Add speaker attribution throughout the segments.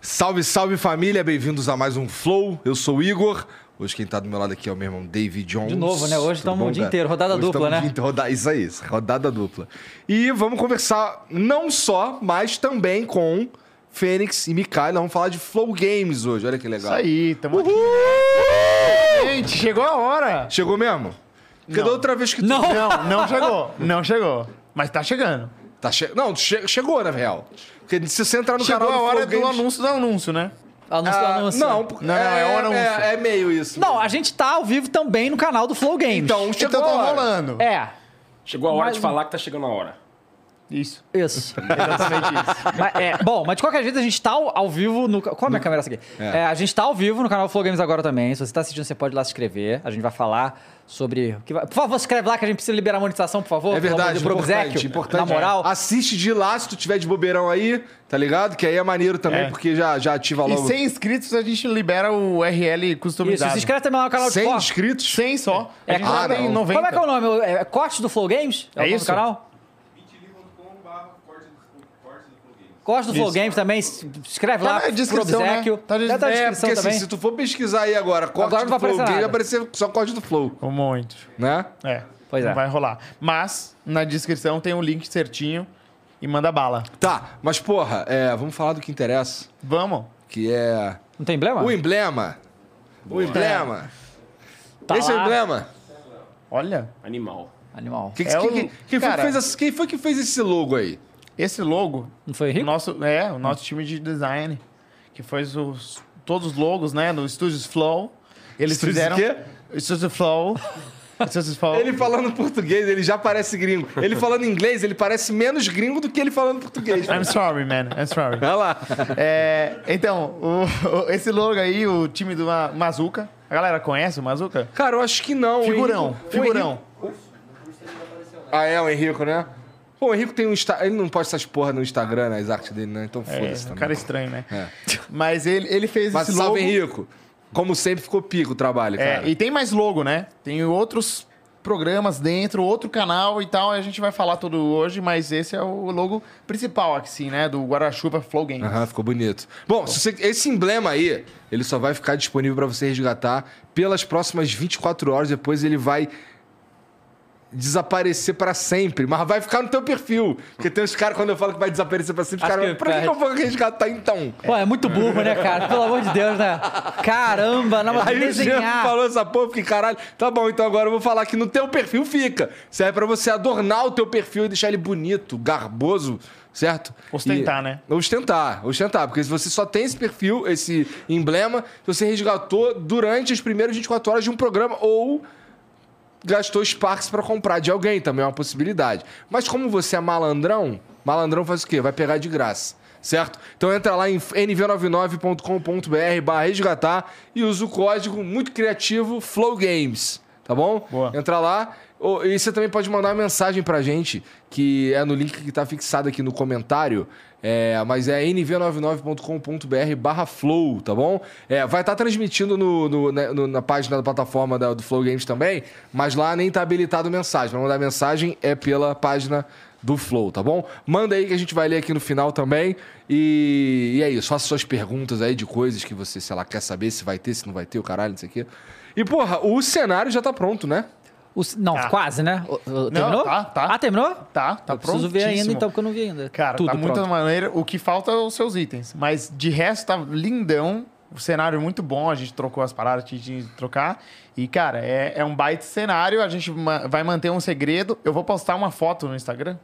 Speaker 1: Salve, salve família, bem-vindos a mais um Flow. Eu sou o Igor. Hoje quem tá do meu lado aqui é o meu irmão David Jones.
Speaker 2: De novo, né? Hoje
Speaker 1: Tudo
Speaker 2: estamos
Speaker 1: bom,
Speaker 2: o dia
Speaker 1: cara?
Speaker 2: inteiro, rodada
Speaker 1: Hoje
Speaker 2: dupla,
Speaker 1: estamos o
Speaker 2: né?
Speaker 1: dia inteiro, roda- Isso aí, isso, rodada dupla. E vamos conversar não só, mas também com Fênix e Mikael. Vamos falar de Flow Games hoje, olha que
Speaker 3: Isso
Speaker 1: legal.
Speaker 3: aí, tamo aqui. Gente, chegou a hora.
Speaker 1: Chegou mesmo? Porque
Speaker 3: Não.
Speaker 1: da outra vez que tu...
Speaker 2: Não!
Speaker 3: Não, não chegou. Não chegou. Mas tá chegando.
Speaker 1: Tá che... Não, che- chegou, na real. Porque se você entrar no
Speaker 3: chegou
Speaker 1: canal
Speaker 3: a
Speaker 1: do
Speaker 3: hora
Speaker 1: Flow
Speaker 3: do
Speaker 1: Games...
Speaker 3: anúncio do anúncio, né?
Speaker 2: Anúncio,
Speaker 1: Ah,
Speaker 2: anúncio.
Speaker 1: Não,
Speaker 3: Não, é o anúncio.
Speaker 1: É, é meio isso.
Speaker 2: Não, a gente tá ao vivo também no canal do Flow Games.
Speaker 1: Então, chegou
Speaker 3: Então
Speaker 1: a
Speaker 3: tá
Speaker 1: hora.
Speaker 3: rolando.
Speaker 2: É,
Speaker 4: Chegou a hora
Speaker 2: Mais
Speaker 4: de
Speaker 2: um.
Speaker 4: falar que tá chegando a hora.
Speaker 3: Isso.
Speaker 2: isso.
Speaker 3: Exatamente isso.
Speaker 2: Mas, é, bom, mas de qualquer jeito a gente tá ao, ao vivo no. Qual é a minha câmera essa aqui? É, a gente tá ao vivo no canal do Flow Games agora também. Se você tá assistindo, você pode ir lá se inscrever. A gente vai falar sobre. o que vai- Por favor, se inscreve lá que a gente precisa liberar a monetização, por favor.
Speaker 1: É verdade,
Speaker 2: pelo amor de Deus, pro
Speaker 1: importante,
Speaker 2: obséquio,
Speaker 1: importante. é.
Speaker 2: Na moral.
Speaker 1: Assiste de lá se tu tiver de bobeirão aí, tá ligado? Que aí é maneiro também,
Speaker 3: É.
Speaker 1: porque já, já ativa
Speaker 3: E
Speaker 1: logo.
Speaker 3: 100 inscritos a gente libera o RL
Speaker 2: Isso,
Speaker 3: customizado.
Speaker 2: se inscreve também lá no canal de
Speaker 1: 100
Speaker 2: Flow.
Speaker 3: 100
Speaker 1: inscritos?
Speaker 3: só.
Speaker 2: É,
Speaker 3: a gente
Speaker 1: ah,
Speaker 3: já tem
Speaker 1: não.
Speaker 3: 90.
Speaker 2: Como é que é o nome? É, é Corte do Flow Games?
Speaker 3: É
Speaker 2: o nome
Speaker 3: isso?
Speaker 2: do canal? Corte do Flow Games também, se escreve
Speaker 3: Tá
Speaker 2: lá.
Speaker 3: na descrição,
Speaker 2: pro obséquio.
Speaker 3: né? Tá na
Speaker 2: Deve estar na
Speaker 1: É,
Speaker 2: descrição
Speaker 1: porque
Speaker 2: também.
Speaker 1: assim, se tu for pesquisar aí agora, corte
Speaker 2: Agora
Speaker 1: do
Speaker 2: não vai
Speaker 1: Flow,
Speaker 2: aparecer
Speaker 1: vai
Speaker 2: nada.
Speaker 1: aparecer só corte do Flow,
Speaker 3: Um monte.
Speaker 1: né?
Speaker 3: É.
Speaker 2: Pois
Speaker 3: não
Speaker 2: é.
Speaker 3: Vai rolar. Mas, na descrição tem um link certinho e manda bala.
Speaker 1: Tá, mas porra, é, vamos falar do que interessa,
Speaker 3: Vamos.
Speaker 1: que é
Speaker 2: Não tem emblema?
Speaker 1: o emblema. O emblema.
Speaker 2: Tá
Speaker 1: Esse é o
Speaker 2: lá.
Speaker 1: emblema.
Speaker 3: Olha,
Speaker 4: Animal.
Speaker 2: Animal.
Speaker 1: Que- que-
Speaker 3: É o-
Speaker 1: que- quem, foi que
Speaker 3: cara-
Speaker 1: fez essa- quem foi que fez esse logo aí?
Speaker 3: esse logo
Speaker 2: Não foi
Speaker 3: O
Speaker 2: rico?
Speaker 3: nosso, é, o nosso time de design, que fez os, todos os logos, né, no Studios Flow. Eles
Speaker 1: Estúdios
Speaker 3: fizeram...
Speaker 1: o quê?
Speaker 3: Studios Flow. Studios Flow.
Speaker 1: Ele falando português, ele já parece gringo. Ele falando inglês, ele parece menos gringo do que ele falando português.
Speaker 3: I'm sorry, man. I'm sorry.
Speaker 1: Olha lá.
Speaker 3: É, então, o- o- esse logo aí, o time do Ma- Mazuca. A galera conhece o Mazuca?
Speaker 1: Cara, eu acho que não. o
Speaker 3: Figurão,
Speaker 1: Henrico- o
Speaker 3: figurão.
Speaker 1: Henrico- Ah, é o Henrico, né? Pô, o Henrico tem um Insta... Ele não posta essas porra no Instagram, né, as artes dele, né? Então
Speaker 3: É,
Speaker 1: foda-se
Speaker 3: um
Speaker 1: também.
Speaker 3: cara estranho, né?
Speaker 1: É.
Speaker 3: Mas ele, ele fez
Speaker 1: Mas
Speaker 3: esse logo.
Speaker 1: salve, Henrico. Como sempre, ficou pico o trabalho,
Speaker 3: É,
Speaker 1: cara.
Speaker 3: e tem mais logo, né? Tem outros programas dentro, outro canal e tal. A gente vai falar tudo hoje, mas esse é o logo principal aqui, sim, né? Do Guarachuva Flow Games.
Speaker 1: Aham, ficou bonito. Bom, se você- esse emblema aí, ele só vai ficar disponível pra você resgatar pelas próximas 24 horas. Depois ele vai desaparecer pra sempre, mas vai ficar no teu perfil. Porque tem uns caras, quando eu falo que vai desaparecer pra sempre, os
Speaker 2: Acho
Speaker 1: caras,
Speaker 2: que tá
Speaker 1: pra que, que eu vou resgatar então?
Speaker 2: Pô, é muito burro, né, cara? Pelo amor de Deus, né? Caramba, não, mas
Speaker 1: Aí o Jean
Speaker 2: desenhar.
Speaker 1: falou essa porra, porque caralho, tá bom, então agora eu vou falar que no teu perfil fica. Serve pra você adornar o teu perfil e deixar ele bonito, garboso, certo?
Speaker 3: Ostentar, né?
Speaker 1: Ostentar, ostentar, porque se você só tem esse perfil, esse emblema, você resgatou durante as primeiras 24 horas de um programa ou gastou Sparks pra comprar de alguém, também é uma possibilidade. Mas como você é malandrão, malandrão faz o quê? Vai pegar de graça, certo? Então entra lá em nv99.com.br barra resgatar e usa o código muito criativo FlowGames, tá bom?
Speaker 3: Boa.
Speaker 1: Entra lá. Ô, E você também pode mandar uma mensagem pra gente, que é no link que tá fixado aqui no comentário. É, mas é nv99.com.br barra flow, tá bom? É, vai estar transmitindo no, no- na, no- na página da plataforma da- do Flow Games também, mas lá nem tá habilitado mensagem. Pra mandar mensagem é pela página do Flow, tá bom? Manda aí que a gente vai ler aqui no final também. E, e é isso, faça suas perguntas aí de coisas que você, sei lá, quer saber se vai ter, se não vai ter, o caralho, isso aqui. E, porra, o cenário já tá pronto, né?
Speaker 2: O c- não,
Speaker 3: Ah.
Speaker 2: quase, né? O- o- terminou?
Speaker 3: tá, tá.
Speaker 2: Ah, terminou?
Speaker 3: Tá, tá
Speaker 2: eu preciso ver
Speaker 3: prontíssimo.
Speaker 2: ainda, então, porque eu não vi ainda.
Speaker 3: Cara,
Speaker 2: Tudo
Speaker 3: tá muito
Speaker 2: pronto.
Speaker 3: maneiro. O que falta é os seus itens. Mas de resto, tá lindão. O cenário é muito bom. A gente trocou as paradas que tinha de trocar. E, cara, é, é um baita cenário. A gente ma- vai manter um segredo. Eu vou postar uma foto no Instagram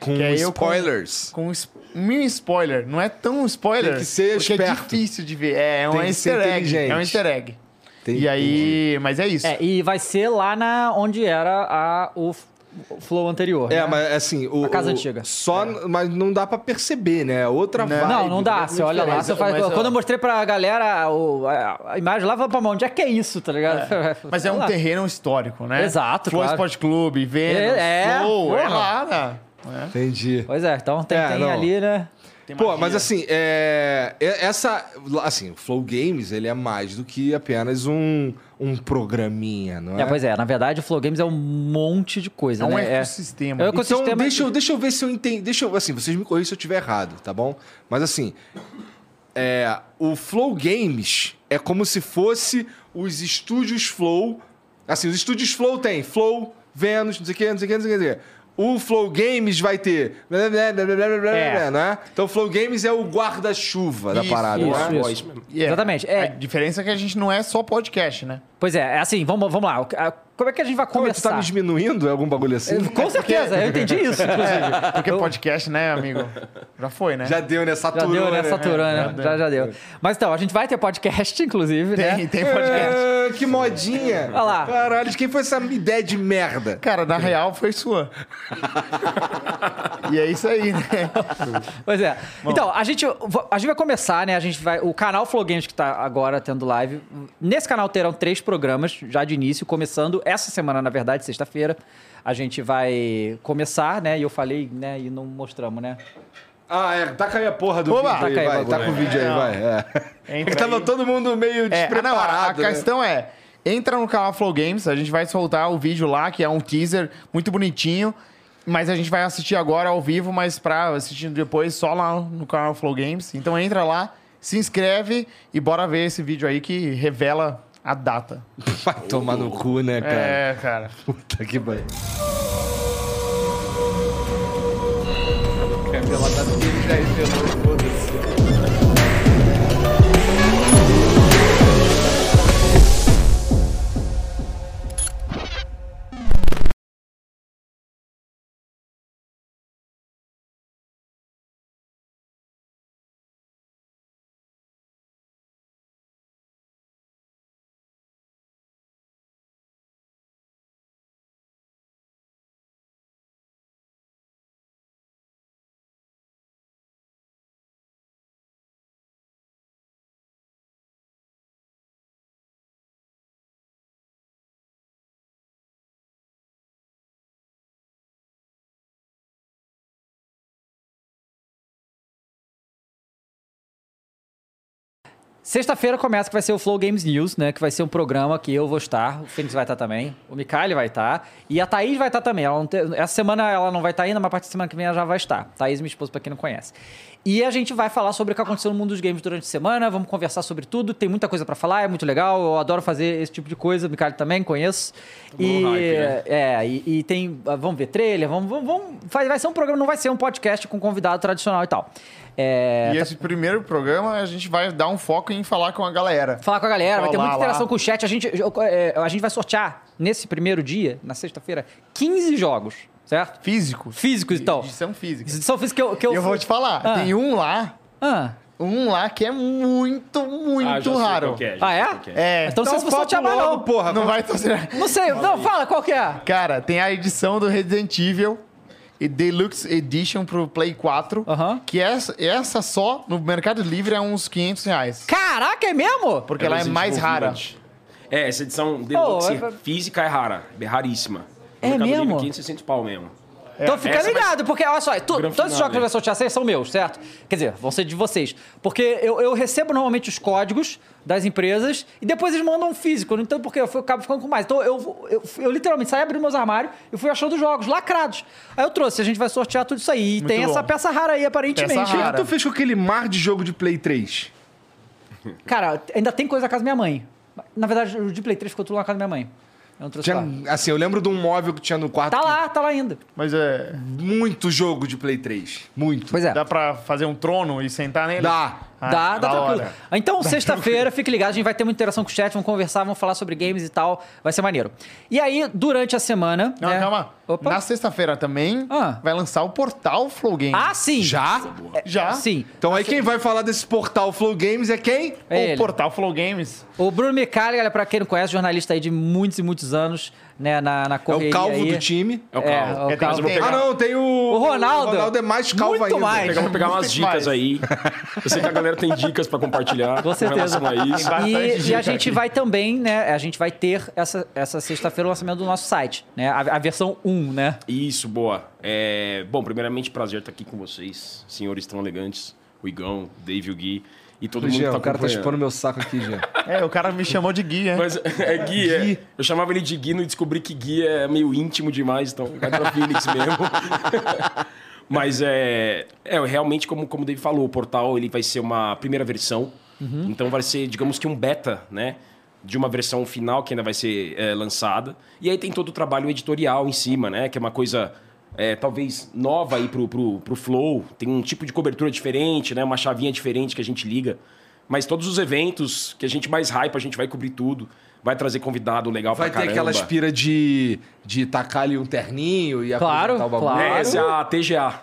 Speaker 1: Com
Speaker 3: Que é eu com-
Speaker 1: spoilers.
Speaker 3: com um mini spoiler. Não é tão spoiler.
Speaker 1: Tem que ser
Speaker 3: porque
Speaker 1: esperto.
Speaker 3: é difícil de ver. É, é um
Speaker 1: Tem que ser
Speaker 3: easter egg.
Speaker 1: inteligente.
Speaker 3: É um easter egg.
Speaker 1: Tem-
Speaker 3: e aí... Mas é isso.
Speaker 2: É, e vai ser lá na onde era a, o, f- o Flow anterior.
Speaker 1: É,
Speaker 2: né?
Speaker 1: mas assim, o.
Speaker 2: A casa
Speaker 1: o-
Speaker 2: antiga. É.
Speaker 1: Só, mas não dá pra perceber, né? É Outra vibe.
Speaker 2: Não, não dá.
Speaker 1: completamente
Speaker 2: Você olha lá,
Speaker 1: diferente.
Speaker 2: você faz.
Speaker 3: mas, ó,
Speaker 2: Quando eu mostrei pra galera o- a, a imagem lá, eu falei pra mão, onde é que é isso, tá ligado?
Speaker 3: Mas é
Speaker 2: Sei
Speaker 3: um
Speaker 2: lá.
Speaker 3: terreno histórico, né?
Speaker 2: Exato,
Speaker 3: Flow
Speaker 2: claro.
Speaker 3: Esporte Clube, Vênus,
Speaker 2: É, é,
Speaker 3: Flow, é
Speaker 2: porra.
Speaker 3: lá, né? É.
Speaker 1: Entendi.
Speaker 2: Pois é, então tem,
Speaker 1: É,
Speaker 2: tem
Speaker 1: não.
Speaker 2: ali, né?
Speaker 3: Tem
Speaker 1: Pô,
Speaker 3: magia.
Speaker 1: mas assim, é, é- essa. Assim, o Flow Games, ele é mais do que apenas um, um programinha, não é?
Speaker 2: É, pois é, na verdade o Flow Games é um monte de coisa,
Speaker 3: É um
Speaker 2: né?
Speaker 3: ecossistema.
Speaker 2: É, é um
Speaker 3: Então,
Speaker 2: ecossistema.
Speaker 1: Então, deixa eu, deixa eu ver se eu entendi. Deixa eu, assim, vocês me corrigem se eu estiver errado, tá bom? Mas assim, é, o Flow Games é como se fosse os estúdios Flow. Assim, os estúdios Flow tem Flow, Vênus, não sei o que, não sei o que, não sei o que. O Flow Games vai ter. blá, blá, blá, blá, blá, blá, blá,
Speaker 3: É.
Speaker 1: né? Então, o Flow Games é o guarda-chuva da
Speaker 3: Isso,
Speaker 1: parada.
Speaker 2: isso,
Speaker 1: né?
Speaker 2: isso.
Speaker 4: Voz mesmo.
Speaker 3: E é,
Speaker 2: Exatamente, é.
Speaker 3: A diferença é que a gente não é só podcast, né?
Speaker 2: Pois é, é assim, vamos, vamos lá. O- a- Como é que a gente vai
Speaker 1: Pô, tu tá
Speaker 2: começar?
Speaker 1: me diminuindo? É algum bagulho assim?
Speaker 2: Com certeza, eu entendi isso, inclusive.
Speaker 3: Porque podcast, né, amigo? Já foi, né?
Speaker 1: Já deu, né?
Speaker 2: É. Já
Speaker 1: Saturou,
Speaker 2: deu, né?
Speaker 1: né?
Speaker 2: Saturou,
Speaker 3: É,
Speaker 2: né?
Speaker 3: já deu.
Speaker 2: Já, já deu. Mas então, a gente vai ter podcast, inclusive, né?
Speaker 1: é.
Speaker 3: tem, tem podcast.
Speaker 1: Ah, que modinha.
Speaker 2: Olha lá.
Speaker 1: Caralho, de quem foi essa ideia de merda?
Speaker 3: Cara, na real foi sua. e é isso aí, né?
Speaker 2: Pois é. Então, a gente, a gente vai começar, né? A gente vai. O canal Flow Games que tá agora tendo live. Nesse canal terão três programas já de início, começando essa semana, na verdade, sexta-feira. A gente vai começar, né? E eu falei, né? E não mostramos, né?
Speaker 1: Ah, é. Taca aí a porra do
Speaker 3: Oba!
Speaker 1: vídeo aí,
Speaker 2: Taca aí,
Speaker 1: vai.
Speaker 2: bagulho.
Speaker 1: Taca o vídeo aí,
Speaker 3: Não.
Speaker 1: vai. É. É
Speaker 3: Entra
Speaker 1: que tava
Speaker 3: aí.
Speaker 1: todo mundo meio
Speaker 3: É, ah, não, a, a
Speaker 1: despreparado. né?
Speaker 3: questão é: entra no canal Flow Games, a gente vai soltar o vídeo lá, que é um teaser muito bonitinho. Mas a gente vai assistir agora ao vivo, mas pra assistir depois só lá no canal Flow Games. Então entra lá, se inscreve e bora ver esse vídeo aí que revela a data.
Speaker 1: Vai tomar no cu, né, cara?
Speaker 3: É, cara.
Speaker 1: Puta que pariu.
Speaker 2: Então Sexta-feira começa que vai ser o Flow Games News, né? Que vai ser um programa que eu vou estar, o Fênix vai estar também, o Mikaeli vai estar e a Thaís vai estar também. Ela não te- Essa semana ela não vai estar ainda, mas a partir da semana que vem ela já vai estar. Thaís, minha esposa, pra quem não conhece. E a gente vai falar sobre o que aconteceu no mundo dos games durante a semana, vamos conversar sobre tudo, tem muita coisa pra falar, é muito legal, eu adoro fazer esse tipo de coisa, o Mikaeli também, conheço. E,
Speaker 4: no hype, né?
Speaker 2: é, e, e tem, ah, vamos ver, trailer, vamos, vamos, vamos- vai, vai ser um programa, não vai ser um podcast com convidado tradicional e tal. É,
Speaker 3: E esse primeiro programa a gente vai dar um foco em falar com a galera.
Speaker 2: falar com a galera, vai ter
Speaker 3: Olá,
Speaker 2: muita
Speaker 3: olá.
Speaker 2: interação com o chat. A gente, eu- é, a gente vai sortear nesse primeiro dia, na sexta-feira, 15 jogos, certo?
Speaker 3: Físico.
Speaker 2: Físicos, então.
Speaker 3: Edição física.
Speaker 2: São físicos que eu. Que eu,
Speaker 3: E eu vou te falar,
Speaker 2: Ah.
Speaker 3: tem um lá,
Speaker 2: Ah,
Speaker 3: um lá que é muito,
Speaker 4: Ah, já
Speaker 3: muito
Speaker 4: sei
Speaker 3: raro.
Speaker 4: qual que é, já
Speaker 2: Ah, é?
Speaker 4: sei qual que
Speaker 3: É.
Speaker 2: Então
Speaker 1: Tá
Speaker 2: você não
Speaker 3: foco
Speaker 2: sortear mais,
Speaker 3: logo,
Speaker 2: não.
Speaker 3: porra. Não vai torcer.
Speaker 2: não sei, não, fala qual que é.
Speaker 3: Cara, tem a edição do Resident Evil e Deluxe Edition pro Play 4.
Speaker 2: Aham.
Speaker 3: Que é essa, essa só no Mercado Livre é uns 500 reais.
Speaker 2: Caraca, é mesmo?
Speaker 3: Porque ela é
Speaker 4: Resident
Speaker 3: mais
Speaker 4: Evil
Speaker 3: rara.
Speaker 4: Village. É, essa edição deluxe
Speaker 2: é-
Speaker 4: física é rara, é raríssima.
Speaker 2: É
Speaker 4: Mercado Livre,
Speaker 2: mesmo?
Speaker 4: 560 pau mesmo.
Speaker 2: então fica
Speaker 4: essa vai
Speaker 2: ligado, porque olha só, tu- todos
Speaker 4: Gran
Speaker 2: os
Speaker 4: Finale.
Speaker 2: jogos que eu já sortear vocês são meus, certo? Quer dizer, vão ser de vocês. Porque eu, eu recebo normalmente os códigos das empresas e depois eles mandam um físico. Então, porque eu fui- acabo ficando com mais. Então, eu, eu, eu literalmente saí abrindo meus armários e fui achando os jogos lacrados. Aí eu trouxe, a gente vai sortear tudo isso aí. E tem essa
Speaker 3: bom.
Speaker 2: peça rara aí, aparentemente.
Speaker 3: Peça
Speaker 1: O é que
Speaker 3: rara.
Speaker 1: que tu fez com aquele mar de jogo de Play 3?
Speaker 2: Cara, ainda tem coisa na casa da minha mãe. Na verdade, o de Play 3 ficou tudo lá na casa da minha mãe. Eu não trouxe
Speaker 1: Tinha,
Speaker 2: lá.
Speaker 1: assim, eu lembro de um móvel que tinha no quarto.
Speaker 2: Tá lá, tá lá ainda.
Speaker 3: Mas é.
Speaker 1: Muito jogo de Play 3. Muito.
Speaker 2: Pois é.
Speaker 3: Dá pra fazer um trono e sentar nele?
Speaker 1: Dá.
Speaker 3: Ah,
Speaker 2: dá, dá
Speaker 3: da hora.
Speaker 2: tranquilo. Então, sexta-feira, fique ligado, a gente vai ter muita interação com o chat, vamos conversar, vamos falar sobre games e tal, vai ser maneiro. E aí, durante a semana.
Speaker 3: Não,
Speaker 2: né?
Speaker 3: calma.
Speaker 2: Opa.
Speaker 3: Na sexta-feira também
Speaker 2: Ah.
Speaker 3: vai lançar o portal Flow Games.
Speaker 2: Ah, sim!
Speaker 1: Já?
Speaker 2: É,
Speaker 3: Já?
Speaker 2: Sim.
Speaker 1: Então aí quem vai falar desse portal Flow Games é quem?
Speaker 3: O
Speaker 2: É ele.
Speaker 3: portal Flow Games.
Speaker 2: O Bruno Micali, galera, pra quem não conhece, jornalista aí de muitos e muitos anos, né, na, na
Speaker 1: É
Speaker 2: correria
Speaker 1: o calvo
Speaker 2: aí.
Speaker 1: do time.
Speaker 4: É o
Speaker 2: É,
Speaker 4: carro.
Speaker 2: o
Speaker 3: É, tem-
Speaker 2: calvo.
Speaker 3: tem-
Speaker 1: Ah, não, tem o.
Speaker 2: O Ronaldo.
Speaker 1: O Ronaldo é mais calvo
Speaker 2: Muito
Speaker 1: ainda.
Speaker 2: mais.
Speaker 4: Pegar, vou pegar
Speaker 3: Muito
Speaker 4: umas dicas
Speaker 3: mais.
Speaker 4: aí. Eu sei que a galera tem dicas pra compartilhar
Speaker 2: Com certeza.
Speaker 4: com relação a isso.
Speaker 3: Bastante
Speaker 2: E, e a
Speaker 3: dica
Speaker 2: gente
Speaker 3: aqui.
Speaker 2: vai também, né? A gente vai ter essa, essa sexta-feira o lançamento do nosso site, né? A, a versão 1, né?
Speaker 4: Isso, boa. É, bom, primeiramente, prazer estar aqui com vocês, senhores tão elegantes, o Igão, o Dave, o Gui e todo mundo que
Speaker 1: Jean,
Speaker 4: tá
Speaker 1: o cara tá
Speaker 4: acompanhando.
Speaker 1: chupando meu saco aqui, Jean.
Speaker 3: É, o cara me chamou de guia.
Speaker 4: Mas é Gui, é.
Speaker 1: Gui.
Speaker 4: eu chamava ele de Gui e descobri que Gui é meio íntimo demais, então vai pra Phoenix mesmo. Mas é, é realmente, como, como o Dave falou, o portal ele vai ser uma primeira versão.
Speaker 1: Uhum.
Speaker 4: Então vai ser, digamos que um beta, né? De uma versão final que ainda vai ser é, lançada. E aí tem todo o trabalho editorial em cima, né? Que é uma coisa. é, talvez nova aí pro, pro, pro Flow, tem um tipo de cobertura diferente, né? Uma chavinha diferente que a gente liga. Mas todos os eventos que a gente mais hype, a gente vai cobrir tudo. Vai trazer convidado legal
Speaker 1: Vai
Speaker 4: pra
Speaker 1: ter aquela
Speaker 4: caramba.
Speaker 1: aspira de, de tacar ali um terninho e
Speaker 2: Claro,
Speaker 1: apresentar o bagulho.
Speaker 2: claro.
Speaker 4: É, Essa é a TGA.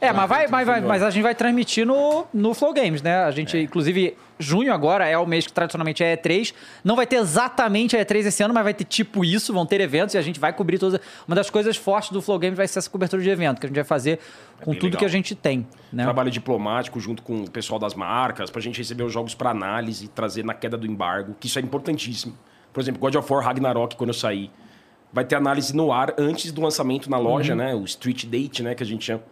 Speaker 2: É, mas, vai, mas, vai- mas a gente vai transmitir no, no Flow Games, né? A gente, inclusive, junho agora é o mês que tradicionalmente é E3. Não vai ter exatamente a E3 esse ano, mas vai ter tipo isso, vão ter eventos e a gente vai cobrir todas. Uma das coisas fortes do Flow Games vai ser essa cobertura de evento, que a gente vai fazer com
Speaker 4: bem
Speaker 2: tudo
Speaker 4: legal.
Speaker 2: que a gente tem, né?
Speaker 4: Trabalho diplomático junto com o pessoal das marcas, pra gente receber os jogos pra análise, trazer na queda do embargo, que isso é importantíssimo. Por exemplo, God of War Ragnarok, quando eu sair, vai ter análise no ar antes do lançamento na loja, né? O Street Date, né? Que a gente chama.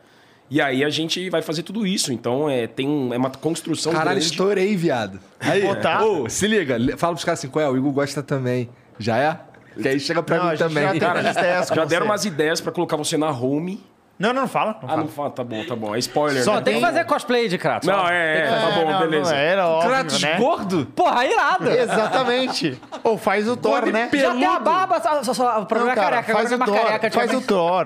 Speaker 4: E aí a gente vai fazer tudo isso. Então é, tem um- é uma construção
Speaker 1: Caralho,
Speaker 4: grande.
Speaker 1: estourei, viado. Aí,
Speaker 3: Botar.
Speaker 1: ô, se liga, le- fala pros caras assim, qual é? O Igor gosta também. Já é? Que aí chega pra
Speaker 3: Não, a
Speaker 1: mim
Speaker 3: gente
Speaker 1: também.
Speaker 3: já tá tem
Speaker 1: Cara,
Speaker 3: umas ideias com
Speaker 4: Já deram
Speaker 3: você.
Speaker 4: umas ideias pra colocar você na home.
Speaker 3: Não, não, não fala. Não
Speaker 4: Ah,
Speaker 3: fala.
Speaker 4: não fala, tá bom, tá bom. É spoiler,
Speaker 3: Só
Speaker 4: né?
Speaker 2: Tem que
Speaker 3: tem-
Speaker 2: fazer cosplay de Kratos.
Speaker 4: Não,
Speaker 2: Fala.
Speaker 4: é, é, tá
Speaker 3: É,
Speaker 4: bom,
Speaker 3: não,
Speaker 4: beleza.
Speaker 3: Não era óbvio,
Speaker 1: Kratos
Speaker 3: né?
Speaker 1: gordo?
Speaker 2: Porra, é irado!
Speaker 3: Exatamente. Ou faz o Thor, né?
Speaker 2: Já tem a barba, só, só- só- o problema
Speaker 3: Não, cara,
Speaker 2: é a careca, agora
Speaker 3: faz
Speaker 2: tem
Speaker 3: o
Speaker 2: uma
Speaker 3: Thor.
Speaker 2: careca.
Speaker 3: faz o
Speaker 2: antigamente-
Speaker 3: Thor.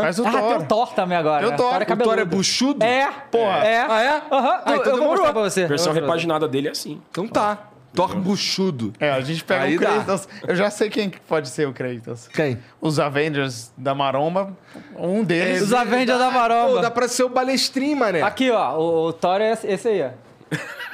Speaker 3: Faz o
Speaker 2: Ah, tem
Speaker 3: Thor.
Speaker 2: o Thor também agora.
Speaker 3: Tem o
Speaker 2: né?
Speaker 3: Thor. O
Speaker 1: O
Speaker 3: Thor
Speaker 1: Thor é
Speaker 2: cabeludo.
Speaker 1: buchudo?
Speaker 2: É,
Speaker 3: Porra.
Speaker 2: É,
Speaker 1: Ah, é?
Speaker 2: Aham.
Speaker 1: Ah,
Speaker 2: eu,
Speaker 1: então
Speaker 2: eu vou
Speaker 1: demorou.
Speaker 2: mostrar pra você. Eu vou mostrar
Speaker 4: A versão
Speaker 2: pra você.
Speaker 4: repaginada dele é assim.
Speaker 1: Então tá. Thor buchudo.
Speaker 3: É, a gente pega
Speaker 1: Aí
Speaker 3: o
Speaker 1: dá.
Speaker 3: Kratos. Eu já sei quem que pode ser o Kratos.
Speaker 1: Quem?
Speaker 3: Os Avengers da Maromba, um deles.
Speaker 2: Os Avengers da
Speaker 1: Pô, dá
Speaker 2: Maromba.
Speaker 1: pra ser o balestrim, mané.
Speaker 2: Aqui, ó. O, o Thor é esse- esse aí, ó.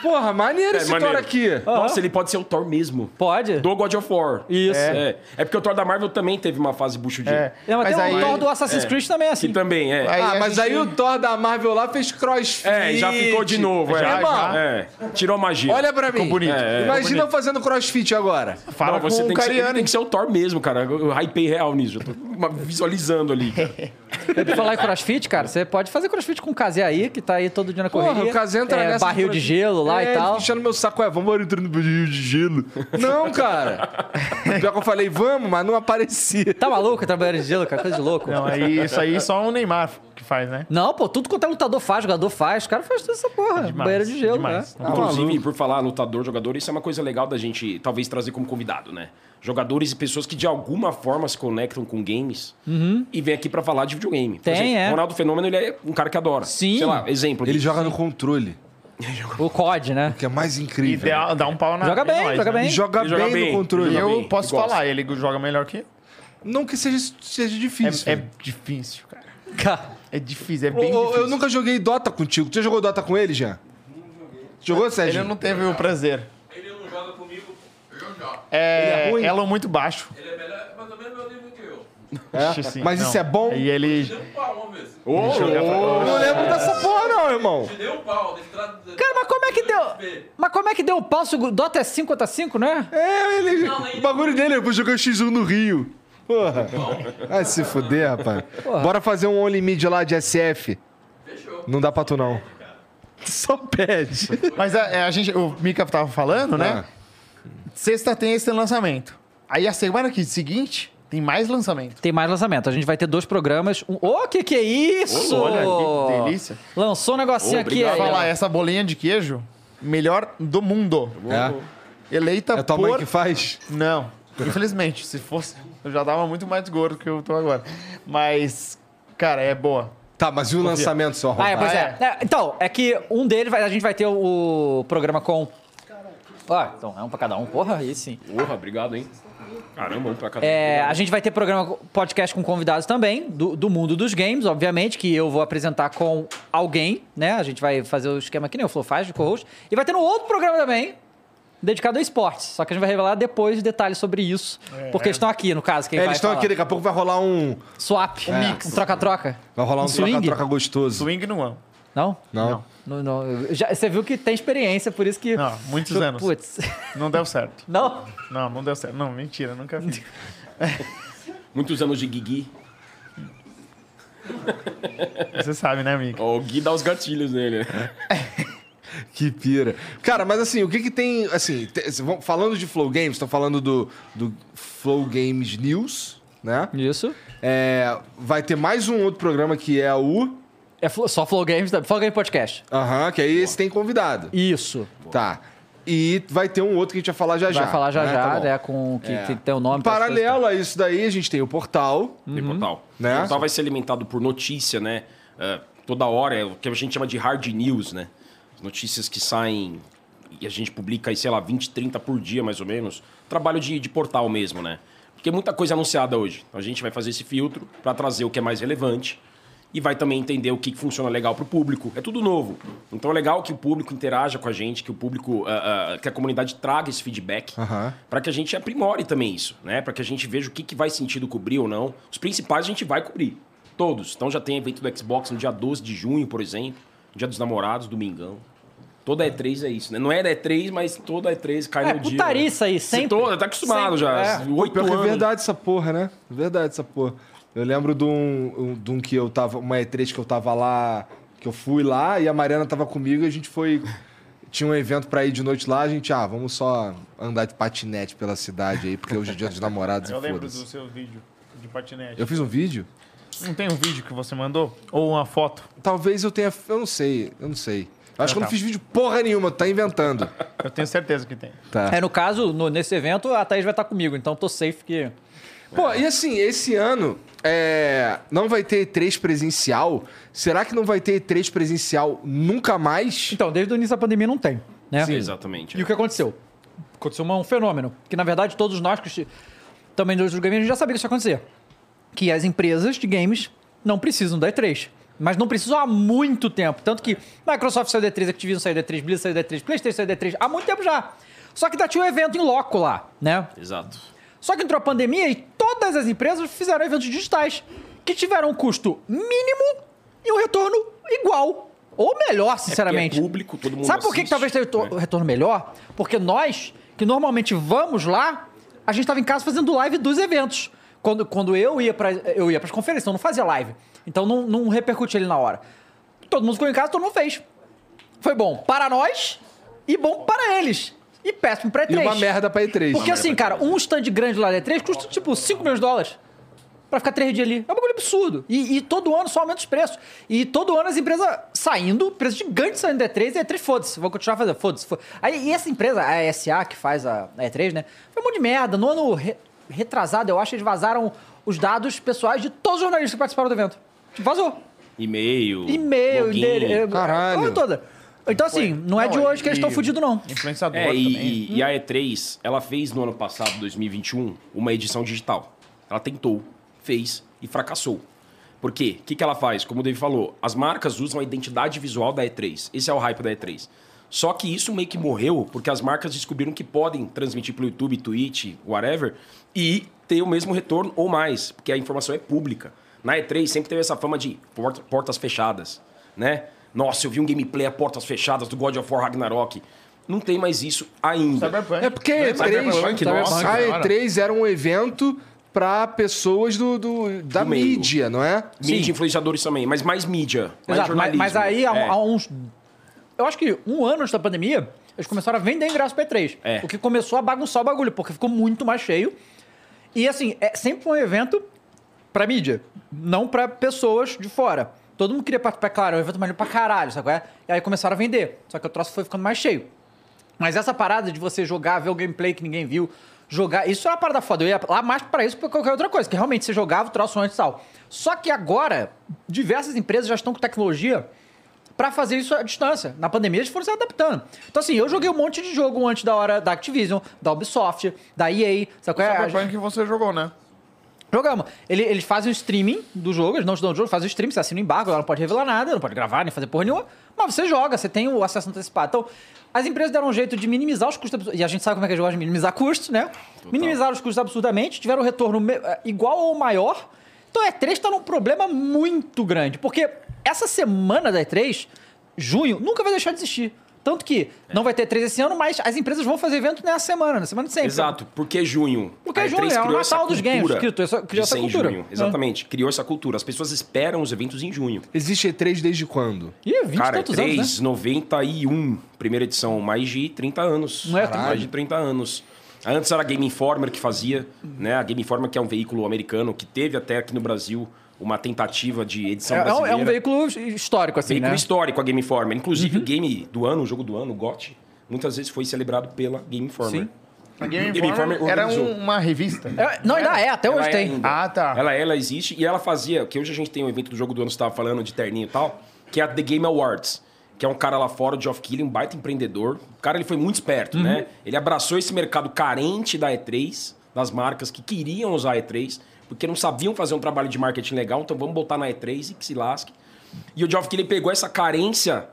Speaker 1: Porra, maneiro
Speaker 4: É,
Speaker 1: esse
Speaker 4: maneiro.
Speaker 1: Thor aqui.
Speaker 4: Nossa, ele pode ser o Thor mesmo.
Speaker 2: Pode?
Speaker 4: Do God of War.
Speaker 2: Isso.
Speaker 4: É. É. É porque o Thor da Marvel também teve uma fase buchudinha.
Speaker 3: É.
Speaker 2: Não, mas,
Speaker 3: Mas
Speaker 2: tem o
Speaker 3: aí-
Speaker 2: Thor do Assassin's
Speaker 4: é.
Speaker 2: Creed também é
Speaker 4: Que
Speaker 2: assim.
Speaker 4: também, é.
Speaker 3: Aí
Speaker 1: ah,
Speaker 3: a
Speaker 1: mas
Speaker 3: gente-
Speaker 1: aí o Thor da Marvel lá fez crossfit.
Speaker 4: É, já ficou de novo. É,
Speaker 3: Já,
Speaker 1: Irmão,
Speaker 3: já.
Speaker 4: É. Tirou a magia.
Speaker 1: olha pra
Speaker 3: Ficou
Speaker 1: mim.
Speaker 3: bonito.
Speaker 4: É,
Speaker 1: Imagina eu fazendo crossfit agora.
Speaker 3: Fala
Speaker 4: Não, você
Speaker 3: com
Speaker 4: tem
Speaker 3: o
Speaker 4: que, ser, ele
Speaker 3: Cariani.
Speaker 4: tem que ser o Thor mesmo, cara. Eu hypei real nisso. Eu tô uma- visualizando ali. cara.
Speaker 2: Eu vou falar em crossfit, cara. Você pode fazer crossfit com o Kazé aí, que tá aí todo dia na corrida.
Speaker 1: Porra, o caso entra
Speaker 2: é,
Speaker 1: nessa.
Speaker 2: Barril de gelo lá
Speaker 1: É,
Speaker 2: e tal.
Speaker 1: ele Enchendo meu saco, é, vamos entrando no barril de gelo. Não, cara. Pior que eu falei, vamos, mas não aparecia.
Speaker 2: Tá maluco trabalhando de gelo, cara? Coisa de louco.
Speaker 3: Não,
Speaker 2: Não,
Speaker 3: aí isso aí só o Neymar que faz, né?
Speaker 2: pô, tudo quanto é lutador faz, jogador faz. O cara faz toda essa porra.
Speaker 3: Demais,
Speaker 2: Banheiro de gelo,
Speaker 3: demais.
Speaker 2: né?
Speaker 4: Inclusive, por falar lutador, jogador, isso é uma coisa legal da gente talvez trazer como convidado, né? Jogadores e pessoas que de alguma forma se conectam com games e vêm aqui pra falar de videogame. Por
Speaker 2: Tem,
Speaker 4: exemplo,
Speaker 2: é.
Speaker 4: Ronaldo Fenômeno, ele é um cara que adora.
Speaker 2: Sim.
Speaker 4: Sei lá, exemplo.
Speaker 1: Ele joga no controle,
Speaker 2: O COD, né?
Speaker 1: o que é mais
Speaker 3: E
Speaker 1: incrível.
Speaker 3: dá, dá um pau na.
Speaker 2: Joga
Speaker 3: em
Speaker 2: bem, joga
Speaker 1: E
Speaker 2: bem.
Speaker 1: joga,
Speaker 4: Ele joga
Speaker 1: bem,
Speaker 4: bem,
Speaker 1: no
Speaker 4: ele
Speaker 1: controle.
Speaker 4: né? joga
Speaker 3: Eu
Speaker 4: bem,
Speaker 3: posso
Speaker 4: ele gosta.
Speaker 3: falar, ele joga melhor que eu.
Speaker 1: Não que seja, seja difícil.
Speaker 3: É, é difícil, cara.
Speaker 2: Cara,
Speaker 3: É difícil, é
Speaker 1: Ô,
Speaker 3: bem
Speaker 1: ô,
Speaker 3: difícil.
Speaker 1: eu nunca joguei Dota contigo. Tu já jogou Dota com ele, Jean? Jogou, Sérgio?
Speaker 3: Ele não teve o prazer.
Speaker 5: Ele não joga comigo, eu jogo.
Speaker 1: Ele
Speaker 3: É,
Speaker 1: é ruim?
Speaker 3: elo muito baixo.
Speaker 5: Ele é melhor, mais ou menos meu nível que eu.
Speaker 1: É?
Speaker 3: Ixi, sim,
Speaker 1: Mas
Speaker 3: assim, não.
Speaker 1: isso é bom?
Speaker 3: E ele.
Speaker 5: Te deu um pau, homem. mesmo.
Speaker 4: Ô, ô,
Speaker 1: Eu não lembro dessa porra, não, irmão.
Speaker 5: Te deu um pau. Ele tra...
Speaker 2: Cara, mas como é que deu. Mas como é que deu o pau se o Dota é 5 contra 5, né?
Speaker 1: É, ele.
Speaker 5: Não, nem-
Speaker 1: O bagulho dele, eu vou jogar X1 no Rio. Porra. Vai se fuder, rapaz. Bora fazer um Only Mid lá de SF.
Speaker 5: Fechou.
Speaker 1: Não dá pra tu, não. Só pede. Ah.
Speaker 3: Mas a, é, a gente, o Mika tava falando, né? Sexta tem esse lançamento. Aí a semana que seguinte tem mais lançamento.
Speaker 2: Tem mais lançamento. A gente vai ter dois programas. Um... Ô, que que é isso?
Speaker 3: Olha, que delícia.
Speaker 2: Lançou um negocinho
Speaker 4: Ô,
Speaker 2: aqui.
Speaker 4: obrigado.
Speaker 2: Aí, ó.
Speaker 3: Fala, essa bolinha de queijo, melhor do mundo.
Speaker 1: É,
Speaker 3: Eleita
Speaker 1: é tua mãe
Speaker 3: por...
Speaker 1: que faz?
Speaker 3: Não, infelizmente. se fosse, eu já tava muito mais gordo que eu tô agora. Mas, cara, é boa.
Speaker 1: Tá, mas e o lançamento só,
Speaker 2: Ah, é,
Speaker 1: Romário?
Speaker 2: pois é.
Speaker 3: Ah,
Speaker 2: É, Então, é que um deles, vai, a gente vai ter o, o programa com... Ó, então é um pra cada um. Porra, aí sim.
Speaker 4: Porra, obrigado, hein? Caramba, um pra cada
Speaker 2: É, a gente vai ter programa podcast com convidados também, do, do mundo dos games, obviamente, que eu vou apresentar com alguém, né? A gente vai fazer o esquema que nem o Flow faz, de co-host. E vai ter um outro programa também, dedicado a esportes. Só que a gente vai revelar depois os detalhes sobre isso. Porque eles estão aqui, no caso. Quem
Speaker 1: É,
Speaker 2: vai
Speaker 1: eles estão
Speaker 2: falar.
Speaker 1: aqui, daqui a pouco vai rolar um.
Speaker 2: Swap. Um troca-troca.
Speaker 1: Vai rolar um
Speaker 2: swing?
Speaker 1: troca-troca gostoso.
Speaker 3: Swing não amo.
Speaker 2: Não?
Speaker 1: Não.
Speaker 2: Não, não. Eu já- você viu que tem experiência, por isso que...
Speaker 3: Não, muitos
Speaker 2: Tu-
Speaker 3: anos.
Speaker 2: Putz.
Speaker 3: Não deu certo.
Speaker 2: Não?
Speaker 3: Não, não deu certo. Não, mentira, nunca fiz.
Speaker 4: Muitos anos de Guigui.
Speaker 3: Você sabe, né, Mika?
Speaker 4: Ó, O Gui dá os gatilhos nele. né?
Speaker 1: Que pira. Cara, mas assim, o que que tem. Assim, te- se vão- falando de Flow Games, tô falando do, do Flow Games News, né?
Speaker 2: Isso.
Speaker 1: É, vai ter mais um outro programa que é o.
Speaker 2: É flo- só Flow Games também. Flow Games Podcast.
Speaker 1: Aham, que aí esse tem convidado.
Speaker 2: Isso.
Speaker 1: Tá. E vai ter um outro que a gente vai falar já já.
Speaker 2: Vai falar já
Speaker 1: né?
Speaker 2: já,
Speaker 1: Tá bom.
Speaker 2: né? Com que
Speaker 1: É.
Speaker 2: tem, tem o nome.
Speaker 1: Em
Speaker 2: tá, as coisas, tá.
Speaker 1: paralelo a isso daí, a gente tem o portal.
Speaker 4: Tem portal.
Speaker 1: Né?
Speaker 4: O portal vai ser alimentado por notícia, né? É, toda hora, é o que a gente chama de hard news, né? As Notícias que saem e a gente publica aí, sei lá, 20, 30 por dia, mais ou menos. Trabalho de, de portal mesmo, né? Porque muita coisa é anunciada hoje. Então a gente vai fazer esse filtro para trazer o que é mais relevante e vai também entender o que que funciona legal para o público. É tudo novo. Então é legal que o público interaja com a gente, que o público, ah, ah, que a comunidade traga esse feedback
Speaker 1: Aham.
Speaker 4: para que a gente aprimore também isso, né? Para que a gente veja o que, que faz sentido cobrir ou não. Os principais a gente vai cobrir, todos. Então já tem evento do Xbox no dia 12 de junho, por exemplo, Dia dos Namorados, domingão. Toda E3 é isso, né? Não era E3, mas toda E3 cai
Speaker 2: É,
Speaker 4: no dia.
Speaker 2: putaria
Speaker 4: né?
Speaker 2: isso aí, sempre.
Speaker 4: Se toda, tá
Speaker 2: Sempre,
Speaker 4: acostumado já.
Speaker 2: é.
Speaker 4: Oito
Speaker 1: Pior que é
Speaker 4: anos.
Speaker 1: verdade essa porra, né? É Verdade essa porra. Eu lembro de um, um- de um que eu tava, uma E3 que eu tava lá, que eu fui lá e a Mariana tava comigo e a gente foi. Tinha um evento pra ir de noite lá, a gente, ah, vamos só andar de patinete pela cidade aí, porque hoje é dia dos namorados
Speaker 3: Eu
Speaker 1: e
Speaker 3: lembro do
Speaker 1: foda-se.
Speaker 3: seu vídeo de patinete.
Speaker 1: Eu fiz um vídeo?
Speaker 3: Não tem um vídeo que você mandou? Ou uma foto?
Speaker 1: Talvez eu tenha. Eu não sei, eu não sei. Eu acho que eu não
Speaker 3: tá.
Speaker 1: fiz vídeo porra nenhuma, tá inventando.
Speaker 3: Eu tenho certeza que tem.
Speaker 1: Tá.
Speaker 2: É, no caso, no- nesse evento, a Thaís vai estar comigo, então tô safe que.
Speaker 1: Pô, e assim, esse ano é, não vai ter E3 presencial? Será que não vai ter E3 presencial nunca mais?
Speaker 2: Então, desde o início da pandemia não tem, né?
Speaker 4: Sim, exatamente.
Speaker 2: E o que aconteceu? Aconteceu uma- um fenômeno, que na verdade todos nós, que esti- também dos games, a gente já sabia que isso ia acontecer. Que as empresas de games não precisam da E3. Mas não precisam há muito tempo. Tanto que Microsoft saiu da E3, Activision saiu da E3, Blizzard saiu da E3, Playstation saiu da E3, há muito tempo já. Só que ainda tinha um evento em loco lá, né?
Speaker 4: é. Exato.
Speaker 2: Só que entrou a pandemia e todas as empresas fizeram eventos digitais que tiveram um custo mínimo e um retorno igual. Ou melhor, sinceramente.
Speaker 4: É público, todo mundo
Speaker 2: Sabe por que, que
Speaker 4: assiste,
Speaker 2: talvez tenha o to-
Speaker 4: né?
Speaker 2: o retorno melhor? Porque nós, que normalmente vamos lá, a gente estava em casa fazendo live dos eventos. Quando, quando eu ia para eu ia as conferências, eu não fazia live. Então não, não repercutia ele na hora. Todo mundo ficou em casa, todo mundo fez. Foi bom para nós e bom para eles. E péssimo para
Speaker 1: E
Speaker 2: E3.
Speaker 1: uma merda pra E3.
Speaker 2: Porque assim, cara, um stand grande lá da E3 custa tipo 5 milhões de dólares. Pra ficar três dias ali. É um bagulho absurdo. E, e todo ano só aumenta os preços. E todo ano as empresas saindo, empresas gigantes saindo da E3, e a E3 foda-se, vou continuar fazendo, foda-se. foda-se. Aí e essa empresa, a SA, que faz a, a E3, né? Foi um monte de merda. No ano re- retrasado, eu acho, eles vazaram os dados pessoais de todos os jornalistas que participaram do evento. Tipo, vazou.
Speaker 4: E-mail.
Speaker 2: E-mail
Speaker 4: login.
Speaker 2: dele. eh,
Speaker 1: Caralho.
Speaker 2: a porra toda. Então, assim, não é de hoje que eles
Speaker 3: e-
Speaker 2: estão fodidos, não.
Speaker 3: Influenciador
Speaker 4: É,
Speaker 3: também.
Speaker 4: e, e- e a E3, ela fez no ano passado, 2021, uma edição digital. Ela tentou, fez e fracassou. Por quê? O que, que ela faz? Como o David falou, as marcas usam a identidade visual da E3. Esse é o hype da E3. Só que isso meio que morreu porque as marcas descobriram que podem transmitir pelo YouTube, Twitch, whatever, e ter o mesmo retorno ou mais, porque a informação é pública. Na E3 sempre teve essa fama de port- portas fechadas, né? Nossa, eu vi um gameplay a portas fechadas do God of War Ragnarok. Não tem mais isso ainda.
Speaker 3: Cyberpunk.
Speaker 1: É porque a E3,
Speaker 4: Cyberpunk, nossa,
Speaker 1: a
Speaker 3: cara.
Speaker 1: E3 era um evento pra pessoas do, do- da
Speaker 4: Do meio.
Speaker 1: mídia, não é?
Speaker 4: Mídia, influenciadores também, mas mais mídia. Mais
Speaker 2: Exato, mas,
Speaker 4: jornalismo.
Speaker 2: mas aí há, um,
Speaker 4: é.
Speaker 2: há uns. Eu acho que um ano antes da pandemia, eles começaram a vender ingresso para E3.
Speaker 4: É.
Speaker 2: O que começou a bagunçar o bagulho, porque ficou muito mais cheio. E assim, é sempre um evento pra mídia, não pra pessoas de fora. Todo mundo queria participar, claro, é um evento maneiro pra caralho, sabe? qual é? E aí começaram a vender. Só que o troço foi ficando mais cheio. Mas essa parada de você jogar, ver o gameplay que ninguém viu, jogar. Isso é uma parada foda. Eu ia lá mais pra isso que pra qualquer outra coisa, que realmente você jogava o troço antes e tal. Só que agora, diversas empresas já estão com tecnologia pra fazer isso à distância. Na pandemia eles foram se adaptando. Então, assim, eu joguei um monte de jogo antes da hora da Activision, da Ubisoft, da EA, sabe qual é? A gente-
Speaker 3: Cyberpunk que você jogou, né?
Speaker 2: Jogamos. Ele- eles fazem o streaming do jogo, eles não te dão o jogo, fazem o streaming, você assina o embargo, ela não pode revelar nada, não pode gravar, nem fazer porra nenhuma, mas você joga, você tem o acesso antecipado. Então, as empresas deram um jeito de minimizar os custos absurdos, e a gente sabe como é que eles gostam de minimizar custos, né? Minimizaram os custos absurdamente, tiveram um retorno me- eh, igual ou maior. Então, a E3 tá num problema muito grande, porque essa semana da E3, junho, nunca vai deixar de existir. Tanto que
Speaker 4: É.
Speaker 2: não vai ter E3 esse ano, mas as empresas vão fazer evento nessa semana, na semana de sempre.
Speaker 4: Exato, porque é junho.
Speaker 2: Porque
Speaker 4: A
Speaker 2: junho
Speaker 4: E3
Speaker 2: é o
Speaker 4: criou essa
Speaker 2: Natal dos games,
Speaker 4: cultura
Speaker 2: criou essa-
Speaker 4: de
Speaker 2: criou essa
Speaker 4: ser em
Speaker 2: cultura. É.
Speaker 4: junho. Exatamente, criou essa cultura. As pessoas esperam os eventos em junho.
Speaker 1: Existe E3 desde quando?
Speaker 2: Ih, 20 e
Speaker 4: Cara,
Speaker 2: tantos
Speaker 4: 3,
Speaker 2: anos, né?
Speaker 4: 91, primeira edição, mais de 30 anos.
Speaker 2: Não é
Speaker 4: Caralho. Mais de 30 anos. Antes era a Game Informer que fazia, né? A Game Informer que é um veículo americano que teve até aqui no Brasil uma tentativa de edição
Speaker 2: É, é um, é
Speaker 4: brasileira.
Speaker 2: um veículo histórico, assim,
Speaker 4: Veículo
Speaker 2: né?
Speaker 4: um
Speaker 2: Uhum.
Speaker 4: histórico a Game Informer. Inclusive, o game do ano, o jogo do ano, o GOT, muitas vezes foi celebrado pela Game Informer.
Speaker 2: Sim.
Speaker 3: A Game
Speaker 4: Game
Speaker 3: Informer
Speaker 4: Informer
Speaker 3: era
Speaker 4: organizou.
Speaker 3: um- uma revista.
Speaker 2: É, não, ainda é, até
Speaker 4: Ela
Speaker 2: hoje
Speaker 4: é
Speaker 2: tem.
Speaker 4: ainda.
Speaker 3: Ah, tá.
Speaker 4: Ela, ela existe e ela fazia, que hoje a gente tem um evento do jogo do ano, você estava falando de terninho e tal, que é a The Game Awards. Que é um cara lá fora, o Geoff Keighley, um baita empreendedor. O cara ele foi muito esperto,
Speaker 2: Uhum.
Speaker 4: né? Ele abraçou esse mercado carente da E3, das marcas que queriam usar a E3, porque não sabiam fazer um trabalho de marketing legal, então vamos botar na E3 e que se lasque. E o Geoff Keighley pegou essa carência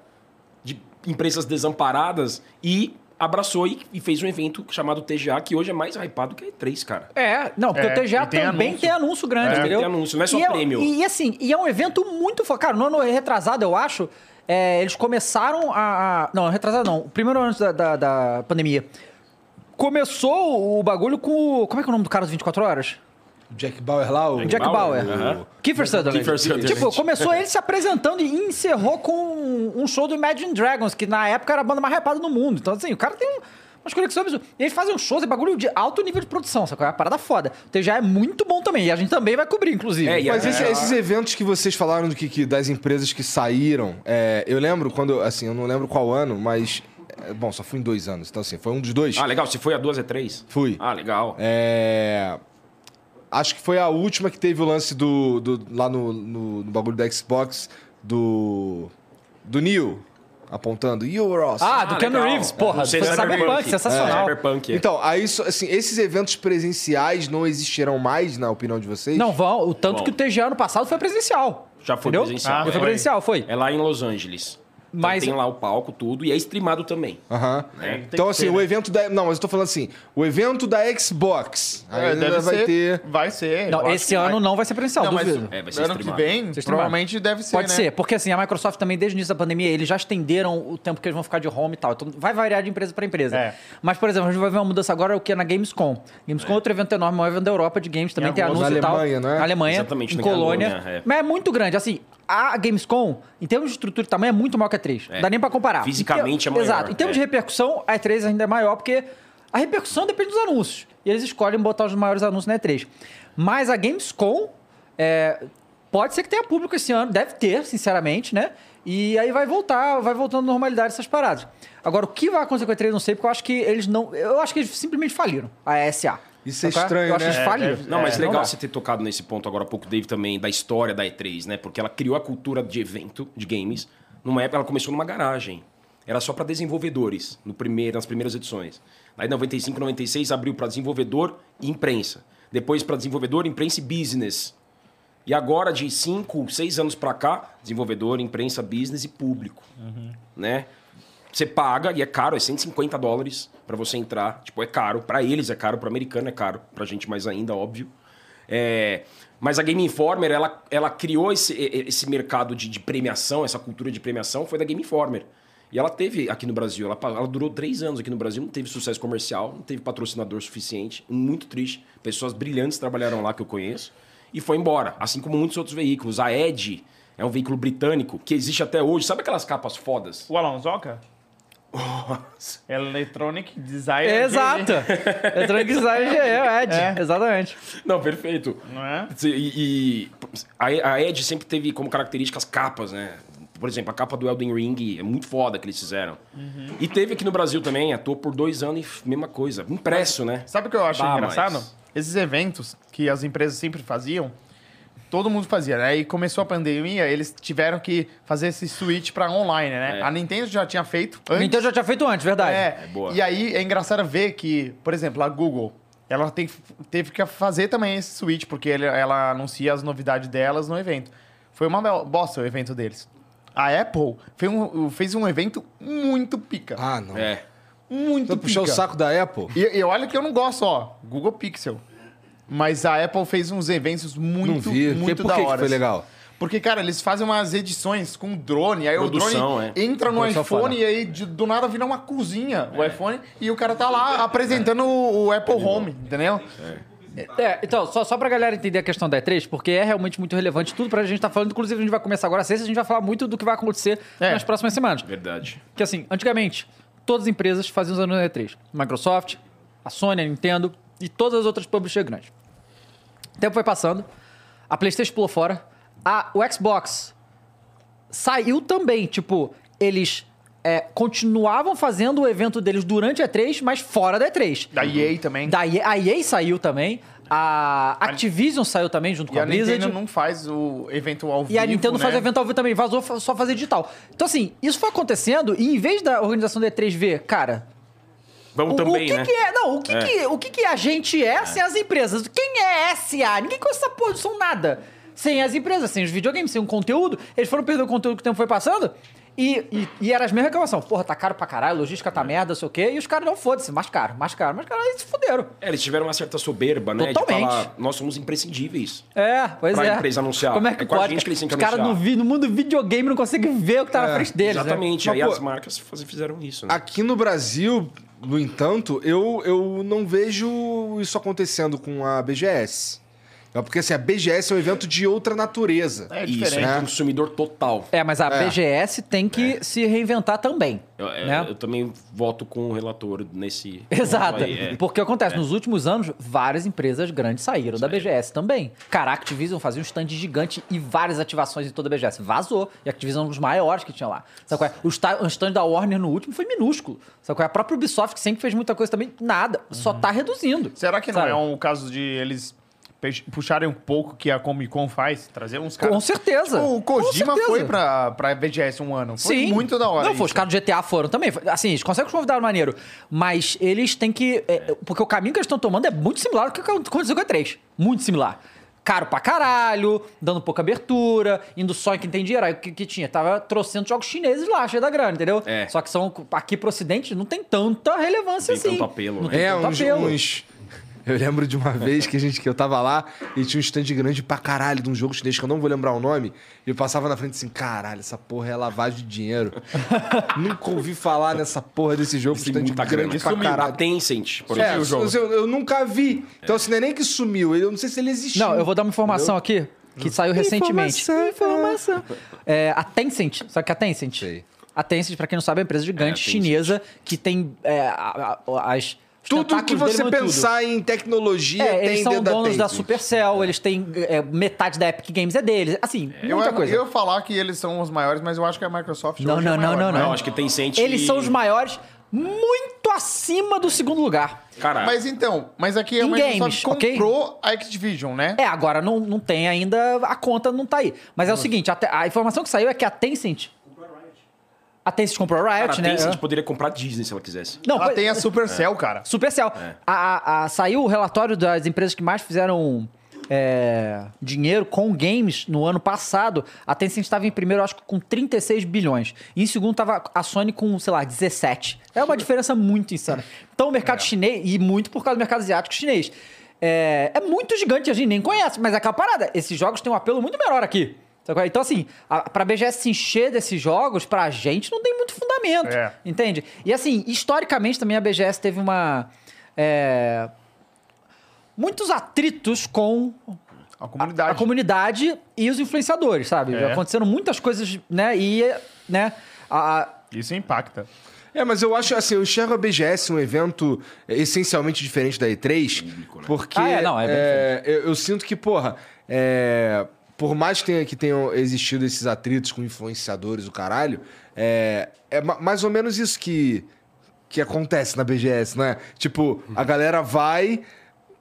Speaker 4: de empresas desamparadas e abraçou e, e fez um evento chamado TGA, que hoje é mais hypado que a E3, cara.
Speaker 2: É, não, porque
Speaker 3: É,
Speaker 2: o TGA
Speaker 3: e tem
Speaker 2: também
Speaker 3: anúncio.
Speaker 2: tem anúncio grande,
Speaker 4: É,
Speaker 2: entendeu?
Speaker 4: tem anúncio, não é só
Speaker 2: e
Speaker 4: prêmio.
Speaker 2: e assim, e é um evento muito focado. No ano retrasado, eu acho, é, eles começaram a, a- Não, retrasado não. O primeiro ano antes da, da, da pandemia. Começou o bagulho com. o- Como é que é o nome do cara dos 24 horas?
Speaker 1: Jack Bauer lá, o...
Speaker 2: Jack Bauer. Uhum.
Speaker 4: Aham.
Speaker 2: Kiefer Sutherland.
Speaker 4: Kiefer Sutherland.
Speaker 2: Tipo, começou ele se apresentando e encerrou com um- um show do Imagine Dragons, que na época era a banda mais hypada do mundo. Então, assim, o cara tem um, umas conexões absurdas. E eles fazem um show, é bagulho de alto nível de produção, sacou? É uma parada foda. O TGA é muito bom também, e a gente também vai cobrir, inclusive.
Speaker 4: É, e
Speaker 1: Mas
Speaker 4: é-
Speaker 1: esse- esses eventos que vocês falaram do que, que- das empresas que saíram, é, eu lembro quando, assim, eu não lembro qual ano, mas. é, bom, só fui em dois anos, então assim, foi um dos dois.
Speaker 4: Ah, legal. Se foi a duas, é três?
Speaker 1: Fui.
Speaker 4: Ah, legal.
Speaker 1: É, Acho que foi a última que teve o lance do. do- lá no, no- no bagulho da Xbox do. Do Neil apontando. You were awesome.
Speaker 2: Ah, do
Speaker 4: Ah,
Speaker 2: Keanu
Speaker 4: legal.
Speaker 2: Reeves, porra.
Speaker 4: Não sei,
Speaker 2: Foi Cyberpunk, sensacional.
Speaker 4: Cyberpunk. é.
Speaker 1: Então, aí, so- assim, esses eventos presenciais não existirão mais, na opinião de vocês?
Speaker 2: Não vão, o tanto
Speaker 4: Bom.
Speaker 2: que o TGA ano passado foi presencial.
Speaker 4: Já foi
Speaker 2: entendeu?
Speaker 4: presencial,
Speaker 2: Ah,
Speaker 4: é.
Speaker 2: foi presencial, foi.
Speaker 4: É lá em Los Angeles. Então
Speaker 2: Mas-
Speaker 4: tem lá o palco, tudo. E é streamado também.
Speaker 1: Aham.
Speaker 4: É,
Speaker 1: Então, assim,
Speaker 3: né?
Speaker 1: o evento da. Não, mas eu tô falando assim: o evento da Xbox. Aí
Speaker 3: É, deve
Speaker 1: ainda vai
Speaker 3: ser-
Speaker 1: ter.
Speaker 3: Vai ser. eu
Speaker 2: Não,
Speaker 3: acho
Speaker 2: esse
Speaker 3: que
Speaker 2: ano
Speaker 3: vai.
Speaker 2: não vai ser presencial,
Speaker 3: Não, mas
Speaker 2: duvido.
Speaker 4: É, vai ser
Speaker 3: ano que
Speaker 4: streamado.
Speaker 3: vem,
Speaker 2: Ser streamado.
Speaker 3: provavelmente deve ser,
Speaker 2: Pode
Speaker 3: né?
Speaker 2: ser, porque assim, a Microsoft também, desde o início da pandemia, eles já estenderam o tempo que eles vão ficar de home e tal. Então vai variar de empresa para empresa.
Speaker 3: É.
Speaker 2: Mas, por exemplo, a gente vai ver uma mudança agora o que é na Gamescom. Gamescom é outro evento enorme, é um evento da Europa de games, também tem
Speaker 3: algumas-
Speaker 2: anúncio e tal.
Speaker 1: Alemanha, não é?
Speaker 2: Alemanha,
Speaker 4: Exatamente,
Speaker 2: em
Speaker 4: na
Speaker 2: Colônia.
Speaker 4: Colônia, é.
Speaker 2: Mas é muito grande, assim... A Gamescom, em termos de estrutura e tamanho, é muito maior que a E3.
Speaker 4: É.
Speaker 2: Dá nem pra comparar.
Speaker 4: Fisicamente
Speaker 2: Em
Speaker 4: é maior,
Speaker 2: Exato. Em termos
Speaker 4: é.
Speaker 2: de repercussão, a E3 ainda é maior, porque a repercussão depende dos anúncios. E eles escolhem botar os maiores anúncios na E3. Mas a Gamescom é, pode ser que tenha público esse ano, deve ter, sinceramente, né? E aí vai voltar, vai voltando à normalidade essas paradas. Agora, o que vai acontecer com a E3, eu não sei, porque eu acho que eles não. Eu acho que eles simplesmente faliram a ESA.
Speaker 1: Isso é
Speaker 2: Saca?
Speaker 1: estranho,
Speaker 2: eu acho
Speaker 1: né?
Speaker 2: que eles
Speaker 1: É,
Speaker 2: faliram.
Speaker 4: Não, mas
Speaker 2: É,
Speaker 4: legal
Speaker 2: dá.
Speaker 4: você ter tocado nesse ponto agora há pouco, Dave, também, da história da E3, né? Porque ela criou a cultura de evento, de games. Numa época, ela começou numa garagem. Era só para desenvolvedores, no primeiro, nas primeiras edições. Aí, em 95, 96, abriu para desenvolvedor e imprensa. Depois, para desenvolvedor, imprensa e business. E agora, de 5, 6 anos pra cá, desenvolvedor, imprensa, business e público. Né? Você paga e é caro, é 150 dólares pra você entrar. Tipo, é caro. Pra eles é caro, pra americano é caro. Pra gente mais ainda, óbvio. É, Mas a Game Informer, ela, ela criou esse, e- e- esse mercado de, de premiação, essa cultura de premiação, foi da Game Informer. E ela teve aqui no Brasil, ela, pa- ela durou três anos aqui no Brasil, não teve sucesso comercial, não teve patrocinador suficiente, muito triste. Pessoas brilhantes trabalharam lá que eu conheço e foi embora, assim como muitos outros veículos. A Edge é um veículo britânico que existe até hoje. Sabe aquelas capas fodas?
Speaker 3: O Alonsoca? Electronic Design.
Speaker 2: Exato. Electronic Design GE, é, Ed. Exatamente.
Speaker 4: Não, perfeito.
Speaker 3: Não é?
Speaker 4: E, e a, a Edge sempre teve como característica as capas, né? Por exemplo, a capa do Elden Ring é muito foda que eles fizeram. E teve aqui no Brasil também, atuou por dois anos e mesma coisa. Impresso, né?
Speaker 3: Sabe o que eu acho
Speaker 4: Bah,
Speaker 3: engraçado?
Speaker 4: mas-
Speaker 3: Esses eventos que as empresas sempre faziam, todo mundo fazia, né? E começou a pandemia, eles tiveram que fazer esse switch pra online, né?
Speaker 4: É.
Speaker 3: A Nintendo já tinha feito
Speaker 2: O
Speaker 3: antes.
Speaker 2: Nintendo Então, já tinha feito antes, verdade.
Speaker 3: É,
Speaker 4: É boa.
Speaker 3: E aí é engraçado ver que, por exemplo, a Google, ela tem- teve que fazer também esse switch, porque ele- ela anuncia as novidades delas no evento. Foi uma bel- bosta o evento deles. A Apple fez um, fez um evento muito pica.
Speaker 1: Ah, não.
Speaker 4: É.
Speaker 3: muito
Speaker 1: Então,
Speaker 3: pica.
Speaker 1: puxar o saco da Apple.
Speaker 3: E, e olha que eu não gosto, ó. Google Pixel. Mas a Apple fez uns eventos muito,
Speaker 1: não vi. Porque-
Speaker 3: muito
Speaker 1: por
Speaker 3: da
Speaker 1: que, que
Speaker 3: hora.
Speaker 1: foi
Speaker 3: assim.
Speaker 1: legal?
Speaker 3: Porque, cara, eles fazem umas edições com drone, aí o
Speaker 4: Produção,
Speaker 3: drone
Speaker 4: é.
Speaker 3: entra no
Speaker 2: Produção foda.
Speaker 3: iPhone e aí de- do nada vira uma cozinha o iPhone e o cara tá
Speaker 4: É.
Speaker 3: lá apresentando o, o Apple Home, entendeu?
Speaker 2: É, então, só, só pra galera entender a questão da E3, porque é realmente muito relevante tudo pra gente tá falando. Inclusive, a gente vai começar agora a sexta, a gente vai falar muito do que vai acontecer
Speaker 3: É.
Speaker 2: nas próximas semanas.
Speaker 4: Verdade.
Speaker 2: Porque assim, antigamente, todas as empresas faziam os anúncios na E3. Microsoft, a Sony, a Nintendo e todas as outras publishers grandes. O tempo foi passando, a PlayStation pulou fora, a- o Xbox saiu também. Tipo, eles é, continuavam fazendo o evento deles durante a E3, mas fora da E3.
Speaker 3: Da EA também.
Speaker 2: Da EA, a EA saiu também. A Activision saiu também junto
Speaker 3: E
Speaker 2: com a,
Speaker 3: a
Speaker 2: Blizzard.
Speaker 3: Nintendo não faz o evento ao vivo.
Speaker 2: E a Nintendo
Speaker 3: né?
Speaker 2: faz o evento ao vivo também, vazou fa- só fazer digital. Então, assim, isso foi acontecendo e em vez da organização da E3 ver, cara,
Speaker 4: Vamos
Speaker 2: o, o
Speaker 4: também,
Speaker 2: que,
Speaker 4: né?
Speaker 2: que é? Não, o que,
Speaker 4: É.
Speaker 2: que- o que, que a gente é, sem as empresas? Quem é SA? Ninguém conhece essa porra, não são nada. Sem as empresas, sem os videogames, sem o conteúdo. Eles foram perdendo o conteúdo que o tempo foi passando. E, e, e era as mesmas reclamações. Porra, tá caro pra caralho, logística
Speaker 4: É.
Speaker 2: tá merda, não sei o quê. E os caras não foda-se, mais caro, mais caro, mais caro. Aí se fuderam.
Speaker 4: É, eles tiveram uma certa soberba, né?
Speaker 2: Totalmente.
Speaker 4: De falar, nós somos imprescindíveis.
Speaker 2: É, pois
Speaker 4: Pra
Speaker 2: é.
Speaker 4: empresa anunciar.
Speaker 2: Como é que
Speaker 4: É com a
Speaker 2: pode?
Speaker 4: gente que eles têm que
Speaker 2: Os caras no,
Speaker 4: anunciar. É,
Speaker 2: vi- no mundo videogame não conseguem ver o que tá na frente deles, né?
Speaker 4: Exatamente.
Speaker 1: Mas,
Speaker 4: Aí
Speaker 1: pô,
Speaker 4: as marcas faz- fizeram isso, né?
Speaker 1: Aqui no Brasil, no entanto, eu, eu não vejo isso acontecendo com a BGS. É porque assim, a BGS é um evento de outra natureza.
Speaker 3: É
Speaker 4: isso,
Speaker 3: diferente.
Speaker 4: é consumidor total.
Speaker 2: É, mas a
Speaker 1: É.
Speaker 2: BGS tem
Speaker 3: É.
Speaker 2: que se reinventar também.
Speaker 4: Eu, eu-
Speaker 2: né?
Speaker 4: eu também voto com o relator nesse.
Speaker 2: Exato.
Speaker 4: Aí, é.
Speaker 2: Porque acontece, nos últimos anos, várias empresas grandes saíram da BGS também. Cara, a Activision fazia um stand gigante e várias ativações em toda a BGS. Vazou. E a Activision é um dos maiores que tinha lá. Sabe qual é? O, sta- o stand da Warner no último foi minúsculo. Sabe qual é? A própria Ubisoft, que sempre fez muita coisa também, nada. Só tá reduzindo.
Speaker 3: Uhum. Será que não
Speaker 2: Sabe?
Speaker 3: é um caso de eles pe- puxarem um pouco que a Comic Con faz? Trazer uns caras.
Speaker 2: Com certeza.
Speaker 3: Tipo, o Kojima
Speaker 2: Com certeza.
Speaker 3: foi pra, pra BGS um ano. Foi
Speaker 2: Sim.
Speaker 3: muito da hora.
Speaker 2: Não,
Speaker 3: isso.
Speaker 2: foi, os caras do GTA foram também. Foi- Assim, eles conseguem os convidar maneiro. Mas eles têm que. é, porque o caminho que eles estão tomando é muito similar ao que aconteceu com a E3. Muito similar. Caro pra caralho, dando pouca abertura, indo só em quem tem dinheiro. Aí o que, que tinha? Tava trocando jogos chineses lá, cheio da grana, entendeu?
Speaker 4: É.
Speaker 2: Só que são aqui pro ocidente não tem tanta relevância
Speaker 4: Tem
Speaker 2: assim.
Speaker 4: tanto apelo,
Speaker 2: Não
Speaker 4: né?
Speaker 2: tem
Speaker 1: É,
Speaker 2: tanto
Speaker 1: uns,
Speaker 2: apelo.
Speaker 1: uns- Eu lembro de uma vez que, a gente, que eu tava lá e tinha um stand grande pra caralho de um jogo chinês que eu não vou lembrar o nome. E eu passava na frente assim, caralho, essa porra é lavagem de dinheiro. Nunca ouvi falar nessa porra desse jogo, um
Speaker 4: Tem
Speaker 1: stand
Speaker 4: muita grana.
Speaker 1: grande pra
Speaker 4: A
Speaker 1: caralho.
Speaker 4: Tencent, por
Speaker 1: É,
Speaker 4: exemplo.
Speaker 1: eu, eu- eu nunca vi. Então, assim, não é nem que sumiu. Eu não sei se ele existiu.
Speaker 2: Não, eu vou dar uma informação aqui que saiu recentemente.
Speaker 1: Informação.
Speaker 2: Informação. É, a Tencent, sabe o que é a Tencent?
Speaker 1: Sei.
Speaker 2: A Tencent, pra quem não sabe, é uma empresa gigante
Speaker 4: Tencent.
Speaker 2: chinesa que tem é, a- a- as. os
Speaker 1: Tudo que
Speaker 2: tentáculos dele
Speaker 1: você
Speaker 2: mandam tudo.
Speaker 1: pensar em tecnologia
Speaker 2: É,
Speaker 1: tem
Speaker 2: eles são
Speaker 1: dentro
Speaker 2: donos da,
Speaker 1: Tencent.
Speaker 2: Supercell, eles têm é, metade da Epic Games é deles. Assim,
Speaker 3: Eu,
Speaker 2: muita
Speaker 3: ia-
Speaker 2: coisa.
Speaker 3: eu ia falar que eles são os maiores, mas eu acho que a Microsoft.
Speaker 2: Não,
Speaker 3: hoje
Speaker 2: não,
Speaker 3: é a
Speaker 2: não,
Speaker 3: maior,
Speaker 2: não,
Speaker 3: né?
Speaker 4: Não, acho que Tencent.
Speaker 2: Eles são os maiores, muito acima do segundo lugar.
Speaker 4: Caralho.
Speaker 3: Mas então, mas aqui a
Speaker 2: Em
Speaker 3: Microsoft
Speaker 2: games, ok?
Speaker 3: comprou a Activision, né?
Speaker 2: É, agora não, não tem ainda, a conta não tá aí. Mas é
Speaker 4: Uhum.
Speaker 2: o seguinte, a, te- a informação que saiu é que a Tencent... A Tencent comprou a Riot,
Speaker 4: Cara, a
Speaker 2: né?
Speaker 4: Tencent poderia comprar a Disney se ela quisesse.
Speaker 2: Não,
Speaker 3: Ela
Speaker 2: pois-
Speaker 3: tem a É. Supercell, cara.
Speaker 2: Supercell. A, a- a- saiu o relatório das empresas que mais fizeram é, dinheiro com games no ano passado. A Tencent estava em primeiro, acho que com 36 bilhões. E em segundo estava a Sony com, sei lá, 17. É uma diferença muito insana. Então o
Speaker 3: É.
Speaker 2: mercado chinês, e muito por causa do mercado asiático chinês, é, é muito gigante, a gente nem conhece, mas é aquela parada. Esses jogos têm um apelo muito menor aqui. Sabe qual é? Então, assim, a, pra BGS se encher desses jogos, pra gente não tem muito fundamento.
Speaker 3: É.
Speaker 2: Entende? E assim, historicamente também a BGS teve uma. é, muitos atritos com
Speaker 3: A
Speaker 2: a-
Speaker 3: comunidade.
Speaker 2: a comunidade e os influenciadores, sabe?
Speaker 3: É.
Speaker 2: Aconteceram muitas coisas, né? E, né? a- a-
Speaker 3: Isso impacta.
Speaker 1: É, mas eu acho assim, eu enxergo a BGS um evento essencialmente diferente da E3, porque
Speaker 2: Ah, é, não, é bem
Speaker 1: eu, eu sinto que, porra, é, por mais que, tenha, que tenham existido esses atritos com influenciadores, o caralho, é, é ma- mais ou menos isso que, que acontece na BGS, né? Tipo, a galera vai...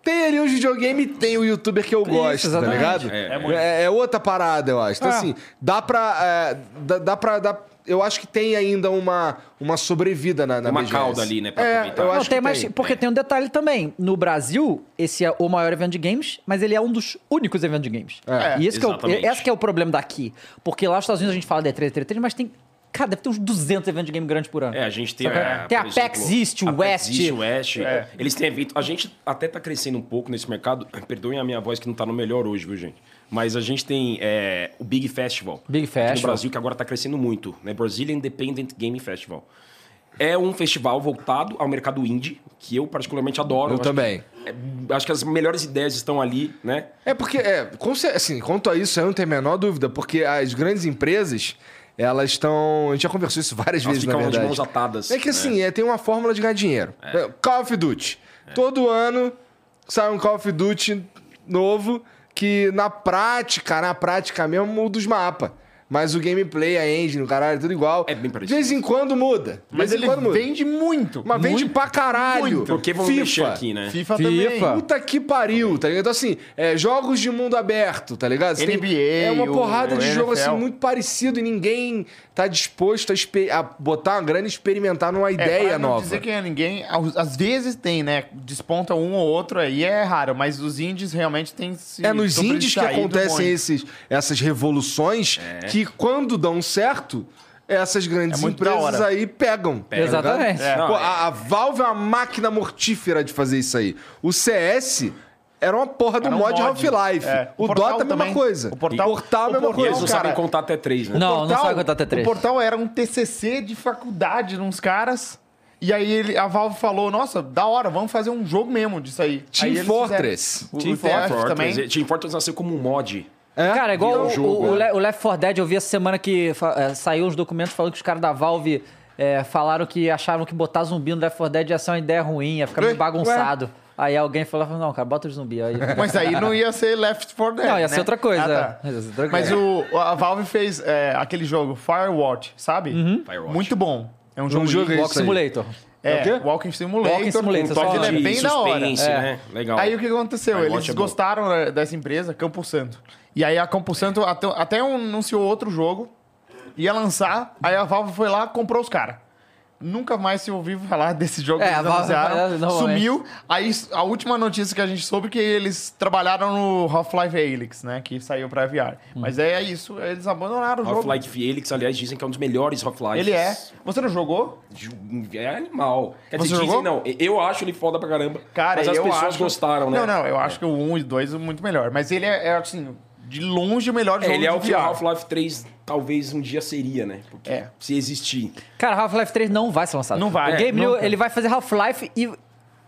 Speaker 1: Tem ali um videogame, tem o youtuber que eu gosto, tá
Speaker 2: exatamente.
Speaker 1: ligado?
Speaker 4: É, é
Speaker 1: É, é outra parada, eu acho. Então,
Speaker 2: É.
Speaker 1: assim, dá pra. é, dá, dá pra. dá- eu acho que tem ainda uma, uma sobrevida na, na
Speaker 4: Uma
Speaker 1: BGS.
Speaker 4: cauda ali, né, pra
Speaker 1: É,
Speaker 4: aproveitar.
Speaker 1: eu
Speaker 2: Não,
Speaker 1: acho
Speaker 2: tem
Speaker 1: que
Speaker 2: mais.
Speaker 1: tem.
Speaker 2: Porque tem um detalhe também. No Brasil, esse é o maior evento de games, mas ele é um dos únicos eventos de games.
Speaker 1: É,
Speaker 2: e esse que, é o,
Speaker 4: exatamente.
Speaker 2: esse que é o problema daqui. Porque lá nos Estados Unidos a gente fala de E3, E3, E3, mas tem. Cara, deve ter uns 200 eventos de game grandes por ano.
Speaker 4: É, a gente tem.
Speaker 2: Saca?
Speaker 4: É,
Speaker 2: Tem
Speaker 4: por
Speaker 2: Apex
Speaker 4: exemplo,
Speaker 2: East, o
Speaker 4: Apex
Speaker 2: West.
Speaker 4: East, o West.
Speaker 3: É.
Speaker 4: Eles têm evento. A gente até tá crescendo um pouco nesse mercado. Perdoem a minha voz que não tá no melhor hoje, viu, gente? Mas a gente tem é, o Big Festival.
Speaker 2: Big
Speaker 4: aqui No
Speaker 2: Festival.
Speaker 4: Brasil, que agora tá crescendo muito, né? Brazilian Independent Game Festival. É um festival voltado ao mercado indie, que eu particularmente adoro.
Speaker 1: Eu
Speaker 4: acho que-
Speaker 1: também.
Speaker 4: é, acho que as melhores ideias estão ali, né?
Speaker 1: É porque, é, com cer- assim, quanto a isso, eu não tenho a menor dúvida, porque as grandes empresas, elas estão. A gente já conversou isso várias
Speaker 4: Elas
Speaker 1: vezes, na
Speaker 4: ficam de
Speaker 1: verdade.
Speaker 4: mãos atadas, É.
Speaker 1: É que
Speaker 4: né?
Speaker 1: assim, é, tem uma fórmula de ganhar dinheiro. É,
Speaker 4: É.
Speaker 1: Call of Duty. Todo ano sai um Call of Duty novo que na prática, na prática mesmo, muda os mapas. Mas o gameplay, a engine, o caralho, é tudo igual.
Speaker 4: É bem
Speaker 1: De
Speaker 4: parecido.
Speaker 1: vez em quando muda. De
Speaker 3: Mas
Speaker 1: vez em
Speaker 3: ele
Speaker 1: quando muda.
Speaker 3: vende muito.
Speaker 1: Mas vende
Speaker 3: muito.
Speaker 1: pra caralho.
Speaker 3: Muito.
Speaker 4: Porque vamos
Speaker 1: FIFA.
Speaker 4: mexer aqui, né?
Speaker 3: FIFA,
Speaker 2: FIFA.
Speaker 3: também.
Speaker 1: Puta que pariu, tá ligado? Então, assim, é, jogos de mundo aberto, tá ligado? Você tem-
Speaker 3: NBA,
Speaker 1: é uma
Speaker 3: o-
Speaker 1: porrada de
Speaker 3: o
Speaker 1: jogo, assim,
Speaker 3: NFL.
Speaker 1: muito parecido e ninguém tá disposto a, espe- a botar uma grana e experimentar numa
Speaker 3: É,
Speaker 1: ideia
Speaker 3: pra não
Speaker 1: nova.
Speaker 3: dizer que é ninguém, aos- às vezes tem, né? Desponta um ou outro aí, é raro, mas os indies realmente tem se
Speaker 1: É nos indies que
Speaker 3: sobressaído
Speaker 1: acontecem
Speaker 3: muito.
Speaker 1: esses, essas revoluções que, quando dão certo, essas grandes
Speaker 3: É muito da
Speaker 1: empresas
Speaker 3: hora.
Speaker 1: aí pegam. tá ligado?
Speaker 2: Exatamente.
Speaker 4: É, não,
Speaker 1: Pô,
Speaker 4: é-
Speaker 1: a, a Valve é uma máquina mortífera de fazer isso aí. O CS era uma porra do
Speaker 3: Era um
Speaker 1: mod,
Speaker 3: mod.
Speaker 1: Half-Life.
Speaker 3: É.
Speaker 1: O,
Speaker 3: O
Speaker 1: Dota é a
Speaker 3: Portal
Speaker 1: mesma
Speaker 3: também.
Speaker 1: coisa.
Speaker 3: O Portal-
Speaker 1: é a
Speaker 3: o
Speaker 1: mesma
Speaker 3: Portal-
Speaker 4: E
Speaker 1: coisa.
Speaker 4: eles não sabem
Speaker 3: cara.
Speaker 4: contar até três, né?
Speaker 2: Não.
Speaker 3: Portal-
Speaker 2: sabe contar até três.
Speaker 3: O portal era um TCC de faculdade de uns caras. E aí ele, a Valve falou: Nossa, da hora, vamos fazer um jogo mesmo disso aí.
Speaker 1: Team
Speaker 3: Aí eles
Speaker 1: Fortress.
Speaker 3: fizeram- o-
Speaker 4: Team
Speaker 3: o TF
Speaker 4: Fortress.
Speaker 3: também.
Speaker 4: Team Fortress nasceu como um mod.
Speaker 1: É?
Speaker 2: Cara, é igual
Speaker 4: Virou
Speaker 2: o,
Speaker 4: jogo,
Speaker 2: o- o
Speaker 1: né?
Speaker 4: é.
Speaker 2: Le- o Left 4 Dead, eu vi essa semana que fa- eh, saiu uns documentos falando que os caras da Valve eh, falaram que acharam que botar zumbi no Left 4 Dead ia ser uma ideia ruim, ia ficar meio
Speaker 3: Ué?
Speaker 2: bagunçado. Aí alguém falou, falou, não, cara, bota o zumbi aí.
Speaker 3: Mas aí não ia ser Left 4 Dead.
Speaker 2: Não, ia
Speaker 3: né?
Speaker 2: ser outra coisa.
Speaker 3: Ah, tá.
Speaker 2: Ia ser outra
Speaker 3: Mas
Speaker 2: coisa.
Speaker 3: o, a Valve fez é, aquele jogo, Firewatch, sabe?
Speaker 2: Uhum.
Speaker 4: Firewatch.
Speaker 3: Muito bom. É um jogo,
Speaker 1: jogo é
Speaker 3: de
Speaker 2: Walk
Speaker 1: isso aí.
Speaker 2: Simulator.
Speaker 1: É o quê?
Speaker 3: É, Walking Simulator.
Speaker 2: Walking Simulator,
Speaker 3: com
Speaker 2: só
Speaker 3: toque,
Speaker 2: fala.
Speaker 3: né?
Speaker 4: Um De
Speaker 3: Bem da hora.
Speaker 4: suspense,
Speaker 2: É.
Speaker 4: né? Legal.
Speaker 3: Aí o que aconteceu?
Speaker 4: Firewatch
Speaker 3: Eles
Speaker 4: é bom.
Speaker 3: gostaram eh, dessa empresa, Campo Santo. E aí a Campo Santo até, até um, anunciou outro jogo, ia lançar, aí a Valve foi lá comprou os caras. Nunca mais se ouviu falar desse jogo
Speaker 2: É,
Speaker 3: que
Speaker 2: a
Speaker 3: eles
Speaker 2: Valve fala
Speaker 3: anunciaram.
Speaker 2: normalmente.
Speaker 3: Sumiu. Aí a última notícia que a gente soube é que eles trabalharam no Half-Life Alyx, né? Que saiu pra VR.
Speaker 2: Hum.
Speaker 3: Mas é isso, eles abandonaram o jogo.
Speaker 4: Half-Life Felix, aliás, dizem que é um dos melhores Half-Life.
Speaker 3: Ele é. Você não jogou?
Speaker 4: É animal. Quer
Speaker 3: Você
Speaker 4: dizer,
Speaker 3: jogou?
Speaker 4: dizem não. Eu acho ele foda pra caramba.
Speaker 3: Cara,
Speaker 4: mas as
Speaker 3: eu
Speaker 4: pessoas
Speaker 3: acho...
Speaker 4: gostaram, né?
Speaker 3: Não, é não, eu acho que o 1 e o 2 é muito melhor. Mas ele é, é, assim, de longe o melhor um jogo
Speaker 4: Ele é
Speaker 3: de
Speaker 4: o que
Speaker 3: VR.
Speaker 4: o Half-Life 3 talvez um dia seria, né? Porque
Speaker 3: É.
Speaker 4: se existir.
Speaker 2: Cara, Half-Life 3 não vai ser lançado.
Speaker 3: Não vai,
Speaker 2: O Game New,
Speaker 3: nunca.
Speaker 2: ele vai fazer Half-Life e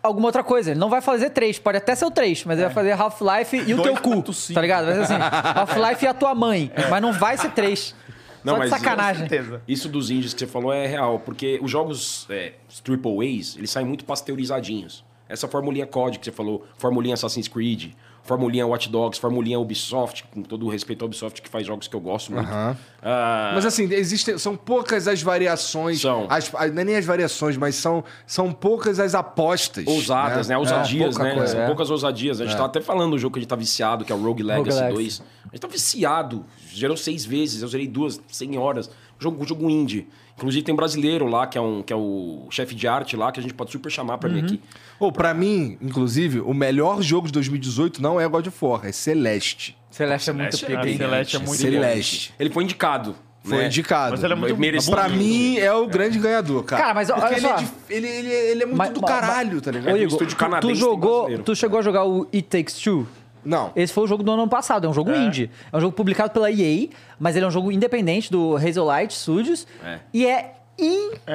Speaker 2: alguma outra coisa. Ele não vai fazer 3, pode até ser o 3, mas
Speaker 3: É.
Speaker 2: ele vai fazer Half-Life e o teu cu,
Speaker 3: 2.5.
Speaker 2: tá ligado? Vai ser assim, Half-Life e a tua mãe,
Speaker 3: É.
Speaker 2: mas não vai ser 3.
Speaker 4: Não,
Speaker 2: Só de
Speaker 4: mas-
Speaker 2: sacanagem.
Speaker 3: certeza.
Speaker 4: Isso dos indies que você falou é real, porque os jogos é, os triple A's, eles saem muito pasteurizadinhos. Essa formulinha COD que você falou, formulinha Assassin's Creed, formulinha Watch Dogs, formulinha Ubisoft, com todo o respeito à Ubisoft que faz jogos que eu gosto muito. Ah,
Speaker 1: Mas assim, existem, são poucas as variações.
Speaker 4: São.
Speaker 1: As, a- não é nem as variações, mas são, são poucas as apostas.
Speaker 4: ousadas, né? Ousadias,
Speaker 1: É, pouca
Speaker 4: né?
Speaker 1: coisa,
Speaker 4: São
Speaker 1: é.
Speaker 4: poucas ousadias. A gente tá até falando do jogo que a gente tá viciado, que é o Rogue Legacy
Speaker 2: Legacy.
Speaker 4: 2. A gente tá viciado. Gerou seis vezes, eu zerei duas, 100 horas. Jogo, jogo indie. Inclusive tem um brasileiro lá, que é, um, que é o chefe de arte lá, que a gente pode super chamar pra
Speaker 1: Uhum.
Speaker 4: vir aqui.
Speaker 1: Ô, pra mim, inclusive, o melhor jogo de 2018 não é God of War, é Celeste.
Speaker 2: Celeste é muito pica, hein?
Speaker 3: Celeste é muito
Speaker 1: Celeste.
Speaker 4: Ele foi indicado.
Speaker 1: Foi
Speaker 4: né?
Speaker 1: indicado.
Speaker 3: Mas ele é muito
Speaker 4: Merecido.
Speaker 1: Pra mim, é o grande ganhador, cara.
Speaker 2: Cara, mas olha
Speaker 1: Porque ele,
Speaker 2: só.
Speaker 1: É dif- ele, ele, ele é muito
Speaker 2: Mas-
Speaker 1: do
Speaker 2: mas-
Speaker 1: caralho, tá ligado?
Speaker 2: Ô,
Speaker 4: do
Speaker 2: Igor, tu,
Speaker 4: estúdio
Speaker 2: tu
Speaker 4: canadense, tem
Speaker 2: jogou,
Speaker 4: brasileiro.
Speaker 2: tu chegou a jogar o It Takes Two?
Speaker 1: Não.
Speaker 2: Esse foi o jogo do ano passado, é um jogo indie. É um jogo publicado pela EA, mas ele é um jogo independente do Hazellight Studios.
Speaker 4: É.
Speaker 2: E é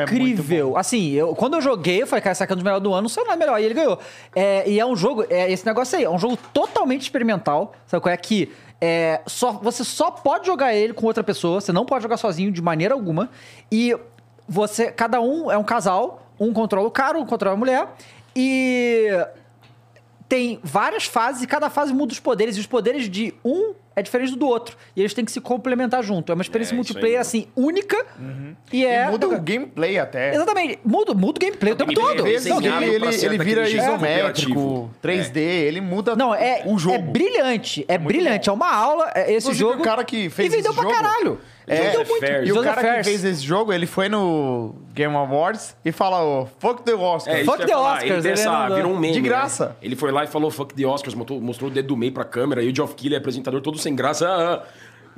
Speaker 2: incrível. assim, eu, quando eu joguei, eu falei, cara, esse aqui é um dos melhores do ano, não sei nada melhor. Aí ele ganhou. É, e é um jogo, é esse negócio aí, é um jogo totalmente experimental, sabe qual é? Que é, só, você só pode jogar ele com outra pessoa, você não pode jogar sozinho de maneira alguma. E você, cada um é um casal, um controla o cara, um controla a mulher. E tem várias fases e cada fase muda os poderes. E os poderes de um é diferente do outro. E eles têm que se complementar junto. É uma experiência
Speaker 4: É, isso aí
Speaker 2: multiplayer,
Speaker 4: mesmo.
Speaker 2: assim, única. E
Speaker 3: Uhum. E
Speaker 2: é.
Speaker 3: muda o gameplay até.
Speaker 2: Exatamente. Muda, muda o gameplay o tempo
Speaker 4: gameplay
Speaker 2: todo.
Speaker 4: é
Speaker 3: Ele,
Speaker 2: Não,
Speaker 4: desenhado.
Speaker 3: ele,
Speaker 4: pra
Speaker 3: ele,
Speaker 4: ser
Speaker 3: ele vira
Speaker 4: daquele jeito
Speaker 3: isométrico,
Speaker 4: cooperativo.
Speaker 3: 3D, ele muda
Speaker 2: Não, é,
Speaker 3: o jogo.
Speaker 2: é brilhante. É brilhante. É uma aula é, esse
Speaker 3: Inclusive,
Speaker 2: jogo.
Speaker 3: o cara que fez
Speaker 2: E vendeu
Speaker 3: esse
Speaker 2: pra
Speaker 3: jogo-
Speaker 2: caralho.
Speaker 3: É,
Speaker 2: vendeu
Speaker 4: Joseph
Speaker 2: muito.
Speaker 4: Fares.
Speaker 3: E o
Speaker 2: Joseph
Speaker 3: cara
Speaker 2: Fares.
Speaker 3: que fez esse jogo, ele foi no Game Awards e falou Fuck the Oscar.
Speaker 4: É, isso
Speaker 2: Fuck
Speaker 4: que eu
Speaker 2: the
Speaker 4: ia falar.
Speaker 2: Oscars,
Speaker 4: Ele, tem
Speaker 2: ele
Speaker 4: essa,
Speaker 2: andou.
Speaker 4: virou um meme.
Speaker 3: De
Speaker 4: né?
Speaker 3: graça.
Speaker 4: Ele foi lá e falou fuck the Oscars, mostrou, mostrou o dedo do meio pra câmera. E o Geoff Keighley, apresentador, todo sem graça. ah, ah.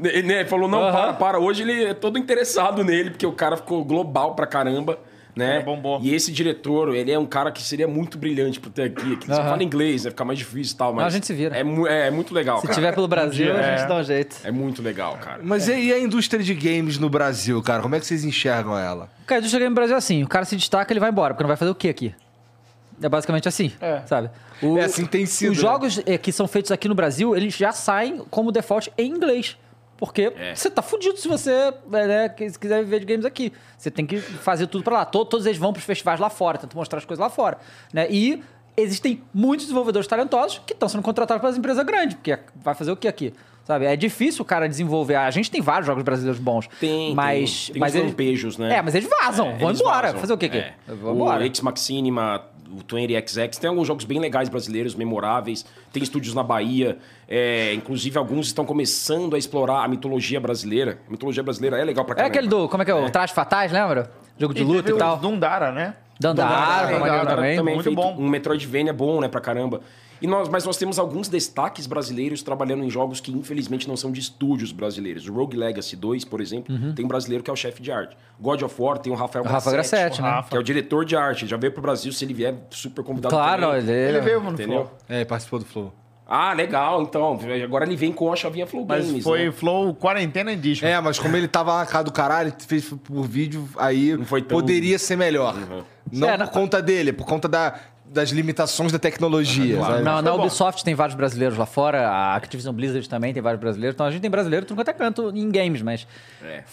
Speaker 4: Ele né, falou, não,
Speaker 2: Aham.
Speaker 4: para, para. Hoje ele é todo interessado nele, porque o cara ficou global pra caramba. Né?
Speaker 3: Ele bombou.
Speaker 4: E esse diretor, ele é um cara que seria muito brilhante por ter aqui. Que Você
Speaker 2: Aham.
Speaker 4: fala inglês, né? Fica mais difícil e tal, mas...
Speaker 2: a gente se vira.
Speaker 4: É, mu- é muito legal,
Speaker 2: Se
Speaker 4: cara.
Speaker 2: tiver pelo Brasil,
Speaker 3: dia,
Speaker 2: a gente
Speaker 3: é.
Speaker 2: dá um jeito.
Speaker 4: É muito legal, cara.
Speaker 1: Mas e- e a indústria de games no Brasil, cara? Como é que vocês enxergam ela?
Speaker 2: Cara, deixa eu chegar no Brasil assim. O cara se destaca, ele vai embora, porque não vai fazer o quê aqui? É basicamente assim,
Speaker 3: É.
Speaker 2: sabe? O-
Speaker 1: É assim que tem sido,
Speaker 2: Os
Speaker 1: né?
Speaker 2: jogos eh, que são feitos aqui no Brasil, eles já saem como default em inglês. Porque
Speaker 4: É.
Speaker 2: você tá fudido se você eh, né, que- se quiser viver de games aqui. Você tem que fazer tudo pra lá. To- Todos, eles vão pros festivais lá fora, tentam mostrar as coisas lá fora. né? E existem muitos desenvolvedores talentosos que estão sendo contratados pelas empresas grandes, porque vai fazer o que aqui? Sabe? É difícil o cara desenvolver. A gente tem vários jogos brasileiros bons.
Speaker 4: Tem,
Speaker 2: mas,
Speaker 4: tem, tem
Speaker 2: mas
Speaker 4: uns
Speaker 2: eles-
Speaker 4: lampejos, né?
Speaker 2: É, mas eles vazam, vão
Speaker 4: Eles
Speaker 2: embora.
Speaker 4: vazam.
Speaker 2: Fazer o que aqui?
Speaker 4: É.
Speaker 2: Vão
Speaker 4: O
Speaker 2: embora.
Speaker 4: Ex Maxinima, o 20XX, tem alguns jogos bem legais brasileiros, memoráveis. Tem estúdios na Bahia. É, inclusive, alguns estão começando a explorar a mitologia brasileira. A mitologia brasileira é legal pra
Speaker 2: É
Speaker 4: caramba.
Speaker 2: aquele do. Como é que é? O Traje Fatais, lembra? Jogo de luta e tal.
Speaker 3: Dundara, né?
Speaker 2: Dandara, foi
Speaker 3: Dandara,
Speaker 2: maneiro
Speaker 3: Dandara
Speaker 2: é também.
Speaker 3: Muito
Speaker 4: feito.
Speaker 3: bom.
Speaker 4: Um Metroidvania bom, né, pra caramba. E nós, mas nós temos alguns destaques brasileiros trabalhando em jogos que, infelizmente, não são de estúdios brasileiros. O Rogue Legacy 2, por exemplo, tem um brasileiro que é o chefe de arte. God of War tem o Rafael
Speaker 2: Uhum. O Rafa Grassetti, né?
Speaker 3: Rafa.
Speaker 4: Que é o diretor de arte. Já veio pro Brasil, se ele vier, super convidado
Speaker 2: Claro,
Speaker 4: também.
Speaker 2: ele, é-
Speaker 3: Ele veio no
Speaker 4: Entendeu?
Speaker 3: Flow.
Speaker 1: É, ele participou do Flow.
Speaker 4: Ah, legal. Então, agora ele vem com a chavinha Flow
Speaker 3: Mas
Speaker 4: Games,
Speaker 3: foi
Speaker 4: né?
Speaker 3: Flow Quarentena Edition.
Speaker 1: É, mas como ele tava na cara do caralho, fez por vídeo, aí
Speaker 4: Não foi tão-
Speaker 1: poderia ser melhor. Não
Speaker 2: É,
Speaker 1: por
Speaker 2: não-
Speaker 1: conta dele, por conta da- das limitações da tecnologia. sabe?
Speaker 2: Na, na
Speaker 3: bom.
Speaker 2: é Ubisoft tem vários brasileiros lá fora, a Activision Blizzard também tem vários brasileiros. Então a gente tem brasileiro tudo quanto é canto em games, mas
Speaker 4: É.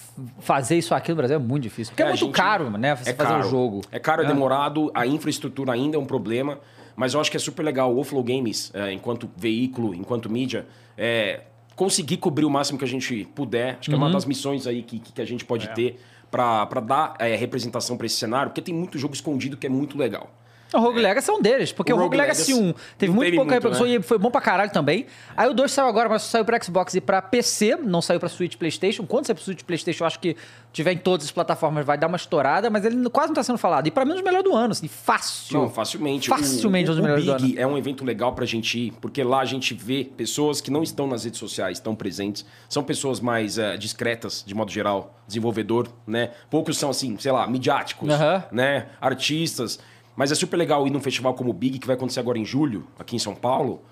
Speaker 2: fazer isso aqui no Brasil é muito difícil. Porque é,
Speaker 4: a
Speaker 2: muito
Speaker 4: gente-
Speaker 2: caro, né? Você
Speaker 4: é
Speaker 2: fazer
Speaker 4: caro.
Speaker 2: um jogo.
Speaker 4: É caro, é demorado, a infraestrutura ainda é um problema, mas eu acho que é super legal o Flow Games, é, enquanto veículo, enquanto mídia, é, conseguir cobrir o máximo que a gente puder. Acho que é uma das missões aí que, que a gente pode ter pra pra dar é, representação pra esse cenário, porque tem muito jogo escondido que é muito legal.
Speaker 2: O Rogue Legacy é um deles, porque o,
Speaker 4: O
Speaker 2: Rogue
Speaker 4: Rogue
Speaker 2: Legacy
Speaker 4: Legacy
Speaker 2: 1 teve
Speaker 4: não
Speaker 2: muito
Speaker 4: teve
Speaker 2: pouca
Speaker 4: muito,
Speaker 2: repercussão
Speaker 4: né?
Speaker 2: e foi bom pra caralho também. Aí o 2 saiu agora, mas saiu pra Xbox e pra PC, não saiu pra Switch e PlayStation. Quando sair pra Switch e PlayStation, eu acho que tiver em todas as plataformas vai dar uma estourada, mas ele quase não tá sendo falado. E pra mim, é um dos melhores do ano, assim, fácil.
Speaker 4: Não, facilmente.
Speaker 2: Facilmente um
Speaker 4: o, o,
Speaker 2: dos melhores
Speaker 4: o
Speaker 2: do
Speaker 4: Big é um evento legal pra gente ir, porque lá a gente vê pessoas que não estão nas redes sociais, estão presentes. São pessoas mais eh, discretas, de modo geral, desenvolvedor, né? Poucos são, assim, sei lá, midiáticos,
Speaker 2: Aham.
Speaker 4: né? Artistas. Mas é super legal ir num festival como o Big, que vai acontecer agora em julho, aqui em São Paulo,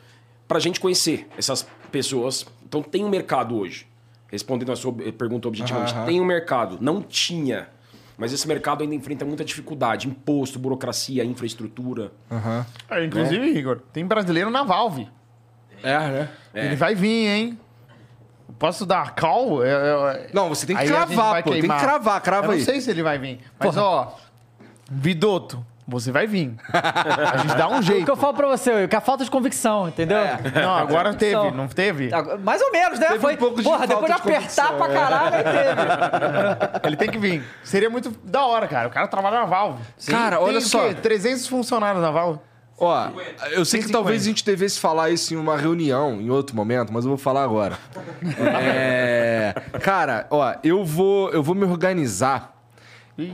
Speaker 4: pra gente conhecer essas pessoas. Então tem um mercado hoje. Respondendo a sua ob- pergunta objetivamente,
Speaker 1: Aham.
Speaker 4: tem um mercado, não tinha. Mas esse mercado ainda enfrenta muita dificuldade. Imposto, burocracia, infraestrutura.
Speaker 1: Aham.
Speaker 3: Ah, Inclusive, Igor, tem brasileiro na Valve.
Speaker 1: É, né?
Speaker 3: Ele vai vir, hein? Posso dar call? Eu- eu-
Speaker 1: Não, você tem que
Speaker 3: Aí a gente vai
Speaker 1: cravar, pô. Tem
Speaker 3: queimar.
Speaker 1: que cravar, crava
Speaker 3: eu
Speaker 1: aí.
Speaker 3: não sei se ele vai vir. Mas, ó, Vidoto, você vai vir. A gente dá um
Speaker 2: O que eu
Speaker 3: jeito.
Speaker 2: falo pra você, Will, que é a falta de convicção, entendeu?
Speaker 3: Não, agora teve,
Speaker 2: Então,
Speaker 3: não É. teve?
Speaker 2: Agora- Mais ou menos, né?
Speaker 1: Teve um
Speaker 2: Foi,
Speaker 1: pouco de
Speaker 2: porra, depois de
Speaker 1: falta de
Speaker 2: apertar pra
Speaker 1: convicção,
Speaker 2: caralho, aí teve.
Speaker 3: Ele tem que vir. Seria muito da hora, cara. O cara trabalha na Valve.
Speaker 1: Cara,
Speaker 3: Tem
Speaker 1: olha
Speaker 3: o
Speaker 1: só.
Speaker 3: quê? 300 funcionários na Valve.
Speaker 1: Ó, eu sei que
Speaker 3: 150.
Speaker 1: talvez a gente devesse falar isso em uma reunião, em outro momento, mas eu vou falar agora. É, cara, ó, eu vou, eu vou me organizar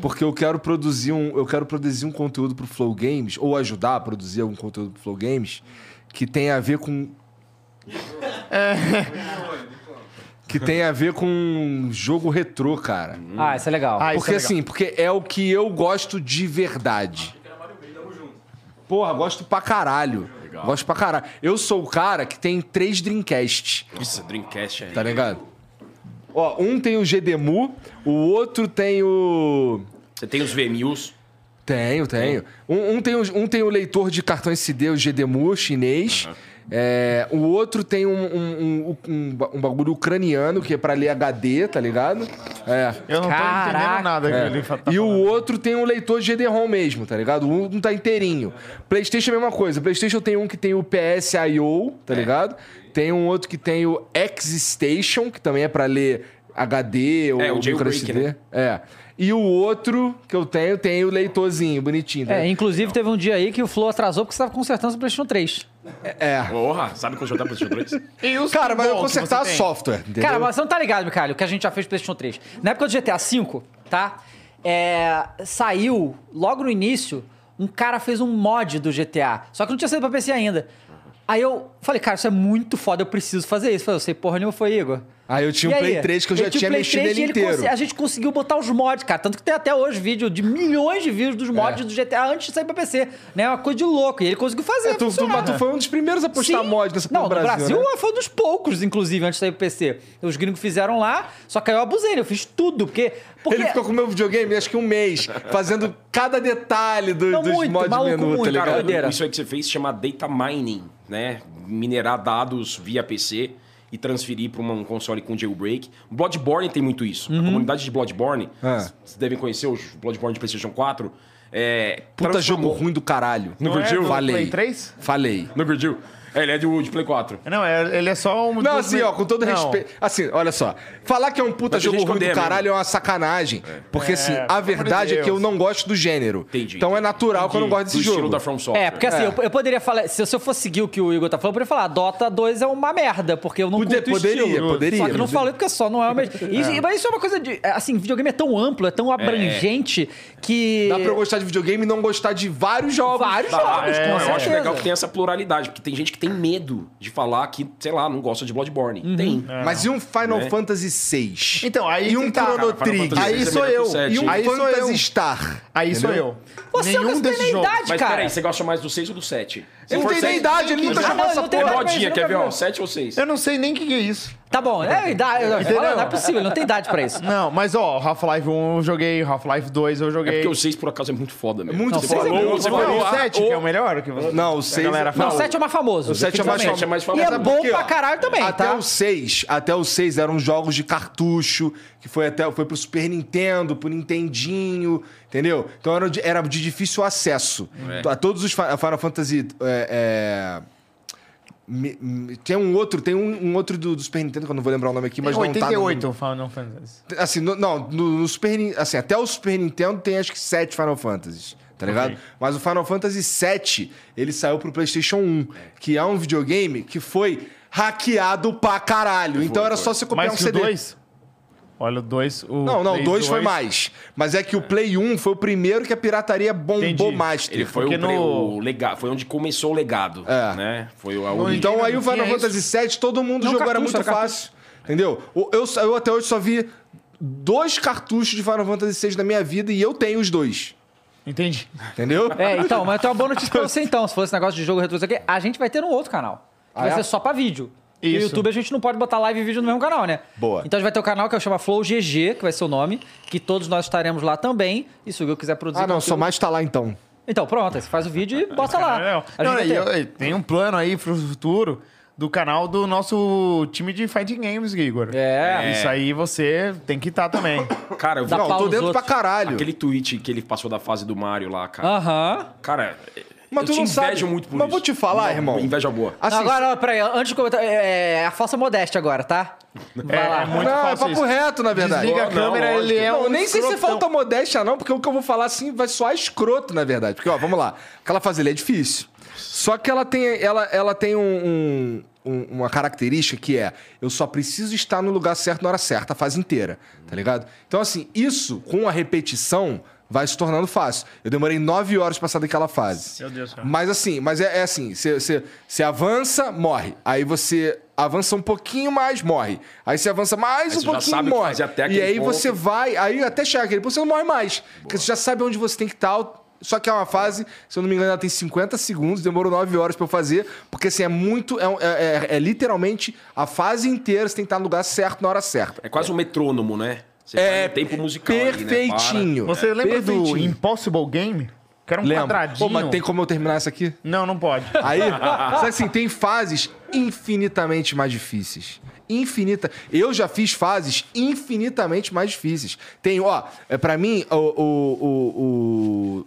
Speaker 1: porque eu quero produzir um, eu quero produzir um conteúdo pro Flow Games ou ajudar a produzir algum conteúdo pro Flow Games que tenha a ver com
Speaker 3: É.
Speaker 1: que tenha a ver com jogo retrô, cara.
Speaker 2: Ah, isso é legal.
Speaker 3: Ah, isso
Speaker 1: Porque
Speaker 3: é legal.
Speaker 1: assim, porque é o que eu gosto de verdade. Porra, gosto pra caralho. Gosto pra caralho. Eu sou o cara que tem três Dreamcast,
Speaker 4: Isso, Dreamcast é.
Speaker 1: tá ligado? Ó, um tem o GDMU, o outro tem o.
Speaker 4: Você tem os VMUs.
Speaker 1: Tenho, tenho. Um, um tem, o, um tem o leitor de cartão SD, o GDMU chinês. É, o outro tem um, um, um, um ba- um bagulho ucraniano, que é pra ler HD, tá ligado? É.
Speaker 3: Eu não tô
Speaker 2: Caraca.
Speaker 3: entendendo nada que ele fa- tá
Speaker 1: E o
Speaker 3: falando.
Speaker 1: outro tem um leitor de GD-ROM mesmo, tá ligado? Um não tá inteirinho. PlayStation é a mesma coisa. PlayStation tem um que tem o PSIO, tá
Speaker 4: É.
Speaker 1: ligado? Tem um outro que tem o X-Station, que também é pra ler HD ou
Speaker 4: É, o
Speaker 1: micro
Speaker 4: jailbreak,
Speaker 1: SD.
Speaker 4: né?
Speaker 1: É. E o outro que eu tenho tem o leitorzinho, bonitinho. Tá?
Speaker 2: É, inclusive teve um dia aí que o Flow atrasou porque você tava consertando o PlayStation 3.
Speaker 1: é.
Speaker 4: Porra, sabe quando jogar PlayStation 3?
Speaker 3: E
Speaker 2: é
Speaker 3: os
Speaker 1: Cara, mas eu
Speaker 3: pinball que
Speaker 1: consertar
Speaker 3: você tem?
Speaker 1: software, entendeu?
Speaker 2: Cara, mas você não tá ligado, Mikael, o que a gente já fez pro PlayStation 3. Na época do GTA V, tá? É, saiu, logo no início, um cara fez um mod do GTA. Só que não tinha saído pra PC ainda. Aí eu falei, cara, isso é muito foda, eu preciso fazer isso. Eu falei, eu sei porra nenhuma, foi Igor.
Speaker 1: Aí eu tinha um
Speaker 2: E
Speaker 1: Play 3 que eu já
Speaker 2: tinha o
Speaker 1: tinha
Speaker 2: Play
Speaker 1: mexido
Speaker 2: 3 e
Speaker 1: ele inteiro.
Speaker 2: conse- A gente conseguiu botar os mods, cara. Tanto que tem até hoje vídeo de milhões de views dos mods
Speaker 1: É.
Speaker 2: do GTA antes de sair pra PC. Né? Uma coisa de louco. E ele conseguiu fazer.
Speaker 1: É, tu, tu,
Speaker 2: funcionar.
Speaker 1: mas tu foi um dos primeiros a postar
Speaker 2: Sim.
Speaker 1: mod nessa porra
Speaker 2: Não,
Speaker 1: do
Speaker 2: no
Speaker 1: Brasil.
Speaker 2: Brasil
Speaker 1: né?
Speaker 2: foi um dos poucos, inclusive, antes de sair pro PC. Os gringos fizeram lá, só que aí eu abusei, né? eu fiz tudo, porque. porque...
Speaker 1: Ele ficou com o meu videogame acho que um mês, fazendo cada detalhe do,
Speaker 2: Não,
Speaker 1: dos
Speaker 2: muito,
Speaker 1: mods
Speaker 2: maluco,
Speaker 1: menu,
Speaker 2: muito,
Speaker 1: tá
Speaker 4: Cara,
Speaker 1: ligado?
Speaker 2: doideira.
Speaker 4: isso aí que você fez se chama data mining, né? Minerar dados via PC e transferir para um console com jailbreak. Bloodborne tem muito isso. A comunidade de Bloodborne,
Speaker 1: É.
Speaker 4: vocês devem conhecer o Bloodborne de PlayStation 4. é,
Speaker 1: Puta jogo
Speaker 4: transformou-
Speaker 1: ruim do caralho.
Speaker 4: Não é
Speaker 1: Curtiu?
Speaker 4: do
Speaker 1: Falei.
Speaker 3: Play 3?
Speaker 1: Falei.
Speaker 4: Não curtiu? É, Ele é do de Play 4.
Speaker 3: Não, é- ele é só um.
Speaker 1: Não,
Speaker 3: dos-
Speaker 1: assim, ó, com todo
Speaker 3: Não.
Speaker 1: respeito. Assim, olha só. Falar que é um puta
Speaker 4: Mas tem
Speaker 1: jogo
Speaker 4: gente que
Speaker 1: ruim do
Speaker 4: odeia
Speaker 1: caralho é uma sacanagem. Porque, assim,
Speaker 3: pelo
Speaker 1: a
Speaker 3: amor de
Speaker 1: verdade é que eu
Speaker 3: Deus.
Speaker 1: não gosto do gênero.
Speaker 4: É. Entendi.
Speaker 1: Então é natural que eu não
Speaker 4: De-
Speaker 1: gosto desse
Speaker 4: do
Speaker 1: jogo.
Speaker 4: estilo da From Software.
Speaker 2: É, porque assim, Eu, eu poderia falar. Se, eu- se eu fosse seguir o que o Igor tá falando, eu poderia falar: Dota 2 é uma merda, porque eu não
Speaker 1: Poder-
Speaker 2: curto o
Speaker 1: poderia,
Speaker 2: estilo.
Speaker 1: poderia,
Speaker 2: Só que eu não
Speaker 1: mas-
Speaker 2: falei porque só não é o mesmo. Isso- Mas isso é uma coisa de. Assim, videogame é tão amplo, é tão abrangente que.
Speaker 1: Dá pra eu
Speaker 4: É.
Speaker 1: gostar de videogame e não gostar de vários jogos.
Speaker 2: Vários
Speaker 4: Tá,
Speaker 2: jogos,
Speaker 4: é,
Speaker 2: com
Speaker 4: eu acho
Speaker 2: certeza.
Speaker 4: legal que tem essa pluralidade, porque tem gente que tem medo de falar que, sei lá, não gosta de Bloodborne. Tem.
Speaker 1: Mas e um Final
Speaker 4: É. Né?
Speaker 1: Fantasy VI?
Speaker 3: Então, aí
Speaker 1: E um
Speaker 3: que tá.
Speaker 1: Chrono
Speaker 4: Cara, Final
Speaker 1: Trigger.
Speaker 4: Fantasy
Speaker 3: Aí
Speaker 4: VI é
Speaker 3: sou
Speaker 4: melhor
Speaker 3: eu.
Speaker 4: que o sete,
Speaker 1: E um
Speaker 4: hein?
Speaker 3: Aí sou
Speaker 1: Phantasy
Speaker 3: eu.
Speaker 1: Star.
Speaker 3: Aí sou
Speaker 1: Entendeu?
Speaker 3: eu.
Speaker 2: Você é um
Speaker 3: desses
Speaker 2: tem nem
Speaker 3: jogos.
Speaker 2: idade,
Speaker 4: Mas
Speaker 2: cara.
Speaker 4: peraí, você gosta mais do 6 ou do 7?
Speaker 1: Ele não tem nem idade, ele nunca
Speaker 2: Ah,
Speaker 1: jogou
Speaker 2: não,
Speaker 1: essa
Speaker 2: eu tenho
Speaker 4: É
Speaker 1: porra.
Speaker 2: mais-
Speaker 4: rodinha,
Speaker 2: eu
Speaker 4: quer ver?
Speaker 2: nunca
Speaker 4: ó,
Speaker 2: vi.
Speaker 4: 7 ou 6?
Speaker 3: Eu não sei nem o que, que é isso.
Speaker 2: Tá bom, é idade. eu-
Speaker 3: Entendeu?
Speaker 2: Não é possível, ele não tem idade pra isso.
Speaker 3: Não, mas ó, Half-Life 1 eu joguei, Half-life 2 eu
Speaker 4: É
Speaker 3: joguei.
Speaker 4: porque o 6, por acaso, é muito foda mesmo.
Speaker 1: Muito
Speaker 4: você
Speaker 1: foda.
Speaker 4: Falou,
Speaker 1: Não,
Speaker 4: você
Speaker 1: não,
Speaker 4: falou,
Speaker 3: o
Speaker 4: ah,
Speaker 3: 7,
Speaker 4: o-
Speaker 3: que é o melhor que você...
Speaker 1: Não, o 6.
Speaker 3: galera
Speaker 2: Não, o
Speaker 3: fala.
Speaker 2: 7 é mais famoso. O
Speaker 1: sete é mais
Speaker 4: famoso. é mais famoso.
Speaker 2: E é
Speaker 4: Sabe
Speaker 2: bom
Speaker 1: por quê,
Speaker 2: pra
Speaker 1: ó?
Speaker 2: caralho também,
Speaker 1: até
Speaker 2: tá?
Speaker 1: o 6, até o 6 eram jogos de cartucho, que foi até foi pro Super Nintendo, pro Nintendinho, entendeu? Então era de, era de difícil acesso. Então,
Speaker 4: É.
Speaker 1: A todos os Fi- Final Fantasy é, é, me- me- tem um outro, tem um, um outro do, do Super Nintendo que eu não vou lembrar o nome aqui, mas
Speaker 3: Mas
Speaker 1: não tá no-
Speaker 3: 88 Final Fantasy.
Speaker 1: Assim, no- não, no, no Super Nin- assim, até o Super Nintendo tem acho que sete Final Fantasies, tá ligado? Mas o Final Fantasy 7, ele saiu pro PlayStation 1, que é um videogame que foi hackeado pra caralho. então era só você copiar
Speaker 3: Mais
Speaker 1: um
Speaker 3: que
Speaker 1: CD.
Speaker 3: o 2? Olha, o 2... O
Speaker 1: Não, não, o
Speaker 3: Play
Speaker 1: 2 foi
Speaker 3: dois-
Speaker 1: mais. Mas é que o Play 1 foi o primeiro que a pirataria bombou
Speaker 3: Entendi.
Speaker 1: mais.
Speaker 4: Ele foi
Speaker 3: Porque
Speaker 4: o, pre-
Speaker 3: no-
Speaker 4: o legado, foi onde começou o legado,
Speaker 1: É.
Speaker 4: né? Foi a origem.
Speaker 1: Então aí o
Speaker 3: Tinha
Speaker 1: Final Fantasy VII, todo mundo
Speaker 4: Não,
Speaker 1: jogou, era
Speaker 4: cartucho,
Speaker 1: muito
Speaker 4: era
Speaker 1: fácil. Entendeu? O- Eu, eu até hoje só vi dois cartuchos de Final Fantasy VI na minha vida e eu tenho os dois.
Speaker 3: Entendi.
Speaker 1: Entendeu?
Speaker 2: É, então, mas eu tenho uma boa notícia pra você então. Se for esse negócio de jogo retrô, isso aqui, a gente vai ter um outro canal. Que
Speaker 1: Ah,
Speaker 2: vai
Speaker 1: é?
Speaker 2: ser só pra vídeo. E o
Speaker 3: Isso.
Speaker 2: YouTube a gente não pode botar live e vídeo no mesmo canal, né?
Speaker 1: Boa.
Speaker 2: Então a gente vai ter o canal que chama Flow GG, que vai ser o nome, que todos nós estaremos lá também. E se o Gil quiser produzir.
Speaker 1: Ah, não,
Speaker 2: conteúdo-
Speaker 1: só mais tá lá então.
Speaker 2: Então, pronto, aí você faz o vídeo e bota lá.
Speaker 3: Não,
Speaker 2: A gente
Speaker 3: não,
Speaker 2: vai
Speaker 3: e
Speaker 2: ter.
Speaker 3: eu- e tem um plano aí pro futuro do canal do nosso time de Fighting Games, Igor.
Speaker 2: É.
Speaker 3: Isso aí você tem que estar também.
Speaker 4: Cara, eu vi
Speaker 2: Dá
Speaker 1: Não,
Speaker 2: pau
Speaker 1: tô
Speaker 2: nos
Speaker 1: dentro pra
Speaker 2: outros.
Speaker 1: caralho.
Speaker 4: aquele tweet que ele passou da fase do Mario lá, cara.
Speaker 2: Aham.
Speaker 4: Cara,
Speaker 1: Mas
Speaker 4: eu
Speaker 1: tu
Speaker 4: te
Speaker 1: não
Speaker 4: invejo
Speaker 1: sabe.
Speaker 4: muito por
Speaker 1: Mas
Speaker 4: isso.
Speaker 1: vou te falar,
Speaker 4: Não,
Speaker 1: irmão.
Speaker 4: Inveja boa.
Speaker 1: Assim,
Speaker 2: Agora, não, peraí, antes de comentar. É, é a falsa modéstia agora, tá?
Speaker 3: É, é muito
Speaker 1: não, é
Speaker 3: fácil
Speaker 1: papo
Speaker 3: isso.
Speaker 1: reto, na verdade.
Speaker 3: Desliga a
Speaker 4: Não,
Speaker 3: câmera,
Speaker 4: lógico.
Speaker 3: ele é
Speaker 1: Não,
Speaker 3: um
Speaker 1: nem sei se
Speaker 3: escrotão.
Speaker 1: falta modéstia, não, porque o que eu vou falar assim vai soar escroto, na verdade. Porque, ó, vamos lá. Aquela fase ali é difícil. Só que ela tem, ela, ela tem um- um- um- uma característica que é: eu só preciso estar no lugar certo na hora certa, a fase inteira, tá ligado? Então, assim, isso com a repetição. Vai se tornando fácil. Eu demorei nove horas pra sair daquela fase.
Speaker 3: Meu Deus do céu.
Speaker 1: Mas assim, mas é, é assim: você- você você avança, morre. Aí você avança um pouquinho mais, morre. Aí você avança mais
Speaker 4: Aí
Speaker 1: um
Speaker 4: você já
Speaker 1: pouquinho,
Speaker 4: sabe o que
Speaker 1: morre.
Speaker 4: fazer até
Speaker 1: E
Speaker 4: aquele
Speaker 1: aí
Speaker 4: ponto.
Speaker 1: você vai, aí até chegar aquele ponto, você não morre mais. Porque você já sabe onde você tem que estar. Só que é uma fase, se eu não me engano, ela tem 50 segundos, demorou 9 horas pra eu fazer. Porque assim, é muito. É, um- é- é- é literalmente a fase inteira, você tem que estar no lugar certo na hora certa.
Speaker 4: É quase um metrônomo, né? Você
Speaker 1: É
Speaker 4: faz um tempo musical ali, né? Para.
Speaker 1: perfeitinho.
Speaker 3: Você lembra do
Speaker 1: Perfeitinho.
Speaker 3: Impossible Game? Que era um
Speaker 1: um Lembro.
Speaker 3: quadradinho.
Speaker 1: Pô, mas tem como eu terminar isso aqui?
Speaker 3: Não, não pode.
Speaker 1: Aí, sabe assim, tem fases infinitamente mais difíceis. Infinita. Eu já fiz fases infinitamente mais difíceis. Tem, ó, é, pra mim, o, o, o,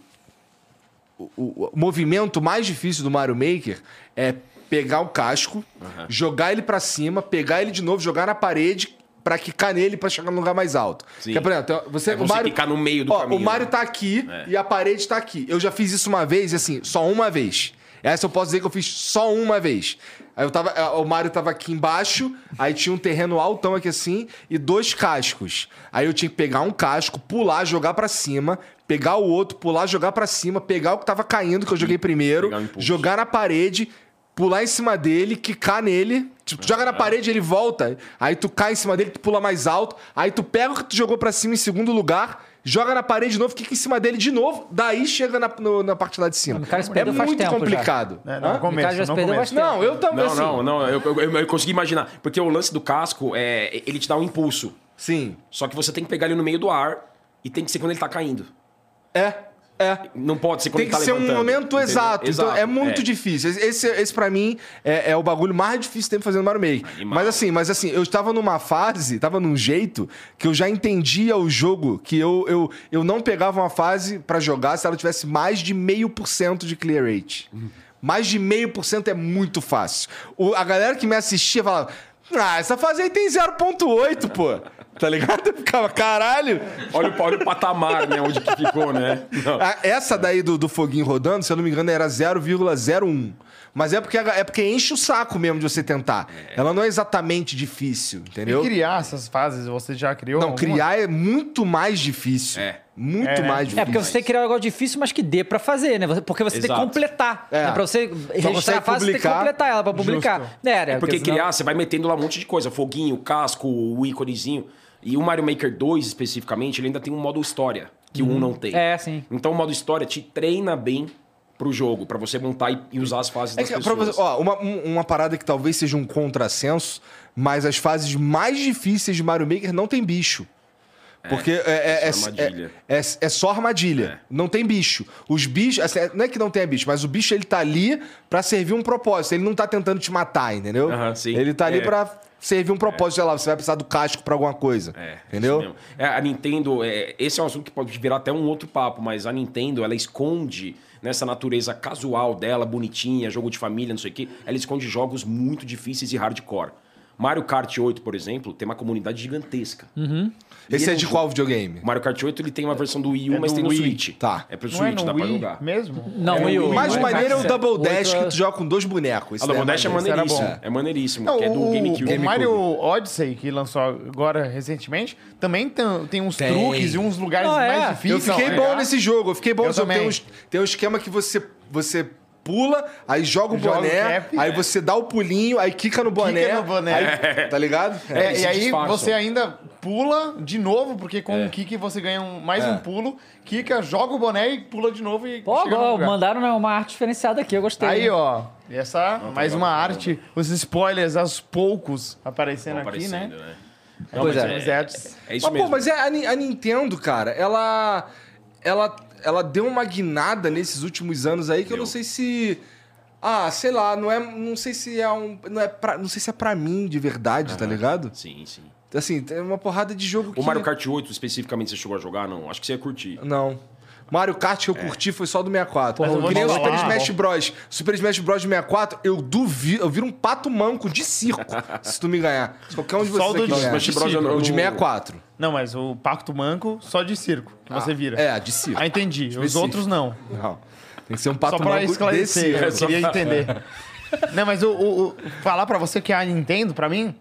Speaker 1: o, o- o movimento mais difícil do Mario Maker é pegar o casco, jogar ele pra cima, pegar ele de novo, jogar na parede pra quicar nele pra chegar num lugar mais alto.
Speaker 4: Sim.
Speaker 1: Que, por exemplo, você,
Speaker 4: É
Speaker 1: o
Speaker 4: você
Speaker 1: Mario,
Speaker 4: quicar no meio do
Speaker 1: ó,
Speaker 4: caminho,
Speaker 1: O Mario
Speaker 4: né?
Speaker 1: tá aqui
Speaker 4: É.
Speaker 1: e a parede tá aqui. Eu já fiz isso uma vez, e assim, só uma vez. Essa eu posso dizer que eu fiz só uma vez. Aí eu tava, eh, o Mario tava aqui embaixo, aí tinha um terreno altão aqui assim e dois cascos. Aí eu tinha que pegar um casco, pular, jogar pra cima, pegar o outro, pular, jogar pra cima, pegar o que tava caindo que eu joguei primeiro,
Speaker 4: Pegar um o impulso.
Speaker 1: jogar na parede, pular em cima dele, quicar nele. Tipo, tu joga na parede, ele volta. Aí tu cai em cima dele, tu pula mais alto. Aí tu pega o que tu jogou pra cima em segundo lugar, joga na parede de novo, quica em cima dele de novo. Daí chega na, no- na parte lá de cima.
Speaker 2: Ah, cara, isso
Speaker 1: é
Speaker 2: perdeu faz
Speaker 1: muito
Speaker 2: tempo já.
Speaker 1: complicado.
Speaker 3: Né, não,
Speaker 1: Hã?
Speaker 2: O cara já
Speaker 3: começa,
Speaker 2: se
Speaker 3: não
Speaker 2: perdeu
Speaker 3: começa.
Speaker 2: bastante.
Speaker 1: Não, eu também.
Speaker 4: Não,
Speaker 1: assim,
Speaker 4: não, não. Eu, eu, eu consegui imaginar. Porque o lance do casco, é, ele te dá um impulso.
Speaker 1: Sim.
Speaker 4: Só que você tem que pegar ele no meio do ar e tem que ser quando ele tá caindo.
Speaker 1: É. É.
Speaker 4: Não pode ser quando
Speaker 1: Tem
Speaker 4: ele
Speaker 1: que
Speaker 4: tá
Speaker 1: ser um
Speaker 4: levantando,
Speaker 1: momento
Speaker 4: entendeu?
Speaker 1: exato. Então é muito
Speaker 4: é.
Speaker 1: difícil. Esse, esse para mim, é, é o bagulho mais difícil que tem pra fazer no Mario Maker.
Speaker 4: Animal.
Speaker 1: Mas assim, mas assim, eu estava numa fase, estava num jeito que eu já entendia o jogo, que eu, eu, eu não pegava uma fase pra jogar se ela tivesse mais de meio por cento de clear rate. Mais de meio por cento é muito fácil. O- a galera que me assistia falava: Ah, essa fase aí tem 0,8, pô. Tá ligado? Eu ficava, caralho!
Speaker 4: Olha o, olha o patamar, né? Onde que ficou, né?
Speaker 2: É,
Speaker 4: Não.
Speaker 1: A- Ah, Essa daí do, do foguinho rodando, se eu não me engano, era 0,01. Mas é porque, é porque enche o saco mesmo de você tentar. Ela não é exatamente difícil, entendeu?
Speaker 3: E criar essas fases, você já criou?
Speaker 1: Não,
Speaker 3: alguma?
Speaker 1: criar é muito mais difícil.
Speaker 4: É.
Speaker 1: Muito
Speaker 3: É, né?
Speaker 1: mais
Speaker 2: É,
Speaker 1: difícil.
Speaker 2: porque você tem que criar um negócio difícil, mas que dê pra fazer, né? Você- Porque você tem
Speaker 4: Exato.
Speaker 2: que completar.
Speaker 1: É.
Speaker 2: Né? Pra você registrar a
Speaker 1: consegue
Speaker 2: fase, você tem que
Speaker 1: publicar.
Speaker 2: completar ela pra publicar.
Speaker 3: Justo.
Speaker 2: Né, né?
Speaker 4: É porque
Speaker 2: senão-
Speaker 4: criar, você vai metendo lá um monte de coisa. Foguinho, casco, o íconezinho. E o Mario Maker 2, especificamente, ele ainda tem um modo história, que o 1 não tem.
Speaker 2: É, sim.
Speaker 4: Então o modo história te treina bem pro jogo, pra você montar e, e usar as fases
Speaker 1: É
Speaker 4: das
Speaker 1: que, pra
Speaker 4: pessoas.
Speaker 1: você- ó, uma, um- uma parada que talvez seja um contrassenso, mas as fases mais difíceis de Mario Maker não tem bicho. Porque é, é, é,
Speaker 4: só armadilha.
Speaker 1: é- é- é só armadilha. Não tem bicho. Os bichos. assim, é- não é que não tenha bicho, mas o bicho ele tá ali pra servir um propósito. Ele não tá tentando te matar, entendeu?
Speaker 4: Aham, sim.
Speaker 1: Ele tá ali
Speaker 4: É.
Speaker 1: pra servir um propósito. Sei lá, você vai precisar do casco pra alguma coisa.
Speaker 4: É, isso
Speaker 1: entendeu?
Speaker 4: mesmo. É, a Nintendo, é, esse é um assunto que pode virar até um outro papo, mas a Nintendo, ela esconde nessa natureza casual dela, bonitinha, jogo de família, não sei o quê, ela esconde jogos muito difíceis e hardcore. Mario Kart 8, por exemplo, tem uma comunidade gigantesca.
Speaker 1: Esse
Speaker 4: E
Speaker 1: é de
Speaker 4: ele-
Speaker 1: qual videogame?
Speaker 4: O Mario Kart 8 ele tem uma versão do Wii U,
Speaker 3: É
Speaker 4: mas
Speaker 3: no
Speaker 4: tem no
Speaker 3: Wii.
Speaker 4: Switch.
Speaker 1: Tá.
Speaker 4: É pro
Speaker 3: Não é
Speaker 4: Switch,
Speaker 3: no
Speaker 4: dá pra
Speaker 3: Wii
Speaker 4: jogar.
Speaker 3: mesmo?
Speaker 2: Não,
Speaker 4: É,
Speaker 2: e
Speaker 4: o
Speaker 2: o
Speaker 1: O mais
Speaker 4: Mario
Speaker 1: maneiro é o
Speaker 2: Kart
Speaker 1: Double Dash,
Speaker 2: oito
Speaker 1: que tu joga com dois bonecos.
Speaker 4: A
Speaker 1: Isso
Speaker 4: Double
Speaker 1: daí
Speaker 4: Dash é
Speaker 1: maneiro.
Speaker 4: maneiríssimo.
Speaker 1: Isso era bom.
Speaker 4: É maneiríssimo,
Speaker 3: Não,
Speaker 4: que é do
Speaker 3: o,
Speaker 4: GameCube.
Speaker 3: o Mario Odyssey, que lançou agora recentemente, também tem, tem uns
Speaker 1: Tem.
Speaker 3: truques e uns lugares
Speaker 2: Não, é.
Speaker 3: mais
Speaker 2: Eu
Speaker 1: Eu
Speaker 3: difíceis.
Speaker 1: fiquei
Speaker 3: né?
Speaker 1: bom nesse jogo, eu fiquei bom
Speaker 3: Eu
Speaker 1: nesse jogo. Tem,
Speaker 3: também.
Speaker 1: uns- tem um esquema que você, você pula, aí joga o
Speaker 3: Joga o
Speaker 1: boné,
Speaker 3: cap,
Speaker 1: aí
Speaker 3: é.
Speaker 1: você dá o pulinho, aí quica no boné.
Speaker 3: no boné.
Speaker 1: aí- tá ligado?
Speaker 3: É,
Speaker 4: eles
Speaker 3: e
Speaker 4: se
Speaker 3: aí
Speaker 4: disfarçam.
Speaker 3: você ainda pula de novo, porque com o kick você ganha um- mais um pulo, kika, joga o boné e pula de novo e
Speaker 2: Pô,
Speaker 3: chega no
Speaker 2: ó,
Speaker 3: lugar.
Speaker 2: mandaram né, uma arte diferenciada aqui, eu gostei. né?
Speaker 3: Aí, ó, essa, mais
Speaker 4: legal,
Speaker 3: uma
Speaker 4: tá
Speaker 3: arte, os spoilers aos poucos aparecendo
Speaker 4: Vão
Speaker 3: aqui,
Speaker 4: aparecendo,
Speaker 3: né?
Speaker 4: né?
Speaker 2: Pois
Speaker 4: mas
Speaker 2: é.
Speaker 3: Os ads.
Speaker 4: É isso
Speaker 1: mas,
Speaker 4: mesmo.
Speaker 1: pô, mas é a, Ni- a Nintendo, cara, ela, ela, ela deu uma guinada nesses últimos anos aí que eu não
Speaker 4: Deu.
Speaker 1: sei se. Ah, sei lá, não é. Não sei se é um. Não, é pra, não sei se é pra mim de verdade, tá ligado?
Speaker 4: Sim, sim.
Speaker 1: Assim, tem uma porrada de jogo que.
Speaker 4: O Mario Kart 8, especificamente, você chegou a jogar? Não, acho que você ia curtir.
Speaker 1: Não. Mario Kart
Speaker 3: É.
Speaker 1: que eu curti foi só do 64.
Speaker 3: Mas eu vou
Speaker 1: que nem o
Speaker 3: te
Speaker 1: Super
Speaker 3: falar,
Speaker 1: Smash
Speaker 3: bom.
Speaker 1: Bros. Super Smash Bros. de 64, eu duvido. Eu viro um pato manco de circo se tu me ganhar. Se qualquer um de vocês
Speaker 3: Só o do
Speaker 1: aqui ganhar.
Speaker 4: Smash Bros. eu não-
Speaker 1: O de 64.
Speaker 3: Não, mas o Pacto Manco só de circo, que você vira.
Speaker 1: É, de circo.
Speaker 3: Ah, entendi. Os
Speaker 1: Específico.
Speaker 3: outros não.
Speaker 1: Não. Tem que ser um pato
Speaker 3: Só pra
Speaker 1: manco de
Speaker 3: esclarecer, né?
Speaker 1: circo.
Speaker 3: eu queria entender. Não, mas o, o- o- falar pra você que é a Nintendo, pra mim,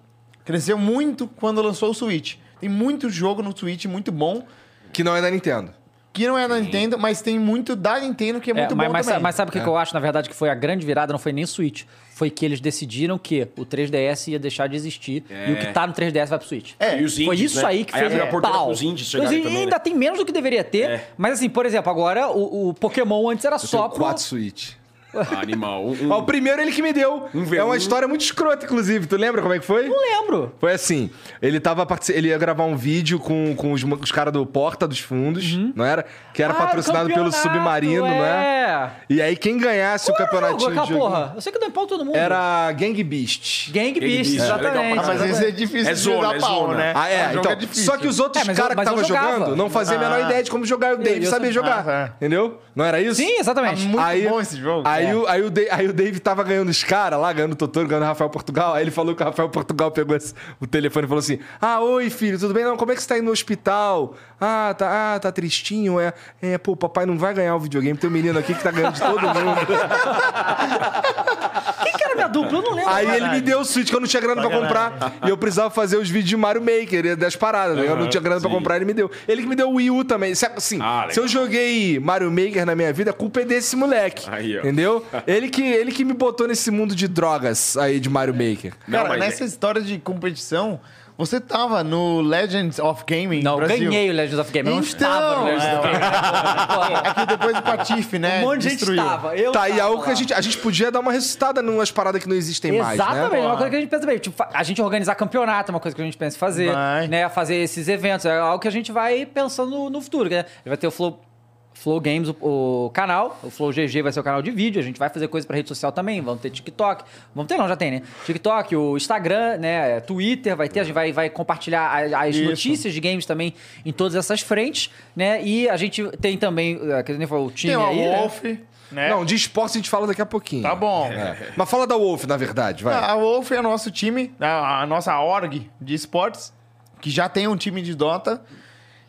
Speaker 3: cresceu muito quando lançou o Switch. Tem muito jogo no Switch muito bom,
Speaker 1: Que não é da Nintendo.
Speaker 3: que não é da Nintendo, mas tem muito da Nintendo que é,
Speaker 2: É,
Speaker 3: muito
Speaker 2: mas,
Speaker 3: bom
Speaker 2: mas sa-
Speaker 3: também.
Speaker 2: mas sabe o que, que eu acho, na verdade, que foi a grande virada? Não foi nem o Switch. Foi que eles decidiram que o 3DS ia deixar de existir e o que tá no 3DS vai pro Switch.
Speaker 4: É, e os indies,
Speaker 2: Foi isso
Speaker 4: né?
Speaker 2: aí que
Speaker 4: aí
Speaker 2: fez
Speaker 4: abriu
Speaker 2: o
Speaker 4: a porta
Speaker 2: pau.
Speaker 4: pros indies
Speaker 2: Mas
Speaker 4: chegarem também,
Speaker 2: ainda
Speaker 4: né? É.
Speaker 2: tem menos do que deveria ter. Mas assim, por exemplo, agora o, o Pokémon antes era só
Speaker 1: Tem
Speaker 2: pro...
Speaker 1: quatro Switch.
Speaker 4: Ah, Animal. Um, um-
Speaker 1: Ó, o primeiro ele que me deu.
Speaker 4: Um
Speaker 1: é
Speaker 4: V1.
Speaker 1: uma história muito escrota, inclusive. Tu lembra como é que foi?
Speaker 2: Não lembro.
Speaker 1: Foi assim, ele tava partici- ele ia gravar um vídeo com, com os, os caras do Porta dos Fundos, não era? Que era
Speaker 2: Ah,
Speaker 1: patrocinado pelo
Speaker 2: campeonato,
Speaker 1: Submarino, não é?
Speaker 2: É.
Speaker 1: E aí quem ganhasse o campeonatinho
Speaker 2: Aquela
Speaker 1: de joguinho
Speaker 2: porra. Eu sei que deu em pau em todo mundo.
Speaker 1: era Gang Beast.
Speaker 2: Gang Beast,
Speaker 4: Beast, é legal pra
Speaker 2: exatamente.
Speaker 3: Ah, mas
Speaker 2: exatamente.
Speaker 3: esse é difícil
Speaker 4: É zona,
Speaker 3: de
Speaker 4: é
Speaker 3: dar pau,
Speaker 4: zona.
Speaker 3: né?
Speaker 1: Ah,
Speaker 3: O
Speaker 1: é,
Speaker 3: jogo
Speaker 1: então.
Speaker 3: difícil.
Speaker 1: só que os outros
Speaker 2: É, mas eu-
Speaker 1: caras que
Speaker 2: mas eu
Speaker 1: estavam
Speaker 2: jogava.
Speaker 1: jogando não faziam a menor
Speaker 3: Ah.
Speaker 1: ideia de como jogar. O Dave sabia
Speaker 2: eu sabia.
Speaker 1: jogar.
Speaker 3: Ah, tá.
Speaker 1: Entendeu? Não era isso?
Speaker 2: Sim, exatamente.
Speaker 3: Muito bom esse jogo.
Speaker 1: Aí,
Speaker 3: É.
Speaker 1: o, aí, o Dave, aí o Dave tava ganhando os caras lá, ganhando o Totoro, ganhando o Rafael Portugal. Aí ele falou que o Rafael Portugal pegou esse- o telefone e falou assim: Ah, oi, filho, tudo bem? Não, como é que você tá aí no hospital? Ah, tá, ah, tá tristinho. É, é, pô, papai não vai ganhar o videogame. Tem um menino aqui que tá ganhando de todo mundo.
Speaker 2: Quem que era minha dupla? Eu não lembro.
Speaker 1: aí ele me deu o Switch que eu não tinha grana pra comprar. E eu precisava fazer os vídeos de Mario Maker e das paradas. né? eu não tinha grana pra
Speaker 4: sim.
Speaker 1: comprar, ele me deu. Ele que me deu o Wii U também. Se- Assim,
Speaker 4: Ah, legal.
Speaker 1: se eu joguei Mario Maker na minha vida, a culpa é desse moleque.
Speaker 4: Aí, ó.
Speaker 1: Entendeu? Ele que, ele que me botou nesse mundo de drogas aí de Mario Maker.
Speaker 4: Não,
Speaker 3: Cara,
Speaker 4: mas
Speaker 3: nessa história de competição, você tava no Legends of Gaming
Speaker 2: Não,
Speaker 3: Brasil.
Speaker 2: ganhei o Legends of Game. Eu não estava no
Speaker 3: Então,
Speaker 2: Legends of Game.
Speaker 3: é que depois o Patife, né?
Speaker 2: Um monte de gente
Speaker 3: destruiu.
Speaker 2: estava. Eu
Speaker 1: tá, e
Speaker 2: tava
Speaker 1: algo que a
Speaker 2: lá.
Speaker 1: gente, a gente podia dar uma ressuscitada numas paradas que não existem mais, né?
Speaker 2: Exatamente, é uma coisa que a gente pensa bem. Tipo, fa- a gente organizar campeonato é uma coisa que a gente pensa em fazer,
Speaker 3: Vai.
Speaker 2: né? Fazer esses eventos, é algo que a gente vai pensando no futuro. Né? Vai ter o Flow. Flow Games, o, o canal. O Flow GG vai ser o canal de vídeo. A gente vai fazer coisa pra rede social também. Vamos ter TikTok. Vamos ter, não, já tem, né? TikTok, o Instagram, né? é, Twitter vai ter. A gente vai, vai compartilhar a- as
Speaker 3: Isso.
Speaker 2: notícias de games também em todas essas frentes, né? E a gente tem também, é, que nem falou, o time
Speaker 3: Tem uma
Speaker 2: aí. né?
Speaker 3: Wolf, né?
Speaker 1: Não, de esporte a gente fala daqui a pouquinho.
Speaker 3: Tá bom.
Speaker 1: É. Mas fala da Wolf, na verdade, vai.
Speaker 2: Ah.
Speaker 3: A Wolf é o nosso time, a, a nossa org de esportes, que já tem um time de Dota.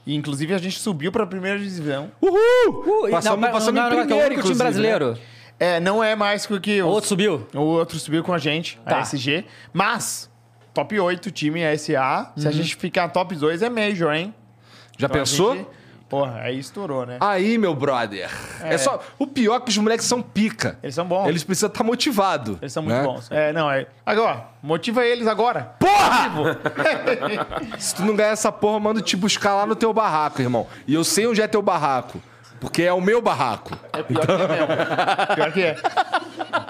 Speaker 3: E, inclusive, a gente subiu para a primeira divisão.
Speaker 1: Uhul!
Speaker 2: Uh, e-
Speaker 1: passamos
Speaker 2: não,
Speaker 1: passamos
Speaker 2: não,
Speaker 1: em
Speaker 2: não, não, que é o
Speaker 1: primeiro,
Speaker 2: único time
Speaker 1: inclusive, né?
Speaker 2: brasileiro.
Speaker 3: É, não é mais que o que
Speaker 2: O
Speaker 3: os-
Speaker 2: outro subiu.
Speaker 3: O outro subiu com a gente,
Speaker 2: Tá.
Speaker 3: a SG. Mas, top 8 time é SA.
Speaker 2: Uhum.
Speaker 3: Se a gente ficar top 2 é Major, hein?
Speaker 1: Já
Speaker 3: Então a
Speaker 1: pensou?
Speaker 3: gente- Porra, aí estourou,
Speaker 2: Ah,
Speaker 3: né?
Speaker 1: Aí, meu brother. É. só. O pior é que os moleques são pica.
Speaker 3: Eles são bons.
Speaker 1: Eles precisam tá né? estar motivados.
Speaker 3: Eles são muito
Speaker 2: né?
Speaker 3: bons. É, não, é. Agora, motiva eles agora.
Speaker 1: Porra! Se tu não ganhar essa porra, manda te buscar lá no teu barraco, irmão. E eu sei onde é teu barraco. Porque é o meu barraco.
Speaker 3: É pior que é mesmo. Pior que é.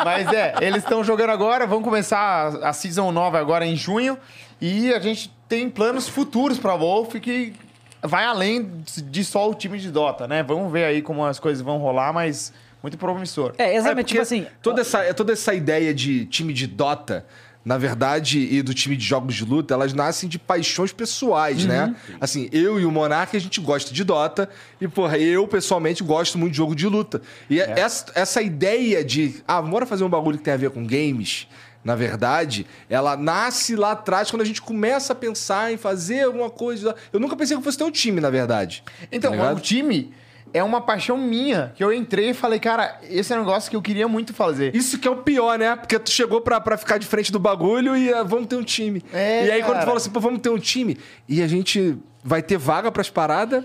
Speaker 3: Mas é, eles estão jogando agora, vão começar a, a season nova agora em junho. E a gente tem planos futuros pra Wolf que vai além de só o time de Dota, né? Vamos ver aí como as coisas vão rolar, mas muito promissor.
Speaker 2: É,
Speaker 1: É, porque
Speaker 2: exatamente. tipo assim.
Speaker 1: Toda essa, é, toda essa ideia de time de Dota, na verdade, e do time de jogos de luta, elas nascem de paixões pessoais, né?
Speaker 3: Uhum.
Speaker 1: Assim, eu e o Monark, a gente gosta de Dota. E, porra, eu, pessoalmente, gosto muito de jogo de luta. E é
Speaker 3: É.
Speaker 1: essa, essa ideia de, ah, bora fazer um bagulho que tem a ver com games... Na verdade, ela nasce lá atrás quando a gente começa a pensar em fazer alguma coisa. Eu nunca pensei que fosse ter um time, na verdade.
Speaker 3: Então,
Speaker 1: Tá ligado?
Speaker 3: o time é uma paixão minha, que eu entrei e falei, cara, esse é um negócio que eu queria muito fazer.
Speaker 1: Isso que é o pior, né? Porque tu chegou pra, pra ficar de frente do bagulho e ah, vamos ter um time.
Speaker 3: É,
Speaker 1: e aí quando tu
Speaker 3: cara.
Speaker 1: fala assim, pô, vamos ter um time e a gente vai ter vaga pras paradas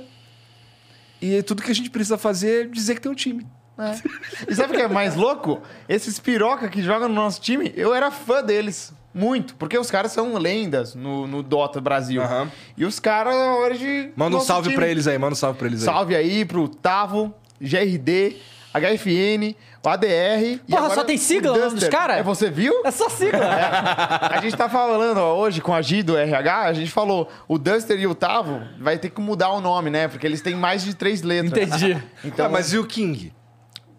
Speaker 1: e tudo que a gente precisa fazer é dizer que tem um time.
Speaker 3: É. E sabe o que é mais louco? Esses piroca que jogam no nosso time, eu era fã deles. Muito, porque os caras são lendas no, no Dota Brasil.
Speaker 1: Aham.
Speaker 3: E os caras, na hora de.
Speaker 1: Manda um
Speaker 3: nosso
Speaker 1: salve
Speaker 3: time.
Speaker 1: pra eles aí, manda um salve pra eles aí.
Speaker 3: Salve aí pro Tavo, GRD, HFN, o ADR. e
Speaker 2: Porra,
Speaker 3: agora
Speaker 2: só tem sigla
Speaker 3: o
Speaker 2: o nome dos
Speaker 3: Duster.
Speaker 2: cara?
Speaker 3: É, você viu?
Speaker 2: É só sigla.
Speaker 3: A gente tá falando ó, hoje com a Gi do RH, a gente falou, o Duster e o Tavo vai ter que mudar o nome, né? Porque eles têm mais de três letras.
Speaker 2: Entendi.
Speaker 3: Então,
Speaker 1: Ah, mas e o King?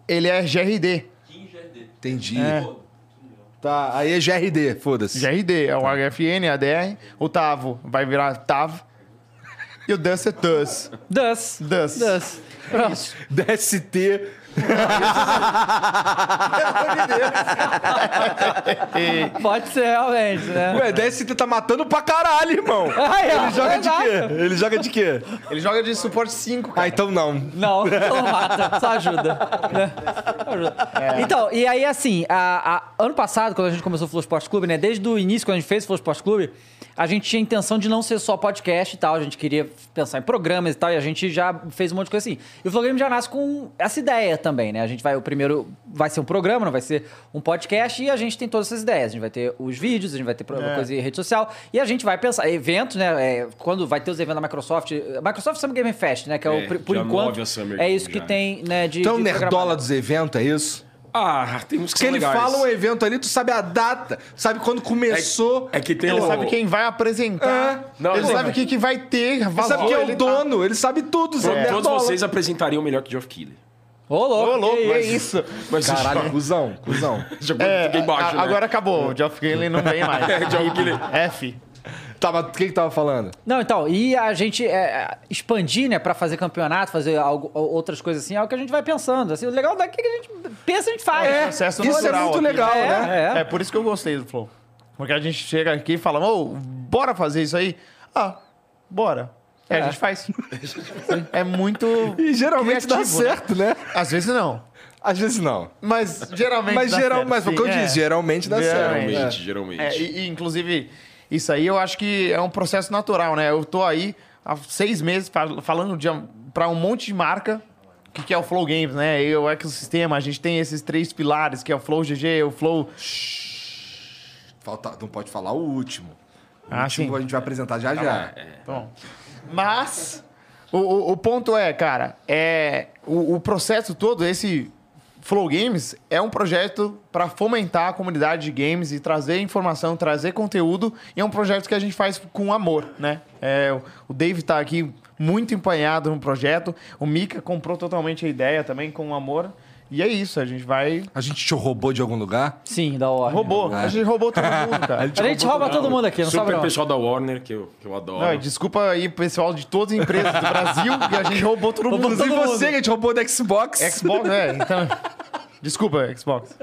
Speaker 3: ele é GRD.
Speaker 5: Kim GRD.
Speaker 1: Entendi.
Speaker 3: É.
Speaker 5: Pô,
Speaker 1: Tá, aí é GRD, foda-se.
Speaker 3: GRD, é o HFN, ADR. O Tavo vai virar Tavo. E o é Duster, Dus.
Speaker 2: Dus.
Speaker 3: Dus.
Speaker 2: Dus.
Speaker 1: DST.
Speaker 2: Pode ser realmente, né?
Speaker 1: Ué, DST tá matando pra caralho, irmão.
Speaker 2: Ai, ó,
Speaker 1: Ele joga de
Speaker 2: exato.
Speaker 1: quê? Ele joga de quê?
Speaker 3: Ele joga de suporte 5,
Speaker 1: Ah, então não.
Speaker 2: Não, não mata, só ajuda. né? Só ajuda. Então, e aí assim, a- a- ano passado, quando a gente começou o Flow Esporte Clube, né? Desde o início, quando a gente fez o Flow Esporte Clube, a gente tinha a intenção de não ser só podcast e tal. A gente queria pensar em programas e tal, e a gente já fez um monte de coisa assim. E o Flow Game já nasce com essa ideia também, né? A gente vai, o primeiro vai ser um programa, não vai ser um podcast, e a gente tem todas essas ideias. A gente vai ter os vídeos, a gente vai ter pro-
Speaker 3: É.
Speaker 2: coisa em rede social, e a gente vai pensar, eventos, né? é, quando vai ter os eventos da Microsoft, Microsoft Summer Game Fest, né? Que é,
Speaker 4: É,
Speaker 2: o, pri- por
Speaker 4: já
Speaker 2: enquanto,
Speaker 4: move a Summer
Speaker 2: é
Speaker 4: Game
Speaker 2: isso que
Speaker 4: já, né?
Speaker 2: tem, né, de...
Speaker 1: Então,
Speaker 2: de
Speaker 1: nerdola
Speaker 2: programado.
Speaker 1: dos eventos, é isso?
Speaker 4: Ah, tem uns que
Speaker 1: Porque
Speaker 4: são
Speaker 1: ele
Speaker 4: legais.
Speaker 1: fala um evento ali, tu sabe a data, sabe quando começou.
Speaker 4: É que tem
Speaker 3: Ele
Speaker 4: o...
Speaker 3: sabe quem vai apresentar.
Speaker 1: É.
Speaker 4: Não,
Speaker 3: ele
Speaker 4: ele-
Speaker 3: sabe o que, que vai ter.
Speaker 1: Ele
Speaker 3: valor,
Speaker 1: sabe quem é
Speaker 3: ele
Speaker 1: o
Speaker 3: tá-
Speaker 1: dono, ele sabe tudo.
Speaker 4: To-
Speaker 3: é.
Speaker 1: Sabe
Speaker 4: Todos
Speaker 1: nerdola.
Speaker 4: vocês apresentariam melhor que Geoff Keighley.
Speaker 2: Ô, louco,
Speaker 3: Ô, louco,
Speaker 2: que
Speaker 3: é
Speaker 2: isso.
Speaker 3: isso.
Speaker 4: Mas
Speaker 1: Caralho, cuzão, cuzão.
Speaker 4: Jogou
Speaker 3: É,
Speaker 4: é, embaixo,
Speaker 3: a-
Speaker 4: né?
Speaker 3: agora acabou. O Geoff Keighley não vem mais.
Speaker 4: É, Geoff Keighley.
Speaker 3: F.
Speaker 1: Tá, mas quem que tava falando?
Speaker 2: Não, então, e a gente é, é, expandir, né, pra fazer campeonato, fazer algo- outras coisas assim, é o que a gente vai pensando. Assim, o legal daqui é que a gente pensa, a gente faz.
Speaker 3: É, processo
Speaker 1: isso é
Speaker 3: natural
Speaker 1: muito
Speaker 3: aqui.
Speaker 1: legal,
Speaker 2: É,
Speaker 1: né?
Speaker 2: é.
Speaker 3: É. por isso que eu gostei do Flow. Porque a gente chega aqui e fala, ô, bora fazer isso aí? Ah, bora. É, a gente faz. é muito.
Speaker 1: E geralmente dá
Speaker 3: criativo, né?
Speaker 1: certo, né?
Speaker 3: Às vezes não.
Speaker 1: Às vezes não.
Speaker 3: Mas geralmente
Speaker 1: Mas,
Speaker 3: dá
Speaker 1: geral,
Speaker 3: certo.
Speaker 1: mas foi o que eu
Speaker 3: sim, é.
Speaker 1: disse, geralmente dá
Speaker 3: Geralmente.
Speaker 1: certo. né?
Speaker 4: Geralmente, geralmente.
Speaker 3: É, e, e, inclusive, isso aí eu acho que é um processo natural, né? Eu tô aí há seis meses fal- falando de, pra um monte de marca o que, que é o Flow Games, né? E o ecossistema, a gente tem esses três pilares, que é o Flow GG, o Flow...
Speaker 1: Falta, não pode falar o último. O
Speaker 3: Ah,
Speaker 1: último
Speaker 3: sim.
Speaker 1: a gente vai apresentar
Speaker 4: Tá
Speaker 1: já já.
Speaker 3: Bom, é, mas o, o- o ponto é, cara, é o, o processo todo, esse Flow Games é um projeto para fomentar a comunidade de games e trazer informação, trazer conteúdo. E é um projeto que a gente faz com amor, né? É, o- o Dave tá aqui muito empanhado no projeto. O Mika comprou totalmente a ideia também com amor. E é isso, a gente vai...
Speaker 1: A gente te roubou de algum lugar?
Speaker 2: Sim, da hora.
Speaker 3: Roubou. A gente roubou todo mundo, cara.
Speaker 2: A gente rouba todo mundo aqui, não
Speaker 4: Super
Speaker 2: sabe não.
Speaker 4: pessoal da Warner, que eu, que eu adoro.
Speaker 3: Não, desculpa aí, pessoal de todas as empresas do Brasil, e a gente roubou todo mundo.
Speaker 1: Inclusive você, que a gente roubou da Xbox.
Speaker 3: Xbox, é, então. Desculpa, Xbox.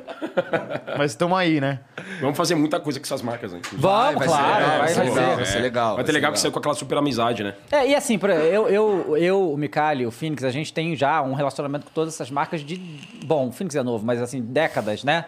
Speaker 3: Mas estamos aí, né?
Speaker 4: Vamos fazer muita coisa com essas marcas, né? inclusive.
Speaker 2: Vamos,
Speaker 1: vai ser
Speaker 2: claro,
Speaker 1: legal,
Speaker 2: vai,
Speaker 1: vai ser
Speaker 2: vai
Speaker 1: legal.
Speaker 2: ser.
Speaker 1: vai ser legal,
Speaker 4: Vai
Speaker 1: vai
Speaker 4: ter
Speaker 1: ser
Speaker 4: legal que
Speaker 1: legal.
Speaker 4: saiu com aquela super amizade, né?
Speaker 2: É, e assim, por exemplo, eu, eu, eu, o Micali, o Phoenix, a gente tem já um relacionamento com todas essas marcas de. Bom, o Phoenix é novo, mas assim, décadas, né?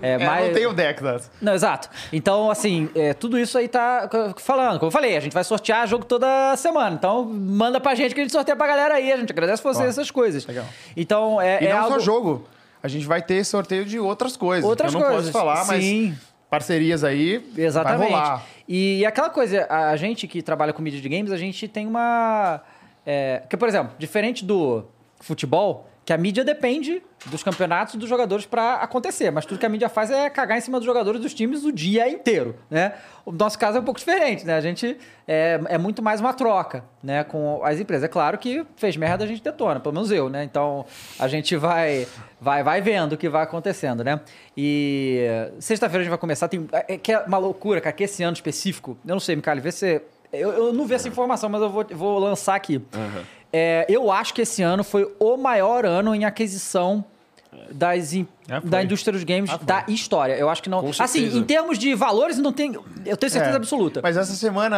Speaker 2: É,
Speaker 3: É,
Speaker 2: mas-
Speaker 3: Não tem o décadas.
Speaker 2: Não, exato. Então, assim, é, tudo isso aí tá c- falando. Como eu falei, a gente vai sortear jogo toda semana. Então, manda pra gente que a gente sorteia pra galera aí. A gente agradece vocês essas coisas.
Speaker 3: Legal.
Speaker 2: Então, é,
Speaker 3: E
Speaker 2: é
Speaker 3: não
Speaker 2: algo...
Speaker 3: só jogo. A gente vai ter sorteio de outras coisas.
Speaker 2: Outras
Speaker 3: que eu não
Speaker 2: coisas,
Speaker 3: posso falar,
Speaker 2: sim.
Speaker 3: mas parcerias aí.
Speaker 2: Exatamente.
Speaker 3: Vai rolar.
Speaker 2: E, e aquela coisa, a gente que trabalha com mídia de games, a gente tem uma. É, que, por exemplo, diferente do futebol, que a mídia depende dos campeonatos e dos jogadores pra acontecer, mas tudo que a mídia faz é cagar em cima dos jogadores dos times o dia inteiro, né? O nosso caso é um pouco diferente, né? A gente é, é muito mais uma troca, né, com as empresas. É claro que fez merda a gente detona, pelo menos eu, né? Então a gente vai vai vai vendo o que vai acontecendo, né? E sexta-feira a gente vai começar, tem é que é uma loucura, cara, que esse ano específico, eu não sei, Micali, vê se eu, eu não vi essa informação, mas eu vou, vou lançar aqui. É, eu acho que esse ano foi o maior ano em aquisição das, em-
Speaker 3: Já Ah, foi.
Speaker 2: da indústria dos games da história. Eu acho que não.
Speaker 4: Com
Speaker 2: Assim,
Speaker 4: certeza.
Speaker 2: em termos de valores, não tem. Eu tenho certeza
Speaker 3: É.
Speaker 2: absoluta.
Speaker 3: Mas essa semana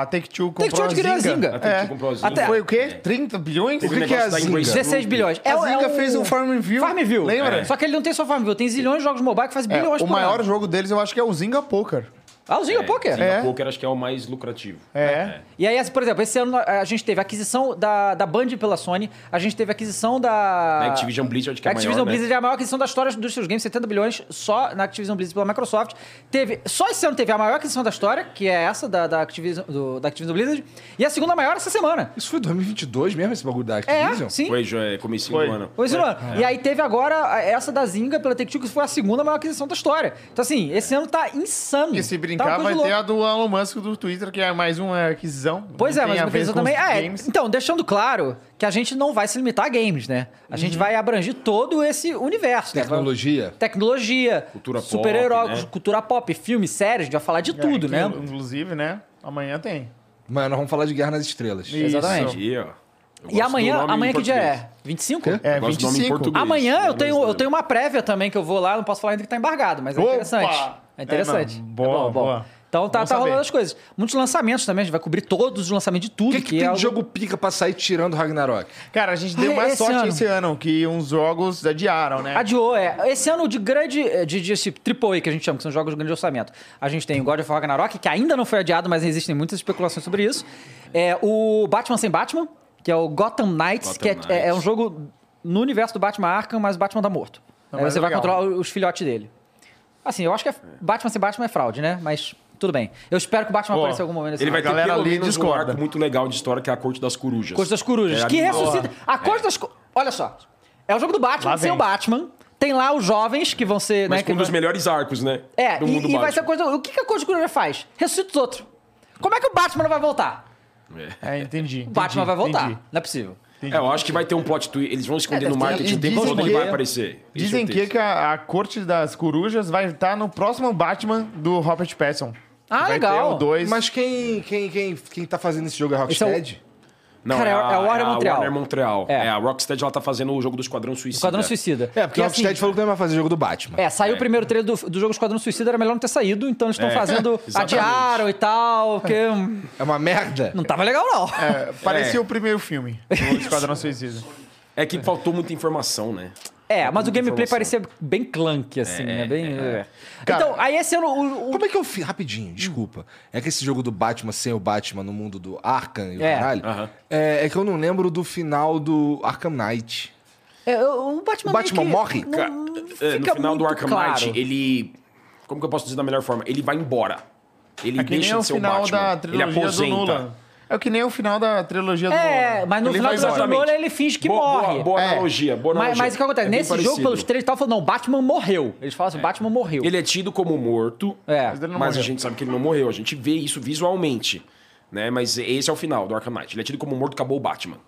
Speaker 3: a Take-Two comprou
Speaker 2: Take-Two adquiriu a Zynga.
Speaker 4: A
Speaker 2: A
Speaker 3: É.
Speaker 4: Take-Two comprou a Zynga.
Speaker 2: Até-
Speaker 3: Foi o quê? 30 bilhões?
Speaker 4: O que que é a Zynga?
Speaker 2: 16 bilhões. É
Speaker 3: A
Speaker 2: o-
Speaker 3: Zynga
Speaker 2: o-
Speaker 3: fez um Farmville.
Speaker 2: Farmville.
Speaker 3: Lembra?
Speaker 2: Só que ele não tem só Farmville, tem zilhões de jogos mobile que faz
Speaker 3: É,
Speaker 2: bilhões
Speaker 3: o
Speaker 2: por
Speaker 3: maior
Speaker 2: ano.
Speaker 3: jogo deles eu acho que é o Zynga Poker.
Speaker 2: Ah, o Zynga Poker.
Speaker 4: Zynga
Speaker 3: É.
Speaker 4: Poker acho que é o mais lucrativo.
Speaker 3: É.
Speaker 2: E aí, assim, por exemplo, esse ano a gente teve a aquisição da, da Band pela Sony, a gente teve a aquisição da.
Speaker 4: A Activision Blizzard, que é a
Speaker 2: Activision
Speaker 4: maior, né?
Speaker 2: Blizzard é a maior aquisição da história dos seus games, 70 bilhões só na Activision Blizzard pela Microsoft. Teve, só esse ano teve a maior aquisição da história, que é essa da, da, Activision, do- da Activision Blizzard, e a segunda maior essa semana.
Speaker 1: Isso foi 2022 mesmo, esse bagulho da
Speaker 2: É,
Speaker 1: Activision?
Speaker 2: sim.
Speaker 4: Foi, já é comecinho
Speaker 3: Foi.
Speaker 4: do ano.
Speaker 2: Pois não.
Speaker 3: É,
Speaker 2: E aí teve agora a- essa da Zinga pela Take-Two, que foi a segunda maior aquisição da história. Então, assim, esse ano tá insano.
Speaker 3: E se
Speaker 2: Tá
Speaker 3: brincar,
Speaker 2: uma coisa
Speaker 3: vai
Speaker 2: louca.
Speaker 3: ter a do Elon Musk do Twitter, que é mais uma aquisição.
Speaker 2: Pois é,
Speaker 3: Não tem
Speaker 2: mas
Speaker 3: a
Speaker 2: uma
Speaker 3: ver
Speaker 2: questão
Speaker 3: com
Speaker 2: também.
Speaker 3: os
Speaker 2: Ah, é,
Speaker 3: games.
Speaker 2: então, deixando claro que a gente não vai se limitar a games, né? A
Speaker 3: Uhum.
Speaker 2: gente vai abranger todo esse universo. né?
Speaker 1: Tecnologia.
Speaker 2: Tecnologia,
Speaker 4: Cultura pop,
Speaker 2: super-heróis,
Speaker 4: né?
Speaker 2: cultura pop, filmes, séries, a gente vai falar de
Speaker 3: É,
Speaker 2: tudo,
Speaker 3: que,
Speaker 2: né?
Speaker 3: Inclusive, né? Amanhã tem.
Speaker 1: Mano, nós vamos falar de Guerra nas Estrelas.
Speaker 3: Isso.
Speaker 2: Exatamente.
Speaker 4: E, ó, eu
Speaker 2: E
Speaker 4: gosto do
Speaker 2: amanhã,
Speaker 4: nome em
Speaker 2: amanhã que dia
Speaker 4: português.
Speaker 2: é? 25?
Speaker 1: Quê?
Speaker 3: É,
Speaker 4: Eu gosto do nome em
Speaker 3: 25.
Speaker 4: português.
Speaker 2: Amanhã eu tenho,
Speaker 4: Não
Speaker 2: eu
Speaker 4: brasileiro.
Speaker 2: tenho uma prévia também que eu vou lá, não posso falar ainda que tá embargado, mas é
Speaker 3: Opa!
Speaker 2: interessante. É interessante.
Speaker 3: É, não, boa,
Speaker 2: É bom, bom.
Speaker 3: boa.
Speaker 2: Então tá,
Speaker 3: Bom
Speaker 2: tá rolando
Speaker 3: saber.
Speaker 2: as coisas. Muitos lançamentos também, a gente vai cobrir todos os lançamentos de
Speaker 1: O
Speaker 2: tudo.
Speaker 1: que, que, tem
Speaker 2: é
Speaker 1: de jogo pica pra sair tirando Ragnarok?
Speaker 3: Cara, a gente deu
Speaker 2: Ah,
Speaker 3: mais
Speaker 2: esse
Speaker 3: sorte
Speaker 2: ano.
Speaker 3: esse ano, que uns jogos adiaram, né?
Speaker 2: Adiou, é. Esse ano de grande. eh, de, de esse AAA que a gente chama, que são jogos de grande orçamento. A gente tem o God of War Ragnarok, que ainda não foi adiado, mas existem muitas especulações sobre isso. É, o Batman sem Batman, que é o Gotham Knights,
Speaker 4: Gotham
Speaker 2: que é,
Speaker 4: Knights.
Speaker 2: é- é um jogo no universo do Batman Arkham, mas o Batman tá morto.
Speaker 3: Não,
Speaker 2: Aí
Speaker 3: mas
Speaker 2: você
Speaker 3: é
Speaker 2: vai
Speaker 3: legal.
Speaker 2: controlar os filhotes dele. Assim, eu acho que é- Batman sem Batman é fraude, né? Mas tudo bem. Eu espero que o Batman
Speaker 3: Ó,
Speaker 2: apareça em algum momento. nesse
Speaker 4: Ele vai
Speaker 3: A
Speaker 4: ter
Speaker 3: galera
Speaker 4: pelo
Speaker 3: ali
Speaker 4: menos
Speaker 3: discorda.
Speaker 4: um arco muito legal de história, que é a Corte das Corujas.
Speaker 2: Corte das Corujas.
Speaker 4: É
Speaker 2: que
Speaker 4: animal.
Speaker 2: ressuscita. A Corte das Corujas. Olha só. É o jogo do Batman
Speaker 3: Lá
Speaker 2: sem o
Speaker 3: vem.
Speaker 2: Batman. Tem lá os jovens que vão ser.
Speaker 4: Mas
Speaker 2: né,
Speaker 4: com
Speaker 2: que
Speaker 4: um dos
Speaker 2: vão-
Speaker 4: melhores arcos, né?
Speaker 2: É,
Speaker 4: do
Speaker 2: e,
Speaker 4: mundo
Speaker 2: e vai
Speaker 4: Batman.
Speaker 2: ser a coisa. O que, que a Corte Coruja faz? Ressuscita os outros. Como é que o Batman não vai voltar?
Speaker 3: É, entendi.
Speaker 2: O Batman vai voltar.
Speaker 3: entendi.
Speaker 2: Não é possível.
Speaker 4: É, eu acho que vai ter um plot twist. Eles vão esconder
Speaker 2: É,
Speaker 4: no
Speaker 2: deve ter-
Speaker 4: marketing o tempo
Speaker 3: dizem
Speaker 4: todo, ele
Speaker 3: que-
Speaker 4: vai aparecer. Tenho
Speaker 3: Dizem que,
Speaker 4: certeza.
Speaker 3: que a, a corte das corujas vai estar no próximo Batman do Robert Pattinson.
Speaker 2: Ah,
Speaker 3: vai
Speaker 2: legal.
Speaker 3: Ter o né? 2.
Speaker 1: Mas quem, quem, quem, quem tá fazendo esse jogo é a
Speaker 2: Esse é o-
Speaker 1: Rockstead?
Speaker 4: Não,
Speaker 2: Cara,
Speaker 4: é,
Speaker 2: é
Speaker 4: a,
Speaker 2: a Warner
Speaker 4: é a
Speaker 2: Montreal.
Speaker 4: Warner Montreal.
Speaker 2: É.
Speaker 4: É. a Rocksteady, ela tá fazendo o jogo do Esquadrão Suicida.
Speaker 2: Esquadrão Suicida.
Speaker 1: É, porque
Speaker 2: E assim,
Speaker 1: a Rockstead falou que não vai fazer jogo do Batman.
Speaker 2: É, saiu o primeiro trailer do, do jogo Esquadrão Suicida, era melhor não ter saído, então eles estão
Speaker 4: É,
Speaker 2: fazendo.
Speaker 4: exatamente.
Speaker 2: Adiaram e tal, porque. hum,
Speaker 1: É uma merda.
Speaker 2: Não tava legal, não.
Speaker 3: É, parecia o primeiro filme do Esquadrão Suicida.
Speaker 4: É que faltou muita informação, né?
Speaker 2: É, mas o
Speaker 4: muita
Speaker 2: gameplay
Speaker 4: informação.
Speaker 2: parecia bem clunky, assim, né? Bem. é.
Speaker 3: Cara-
Speaker 2: então, aí esse ano. o- o-
Speaker 1: Como é que eu fiz? Rapidinho, desculpa. É que esse jogo do Batman sem o Batman no mundo do Arkham e o
Speaker 2: É.
Speaker 1: caralho.
Speaker 4: Aham.
Speaker 1: É, é que eu não lembro do final do Arkham Knight.
Speaker 2: é, o Batman,
Speaker 1: O Batman
Speaker 2: meio que
Speaker 1: morre?
Speaker 2: não- não
Speaker 4: Ca- é, no
Speaker 2: Ah, fica
Speaker 4: final do
Speaker 2: muito
Speaker 4: Arkham
Speaker 2: claro.
Speaker 4: Knight, ele... Como que eu posso dizer da melhor forma? Ele vai embora. Ele
Speaker 3: É que nem
Speaker 4: deixa
Speaker 3: o
Speaker 4: de ser o
Speaker 3: final
Speaker 4: Batman.
Speaker 3: da
Speaker 4: ele
Speaker 3: trilogia do
Speaker 4: aposenta.
Speaker 3: Nolan. É o que nem o final da trilogia do
Speaker 2: É,
Speaker 3: Nolan.
Speaker 2: mas no
Speaker 3: Ele
Speaker 2: final
Speaker 3: vai
Speaker 2: do
Speaker 3: embora.
Speaker 2: Nolan
Speaker 4: exatamente.
Speaker 2: ele finge que
Speaker 4: Boa-
Speaker 2: morre.
Speaker 4: Boa, boa
Speaker 3: É.
Speaker 4: analogia, boa
Speaker 2: mas,
Speaker 4: analogia.
Speaker 2: mas o que acontece?
Speaker 4: É bem
Speaker 2: Nesse jogo,
Speaker 4: parecido.
Speaker 2: pelos trailers e tal, falou, não, Batman morreu. Eles falam assim, Batman morreu.
Speaker 4: Ele é tido como morto,
Speaker 2: É.
Speaker 3: Mas ele não
Speaker 4: mas a
Speaker 3: morreu.
Speaker 4: gente sabe que ele não morreu. A gente vê isso visualmente. Né? Mas esse é o final do Arkham Knight. Ele é tido como morto, acabou o Batman.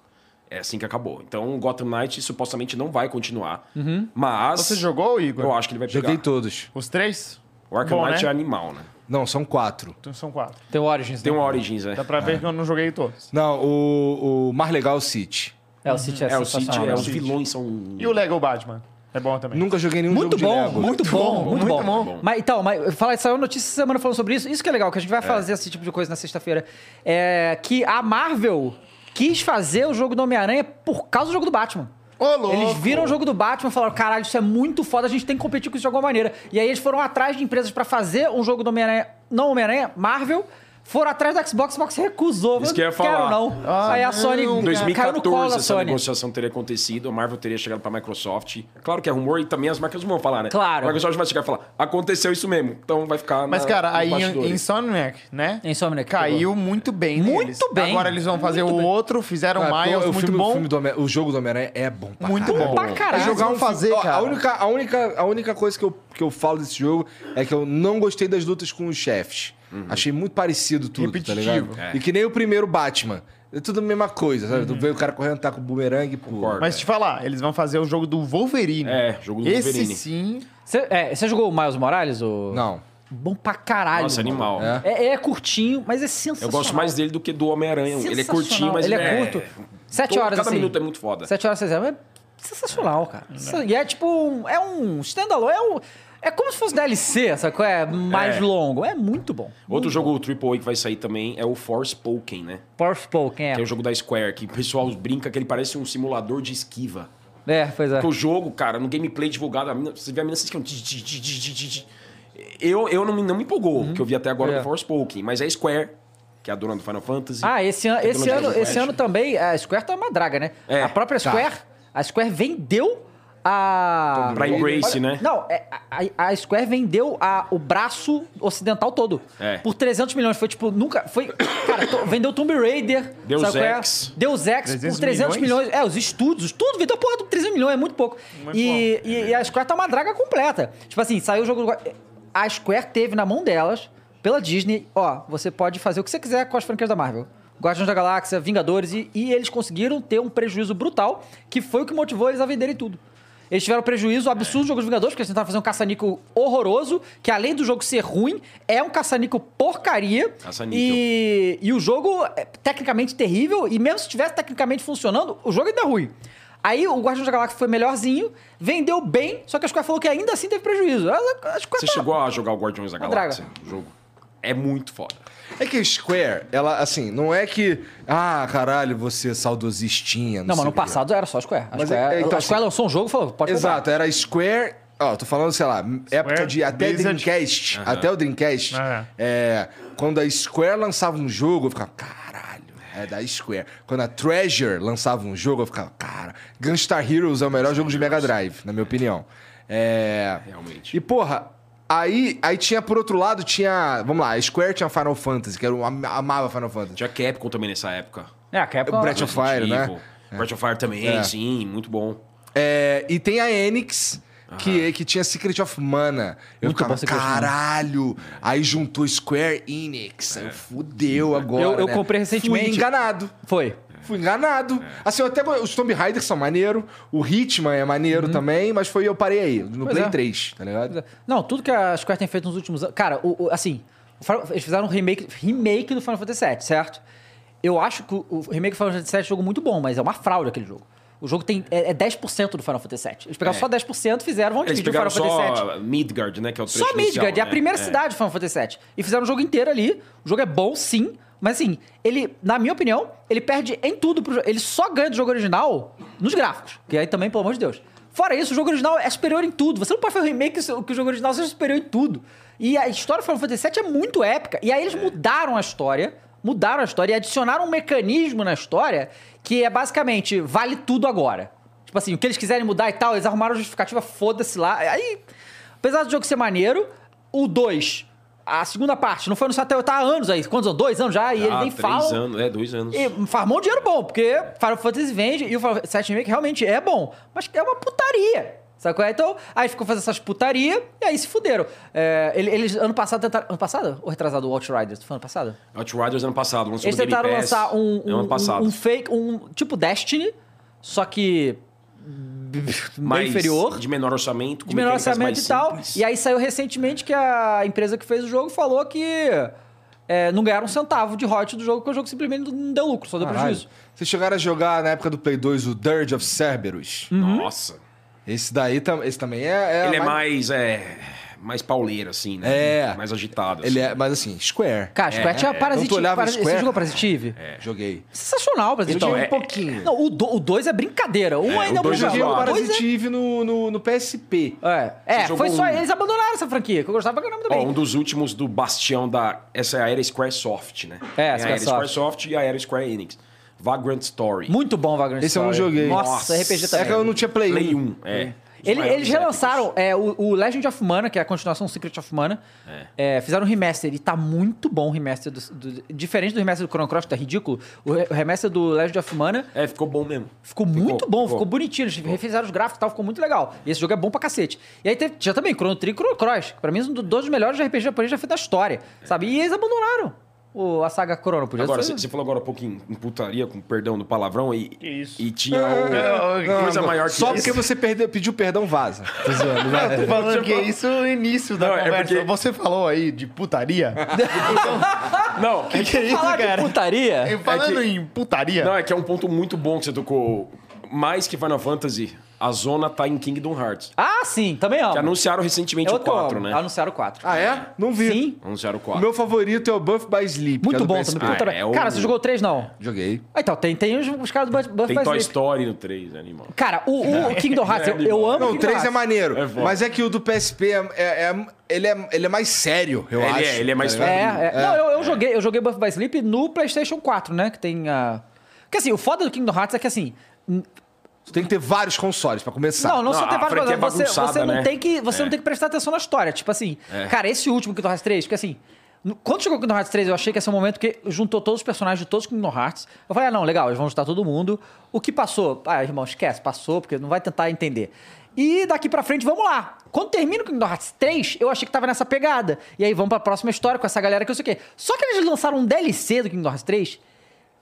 Speaker 4: É assim que acabou. Então, Gotham Knight supostamente não vai continuar. Mas.
Speaker 3: Uhum. Você jogou, Igor?
Speaker 4: Eu acho que ele vai pegar.
Speaker 1: Joguei todos.
Speaker 3: Os três?
Speaker 4: O Arkham
Speaker 3: Bom,
Speaker 4: Knight
Speaker 3: né?
Speaker 4: é animal, né?
Speaker 1: Não, são quatro.
Speaker 3: Então São quatro.
Speaker 2: Tem o Origins,
Speaker 4: Tem
Speaker 2: né?
Speaker 4: um Origins, né?
Speaker 3: Dá pra ver que eu não joguei todos.
Speaker 1: Não, o, o mais legal é o City.
Speaker 2: É, o City é,
Speaker 4: É, o City,
Speaker 2: sensacional.
Speaker 4: é,
Speaker 2: né?
Speaker 4: os vilões são.
Speaker 3: E o Lego Batman? É bom também.
Speaker 1: Nunca joguei nenhum
Speaker 2: Muito
Speaker 1: um jogo de
Speaker 2: bom,
Speaker 1: Lego.
Speaker 2: muito bom, muito
Speaker 3: muito
Speaker 2: bom.
Speaker 4: bom.
Speaker 2: Mas então, mas fala, saiu notícia essa semana falando sobre isso. Isso que é legal, que a gente vai fazer esse tipo de coisa na sexta-feira. É que a Marvel quis fazer o jogo do Homem-Aranha por causa do jogo do Batman.
Speaker 3: Ô, louco!
Speaker 2: Eles viram o jogo do Batman e falaram: caralho, isso é muito foda, a gente tem que competir com isso de alguma maneira. E aí eles foram atrás de empresas pra fazer um jogo do Homem-Aranha, não Homem-Aranha, Marvel. Foram atrás da Xbox, a Xbox recusou.
Speaker 4: Isso
Speaker 2: Eu
Speaker 4: que eu ia
Speaker 2: não
Speaker 4: falar.
Speaker 2: Quero não.
Speaker 3: Ah,
Speaker 2: aí a
Speaker 3: não,
Speaker 2: Sony
Speaker 3: cara.
Speaker 4: Em
Speaker 2: caiu no colo
Speaker 4: 2014
Speaker 2: a
Speaker 4: essa
Speaker 2: Sony.
Speaker 4: negociação teria acontecido, a Marvel teria chegado pra Microsoft. Claro que é rumor e também as marcas não vão falar, né?
Speaker 2: Claro.
Speaker 4: A Microsoft vai chegar e falar, aconteceu isso mesmo. Então vai ficar
Speaker 3: Mas,
Speaker 4: na-
Speaker 3: cara,
Speaker 4: nos
Speaker 3: aí
Speaker 4: bastidores.
Speaker 3: Insomniac, né?
Speaker 2: Insomniac,
Speaker 3: Caiu muito bem
Speaker 2: Muito
Speaker 3: neles.
Speaker 2: bem.
Speaker 3: Agora eles vão fazer o outro, fizeram
Speaker 1: Ah,
Speaker 3: o
Speaker 1: pô,
Speaker 3: Miles,
Speaker 1: o
Speaker 3: muito
Speaker 1: filme-
Speaker 3: bom.
Speaker 1: O, filme do Homem- o jogo do Homem-Aranha é bom pra
Speaker 3: Muito
Speaker 1: caralho.
Speaker 3: bom.
Speaker 2: Pra caralho.
Speaker 1: É jogar um
Speaker 3: Eles vão fazer,
Speaker 1: fazer,
Speaker 3: cara.
Speaker 1: A única, a, única, a única coisa que eu, que eu falo desse jogo é que eu não gostei das lutas com os chefes. Achei muito parecido tudo, tá
Speaker 3: Repetitivo.
Speaker 1: ligado?
Speaker 4: Uhum. É. Uhum.
Speaker 1: E que nem o primeiro Batman. É tudo a mesma coisa, sabe? Tu vê o cara correndo, tá com o bumerangue, pô.
Speaker 4: Concordo.
Speaker 3: Mas te falar, eles vão fazer o jogo do Wolverine.
Speaker 4: É, jogo do
Speaker 3: Esse
Speaker 4: Wolverine.
Speaker 3: sim.
Speaker 2: Você é, você jogou o Miles Morales? Ou...
Speaker 1: Não.
Speaker 2: Bom pra caralho.
Speaker 4: Nossa,
Speaker 2: mano.
Speaker 4: animal.
Speaker 1: É.
Speaker 2: É, é curtinho, mas é sensacional.
Speaker 4: Eu gosto mais dele do que do Homem-Aranha. Ele é
Speaker 2: Sensacional.
Speaker 4: curtinho, mas
Speaker 2: Ele é curto. Sete
Speaker 4: Todo-
Speaker 2: horas,
Speaker 4: Cada
Speaker 2: assim.
Speaker 4: minuto é muito foda. Né?
Speaker 2: 7 horas e 6 é sensacional, cara. E é tipo, um- é um standalone, é um... É como se fosse DLC, sacou? É mais
Speaker 4: É.
Speaker 2: longo. É muito bom.
Speaker 4: Outro jogo AAA que vai sair também é o Force Pokémon, né?
Speaker 2: Forspoken, é.
Speaker 4: Que é o jogo da Square, que o pessoal brinca que ele parece um simulador de esquiva.
Speaker 2: É, pois é.
Speaker 4: Porque o jogo, cara, no gameplay divulgado, a mina, você vê a mina assim é se esquivando. tch, tch, tch, tch, tch, tch. Eu, eu não, me- não me empolgou o que eu vi até agora
Speaker 2: É.
Speaker 4: do Force Pokémon, mas é a Square, que é a dona do Final Fantasy.
Speaker 2: Ah, esse, an
Speaker 4: que é
Speaker 2: esse,
Speaker 4: dona do
Speaker 2: ano,
Speaker 4: Dragon
Speaker 2: esse
Speaker 4: Quest.
Speaker 2: ano também a Square tá uma draga, né?
Speaker 4: É,
Speaker 2: a própria
Speaker 1: tá.
Speaker 2: Square, a Square vendeu a...
Speaker 4: Pra Embrace, né?
Speaker 2: Não, é, a, a- a Square vendeu a- o braço ocidental todo.
Speaker 4: É.
Speaker 2: Por 300 milhões. Foi tipo, nunca... Foi, cara, to- vendeu Tomb Raider.
Speaker 4: Deus
Speaker 2: sabe qual é?
Speaker 4: Ex.
Speaker 2: Deus Ex por
Speaker 3: 300
Speaker 2: 300 milhões.
Speaker 3: milhões?
Speaker 2: É, os estúdios, tudo. Vendeu porra do 300 milhões, é muito pouco.
Speaker 3: Muito
Speaker 2: e, e, e a Square tá uma draga completa. Tipo assim, saiu o jogo... do- A Square teve na mão delas, pela Disney, ó, você pode fazer o que você quiser com as franquias da Marvel. Guardiões da Galáxia, Vingadores, e, e eles conseguiram ter um prejuízo brutal, que foi o que motivou eles a venderem tudo. Eles tiveram um prejuízo absurdo no jogo dos Vingadores, porque eles tentaram fazer um caça-níquel horroroso, que além do jogo ser ruim, é um caça-níquel porcaria.
Speaker 4: Caça-níquel.
Speaker 2: E, e o jogo é tecnicamente terrível, e mesmo se estivesse tecnicamente funcionando, o jogo ainda é ruim. Aí o Guardiões da Galáxia foi melhorzinho, vendeu bem, só que a Square falou que ainda assim teve prejuízo. A, a Square
Speaker 4: Você
Speaker 2: tá-
Speaker 4: chegou a jogar o Guardiões da
Speaker 2: Uma
Speaker 4: Galáxia?
Speaker 2: draga.
Speaker 4: O jogo. É muito foda.
Speaker 1: É que Square, ela, assim, não é que. Ah, caralho, você saudosistinha. Não,
Speaker 2: Não,
Speaker 1: sei
Speaker 2: mas no
Speaker 1: o quê.
Speaker 2: passado era só a Square. A
Speaker 1: Mas
Speaker 2: Square,
Speaker 1: é- é, então,
Speaker 2: a Square
Speaker 1: assim-
Speaker 2: lançou um jogo e falou, pode comprar.
Speaker 1: Exato, era Square. Ó, tô falando, sei lá, época de até
Speaker 3: Blizzard.
Speaker 1: Dreamcast. Até o Dreamcast.
Speaker 3: Aham.
Speaker 1: É, quando a Square lançava um jogo, eu ficava, caralho, é da Square. Quando a Treasure lançava um jogo, eu ficava, cara. Gunstar Heroes é o melhor jogo de Mega Drive, na minha opinião. É.
Speaker 4: Realmente.
Speaker 1: E, porra, aí, aí tinha, por outro lado, tinha. Vamos lá, a Square tinha Final Fantasy, que eu am- amava Final Fantasy.
Speaker 4: Tinha Capcom também nessa época.
Speaker 2: É, a Capcom...
Speaker 1: Breath of Fire, né?
Speaker 4: Evil. Breath of Fire também,
Speaker 1: É.
Speaker 4: sim, muito bom.
Speaker 1: É, e tem a Enix, que, que tinha Secret of Mana. Eu
Speaker 2: Muito
Speaker 1: ficava,
Speaker 2: bom Secret of Mana.
Speaker 1: caralho! Aí juntou Square Enix. Aí eu fudeu agora.
Speaker 2: É. Eu- eu
Speaker 1: né?
Speaker 2: comprei recentemente. É.
Speaker 1: Fui enganado.
Speaker 2: Foi.
Speaker 1: Fui enganado. Assim, eu até go- os Tomb Raider são maneiro, o Hitman é maneiro também, mas foi eu parei aí, no
Speaker 2: Uhum. Pois
Speaker 1: Play
Speaker 2: é.
Speaker 1: 3, tá ligado?
Speaker 2: Não, tudo que a Square tem feito nos últimos anos... Cara, o- o- assim, o Final- eles fizeram um remake, remake do Final Fantasy VII, certo? Eu acho que o, o remake do Final Fantasy VII é um jogo muito bom, mas é uma fraude aquele jogo. O jogo tem, é, é 10% do Final Fantasy VII. Eles pegaram
Speaker 4: É.
Speaker 2: só 10% e fizeram, vamos
Speaker 4: Eles
Speaker 2: dividir o
Speaker 4: pegaram
Speaker 2: Final Fantasy VII.
Speaker 4: só Midgard, né? Que é o trecho
Speaker 2: Só Midgard, é a
Speaker 4: inicial, né?
Speaker 2: primeira cidade do Final Fantasy VII. E fizeram o jogo inteiro ali. O jogo é bom, sim. Mas assim, ele, na minha opinião, ele perde em tudo. Pro, jo- ele só ganha do jogo original nos gráficos. Que aí também, pelo amor de Deus. Fora isso, o jogo original é superior em tudo. Você não pode fazer um remake que o jogo original seja superior em tudo. E a história do Final Fantasy VII é muito épica. E
Speaker 4: É.
Speaker 2: aí eles mudaram a história. Mudaram a história e adicionaram um mecanismo na história que é basicamente vale tudo agora. Tipo assim, o que eles quiserem mudar e tal, eles arrumaram justificativa, foda-se lá. Aí, apesar do jogo ser maneiro, o 2 a segunda parte. Não foi anunciado até tá há anos aí. Quantos anos? Dois anos já? E eles
Speaker 4: Ah,
Speaker 2: nem
Speaker 4: três
Speaker 2: falam.
Speaker 4: anos, é, dois anos.
Speaker 2: E farmou um dinheiro bom, porque Final Fantasy vende e o Final Fantasy VII Remake realmente é bom, mas é uma putaria. Sacou? Então, aí ficou fazendo essas putaria e aí se fuderam. É, ele- eles, ano passado, tentaram. Ano passado? Ou retrasado o Outriders? Foi ano passado?
Speaker 4: Outriders é ano passado, lançou
Speaker 2: Eles
Speaker 4: no Game
Speaker 2: tentaram
Speaker 4: Pass.
Speaker 2: lançar um,
Speaker 4: É, ano
Speaker 2: um,
Speaker 4: passado.
Speaker 2: um fake, um tipo Destiny, só que. meio
Speaker 4: Mais-
Speaker 2: inferior.
Speaker 4: De menor orçamento. com
Speaker 2: de menor
Speaker 4: mecânicas
Speaker 2: orçamento
Speaker 4: é mais
Speaker 2: e tal.
Speaker 4: simples.
Speaker 2: E aí saiu recentemente que a empresa que fez o jogo falou que é, não ganharam um centavo de hot do jogo, porque o jogo simplesmente não deu lucro, só deu prejuízo.
Speaker 1: Vocês chegaram a jogar na época do Play 2 o Dirge of Cerberus.
Speaker 2: Uhum.
Speaker 4: Nossa.
Speaker 1: Esse daí tam- esse também é.
Speaker 4: Ele é mais, é, mais pauleiro, assim, né?
Speaker 1: É.
Speaker 4: Mais agitado.
Speaker 1: Ele é, mas assim, Square.
Speaker 2: Cara, Square tinha Parasite
Speaker 1: Então tu olhava
Speaker 2: Parasite-
Speaker 1: Square?
Speaker 2: Você jogou Parasite Eve?
Speaker 1: É, joguei.
Speaker 2: Sensacional, Parasite
Speaker 1: Então,
Speaker 2: Eve.
Speaker 1: é- Um pouquinho.
Speaker 2: Não, o 2 é brincadeira. Um ainda é
Speaker 4: o dois
Speaker 1: Hoje
Speaker 4: já
Speaker 1: em
Speaker 2: brincadeira.
Speaker 1: dia
Speaker 4: zoado.
Speaker 1: eu
Speaker 2: O dois é-
Speaker 1: parasitive no, no, no PSP.
Speaker 2: É, é
Speaker 4: Você
Speaker 2: foi
Speaker 4: jogou
Speaker 2: só.
Speaker 4: um-
Speaker 2: Eles abandonaram essa franquia, que eu gostava pra caramba
Speaker 4: Ó,
Speaker 2: também.
Speaker 4: um dos últimos do bastião da... Essa é a era Squaresoft, né?
Speaker 2: É,
Speaker 4: a era
Speaker 2: Squaresoft.
Speaker 4: Squaresoft e a era Square Enix. Vagrant Story.
Speaker 2: Muito bom, Vagrant
Speaker 1: Esse eu não
Speaker 2: Story.
Speaker 1: joguei.
Speaker 2: Nossa,
Speaker 4: Nossa.
Speaker 2: RPG
Speaker 1: É
Speaker 2: também.
Speaker 1: que eu não tinha Play,
Speaker 4: Play
Speaker 1: 1.
Speaker 4: 1, é. Os
Speaker 2: Ele-
Speaker 4: maiores
Speaker 2: eles
Speaker 4: épicos.
Speaker 2: relançaram é, o, o Legend of Mana, que é a continuação do Secret of Mana. É, fizeram um remaster e tá muito bom o remaster. Do, do- diferente do remaster do Chrono Cross, que tá ridículo. O, re- o remaster do Legend of Mana
Speaker 4: É, ficou bom mesmo.
Speaker 2: ficou, muito bom, ficou,
Speaker 4: ficou.
Speaker 2: bonitinho. Eles refizeram os gráficos e tal, ficou muito legal. E esse jogo é bom pra cacete. E aí teve, tinha também Chrono Trigger e Chrono Cross. que Pra mim, é um dos dois melhores RPG japoneses já feito da história, sabe? E eles abandonaram o- a saga Chrono. Podia
Speaker 4: Agora,
Speaker 2: ser-
Speaker 4: você falou agora um pouquinho em putaria, com perdão do palavrão, e,
Speaker 3: Que isso.
Speaker 4: e tinha
Speaker 1: É,
Speaker 4: o-
Speaker 3: Não,
Speaker 4: coisa
Speaker 1: não,
Speaker 4: maior que
Speaker 1: Só
Speaker 4: isso.
Speaker 1: porque você perdeu, pediu perdão, vaza. Tô zoando, vai.
Speaker 3: Eu tô falando que é isso no início da
Speaker 4: Não, é
Speaker 3: conversa.
Speaker 4: porque-
Speaker 3: Você falou aí de putaria?
Speaker 4: Não,
Speaker 3: que, que é isso,
Speaker 2: Falar
Speaker 3: cara?
Speaker 2: de putaria...
Speaker 3: E Falando
Speaker 4: É que-
Speaker 3: em putaria,
Speaker 4: Não, é que é um ponto muito bom que você tocou. Mais que Final Fantasy, a zona tá em Kingdom Hearts.
Speaker 2: Ah, sim, também amo.
Speaker 4: Que anunciaram recentemente
Speaker 2: É
Speaker 4: o
Speaker 2: outro que eu
Speaker 4: 4,
Speaker 2: amo.
Speaker 4: né?
Speaker 2: Anunciaram o 4.
Speaker 1: Ah, é? Não vi.
Speaker 2: Sim.
Speaker 4: Anunciaram o
Speaker 1: O
Speaker 4: 4.
Speaker 1: meu favorito é o Buff by Sleep. que é
Speaker 2: Muito
Speaker 1: do
Speaker 2: bom
Speaker 1: PSP.
Speaker 2: também. puta
Speaker 4: Ah,
Speaker 2: merda.
Speaker 4: é o-
Speaker 2: Cara, você jogou o 3, não?
Speaker 1: Joguei.
Speaker 2: Ah, então, tem, tem os, os caras do Buff Buff
Speaker 4: Tem
Speaker 2: by
Speaker 4: Toy
Speaker 2: Sleep.
Speaker 4: Story É. no 3, animal.
Speaker 2: Cara, o, o Kingdom Hearts, eu, eu amo
Speaker 1: Não, o
Speaker 2: Kingdom
Speaker 1: 3 é
Speaker 2: Hearts.
Speaker 1: maneiro.
Speaker 4: É bom.
Speaker 1: mas é que o do PSP é, é- é- ele é, ele é mais sério, eu
Speaker 4: Ele
Speaker 1: acho.
Speaker 4: é, ele é mais
Speaker 1: tá
Speaker 4: sério.
Speaker 1: ligado?
Speaker 2: É, é. Não, eu, eu joguei, eu joguei Buff by Sleep no PlayStation 4, né? Que tem a. Porque assim, o foda do Kingdom Hearts é que assim. n-
Speaker 1: Tu tem que ter vários consoles pra começar.
Speaker 2: Não, não
Speaker 4: Não,
Speaker 2: só tem
Speaker 4: a
Speaker 2: vários
Speaker 4: franquia
Speaker 2: jogos, você,
Speaker 4: é bagunçada,
Speaker 2: você, não,
Speaker 4: né?
Speaker 2: tem que, você não
Speaker 4: É.
Speaker 2: tem que prestar atenção na história. Tipo assim, cara, esse último Kingdom Hearts 3, porque assim. no- Quando chegou o Kingdom Hearts 3, eu achei que esse é o momento que juntou todos os personagens de todos os Kingdom Hearts. Eu falei, ah, não, legal, eles vão juntar todo mundo. O que passou? Ah, irmão, esquece, passou, porque não vai tentar entender. E daqui pra frente, vamos lá. Quando termina o Kingdom Hearts 3, eu achei que tava nessa pegada. E aí vamos pra próxima história com essa galera que eu sei o quê. Só que eles lançaram um DLC do Kingdom Hearts 3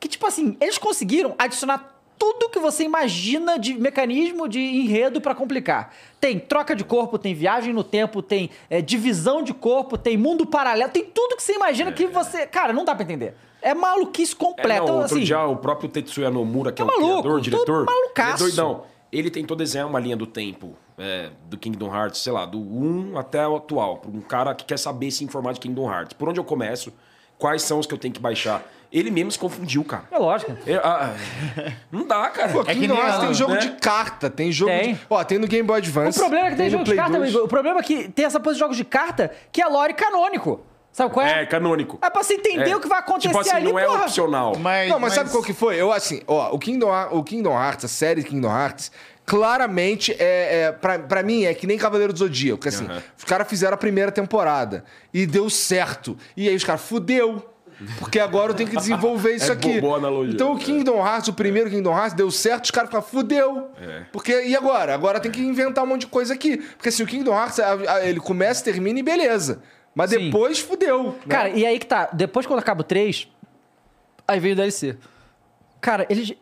Speaker 2: que, tipo assim, eles conseguiram adicionar tudo que você imagina de mecanismo de enredo pra complicar. Tem troca de corpo, tem viagem no tempo, tem é, divisão de corpo, tem mundo paralelo, tem tudo que você imagina que você. Cara, não dá pra entender. É maluquice
Speaker 4: É,
Speaker 2: completa.
Speaker 4: não,
Speaker 2: então,
Speaker 4: outro
Speaker 2: assim,
Speaker 4: dia o próprio Tetsuya Nomura, que é,
Speaker 2: É
Speaker 4: o
Speaker 2: maluco,
Speaker 4: criador,
Speaker 2: todo
Speaker 4: diretor, ele é
Speaker 2: malucaço.
Speaker 4: doidão. Ele tentou desenhar uma linha do tempo é, do Kingdom Hearts, sei lá, do 1 até o atual, pra um cara que quer saber se informar de Kingdom Hearts. Por onde eu começo? Quais são os que eu tenho que baixar? Ele mesmo se confundiu, cara.
Speaker 2: É lógico.
Speaker 4: Eu- ah, não dá, cara.
Speaker 1: Pô, Kingdom
Speaker 3: nem
Speaker 1: Hearts
Speaker 3: a-
Speaker 1: tem jogo
Speaker 4: né?
Speaker 1: de carta, tem jogo
Speaker 2: é. Tem.
Speaker 1: de... Ó, tem no Game Boy
Speaker 2: O
Speaker 1: Advance.
Speaker 2: problema é que tem,
Speaker 1: no
Speaker 2: jogo de
Speaker 1: Play
Speaker 2: carta,
Speaker 1: 2.
Speaker 2: amigo. O problema é que tem essa coisa de jogos de carta que é lore canônico. Sabe qual é?
Speaker 4: É, canônico.
Speaker 2: É pra você entender
Speaker 4: É.
Speaker 2: o que vai acontecer
Speaker 4: Tipo assim,
Speaker 2: ali,
Speaker 4: não é
Speaker 2: porra.
Speaker 4: opcional.
Speaker 3: mas...
Speaker 1: Não, mas, sabe qual que foi? Eu, assim, ó, o Kingdom, Hear- o Kingdom Hearts, a série Kingdom Hearts, claramente, é, é, pra, pra mim, é que nem Cavaleiro do Zodíaco. Porque, assim,
Speaker 4: Aham.
Speaker 1: os caras fizeram a primeira temporada e deu certo. E aí os caras, fudeu. Porque agora eu tenho que desenvolver isso
Speaker 4: É
Speaker 1: aqui.
Speaker 4: boa analogia.
Speaker 1: Então o Kingdom Hearts, o primeiro Kingdom Hearts, deu certo, os caras ficaram, fudeu.
Speaker 4: É.
Speaker 1: Porque, e agora? Agora tem que inventar um monte de coisa aqui. Porque assim, o Kingdom Hearts, a- a- ele começa, termina e beleza. Mas
Speaker 2: Sim.
Speaker 1: depois fudeu. né?
Speaker 2: Cara, e aí que tá. Depois quando acaba o 3, aí veio o DLC. Cara, eles.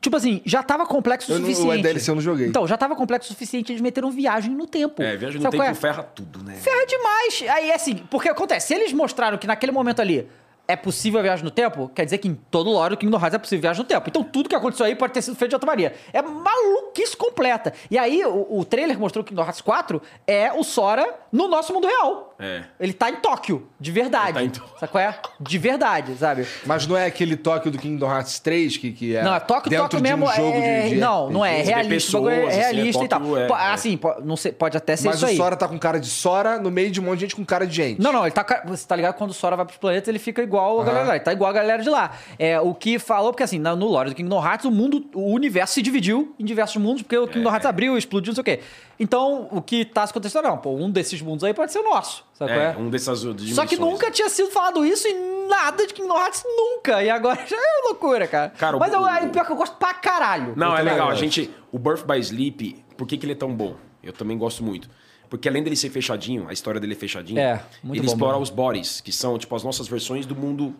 Speaker 2: Tipo assim, já tava complexo o
Speaker 1: Eu não- o
Speaker 2: suficiente.
Speaker 1: DLC eu não joguei.
Speaker 2: Então, já tava complexo o suficiente, eles meteram viagem no tempo.
Speaker 4: É, viagem no
Speaker 2: Sabe
Speaker 4: tempo
Speaker 2: qual é?
Speaker 4: ferra tudo, né?
Speaker 2: Ferra demais. Aí, assim, porque acontece, se eles mostraram que naquele momento ali é possível a viagem no tempo, quer dizer que em todo lore do Kingdom Hearts é possível viagem no tempo. Então tudo que aconteceu aí pode ter sido feito de outra maneira. É maluquice completa. E aí, o, o trailer que mostrou o Kingdom Hearts 4 é o Sora no nosso mundo real.
Speaker 4: É.
Speaker 2: Ele tá em Tóquio, de verdade.
Speaker 4: Ele tá em Tó-
Speaker 2: Sabe qual é? De verdade, sabe?
Speaker 1: Mas não é aquele Tóquio do Kingdom Hearts 3 que, que é.
Speaker 2: Não, é Tóquio,
Speaker 1: dentro
Speaker 2: Tóquio
Speaker 1: de
Speaker 2: mesmo.
Speaker 1: um jogo
Speaker 2: é...
Speaker 1: de, de
Speaker 2: Não,
Speaker 1: RPG.
Speaker 2: não é. É
Speaker 4: Vê
Speaker 2: realista. o bagulho
Speaker 4: pessoas,
Speaker 2: é
Speaker 4: assim, é
Speaker 2: realista e tal.
Speaker 4: Tóquio, é,
Speaker 2: Po-
Speaker 4: é.
Speaker 2: Assim, po- não sei, pode até ser
Speaker 1: Mas
Speaker 2: é isso
Speaker 1: o
Speaker 2: aí.
Speaker 1: Sora tá com cara de Sora no meio de um monte de gente com cara de gente.
Speaker 2: Não, não, ele tá. ca- Você tá ligado? Quando o Sora vai pros planetas, ele fica igual a galera lá. Ele tá igual a galera de lá. É, o que falou, porque assim, na- no lore do Kingdom Hearts, o mundo, o universo se dividiu em diversos mundos, porque o
Speaker 4: É.
Speaker 2: Kingdom Hearts abriu, explodiu, não sei o quê. Então, o que tá se contestando, não, pô, um desses mundos aí pode ser o nosso. Sabe qual
Speaker 4: É,
Speaker 2: é?
Speaker 4: um dessas dimensões.
Speaker 2: Só que nunca tinha sido falado isso em nada de Kingdom Hearts, nunca. E agora já é loucura, cara.
Speaker 4: Cara, o-
Speaker 2: Mas eu, é, pior que eu gosto pra caralho.
Speaker 4: Não,
Speaker 2: Eu
Speaker 4: é
Speaker 2: também
Speaker 4: legal. A
Speaker 2: gosto.
Speaker 4: gente. O Birth by Sleep, por que, que ele é tão bom? Eu também gosto muito. Porque além dele ser fechadinho, a história dele é fechadinha,
Speaker 2: É, muito
Speaker 4: ele
Speaker 2: bom
Speaker 4: explora
Speaker 2: mesmo.
Speaker 4: os bodies, que são tipo as nossas versões do mundo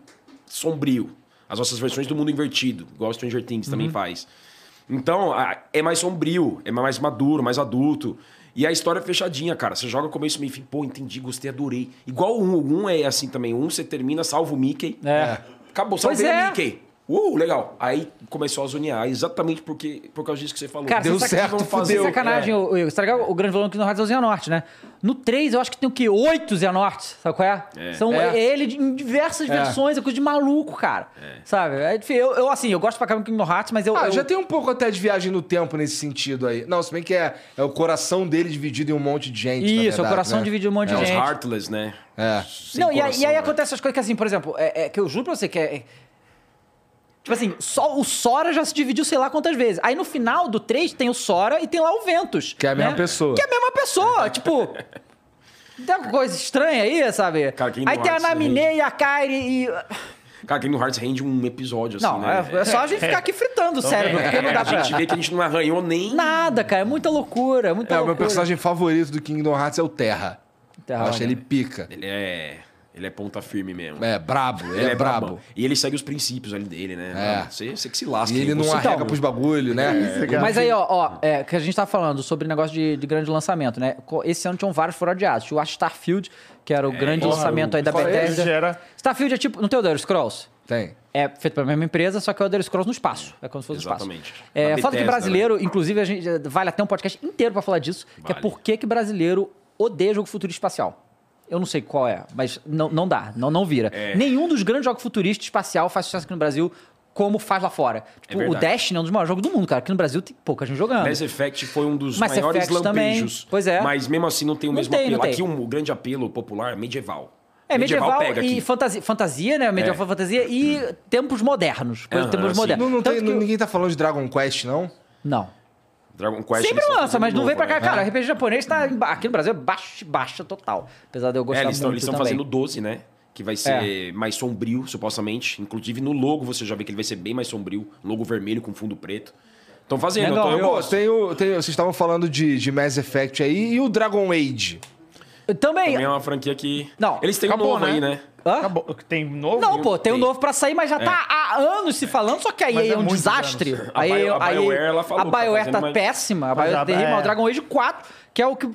Speaker 4: sombrio. As nossas versões do mundo invertido, igual o Stranger Things também
Speaker 2: Uhum.
Speaker 4: faz. Então, a- é mais sombrio, é mais maduro, mais adulto. E a história é fechadinha, cara. Você joga começo, meio e fim. Pô, entendi, gostei, adorei. Igual o 1. O 1 é assim também. O 1 você termina, salva o Mickey.
Speaker 2: É.
Speaker 4: Acabou,
Speaker 2: Pois
Speaker 4: salvei
Speaker 2: é.
Speaker 4: o Mickey. Uh, legal. Aí começou a zonear, exatamente porque, por causa disso que você falou. É.
Speaker 2: Cara,
Speaker 1: Deu
Speaker 2: você saca-
Speaker 1: certo,
Speaker 2: vão fazer
Speaker 1: fudeu. É.
Speaker 2: Sem sacanagem, o, Igor. Você tá ligado? O grande vilão do Kingdom Hearts é o Xehanorte, né? No 3, eu acho que tem o quê? Oito Xehanortes, sabe qual é?
Speaker 4: É.
Speaker 2: São
Speaker 1: É.
Speaker 2: ele de- em diversas versões, é coisa de maluco, cara. Sabe? É, enfim, eu, eu, assim, eu gosto pra caramba do Kingdom Hearts, mas eu...
Speaker 1: Ah,
Speaker 2: eu-
Speaker 1: já tem um pouco até de viagem no tempo nesse sentido aí. Não, se bem que é, é o coração dele dividido em um monte de gente. na
Speaker 2: Isso, é
Speaker 1: verdade,
Speaker 2: o coração um
Speaker 1: né?
Speaker 2: dividiu um monte
Speaker 4: É,
Speaker 2: de
Speaker 4: os
Speaker 2: gente.
Speaker 4: Heartless, né?
Speaker 1: É.
Speaker 4: Sem
Speaker 2: Não, e, aí-
Speaker 4: coração,
Speaker 2: e aí
Speaker 4: né?
Speaker 2: acontece essas coisas que, assim, por exemplo, é, é que eu juro pra você que é. é- Tipo assim, só, o Sora já se dividiu sei lá quantas vezes. Aí no final do 3 tem o Sora e tem lá o Ventus.
Speaker 1: Que é a mesma pessoa.
Speaker 2: Que é a mesma pessoa. tipo. Tem alguma coisa estranha aí, sabe?
Speaker 4: Cara, quem
Speaker 2: aí
Speaker 4: não
Speaker 2: tem a
Speaker 4: acha,
Speaker 2: Namine e a Kairi e.
Speaker 4: Cara, Kingdom Hearts rende um episódio, assim,
Speaker 2: Não,
Speaker 4: né?
Speaker 2: é, é só a gente ficar aqui fritando o cérebro, porque não dá
Speaker 4: é, a
Speaker 2: pra.
Speaker 4: gente vê que a gente não arranhou nem...
Speaker 2: Nada, cara. É muita loucura. É muita
Speaker 1: É, o meu
Speaker 2: loucura.
Speaker 1: personagem favorito do Kingdom Hearts é o Terra.
Speaker 2: Terra,
Speaker 1: Eu acho
Speaker 2: né?
Speaker 1: ele pica.
Speaker 4: Ele é... Ele é ponta firme mesmo.
Speaker 1: É, brabo, ele, é, brabo.
Speaker 4: brabão. E ele segue os princípios ali dele, né?
Speaker 1: É.
Speaker 4: Ah, Você, você que se lasca.
Speaker 1: E ele
Speaker 4: hein?
Speaker 1: não
Speaker 4: Você-
Speaker 1: arrega
Speaker 2: Então,
Speaker 1: pros bagulho, né?
Speaker 3: Cara,
Speaker 2: Mas aí, ó, ó, é, que a gente tava falando sobre negócio de, de grande lançamento, né? Co- Esse ano tinham vários fora de aço. Tinha o Ash Starfield, que era o grande
Speaker 4: É, porra,
Speaker 2: lançamento aí da
Speaker 1: fora-
Speaker 2: Bethesda.
Speaker 3: esse era-
Speaker 2: Starfield é tipo, não tem o Elder Scrolls?
Speaker 1: Tem.
Speaker 2: É feito pela mesma empresa, só que é o Elder Scrolls no espaço. É como se fosse no
Speaker 4: Exatamente.
Speaker 2: espaço. É,
Speaker 4: Da
Speaker 2: foda que
Speaker 4: Bethesda, né?
Speaker 2: brasileiro, inclusive, a gente, vale até um podcast inteiro pra falar disso, que é
Speaker 4: Vale.
Speaker 2: por que que brasileiro odeia jogo futurista espacial. Eu não sei qual é, mas não, não dá, não, não vira.
Speaker 4: É.
Speaker 2: Nenhum dos grandes jogos futuristas espacial faz sucesso aqui no Brasil como faz lá fora. Tipo, o
Speaker 4: verdade.
Speaker 2: Destiny é um dos maiores jogos do mundo, cara. Aqui no Brasil tem pouca gente jogando.
Speaker 4: Mass Effect foi um dos
Speaker 2: Mass
Speaker 4: maiores
Speaker 2: Effect também.
Speaker 4: lampejos.
Speaker 2: Pois é.
Speaker 4: Mas mesmo assim não tem o
Speaker 2: Não
Speaker 4: mesmo
Speaker 2: tem, não
Speaker 4: apelo.
Speaker 2: tem.
Speaker 4: Aqui um, o grande apelo popular é medieval.
Speaker 2: É, medieval,
Speaker 4: pega
Speaker 2: e
Speaker 4: aqui.
Speaker 2: fantasia, fantasia, né? Medieval
Speaker 4: É.
Speaker 2: fantasia e tempos modernos. coisa de
Speaker 4: Aham,
Speaker 2: tempos
Speaker 4: assim.
Speaker 2: modernos.
Speaker 1: Não, não
Speaker 2: Tanto
Speaker 1: tem-
Speaker 2: que-
Speaker 1: ninguém tá falando de Dragon Quest, não?
Speaker 2: Não.
Speaker 4: Dragon Quest... eles
Speaker 2: Sempre
Speaker 4: tão
Speaker 2: lança,
Speaker 4: fazendo
Speaker 2: mas não
Speaker 4: novo,
Speaker 2: vem pra cá.
Speaker 4: né?
Speaker 2: Cara, RPG japonês tá em ba- aqui no Brasil é baixa, baixa total. Apesar de eu
Speaker 4: É,
Speaker 2: gostar
Speaker 4: eles
Speaker 2: muito
Speaker 4: estão
Speaker 2: também.
Speaker 4: fazendo 12, né? Que vai ser mais sombrio, supostamente. Inclusive no logo você já vê que ele vai ser bem mais sombrio. Logo vermelho com fundo preto. Estão fazendo,
Speaker 2: Legal,
Speaker 4: então eu
Speaker 2: eu
Speaker 1: Pô,
Speaker 4: gosto.
Speaker 1: tem o, tem, vocês estavam falando de, de Mass Effect aí e o Dragon Age.
Speaker 2: Também.
Speaker 4: Também é uma franquia que...
Speaker 2: Não,
Speaker 4: Eles têm
Speaker 3: acabou,
Speaker 4: um novo
Speaker 3: né?
Speaker 4: aí, né?
Speaker 2: Hã?
Speaker 3: Acabou. Tem novo?
Speaker 2: Não, pô, tem um
Speaker 4: Tem. É.
Speaker 2: novo pra sair, mas já tá há anos se falando, só que aí
Speaker 3: Mas
Speaker 2: é,
Speaker 3: é
Speaker 2: um
Speaker 3: muitos
Speaker 2: desastre.
Speaker 4: A
Speaker 2: aí,
Speaker 4: Bio- a
Speaker 2: aí-
Speaker 4: BioWare, ela falou
Speaker 2: A
Speaker 4: que tá
Speaker 2: BioWare
Speaker 4: fazendo
Speaker 2: tá
Speaker 4: mais-
Speaker 2: péssima, a
Speaker 3: Mas
Speaker 2: BioWare
Speaker 3: a-
Speaker 4: tá,
Speaker 2: terrível,
Speaker 3: é.
Speaker 2: o Dragon Age 4, que é o que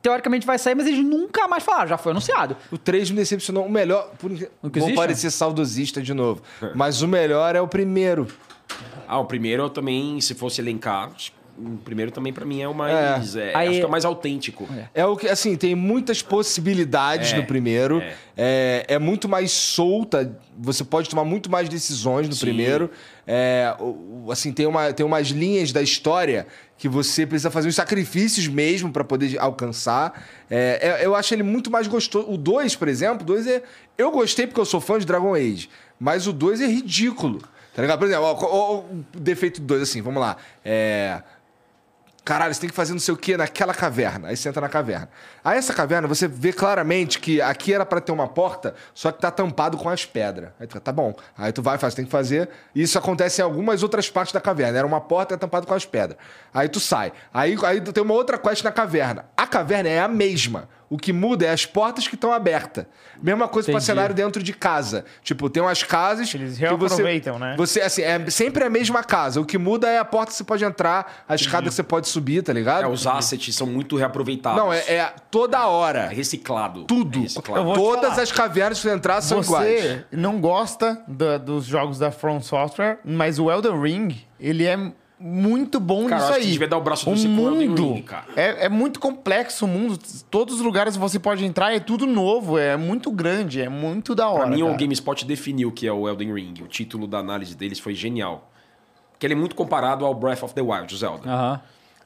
Speaker 2: teoricamente vai sair, mas eles nunca mais falaram, já foi anunciado.
Speaker 1: O 3 me decepcionou. O melhor. Por, enquanto-
Speaker 2: O que
Speaker 1: vou
Speaker 2: existe?
Speaker 1: parecer saudosista de novo. Mas o melhor é o primeiro.
Speaker 4: Ah, o primeiro eu também, se fosse elencar... acho que O primeiro também pra mim é o mais... é,
Speaker 2: Aí-
Speaker 4: Acho que é o mais autêntico.
Speaker 1: É o que, assim, tem muitas possibilidades
Speaker 4: É,
Speaker 1: no primeiro.
Speaker 4: é.
Speaker 1: É. é muito mais solta, você pode tomar muito mais decisões no
Speaker 4: Sim.
Speaker 1: primeiro. É, o- o- assim, tem, uma, tem umas linhas da história que você precisa fazer uns sacrifícios mesmo para poder alcançar. É, é- eu acho ele muito mais gostoso. O 2, por exemplo, o 2 é. Eu gostei porque eu sou fã de Dragon Age, mas o 2 é ridículo. Tá ligado? Por exemplo, ó, ó, ó, o defeito do 2, assim, vamos lá. É. Caralho, você tem que fazer não sei o que naquela caverna. Aí você entra na caverna. Aí essa caverna, você vê claramente que aqui era pra ter uma porta, só que tá tampado com as pedras. Aí tu fala, tá bom. Aí tu vai, faz, tem que fazer. Isso acontece em algumas outras partes da caverna. Era uma porta, é tampado com as pedras. Aí tu sai. Aí, aí tu tem uma outra quest na caverna. A caverna é a mesma. O que muda é as portas que estão abertas. Mesma coisa pra
Speaker 2: Entendi.
Speaker 1: cenário dentro de casa. Tipo, tem umas casas.
Speaker 3: Eles
Speaker 1: que você-
Speaker 3: reaproveitam, né?
Speaker 1: você, assim, é sempre a mesma casa. O que muda é a porta que você pode entrar, a escada que você pode subir, tá ligado?
Speaker 4: É, os assets são muito reaproveitados.
Speaker 1: Não, é, é toda
Speaker 4: É
Speaker 1: hora.
Speaker 4: reciclado.
Speaker 1: Tudo.
Speaker 4: É reciclado.
Speaker 3: Eu vou te
Speaker 1: Todas
Speaker 3: falar.
Speaker 1: as cavernas que você entrar são iguais.
Speaker 3: Você não gosta da- dos jogos da From Software, mas o Elden Ring, ele é muito bom
Speaker 4: Cara, eu
Speaker 3: nisso
Speaker 4: acho que
Speaker 3: aí.
Speaker 4: devia dar o braço a
Speaker 3: o
Speaker 4: torcer pro Elden
Speaker 3: mundo
Speaker 4: Ring, cara.
Speaker 3: É, é muito complexo o mundo. Todos os lugares que você pode entrar é tudo novo, é muito grande, é muito da hora.
Speaker 4: Pra mim,
Speaker 3: cara.
Speaker 4: o GameSpot definiu o que é o Elden Ring. O título da análise deles foi genial. Que ele é muito comparado ao Breath of the Wild, o Zelda.
Speaker 2: Aham.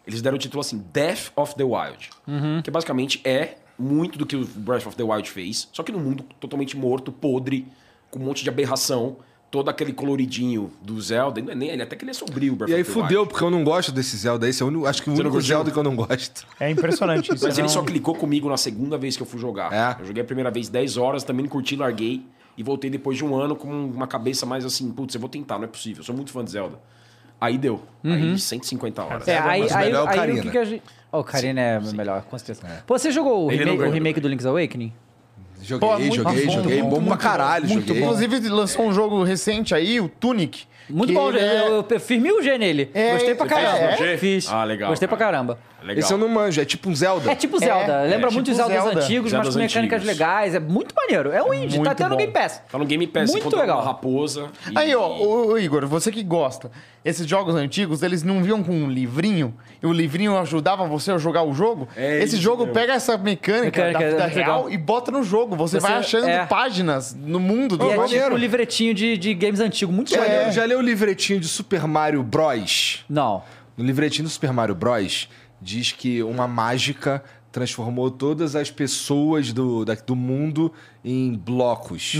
Speaker 4: Eles deram o título assim, Death of the Wild.
Speaker 1: Uhum.
Speaker 4: Que basicamente é muito do que o Breath of the Wild fez, só que num mundo totalmente morto, podre, com um monte de aberração. todo aquele coloridinho do Zelda. Não é nem, ele- até que ele é sombrio, Breath
Speaker 1: E aí
Speaker 4: of the Wild.
Speaker 1: fudeu, porque eu não gosto desse Zelda. Esse é o único, acho que o
Speaker 4: Você não
Speaker 1: único
Speaker 4: curtiu?
Speaker 1: Zelda que eu não gosto.
Speaker 3: É impressionante isso.
Speaker 4: Mas
Speaker 3: eu não-
Speaker 4: ele só clicou comigo na segunda vez que eu fui jogar.
Speaker 1: É?
Speaker 4: Eu joguei a primeira vez 10 horas, também não curti, larguei. E voltei depois de um ano com uma cabeça mais assim, putz, eu vou tentar, não é possível. Eu sou muito fã de Zelda. Aí deu. Aí 150 horas.
Speaker 2: É, aí,
Speaker 1: mas o
Speaker 2: aí,
Speaker 1: melhor Uhum. é o
Speaker 2: aí
Speaker 1: Karina.
Speaker 2: o que, que a gente. Ó, o Karina é melhor, com certeza. Pô, você jogou o
Speaker 4: Ele não
Speaker 2: remake, o
Speaker 4: ganhou.
Speaker 2: remake do Link's Awakening?
Speaker 1: Joguei,
Speaker 3: Pô, muito
Speaker 1: joguei,
Speaker 3: bom,
Speaker 1: joguei.
Speaker 3: muito
Speaker 1: Bom, pra
Speaker 3: bom,
Speaker 1: caralho,
Speaker 3: muito
Speaker 1: joguei.
Speaker 3: bom. Inclusive, lançou um jogo recente aí, o Tunic.
Speaker 2: Muito
Speaker 3: que
Speaker 2: bom,
Speaker 3: ele é-
Speaker 2: eu, eu firmei o G nele.
Speaker 3: É,
Speaker 2: Gostei pra
Speaker 3: você fez
Speaker 2: caramba.
Speaker 3: no
Speaker 4: G?
Speaker 2: Fiz.
Speaker 4: Ah, legal,
Speaker 2: Gostei pra
Speaker 4: cara.
Speaker 2: caramba.
Speaker 4: Legal.
Speaker 1: Esse eu não manjo, é tipo um Zelda.
Speaker 2: É tipo Zelda, lembra
Speaker 4: é
Speaker 2: muito
Speaker 3: tipo
Speaker 2: Zeldas
Speaker 3: Zelda.
Speaker 2: antigos,
Speaker 4: Zeldas
Speaker 2: mas com mecânicas
Speaker 4: antigos.
Speaker 2: legais. É muito maneiro. É um indie,
Speaker 3: Muito
Speaker 2: tá até no
Speaker 3: bom.
Speaker 2: Game Pass.
Speaker 4: Tá no Game Pass,
Speaker 2: Muito
Speaker 4: encontrou
Speaker 2: legal.
Speaker 4: uma raposa. e-
Speaker 3: Aí, ó, ô, ô, Igor, você que gosta, esses jogos antigos, eles não vinham com um livrinho? E o livrinho ajudava você a jogar o jogo?
Speaker 4: É
Speaker 3: Esse
Speaker 4: isso
Speaker 3: jogo
Speaker 4: mesmo.
Speaker 3: pega essa mecânica,
Speaker 2: Mecânica,
Speaker 3: da vida
Speaker 2: é muito
Speaker 3: real
Speaker 2: legal.
Speaker 3: e bota no jogo. Você,
Speaker 2: Você-
Speaker 3: vai achando
Speaker 2: é.
Speaker 3: páginas no mundo do
Speaker 2: E é
Speaker 3: jogo.
Speaker 2: tipo um livretinho de, de games antigos, muito
Speaker 1: Já,
Speaker 2: maneiro.
Speaker 1: leu, já leu o livretinho de Super Mario Bros?
Speaker 2: Não.
Speaker 1: No livretinho do Super Mario Bros, diz que uma mágica transformou todas as pessoas do, da- do mundo em blocos.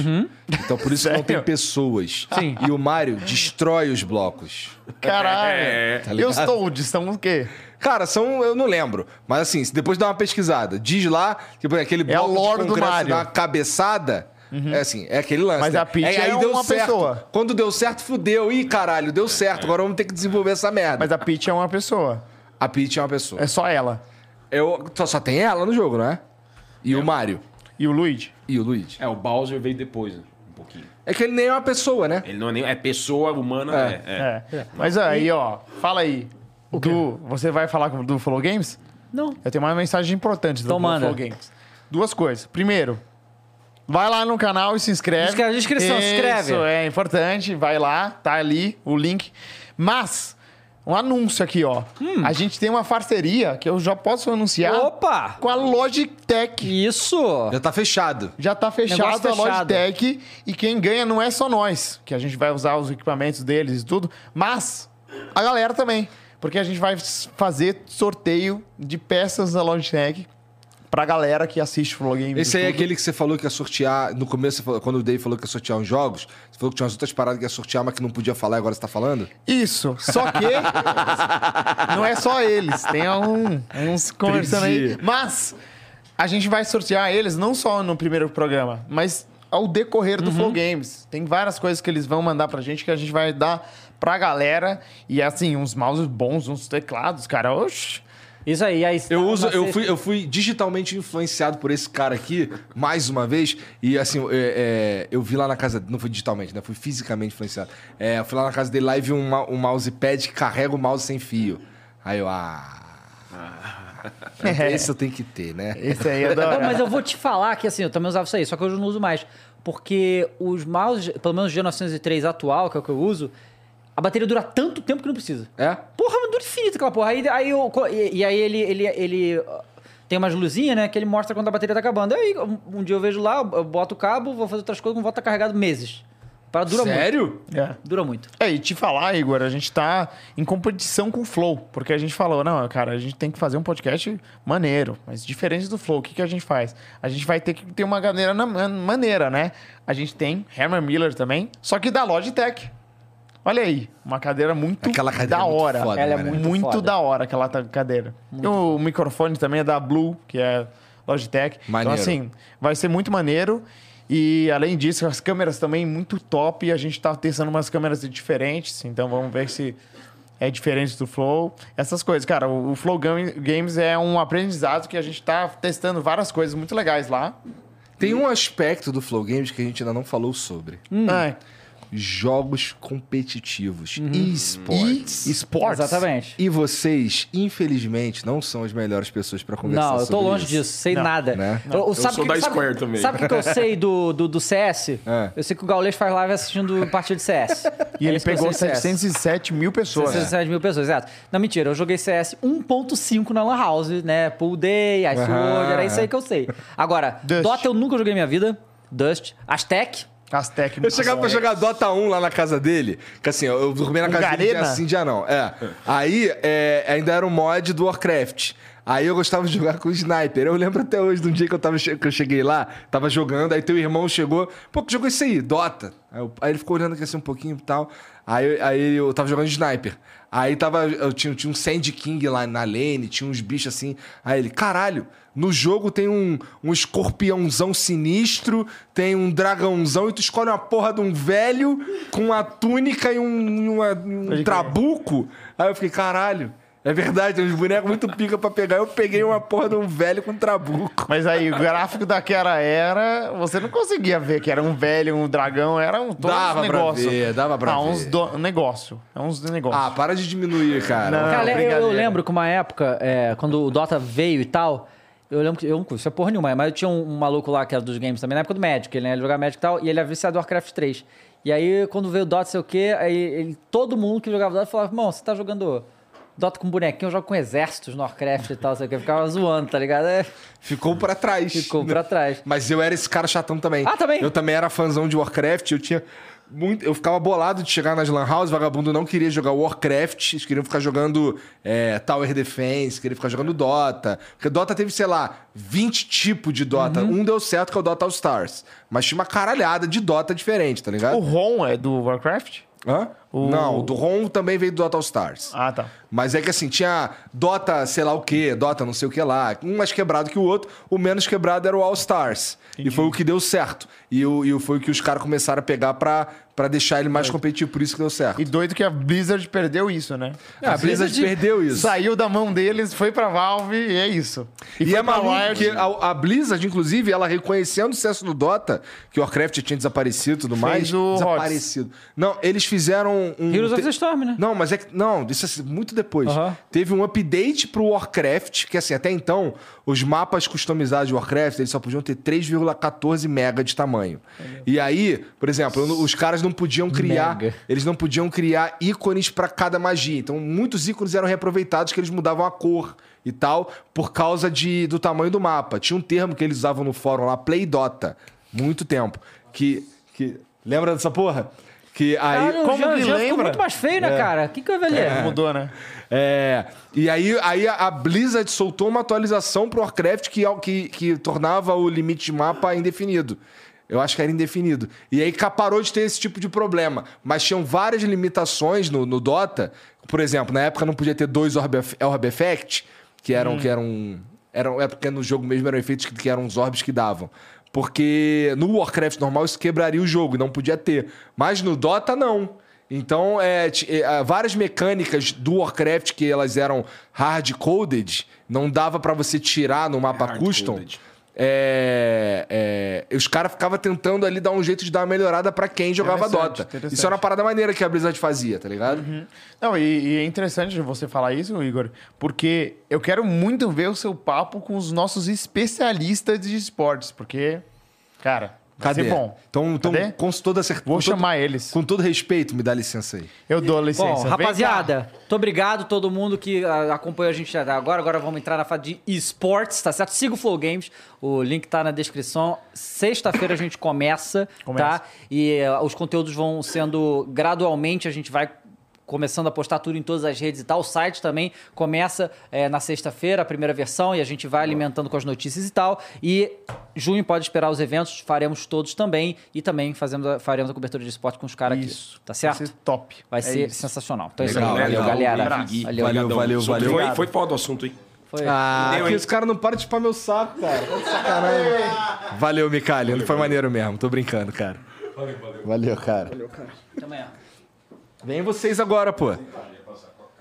Speaker 1: Então por isso que não tem
Speaker 3: Uhum. Sério?
Speaker 1: pessoas.
Speaker 2: Sim.
Speaker 1: E o Mario destrói os blocos.
Speaker 3: Caralho.
Speaker 4: É,
Speaker 1: tá
Speaker 3: e os
Speaker 1: ligado?
Speaker 3: Toads são o quê?
Speaker 1: Cara, são. Eu não lembro. Mas assim, se depois dá uma pesquisada. Diz lá, tipo, aquele
Speaker 3: É a
Speaker 1: bloco
Speaker 3: lore
Speaker 1: de
Speaker 3: do
Speaker 1: concreto
Speaker 3: Mario. Uhum.
Speaker 1: dá uma cabeçada. É assim, é aquele lance.
Speaker 3: Mas
Speaker 1: né?
Speaker 3: a Peach
Speaker 1: Aí- aí
Speaker 3: é
Speaker 1: deu
Speaker 3: uma
Speaker 1: certo.
Speaker 3: pessoa.
Speaker 1: Quando deu certo, fudeu. Ih, caralho, deu certo. Agora vamos ter que desenvolver essa merda.
Speaker 3: Mas a Peach é uma pessoa.
Speaker 1: A Peach é uma pessoa.
Speaker 3: É só ela.
Speaker 1: Eu, só, só tem ela no jogo, não é? E o Mario.
Speaker 3: E o Luigi?
Speaker 1: E o Luigi.
Speaker 4: É, o Bowser veio depois, né? um pouquinho.
Speaker 1: É que ele nem é uma pessoa, né?
Speaker 4: Ele não é nem. É pessoa humana,
Speaker 1: É.
Speaker 4: é. é.
Speaker 3: É. Mas aí, ó, fala aí. Du, você vai falar com- do Flow Games?
Speaker 2: Não.
Speaker 3: Eu tenho uma mensagem importante do
Speaker 2: Então manda.
Speaker 3: Flow Games. Duas coisas. Primeiro, vai lá no canal e se inscreve.
Speaker 2: Inscreve na descrição, se inscreve.
Speaker 3: Isso é importante. Vai lá, tá ali o link. Mas, um anúncio aqui, ó. A gente tem uma parceria que eu já posso anunciar
Speaker 2: Hum. Opa!
Speaker 3: com a Logitech.
Speaker 2: Isso!
Speaker 1: Já tá fechado.
Speaker 3: Já tá fechado
Speaker 2: Negócio
Speaker 3: a
Speaker 2: fechado.
Speaker 3: Logitech e quem ganha não é só nós, que a gente vai usar os equipamentos deles e tudo, mas a galera também, porque a gente vai s- fazer sorteio de peças da Logitech pra galera que assiste o Flow Games.
Speaker 1: Esse aí
Speaker 3: e
Speaker 1: é
Speaker 3: tudo.
Speaker 1: aquele que você falou que ia sortear. No começo, você falou- quando o Dave falou que ia sortear uns jogos, você falou que tinha umas outras paradas que ia sortear, mas que não podia falar e agora você tá falando?
Speaker 3: Isso, só que não é só eles, tem um, uns conversando aí,
Speaker 1: Entendi.
Speaker 3: mas a gente vai sortear eles não só no primeiro programa, mas ao decorrer do Flow Games. Tem várias coisas que eles vão mandar pra gente que a gente vai dar pra galera. E assim, uns mouses bons, uns teclados, cara. Oxi.
Speaker 2: Isso aí, aí tá,
Speaker 1: Eu uso, eu
Speaker 2: você-
Speaker 1: fui, eu fui digitalmente influenciado por esse cara aqui, mais uma vez. E assim, é, é, eu vi lá na casa. Não foi digitalmente, né? Fui fisicamente influenciado. É, eu fui lá na casa dele lá e vi um, ma- um mousepad que carrega o mouse sem fio. Aí eu, ah.
Speaker 2: Ah.
Speaker 1: É, Esse eu tenho que ter, né?
Speaker 3: Esse aí é da
Speaker 2: Não,
Speaker 3: hora.
Speaker 2: mas eu vou te falar que assim, eu também usava isso aí, só que hoje eu não uso mais. Porque os mouse, pelo menos o G903 atual, que é o que eu uso, a bateria dura tanto tempo que não precisa.
Speaker 1: É?
Speaker 2: Porra, mas dura infinito aquela porra. Aí, aí eu, co- e, e aí ele, ele, ele ó, tem umas luzinhas, né? Que ele mostra quando a bateria tá acabando. Aí um, um dia eu vejo lá, eu boto o cabo, vou fazer outras coisas, não volta carregado meses. Para dura muito.
Speaker 1: Sério?
Speaker 3: É.
Speaker 2: Dura muito.
Speaker 3: É, e te falar, Igor, a gente tá em competição com o Flow, porque a gente falou, não, cara, a gente tem que fazer um podcast maneiro, mas diferente do Flow, o que, que a gente faz? A gente vai ter que ter uma maneira, na- maneira, né? A gente tem Herman Miller também, só que da Logitech. Olha aí, uma cadeira muito
Speaker 1: Aquela cadeira
Speaker 3: da
Speaker 1: é muito
Speaker 3: hora.
Speaker 1: foda,
Speaker 2: Ela é
Speaker 1: né?
Speaker 2: muito
Speaker 3: muito
Speaker 2: foda.
Speaker 3: da hora aquela ta- cadeira. E o microfone também é da Blue, que é Logitech.
Speaker 1: Maneiro.
Speaker 3: Então, assim, vai ser muito maneiro. E além disso, as câmeras também muito top. A gente tá testando umas câmeras diferentes, então vamos ver se é diferente do Flow. Essas coisas, cara, o o Flow Gam- Games é um aprendizado que a gente tá testando várias coisas muito legais lá.
Speaker 1: Tem um aspecto do Flow Games que a gente ainda não falou sobre.
Speaker 2: Hum.
Speaker 3: É.
Speaker 1: Jogos competitivos.
Speaker 2: Uhum.
Speaker 1: E-sports.
Speaker 3: E esportes.
Speaker 2: Exatamente.
Speaker 1: E vocês, infelizmente, não são as melhores pessoas pra conversar
Speaker 2: Não,
Speaker 1: sobre
Speaker 2: eu
Speaker 1: isso.
Speaker 2: tô longe disso, sei
Speaker 3: Não,
Speaker 2: nada.
Speaker 1: né?
Speaker 2: Eu, eu, sabe
Speaker 4: sou
Speaker 2: que-
Speaker 4: da
Speaker 2: sabe-
Speaker 4: Square também.
Speaker 2: Sabe o que que eu sei do, do, do CS?
Speaker 1: É.
Speaker 2: Eu sei que o Gaules faz live assistindo partida de CS.
Speaker 3: E
Speaker 2: É
Speaker 3: ele
Speaker 2: isso que eu
Speaker 3: pegou
Speaker 2: sei de CS.
Speaker 3: 707 mil pessoas.
Speaker 2: 67 mil pessoas, exato. Não, mentira, eu joguei CS 1.5 na Lan House, né? Pool Day, Ice
Speaker 1: Aham,
Speaker 2: World, era isso aí que eu sei. Agora,
Speaker 3: Dust.
Speaker 2: Dota eu nunca joguei na minha vida. Dust. Aztec.
Speaker 3: As
Speaker 1: Eu
Speaker 3: técnicas.
Speaker 1: chegava pra jogar Dota 1 lá na casa dele, que assim, eu eu dormia na casa dele dia
Speaker 3: Garena?
Speaker 1: sim, dia não. É. Aí é, ainda era um mod do Warcraft. Aí eu gostava de jogar com o sniper. Eu lembro até hoje de um dia que eu, tava, che- que eu cheguei lá, tava jogando, aí teu irmão chegou, pô, que jogo é esse aí? Dota. Aí, eu- aí ele ficou olhando aqui assim um pouquinho e tal. Aí, eu- aí eu tava jogando de sniper. Aí tava, eu tinha, tinha um Sand King lá na lane, tinha uns bichos assim. Aí ele, caralho, no jogo tem um, um escorpiãozão sinistro, tem um dragãozão, e tu escolhe uma porra de um velho com uma túnica e um, e uma- um
Speaker 3: crer.
Speaker 1: trabuco. Aí eu fiquei, caralho. É verdade, tem uns bonecos muito pica pra pegar. Eu peguei uma porra de um velho com trabuco.
Speaker 3: Mas aí, o gráfico daquela era, você não conseguia ver que era um velho, um dragão, era um todo
Speaker 1: Dava
Speaker 3: um
Speaker 1: pra
Speaker 3: negócio.
Speaker 1: ver, dava pra
Speaker 3: ah, uns
Speaker 1: ver.
Speaker 3: do- um negócio. É uns negócios.
Speaker 1: Ah, para de diminuir, cara.
Speaker 3: Não.
Speaker 2: Cara, eu- eu,
Speaker 3: brincadeira.
Speaker 2: lembro que uma época, é, quando o Dota veio e tal, eu lembro que. Eu não curto isso é porra nenhuma, mas eu tinha um, um maluco lá que era dos games também, na época do Magic, ele ia jogar Magic e tal, e ele era viciado do Warcraft 3. E aí, quando veio o Dota, sei o quê, aí ele- todo mundo que jogava Dota falava, irmão, você tá jogando. Dota com bonequinho, eu jogo com exércitos no Warcraft e tal, sei o quê. Eu Ficava zoando, tá ligado? É,
Speaker 1: Ficou pra trás.
Speaker 2: ficou pra trás.
Speaker 1: Mas eu era esse cara chatão também.
Speaker 2: Ah, também?
Speaker 1: Eu também era fãzão de Warcraft, eu tinha muito, eu ficava bolado de chegar nas lan house, vagabundo não queria jogar Warcraft, eles queriam ficar jogando é, Tower Defense, queriam ficar jogando Dota. Porque Dota teve, sei lá, 20 tipos de Dota. Um deu certo, que é o Dota All Stars. Mas tinha uma caralhada de Dota diferente, tá ligado?
Speaker 3: O Ron é do Warcraft?
Speaker 1: Hã?
Speaker 3: O-
Speaker 1: Não, o do Ron também veio do Dota All Stars.
Speaker 3: Ah, tá.
Speaker 1: Mas é que assim, tinha Dota, sei lá o que, Dota não sei o que lá. Um mais quebrado que o outro, o menos quebrado era o All Stars. E foi o que deu certo. E, o, e foi o que os caras começaram a pegar pra, pra deixar ele mais competitivo, por isso que deu certo.
Speaker 3: E doido que a Blizzard perdeu isso, né?
Speaker 1: Ah, a Blizzard
Speaker 2: Blizzard
Speaker 1: perdeu isso.
Speaker 3: Saiu da mão deles, foi pra Valve e é isso.
Speaker 1: E,
Speaker 3: foi
Speaker 1: é
Speaker 3: pra
Speaker 1: maluco
Speaker 3: Riot.
Speaker 1: que a, a Blizzard, inclusive, ela reconhecendo o sucesso do Dota, que o Warcraft tinha desaparecido e tudo mais.
Speaker 3: o Rocks.
Speaker 1: desaparecido. Não, eles fizeram um.
Speaker 2: Heroes of
Speaker 1: te-
Speaker 2: the Storm, né?
Speaker 1: Não, mas é que. Não, isso é assim, muito depois.
Speaker 2: Aham.
Speaker 1: Teve um update pro Warcraft, que assim, até então, os mapas customizados de Warcraft, eles só podiam ter 3,14 mega de tamanho. E aí, por exemplo, eu- os caras não podiam criar.
Speaker 2: Mega.
Speaker 1: Eles não podiam criar ícones pra cada magia. Então, muitos ícones eram reaproveitados que eles mudavam a cor e tal, por causa de, do tamanho do mapa. Tinha um termo que eles usavam no fórum lá, Play Dota, muito tempo. Que. que lembra dessa porra? Que aí.
Speaker 2: Cara, o
Speaker 3: como
Speaker 2: Jean- Jean
Speaker 3: que
Speaker 2: ficou
Speaker 3: lembra? É.
Speaker 2: muito mais feio, né, cara? O que que eu vi ali?
Speaker 3: Mudou, né?
Speaker 1: É, e aí, aí a Blizzard soltou uma atualização pro Warcraft que, que, que tornava o limite de mapa indefinido. Eu acho que era indefinido. E aí ca- parou de ter esse tipo de problema. Mas tinham várias limitações no, no Dota. Por exemplo, na época não podia ter dois Orb, Eff- Orb Effect, que eram...
Speaker 3: Hum.
Speaker 1: Que eram, eram é porque no jogo mesmo eram efeitos que, que eram os orbs que davam. Porque no Warcraft normal isso quebraria o jogo, não podia ter. Mas no Dota, não. Então, é, ti- é, ah, várias mecânicas do Warcraft que elas eram hard-coded, não dava pra você tirar no mapa
Speaker 4: hard-coded.
Speaker 1: custom. É, é, os caras ficavam tentando ali dar um jeito de dar uma melhorada pra quem jogava
Speaker 3: Interessante,
Speaker 1: Dota.
Speaker 3: interessante. Uhum.
Speaker 1: Isso era uma parada maneira que a Blizzard fazia, tá ligado?
Speaker 3: Não, e, e é interessante você falar isso, Igor, porque eu quero muito ver o seu papo com os nossos especialistas de esportes, porque, cara, vai
Speaker 1: Cadê?
Speaker 3: ser bom.
Speaker 1: Então, então
Speaker 3: Cadê?
Speaker 1: com toda certeza.
Speaker 3: Vou chamar eles.
Speaker 1: Com todo respeito, me dá licença aí.
Speaker 3: Eu dou
Speaker 2: Bom,
Speaker 3: licença. Vem cá.
Speaker 2: rapaziada, muito obrigado a todo mundo que ah, acompanhou a gente até agora. Agora vamos entrar na fase de esportes, tá certo? Siga o Flow Games, o link tá na descrição. Sexta-feira a gente começa,
Speaker 3: Começa.
Speaker 2: tá? E ah, os conteúdos vão sendo gradualmente, a gente vai começando a postar tudo em todas as redes e tal. O site também começa eh, na sexta-feira, a primeira versão, e a gente vai alimentando com as notícias e tal. E junho pode esperar os eventos, faremos todos também. E também fazemos a- faremos a cobertura de esporte com os caras aqui,
Speaker 3: Isso.
Speaker 2: tá certo?
Speaker 3: Vai ser top.
Speaker 2: Vai
Speaker 3: É
Speaker 2: ser
Speaker 3: isso.
Speaker 2: sensacional. Então é isso aí.
Speaker 1: Legal,
Speaker 2: Valeu,
Speaker 1: legal.
Speaker 2: galera.
Speaker 3: Abraço.
Speaker 6: é
Speaker 2: Valeu.
Speaker 6: um
Speaker 1: Valeu,
Speaker 4: Obrigadão.
Speaker 1: valeu,
Speaker 4: Assunto
Speaker 1: valeu.
Speaker 4: Foi, foi foda o assunto, hein?
Speaker 2: Foi.
Speaker 1: Ah,
Speaker 4: Deu,
Speaker 1: aqui
Speaker 4: hein?
Speaker 1: os caras não param de chupar meu saco, cara. Tá de Sacanagem. Valeu, Micali. Foi maneiro mesmo. Tô brincando, cara. Valeu, cara.
Speaker 2: Até amanhã.
Speaker 1: Vem vocês agora, pô.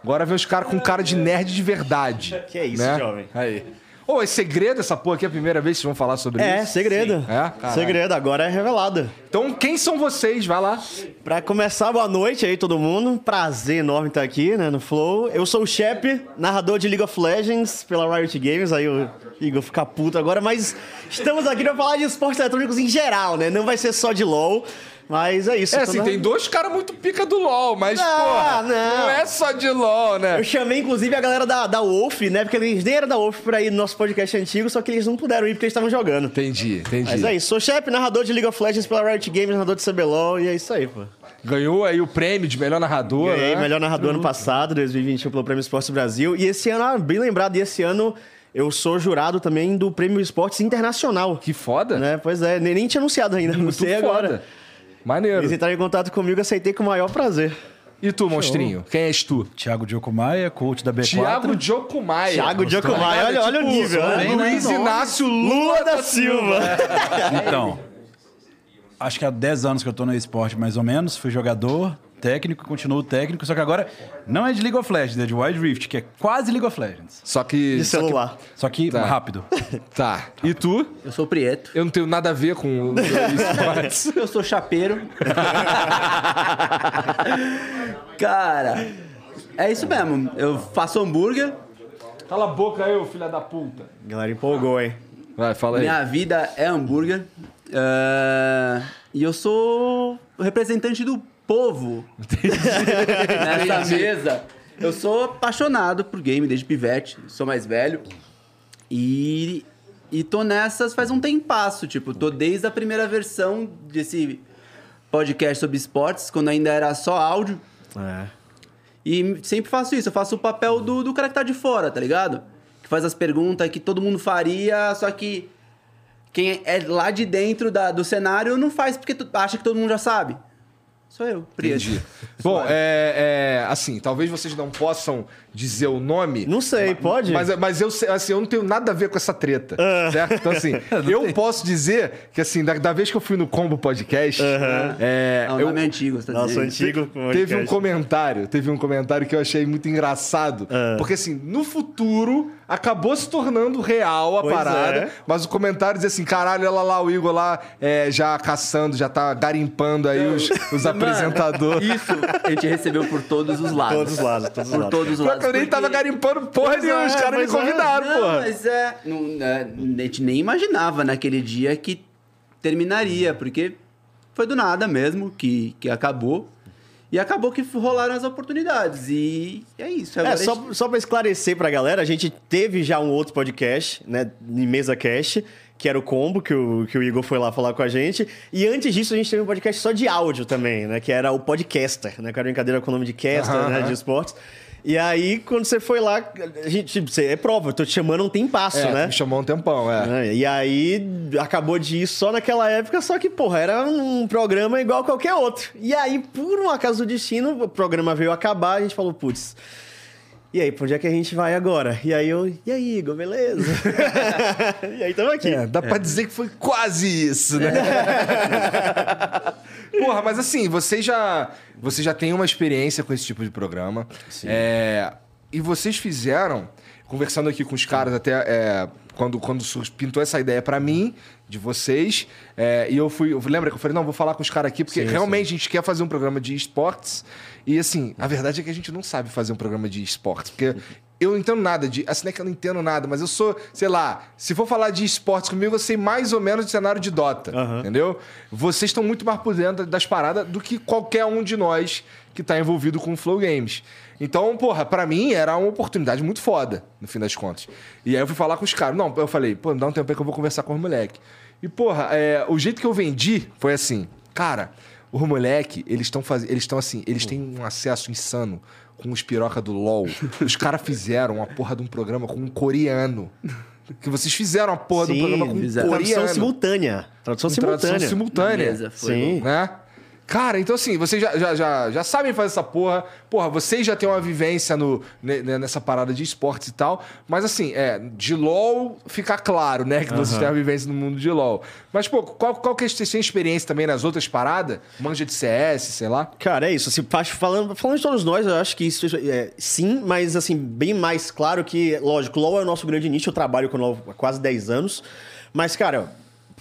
Speaker 1: Agora vem os caras com cara de nerd de verdade.
Speaker 6: Que é isso,
Speaker 1: né?
Speaker 6: jovem.
Speaker 1: Aí. Ô, é segredo essa porra aqui? É a primeira vez que vocês vão falar sobre
Speaker 6: É,
Speaker 1: isso?
Speaker 6: segredo.
Speaker 1: É? Caralho.
Speaker 6: Segredo, agora é revelado.
Speaker 1: Então, quem são vocês? Vai lá.
Speaker 6: Pra começar, boa noite aí todo mundo. Prazer enorme estar aqui, né, no Flow. Eu sou o Shep, narrador de League of Legends pela Riot Games. Aí o Igor fica puto agora, mas estamos aqui pra falar de esportes eletrônicos em geral, né? Não vai ser só de LoL, mas é isso.
Speaker 1: É
Speaker 6: Tô
Speaker 1: assim,
Speaker 6: na-
Speaker 1: tem dois caras muito pica do LOL, mas,
Speaker 6: Não,
Speaker 1: porra,
Speaker 6: não.
Speaker 1: não é só de LOL, né?
Speaker 6: Eu chamei, inclusive, a galera da, da Wolf, né? Porque eles nem eram da Wolf pra ir no nosso podcast antigo, só que eles não puderam ir porque eles estavam jogando.
Speaker 1: Entendi, entendi.
Speaker 6: Mas é isso. Sou Shep, narrador de League of Legends pela Riot Games, narrador de CBLOL, e é isso aí, pô.
Speaker 1: Ganhou aí o prêmio de melhor narrador,
Speaker 6: Ganhei
Speaker 1: né?
Speaker 6: um melhor narrador ano passado, 2021, pelo Prêmio Esporte Brasil. E esse ano, ah, bem lembrado, e esse ano eu sou jurado também do Prêmio Esportes Internacional.
Speaker 1: Que foda.
Speaker 6: Né? Pois é, nem, nem tinha anunciado ainda,
Speaker 1: Muito
Speaker 6: anunciei
Speaker 1: foda.
Speaker 6: agora. Eles
Speaker 1: Maneiro.
Speaker 6: entraram em contato comigo, aceitei com o maior prazer.
Speaker 1: E tu, monstrinho? Quem és tu?
Speaker 7: Thiago Diocomaia, coach da B4.
Speaker 1: Tiago Giocumai.
Speaker 6: Thiago Giacomai, olha, olha o nível, né?
Speaker 1: Tipo, Luiz Inácio Lula da Silva.
Speaker 7: Então, acho que há 10 anos que eu tô no esporte, mais ou menos. Fui jogador, técnico, continuo técnico. Só que agora não é de League of Legends, é de Wild Rift, que é quase League of Legends.
Speaker 1: Só que.
Speaker 6: De celular.
Speaker 7: Só que
Speaker 1: Tá.
Speaker 7: rápido.
Speaker 1: Tá. E tu?
Speaker 8: Eu sou Prieto.
Speaker 1: Eu não tenho nada a ver com o esportes.
Speaker 8: Eu sou chapeiro. Cara, é isso mesmo. Eu faço hambúrguer.
Speaker 1: Cala a boca eu, filha da puta.
Speaker 6: A galera empolgou, hein?
Speaker 1: Vai, fala aí.
Speaker 8: Minha vida é hambúrguer. É, E eu sou o representante do povo nessa mesa. Eu sou apaixonado por game desde pivete, sou mais velho. E, e tô nessas faz um tempasso, tipo, tô desde a primeira versão desse podcast sobre esportes, quando ainda era só áudio.
Speaker 6: É.
Speaker 8: E sempre faço isso, eu faço o papel do, do cara que tá de fora, tá ligado? Que faz as perguntas que todo mundo faria, só que quem é lá de dentro da- do cenário não faz porque tu- acha que todo mundo já sabe. Sou eu, Prieto.
Speaker 1: Entendi. Bom, é, é, Assim, talvez vocês não possam dizer o nome.
Speaker 6: Não sei, pode?
Speaker 1: Mas, mas eu, sei- assim, eu não tenho nada a ver com essa treta,
Speaker 6: Ah.
Speaker 1: certo? Então, assim, eu posso dizer que, assim, da, da vez que eu fui no Combo Podcast, é,
Speaker 8: Não, o
Speaker 1: eu-
Speaker 8: nome é antigo, você tá
Speaker 6: Nosso
Speaker 8: dizendo.
Speaker 6: antigo.
Speaker 1: teve um
Speaker 6: Ah, podcast.
Speaker 1: comentário, teve um comentário que eu achei muito engraçado.
Speaker 6: Ah.
Speaker 1: Porque, assim, no futuro, acabou se tornando real a
Speaker 6: Pois
Speaker 1: parada,
Speaker 6: é.
Speaker 1: mas o comentário dizia assim, caralho, olha lá o Igor lá é, já caçando, já tá garimpando aí os, os
Speaker 6: é.
Speaker 8: Mano,
Speaker 1: apresentadores.
Speaker 8: Isso a gente recebeu por todos os lados.
Speaker 6: Todos os lados, todos os
Speaker 8: Por
Speaker 6: lados.
Speaker 8: todos os
Speaker 1: Pior
Speaker 8: lados.
Speaker 1: que eu nem tava
Speaker 8: porque-
Speaker 1: garimpando porra nenhuma, os
Speaker 6: é,
Speaker 1: caras me
Speaker 6: pois é.
Speaker 1: convidaram,
Speaker 8: Não,
Speaker 1: porra.
Speaker 8: mas é, não- é, A gente nem imaginava naquele dia que terminaria, porque foi do nada mesmo que, que acabou. E acabou que rolaram as oportunidades. E é isso.
Speaker 6: É,
Speaker 8: agora a gente-
Speaker 6: só, só pra esclarecer pra galera, a gente teve já um outro podcast, né, em Mesa Cast, que era o Combo, que o, que o Igor foi lá falar com a gente. E antes disso, a gente teve um podcast só de áudio também, né, que era o Podcaster, né, que era brincadeira com o nome de caster, né, de esportes. E aí, quando você foi lá, a gente, tipo, você é prova, eu tô te chamando um tempasso,
Speaker 1: É,
Speaker 6: né?
Speaker 1: Me chamou um tempão, é.
Speaker 6: Né? E aí acabou de ir só naquela época, só que, porra, era um programa igual qualquer outro. E aí, por um acaso do destino, o programa veio acabar, a gente falou, putz. E aí, pra onde é que a gente vai agora? E aí eu, e aí, Igor, beleza? e aí, tamo aqui.
Speaker 1: É, dá pra dizer que foi quase isso, né? Porra, mas assim, você já, você já tem uma experiência com esse tipo de programa. É, e vocês fizeram, conversando aqui com os caras até é, quando, quando sur- pintou essa ideia pra mim, de vocês, é, e eu fui. eu- lembra que eu falei, não, vou falar com os caras aqui, porque realmente a gente quer fazer um programa de esportes. E assim, a verdade é que a gente não sabe fazer um programa de esportes, porque eu não entendo nada de. Assim, não é que eu não entendo nada, mas eu sou, sei lá, se for falar de esportes comigo, eu sei mais ou menos do cenário de Dota. Entendeu? Vocês estão muito mais por dentro das paradas do que qualquer um de nós que tá envolvido com o Flow Games. Então, porra, pra mim era uma oportunidade muito foda, no fim das contas. E aí eu fui falar com os caras. Não, eu falei, pô, dá um tempo aí que eu vou conversar com os moleque. E, porra, é, o jeito que eu vendi foi assim, cara. Os moleque, eles estão fazendo. Eles estão assim, eles têm um acesso insano com os piroca do LOL. Os caras fizeram uma porra de um programa com um coreano. Que vocês fizeram a porra de um programa com um
Speaker 8: fizeram.
Speaker 6: tradução
Speaker 1: coreano.
Speaker 6: simultânea. Tradução
Speaker 1: Com tradução
Speaker 6: simultânea.
Speaker 1: simultânea.
Speaker 8: Beleza, foi
Speaker 6: Sim.
Speaker 1: Né? Cara, então assim, vocês já, já, já, já sabem fazer essa porra. Porra, vocês já têm uma vivência no, ne- ne- nessa parada de esportes e tal. Mas assim, é, de LOL fica claro, né? Que vocês têm uma vivência no mundo de LOL. Mas, pô, qual, qual que é a vocês têm experiência também nas outras paradas? Manja de CS, sei lá.
Speaker 6: Cara, é isso. Assim, acho- falando, falando de todos nós, eu acho que isso é, sim, mas assim, bem mais claro que, lógico, LoL é o nosso grande nicho, eu trabalho com LoL há quase 10 anos. Mas, cara,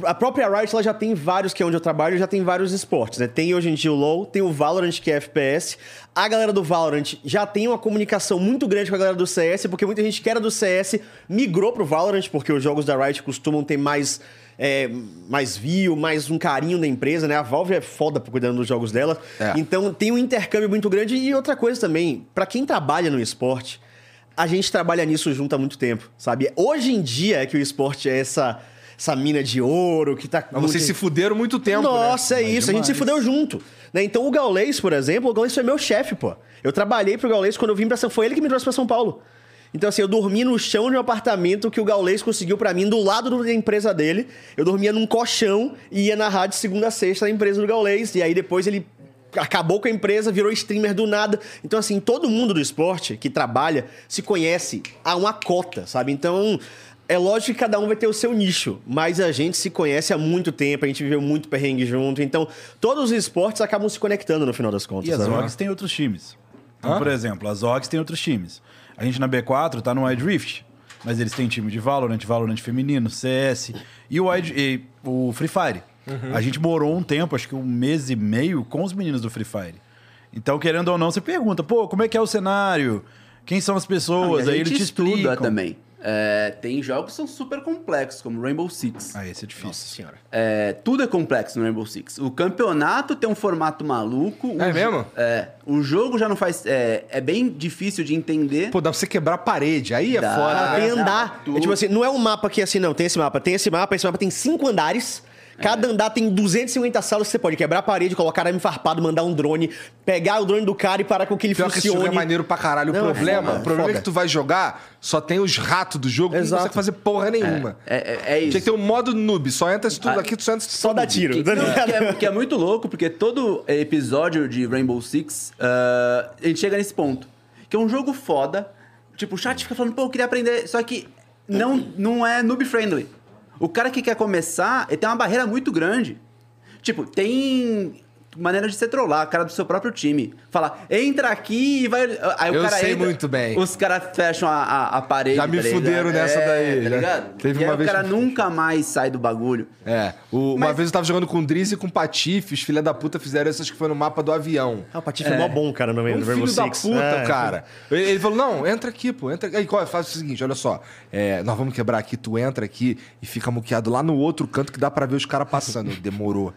Speaker 6: a própria Riot ela já tem vários, que é onde eu trabalho, já tem vários esportes, né? Tem hoje em dia o LoL, tem o Valorant, que é FPS. A galera do Valorant já tem uma comunicação muito grande com a galera do CS, porque muita gente que era do CS migrou pro Valorant, porque os jogos da Riot costumam ter mais é, mais view, mais um carinho da empresa, né? A Valve é foda por cuidando dos jogos dela.
Speaker 1: É.
Speaker 6: Então tem um intercâmbio muito grande. E outra coisa também, pra quem trabalha no esporte, a gente trabalha nisso junto há muito tempo, sabe? Hoje em dia é que o esporte é essa, essa mina de ouro que tá.
Speaker 1: Mas vocês se fuderam muito tempo, né?
Speaker 6: Nossa, é isso. A gente se fudeu junto. Né? Então o Gaulês, por exemplo, o Gaulês foi meu chefe, pô. Eu trabalhei pro Gaulês quando eu vim pra São Foi ele que me trouxe pra São Paulo. Então, assim, eu dormi no chão de um apartamento que o Gaulês conseguiu pra mim, do lado do- da empresa dele. Eu dormia num colchão e ia narrar de segunda a sexta na empresa do Gaulês. E aí depois ele acabou com a empresa, virou streamer do nada. Então, assim, todo mundo do esporte que trabalha se conhece a uma cota, sabe? Então. É lógico que cada um vai ter o seu nicho, mas a gente se conhece há muito tempo, a gente viveu muito perrengue junto, então todos os esportes acabam se conectando no final das contas.
Speaker 7: E as
Speaker 6: sabe?
Speaker 7: orgs têm outros times. Então, por exemplo, as orgs têm outros times. A gente na B4 tá no Wide Rift, mas eles têm time de Valorant, Valorant feminino, CS e o, Wide- e o Free Fire.
Speaker 1: Uhum.
Speaker 7: A gente morou um tempo, acho que um mês e meio, com os meninos do Free Fire. Então, querendo ou não, você pergunta, pô, como é que é o cenário? Quem são as
Speaker 8: Ah, E
Speaker 7: pessoas?
Speaker 8: a
Speaker 7: Aí
Speaker 8: gente
Speaker 7: eles te
Speaker 8: estuda
Speaker 7: explicam.
Speaker 8: também. É, tem jogos que são super complexos, como Rainbow Six.
Speaker 7: Ah, esse é difícil. Nossa senhora.
Speaker 8: É, tudo é complexo no Rainbow Six. O campeonato tem um formato maluco. o
Speaker 1: É
Speaker 8: jo-
Speaker 1: mesmo?
Speaker 8: É. O jogo já não faz. É, é bem difícil de entender.
Speaker 1: Pô, dá pra você quebrar a parede. Aí é
Speaker 8: Dá.
Speaker 1: foda.
Speaker 6: Ela tem
Speaker 8: Não,
Speaker 6: andar.
Speaker 8: tu-
Speaker 6: É tipo assim, não é um mapa que é assim, não. Tem esse mapa, tem esse mapa, esse mapa tem cinco andares. Cada andar tem 250 salas que você pode quebrar a parede, colocar arame farpado, mandar um drone, pegar o drone do cara e parar com que ele
Speaker 1: Pior que esse
Speaker 6: funcione.
Speaker 1: jogo é maneiro pra caralho. O
Speaker 6: Não, é
Speaker 1: problema,
Speaker 6: foda,
Speaker 1: o problema é
Speaker 6: foda.
Speaker 1: que tu vai jogar, só tem os ratos do jogo que não
Speaker 6: Exato.
Speaker 1: consegue fazer porra nenhuma.
Speaker 8: É, é- é
Speaker 1: Tinha
Speaker 8: isso. Ah,
Speaker 1: que ter um modo noob, só entra se tudo aqui, tu só entra se
Speaker 6: Só dá tiro.
Speaker 8: Que, que é, que é muito louco, porque todo episódio de Rainbow Six, ah, a gente chega nesse ponto. Que é um jogo foda. Tipo, o chat fica falando, pô, eu queria aprender. Só que não, não é noob-friendly. O cara que quer começar, ele tem uma barreira muito grande. Tipo, tem maneira de você trollar o cara do seu próprio time. Falar, entra aqui e vai... Aí o
Speaker 1: Eu
Speaker 8: cara
Speaker 1: sei
Speaker 8: entra,
Speaker 1: muito bem.
Speaker 8: Os caras fecham a, a, a parede.
Speaker 1: Já me
Speaker 8: tá ligado?
Speaker 1: fuderam nessa daí,
Speaker 8: Tá
Speaker 1: já.
Speaker 8: ligado?
Speaker 1: Teve
Speaker 8: e
Speaker 1: uma
Speaker 8: aí
Speaker 1: vez
Speaker 8: o cara
Speaker 1: que-
Speaker 8: nunca mais sai do bagulho.
Speaker 1: É, o- uma
Speaker 8: Mas-
Speaker 1: vez eu tava jogando com o Driz e com o Patife, os filha da puta fizeram essas que foi no mapa do avião.
Speaker 6: Ah, o Patife é, mó bom, cara, no meio
Speaker 1: Um
Speaker 6: do
Speaker 1: filho
Speaker 6: Rainbow
Speaker 1: da
Speaker 6: Six.
Speaker 1: puta,
Speaker 6: É.
Speaker 1: cara. Ele ele falou, não, entra aqui, pô. Entra aqui. Aí, qual é? Faz o seguinte, olha só. É, nós vamos quebrar aqui, tu entra aqui e fica muqueado lá no outro canto que dá pra ver os caras passando. Eu, Demorou.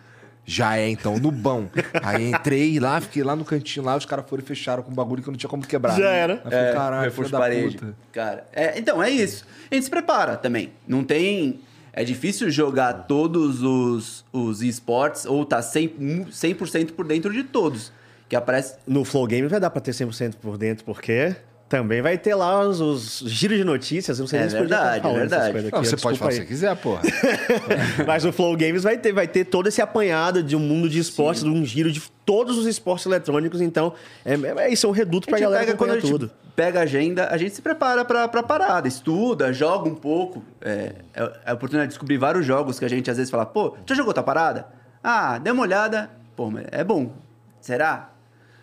Speaker 1: Já é, então, no bão. Aí entrei lá, fiquei lá no cantinho lá, os caras foram e fecharam com um bagulho que eu não tinha como quebrar.
Speaker 6: Já era.
Speaker 1: Aí eu falei, caralho, filho
Speaker 8: É, reforço
Speaker 1: da
Speaker 8: parede.
Speaker 1: puta.
Speaker 8: Cara, é, então é isso. A gente se prepara também. Não tem. É difícil jogar todos os, os esportes ou tá 100%, 100 por dentro de todos. Que aparece.
Speaker 6: No Flow Game vai dar pra ter 100% por dentro, porque também vai ter lá os, os giros de notícias. eu Não sei
Speaker 8: É
Speaker 6: nem se podia
Speaker 8: verdade,
Speaker 6: estar falando
Speaker 8: é
Speaker 6: essas
Speaker 8: verdade.
Speaker 6: coisas aqui,
Speaker 1: Não, você
Speaker 6: desculpa
Speaker 1: pode assim. falar o
Speaker 6: aí.
Speaker 1: que você quiser, porra.
Speaker 6: Mas o Flow Games vai ter, vai ter todo esse apanhado de um mundo de esportes, de um giro de todos os esportes eletrônicos. Então, é, é isso, é um reduto pra
Speaker 8: a gente
Speaker 6: galera
Speaker 8: pega quando a
Speaker 6: acompanhar
Speaker 8: gente
Speaker 6: tudo.
Speaker 8: pega a agenda, a gente se prepara pra, pra parada, estuda, joga um pouco. É, é é a oportunidade de descobrir vários jogos que a gente às vezes fala, pô, já jogou tua parada? Ah, dê uma olhada. Pô, mas é bom. Será?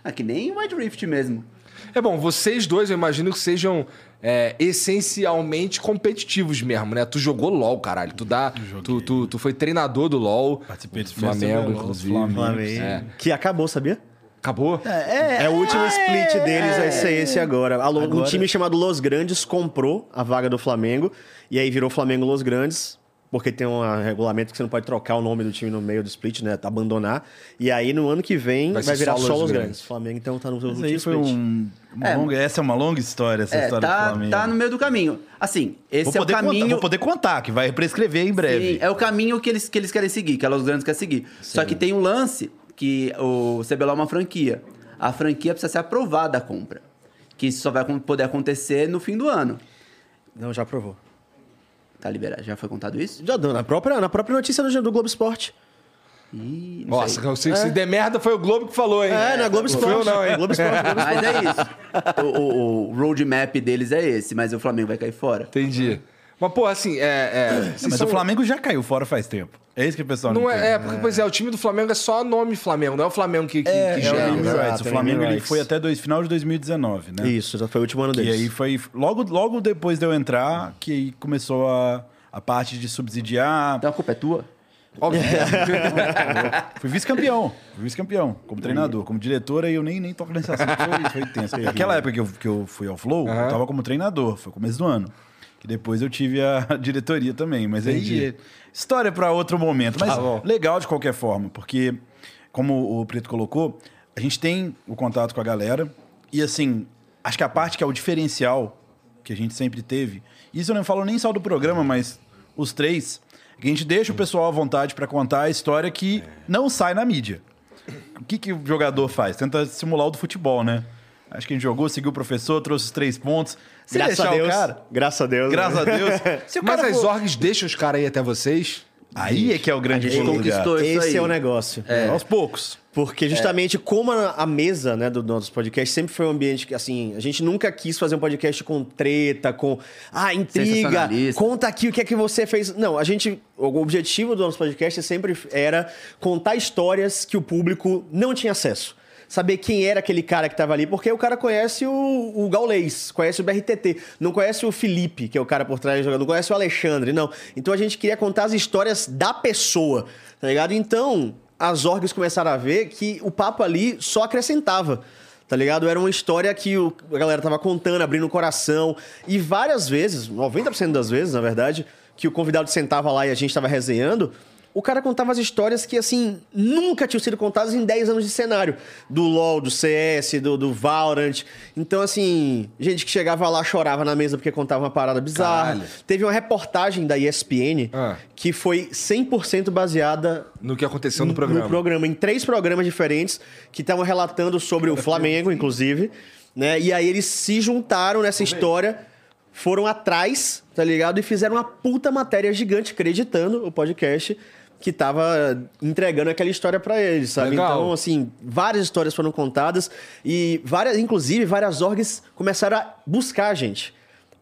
Speaker 8: Ah, que nem o Wide Rift mesmo.
Speaker 1: É bom, vocês dois, eu imagino que sejam é, essencialmente competitivos mesmo, né? Tu jogou LOL, caralho. Tu, dá, tu, tu, tu foi treinador do LOL.
Speaker 7: Participei do
Speaker 1: Flamengo, inclusive.
Speaker 7: Flamengo.
Speaker 1: É.
Speaker 6: Que acabou, sabia?
Speaker 1: Acabou?
Speaker 6: É, o último split deles, vai ser esse agora. Alô, Um
Speaker 7: É. Agora-
Speaker 6: time chamado Los Grandes comprou a vaga do Flamengo. E aí virou Flamengo Los Grandes. Porque tem um ah, regulamento que você não pode trocar o nome do time no meio do split, né? Abandonar. E aí, no ano que vem,
Speaker 1: Vai
Speaker 6: vai,
Speaker 1: ser
Speaker 6: virar
Speaker 1: só Los
Speaker 6: só Los
Speaker 1: Grandes.
Speaker 6: Grandes. Flamengo, então, tá no seu
Speaker 7: Mas
Speaker 6: último
Speaker 7: aí foi
Speaker 6: split.
Speaker 7: um, uma longa- essa é uma longa história, essa
Speaker 8: É,
Speaker 7: história do
Speaker 8: tá,
Speaker 7: Flamengo.
Speaker 8: tá no meio do caminho. Assim, esse
Speaker 7: Vou
Speaker 8: é o
Speaker 7: poder contar-
Speaker 8: caminho.
Speaker 7: vou poder contar, que vai prescrever em breve.
Speaker 8: Sim, é o caminho que eles, que eles querem seguir, que a Los Grandes quer seguir. Só que tem um lance que o CBLOL é uma franquia. A franquia precisa ser aprovada a compra. Que isso só vai acon- poder acontecer no fim do ano.
Speaker 6: Não, já aprovou.
Speaker 8: Tá liberado? Já foi contado isso?
Speaker 6: Já deu, na própria, na própria notícia do, do Globo Esporte.
Speaker 8: Ih, não
Speaker 1: Nossa,
Speaker 8: sei.
Speaker 1: se, se der merda, foi o Globo que falou, hein?
Speaker 6: É, na Globo
Speaker 1: Não fui eu,
Speaker 6: Esporte.
Speaker 1: não, hein?
Speaker 6: Globo Esporte, Globo Esporte.
Speaker 8: Mas é isso. O, o, o roadmap deles é esse, mas o Flamengo vai cair fora.
Speaker 1: Entendi. Mas, porra, assim, é. é vocês
Speaker 7: Mas
Speaker 1: são-
Speaker 7: o Flamengo já caiu fora faz tempo. É isso que o pessoal não,
Speaker 1: Não é, é,
Speaker 7: entende.
Speaker 1: porque, pois é, o time do Flamengo é só nome Flamengo, não é o Flamengo que, que, que
Speaker 7: É, o
Speaker 1: gera.
Speaker 7: Name
Speaker 1: né?
Speaker 7: Rights.
Speaker 6: exato, é
Speaker 7: O
Speaker 6: o
Speaker 7: Flamengo
Speaker 6: Name
Speaker 7: ele
Speaker 6: Rights.
Speaker 7: foi até dois, final de 2019, né?
Speaker 6: Isso, já foi o último ano
Speaker 7: E
Speaker 6: deles.
Speaker 7: aí foi logo, logo depois de eu entrar que aí começou a, a parte de subsidiar.
Speaker 8: Então a culpa é tua?
Speaker 1: Óbvio.
Speaker 7: Fui vice-campeão, fui vice-campeão, como treinador, como diretor, aí eu nem, nem toco nesse assunto, foi, foi tenso. Naquela época que eu, que eu fui ao Flow, eu tava como treinador, foi começo do ano. Que depois eu tive a diretoria também, mas aí... é História pra outro momento, mas legal de qualquer forma, porque, como o Preto colocou, a gente tem o contato com a galera, e assim, acho que a parte que é o diferencial que a gente sempre teve, isso eu não falo nem só do programa, mas os três, é que a gente deixa o pessoal à vontade pra contar a história que não sai na mídia. O que, que o jogador faz? Tenta simular o do futebol, né? Acho que a gente jogou, seguiu o professor, trouxe os três pontos. Se
Speaker 6: Graças a
Speaker 7: deixar
Speaker 6: Deus.
Speaker 7: o cara.
Speaker 6: Graças a Deus. né?
Speaker 7: Graças a Deus. Se o
Speaker 1: Mas
Speaker 7: cara
Speaker 1: as
Speaker 7: for-
Speaker 1: orgs deixam os caras aí até vocês?
Speaker 7: Aí é que é o grande
Speaker 8: gente
Speaker 7: pulo do gato.
Speaker 8: conquistou isso aí.
Speaker 6: Esse é o negócio.
Speaker 7: Aos poucos.
Speaker 6: Porque justamente como a, a mesa né, do nosso podcast sempre foi um ambiente que, assim, a gente nunca quis fazer um podcast com treta, com ah, intriga,
Speaker 8: Sensacionalista.
Speaker 6: conta aqui o que é que você fez. Não, a gente. O objetivo do nosso podcast sempre era contar histórias que o público não tinha acesso. Saber quem era aquele cara que estava ali, porque o cara conhece o, o Gaulês, conhece o BRTT, não conhece o Felipe, que é o cara por trás jogando, não conhece o Alexandre, não. Então a gente queria contar as histórias da pessoa, tá ligado? Então, as orgs começaram a ver que o papo ali só acrescentava. Tá ligado? Era uma história que o- a galera tava contando, abrindo o coração. E várias vezes, 90% das vezes, na verdade, que o convidado sentava lá e a gente tava resenhando, o cara contava as histórias que, assim, nunca tinham sido contadas em 10 anos de cenário. Do LoL, do CS, do, do Valorant. Então, assim, gente que chegava lá chorava na mesa porque contava uma parada bizarra. Teve uma reportagem da ESPN
Speaker 1: Ah.
Speaker 6: que foi 100% baseada
Speaker 1: No que aconteceu no programa.
Speaker 6: em três programas diferentes que estavam relatando sobre o Flamengo, inclusive. Né? E aí eles se juntaram nessa história, foram atrás, tá ligado? E fizeram uma puta matéria gigante, acreditando o podcast que tava entregando aquela história pra eles, sabe?
Speaker 1: Legal.
Speaker 6: Então, assim, várias histórias foram contadas e várias, inclusive, várias orgs começaram a buscar a gente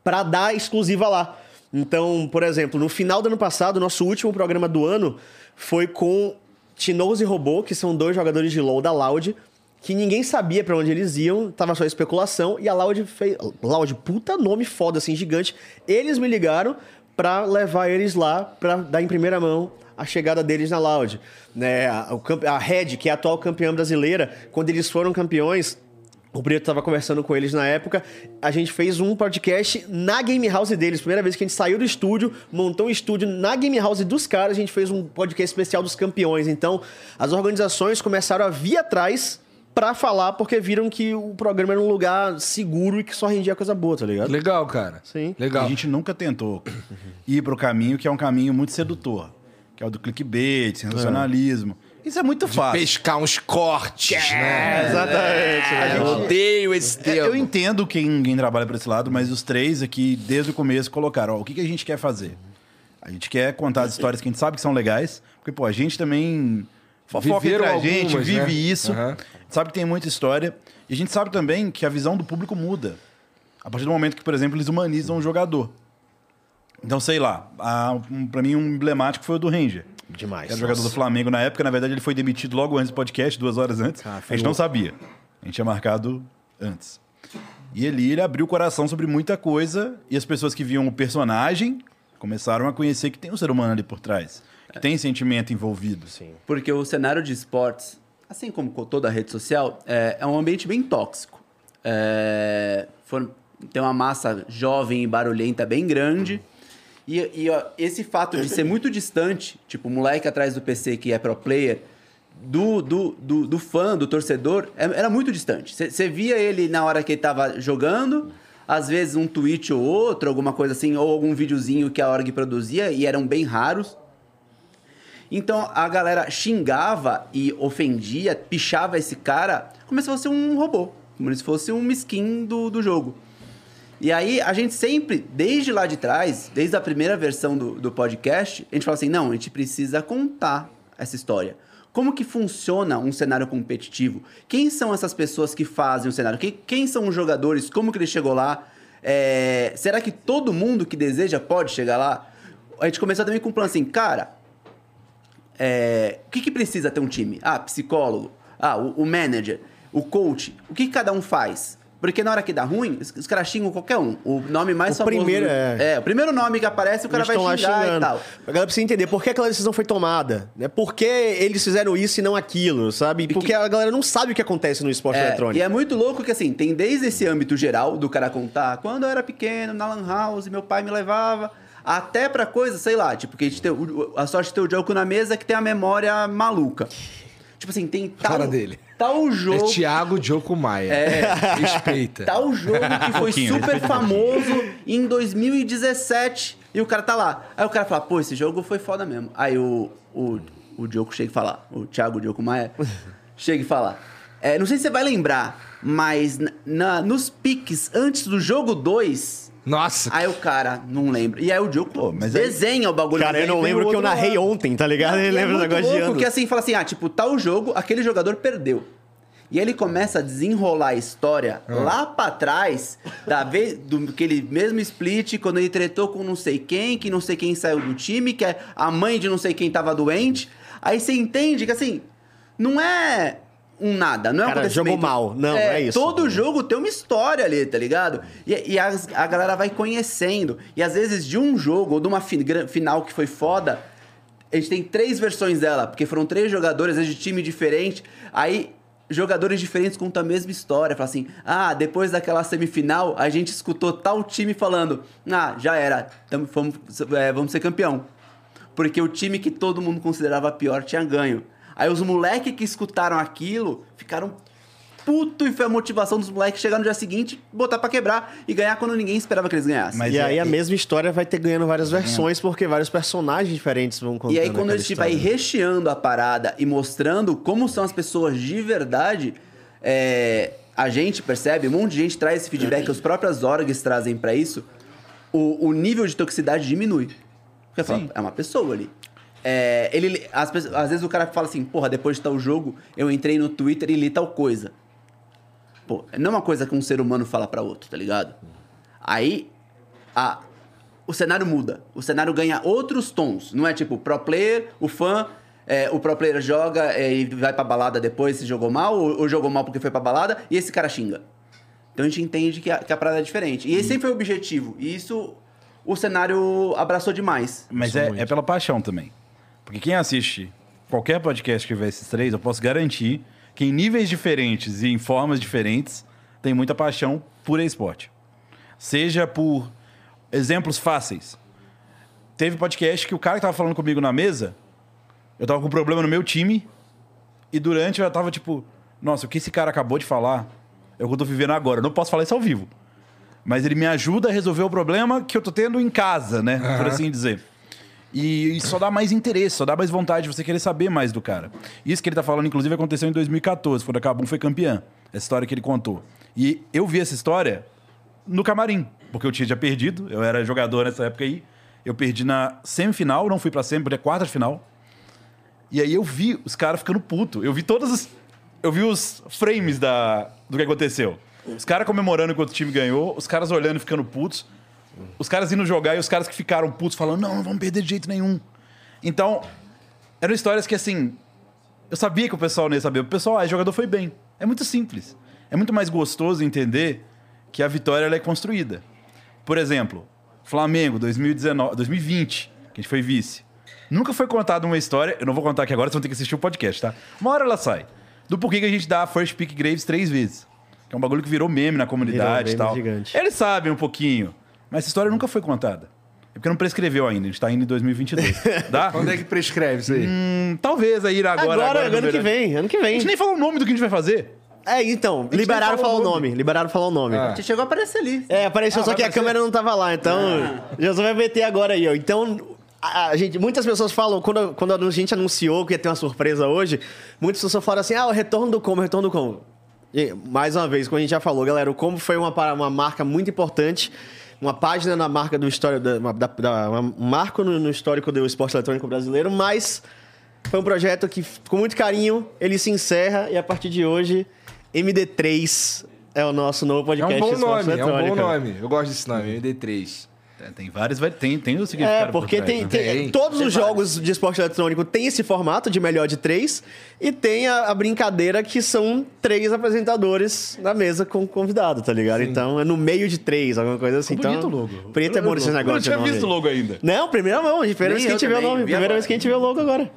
Speaker 6: pra dar exclusiva lá. Então, por exemplo, no final do ano passado, nosso último programa do ano foi com Tinoz e Robô, que são dois jogadores de LoL da Loud, que ninguém sabia pra onde eles iam, tava só especulação, e a Loud fez... Loud, puta nome foda, assim, gigante. Eles me ligaram pra levar eles lá, pra dar em primeira mão a chegada deles na Loud. Né? A, o campe- a Red, que é a atual campeã brasileira, quando eles foram campeões, o Brito tava conversando com eles na época. A gente fez um podcast na Game House deles. Primeira vez que a gente saiu do estúdio, montou um estúdio na Game House dos caras. A gente fez um podcast especial dos campeões. Então, as organizações começaram a vir atrás pra falar, porque viram que o programa era um lugar seguro e que só rendia coisa boa, tá ligado?
Speaker 1: Legal, cara.
Speaker 6: Sim.
Speaker 1: Legal.
Speaker 7: A gente nunca tentou ir pro caminho que é um caminho muito sedutor, que é o do clickbait, sensacionalismo. Isso é muito fácil.
Speaker 1: Pescar uns cortes, né?
Speaker 6: Exatamente. né?
Speaker 1: Eu odeio esse
Speaker 7: É,
Speaker 1: termo.
Speaker 7: eu entendo quem, quem trabalha para esse lado, mas os três aqui, desde o começo, colocaram: ó, o que, que a gente quer fazer? A gente quer contar as histórias que a gente sabe que são legais, porque, pô, a gente também fofoca entre
Speaker 1: Viveram
Speaker 7: a gente,
Speaker 1: algumas,
Speaker 7: vive
Speaker 1: né?
Speaker 7: isso,
Speaker 1: Aham.
Speaker 7: sabe que tem muita história, e a gente sabe também que a visão do público muda. A partir do momento que, por exemplo, eles humanizam o jogador. Então, sei lá, a, um, pra mim, um emblemático foi o do Ranger.
Speaker 6: Demais.
Speaker 7: Que era jogador do Flamengo na época. Na verdade, ele foi demitido logo antes do podcast, duas horas antes. a gente não sabia. A gente tinha marcado antes. E ali ele abriu o coração sobre muita coisa. E as pessoas que viam o personagem começaram a conhecer que tem um ser humano ali por trás. Que tem sentimento envolvido. Sim.
Speaker 8: Porque o cenário de esportes, assim como com toda a rede social, é, é um ambiente bem tóxico. É, for- tem uma massa jovem e barulhenta bem grande. E, e, ó, esse fato de ser muito distante, tipo, o moleque atrás do PC que é pro player, do, do, do, do fã, do torcedor, é- era muito distante. Você via ele na hora que ele tava jogando, às vezes um tweet ou outro, alguma coisa assim, ou algum videozinho que a org produzia, e eram bem raros. Então a galera xingava e ofendia, pichava esse cara como se fosse um robô, como se fosse um skin do, do jogo. E aí a gente sempre, desde lá de trás, desde a primeira versão do, do podcast, a gente fala assim: não, a gente precisa contar essa história. Como que funciona um cenário competitivo? Quem são essas pessoas que fazem o cenário? Que- Quem, são os jogadores? Como que ele chegou lá? É, será que todo mundo que deseja pode chegar lá? A gente começou também com um plano assim, cara, é, o que, que precisa ter um time? Ah, psicólogo. Ah, o, o manager. O coach. O que, que cada um faz? Porque na hora que dá ruim, os, os caras xingam qualquer um. O nome mais
Speaker 6: O
Speaker 8: famoso...
Speaker 6: primeiro,
Speaker 8: do-
Speaker 6: é.
Speaker 8: é. o primeiro nome que aparece, o cara
Speaker 6: Eles
Speaker 8: vai
Speaker 6: estão lá
Speaker 8: xingar
Speaker 6: xingando.
Speaker 8: e tal.
Speaker 6: A galera precisa entender por que aquela decisão foi tomada, né? Por que eles fizeram isso e não aquilo, sabe? Porque a galera não sabe o que acontece no esporte
Speaker 8: É,
Speaker 6: eletrônico.
Speaker 8: e é muito louco que, assim, tem desde esse âmbito geral do cara contar, quando eu era pequeno, na Lan House, meu pai me levava, até pra coisa, sei lá, tipo, que a, gente tem, o- a sorte de ter o jogo na mesa que tem a memória maluca. Tipo assim, tem tal,
Speaker 1: Cara dele.
Speaker 8: tal
Speaker 1: É
Speaker 8: jogo.
Speaker 1: Thiago Dioco Maia. Respeita.
Speaker 8: Tal Tá jogo que foi
Speaker 7: Pouquinho,
Speaker 8: super famoso em 2017 e o cara tá lá. Aí o cara fala, pô, esse jogo foi foda mesmo. Aí o, o, o Diogo chega e fala, o Thiago Diogo Maia chega e fala, é, não sei se você vai lembrar, Mas na- na- nos piques antes do jogo 2,
Speaker 1: Nossa,
Speaker 8: aí o cara não lembra. E aí o jogo
Speaker 7: mas aí-
Speaker 8: desenha o bagulho.
Speaker 6: Cara, eu
Speaker 8: mas aí
Speaker 6: não
Speaker 8: vem
Speaker 6: lembro
Speaker 8: o
Speaker 6: o que eu
Speaker 8: outro lá.
Speaker 6: narrei ontem, tá ligado?
Speaker 8: E
Speaker 6: Ele lembra
Speaker 8: é
Speaker 6: do
Speaker 8: muito
Speaker 6: negócio de
Speaker 8: louco, que
Speaker 6: ano.
Speaker 8: assim, fala assim, ah, tipo, tal jogo, aquele jogador perdeu. E ele começa a desenrolar a história lá pra trás, da vez, do aquele mesmo split, quando ele tretou com não sei quem, que não sei quem saiu do time, que é a mãe de não sei quem tava doente. Aí você entende que, assim, não é um nada, não é um
Speaker 6: Cara,
Speaker 8: acontecimento.
Speaker 6: jogou mal. Não, é isso.
Speaker 8: Todo jogo tem uma história ali, tá ligado? E, e as- a galera vai conhecendo. E às vezes de um jogo ou de uma fi- gran- final que foi foda, a gente tem três versões dela, porque foram três jogadores, às vezes de time diferente. Aí jogadores diferentes contam a mesma história. Fala assim: ah, depois daquela semifinal, a gente escutou tal time falando: ah, já era, tamo- fomos- é, vamos ser campeão. Porque o time que todo mundo considerava pior tinha ganho. Aí os moleques que escutaram aquilo ficaram puto e foi a motivação dos moleques chegar no dia seguinte, botar pra quebrar e ganhar quando ninguém esperava que eles ganhassem.
Speaker 7: Mas
Speaker 6: e
Speaker 7: é-
Speaker 6: aí a mesma história vai ter ganhando várias versões, porque vários personagens diferentes vão contando
Speaker 8: É. E aí, quando
Speaker 6: aquela
Speaker 8: a gente vai
Speaker 6: história.
Speaker 8: recheando a parada e mostrando como são as pessoas de verdade, é, a gente percebe, um monte de gente traz esse feedback, as próprias orgs trazem pra isso, o, o nível de toxicidade diminui. Porque fala, é uma pessoa ali. É, ele, as pe- às vezes o cara fala assim, porra, depois de tal jogo, eu entrei no Twitter e li tal coisa. Pô, não é uma coisa que um ser humano fala pra outro, tá ligado? Aí, a- o cenário muda. O cenário ganha outros tons. Não é tipo pro player, o fã, é, o pro player joga é, e vai pra balada depois se jogou mal, ou, ou jogou mal porque foi pra balada, e esse cara xinga. Então a gente entende que a, que a parada é diferente. E esse sempre foi o objetivo. E isso o cenário abraçou demais.
Speaker 7: Mas é, é pela paixão também. Porque quem assiste qualquer podcast que tiver esses três, eu posso garantir que em níveis diferentes e em formas diferentes, tem muita paixão por esporte. Seja por exemplos fáceis. Teve podcast que o cara que tava falando comigo na mesa, eu tava com um problema no meu time, e durante eu tava tipo, nossa, o que esse cara acabou de falar é o que eu tô vivendo agora. Eu não posso falar isso ao vivo. Mas ele me ajuda a resolver o problema que eu tô tendo em casa, né? Por assim dizer. E, e só dá mais interesse, só dá mais vontade de você querer saber mais do cara. Isso que ele tá falando, inclusive, aconteceu em 2014, quando a Cabum foi campeã. Essa história que ele contou. E eu vi essa história no camarim, porque eu tinha já perdido, eu era jogador nessa época aí. Eu perdi na semifinal, não fui pra semi, perdi a quarta de final. E aí eu vi os caras ficando puto. Eu vi todas as. Eu vi os frames da, do que aconteceu. Os caras comemorando que o outro time ganhou, os caras olhando e ficando putos. Os caras indo jogar e os caras que ficaram putos falando, não, não vamos perder de jeito nenhum. Então, eram histórias que assim. Eu sabia que o pessoal não ia saber. O pessoal, ah, o jogador foi bem. É muito simples. É muito mais gostoso entender que a vitória ela é construída. Por exemplo, Flamengo 2019, 2020, que a gente foi vice. Nunca foi contada uma história, eu não vou contar aqui agora, vocês vão ter que assistir o podcast, tá? Uma hora ela sai. Do porquê que a gente dá a First Pick Graves três vezes. Que é um bagulho que virou meme na comunidade e
Speaker 6: Virou
Speaker 7: tal.
Speaker 6: meme gigante.
Speaker 7: Eles sabem um pouquinho, mas essa história nunca foi contada. É porque não prescreveu ainda, a gente tá indo em 2022, tá?
Speaker 1: onde é que prescreve isso aí?
Speaker 7: Hum, talvez aí agora.
Speaker 6: Agora,
Speaker 7: no
Speaker 6: ano que
Speaker 7: verão.
Speaker 6: vem, ano que
Speaker 7: A
Speaker 6: vem.
Speaker 7: gente nem falou o nome do que a gente vai fazer.
Speaker 6: É, então, liberaram
Speaker 7: falou
Speaker 6: falar
Speaker 7: o
Speaker 6: o
Speaker 7: nome.
Speaker 6: nome. Liberaram falar o nome.
Speaker 8: A gente chegou a aparecer ali.
Speaker 6: É, apareceu
Speaker 7: Ah,
Speaker 6: só
Speaker 7: vai
Speaker 6: que a
Speaker 7: aparecer? Ah.
Speaker 6: câmera não tava lá, então. Jesus vai meter agora aí, ó. Então, a, a gente, muitas pessoas falam, quando, quando a gente anunciou que ia ter uma surpresa hoje, muitas pessoas falaram assim: ah, o retorno do Como, o retorno do Como. E, mais uma vez, como a gente já falou, galera, o Como foi uma, para- uma marca muito importante. Uma página na marca do história da, uma- da- da- um marco no, no histórico do esporte eletrônico brasileiro, mas foi um projeto que, com muito carinho, ele se encerra e a partir de hoje, MD3 é o nosso novo
Speaker 1: É
Speaker 6: podcast.
Speaker 1: um bom
Speaker 6: Esporte
Speaker 1: nome, é um bom
Speaker 6: Eletrônico.
Speaker 1: nome. Eu gosto desse nome, MD3.
Speaker 7: É, Tem vários, vai- tem, tem o seguinte.
Speaker 6: É, porque
Speaker 7: né?
Speaker 6: tem, tem-
Speaker 1: Tem.
Speaker 6: todos os jogos de esporte eletrônico tem esse formato de melhor de três e tem a, a brincadeira que são três apresentadores na mesa com o convidado, tá ligado? Então é no meio de três, alguma coisa assim.
Speaker 7: Ficou
Speaker 6: então,
Speaker 7: bonito o logo.
Speaker 6: Preto é bom esse
Speaker 7: Eu não
Speaker 6: negócio.
Speaker 7: tinha
Speaker 6: de nome
Speaker 7: visto o
Speaker 6: aí.
Speaker 7: logo ainda.
Speaker 6: Não, primeira mão, primeira vez
Speaker 8: Nem
Speaker 6: que a
Speaker 8: eu
Speaker 6: gente vê o
Speaker 8: também,
Speaker 6: nome,
Speaker 8: vi
Speaker 6: primeira
Speaker 8: agora.
Speaker 6: vez que a gente vê o logo agora.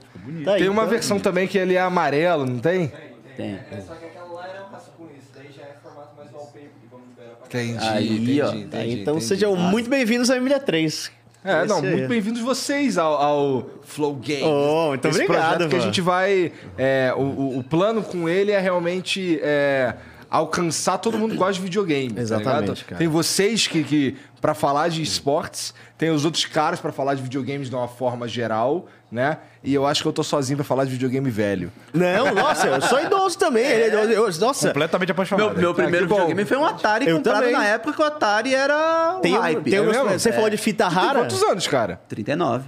Speaker 6: Tá aí,
Speaker 1: Tem uma
Speaker 6: então.
Speaker 1: versão também que ele é amarelo, não tem?
Speaker 8: Tem.
Speaker 9: Só que aquela lá era um rascunho, isso daí já é formato mais wallpaper que vamos liberar pra
Speaker 1: Entendi,
Speaker 8: Aí,
Speaker 1: entendi,
Speaker 8: ó.
Speaker 1: entendi,
Speaker 6: Tá aí, então
Speaker 1: entendi.
Speaker 6: sejam muito bem-vindos à MD3.
Speaker 1: É, não,
Speaker 6: Esse aí.
Speaker 1: muito bem-vindos vocês ao, ao Flow Games.
Speaker 6: Oh, muito
Speaker 1: Esse
Speaker 6: obrigado,
Speaker 1: projeto que a
Speaker 6: mano.
Speaker 1: gente vai... é, o, o- o plano com ele é realmente é, alcançar todo mundo que gosta de videogame. tá
Speaker 6: Exatamente,
Speaker 1: ligado?
Speaker 6: cara.
Speaker 1: Tem vocês que, que para falar de esportes, tem os outros caras pra falar de videogames de uma forma geral, né? E eu acho que eu tô sozinho pra falar de videogame velho.
Speaker 6: Não, nossa, eu sou idoso também. ele é idoso, eu- nossa,
Speaker 7: Completamente apaixonado. Então,
Speaker 8: Meu, meu primeiro
Speaker 1: que bom.
Speaker 8: videogame foi um Atari
Speaker 6: Eu
Speaker 8: comprado
Speaker 6: também.
Speaker 8: na época que o Atari era o
Speaker 6: tem, um,
Speaker 8: hype.
Speaker 6: tem um-
Speaker 1: É mesmo?
Speaker 6: Você falou de fita
Speaker 1: Tem
Speaker 6: rara?
Speaker 1: quantos anos, cara?
Speaker 8: 39.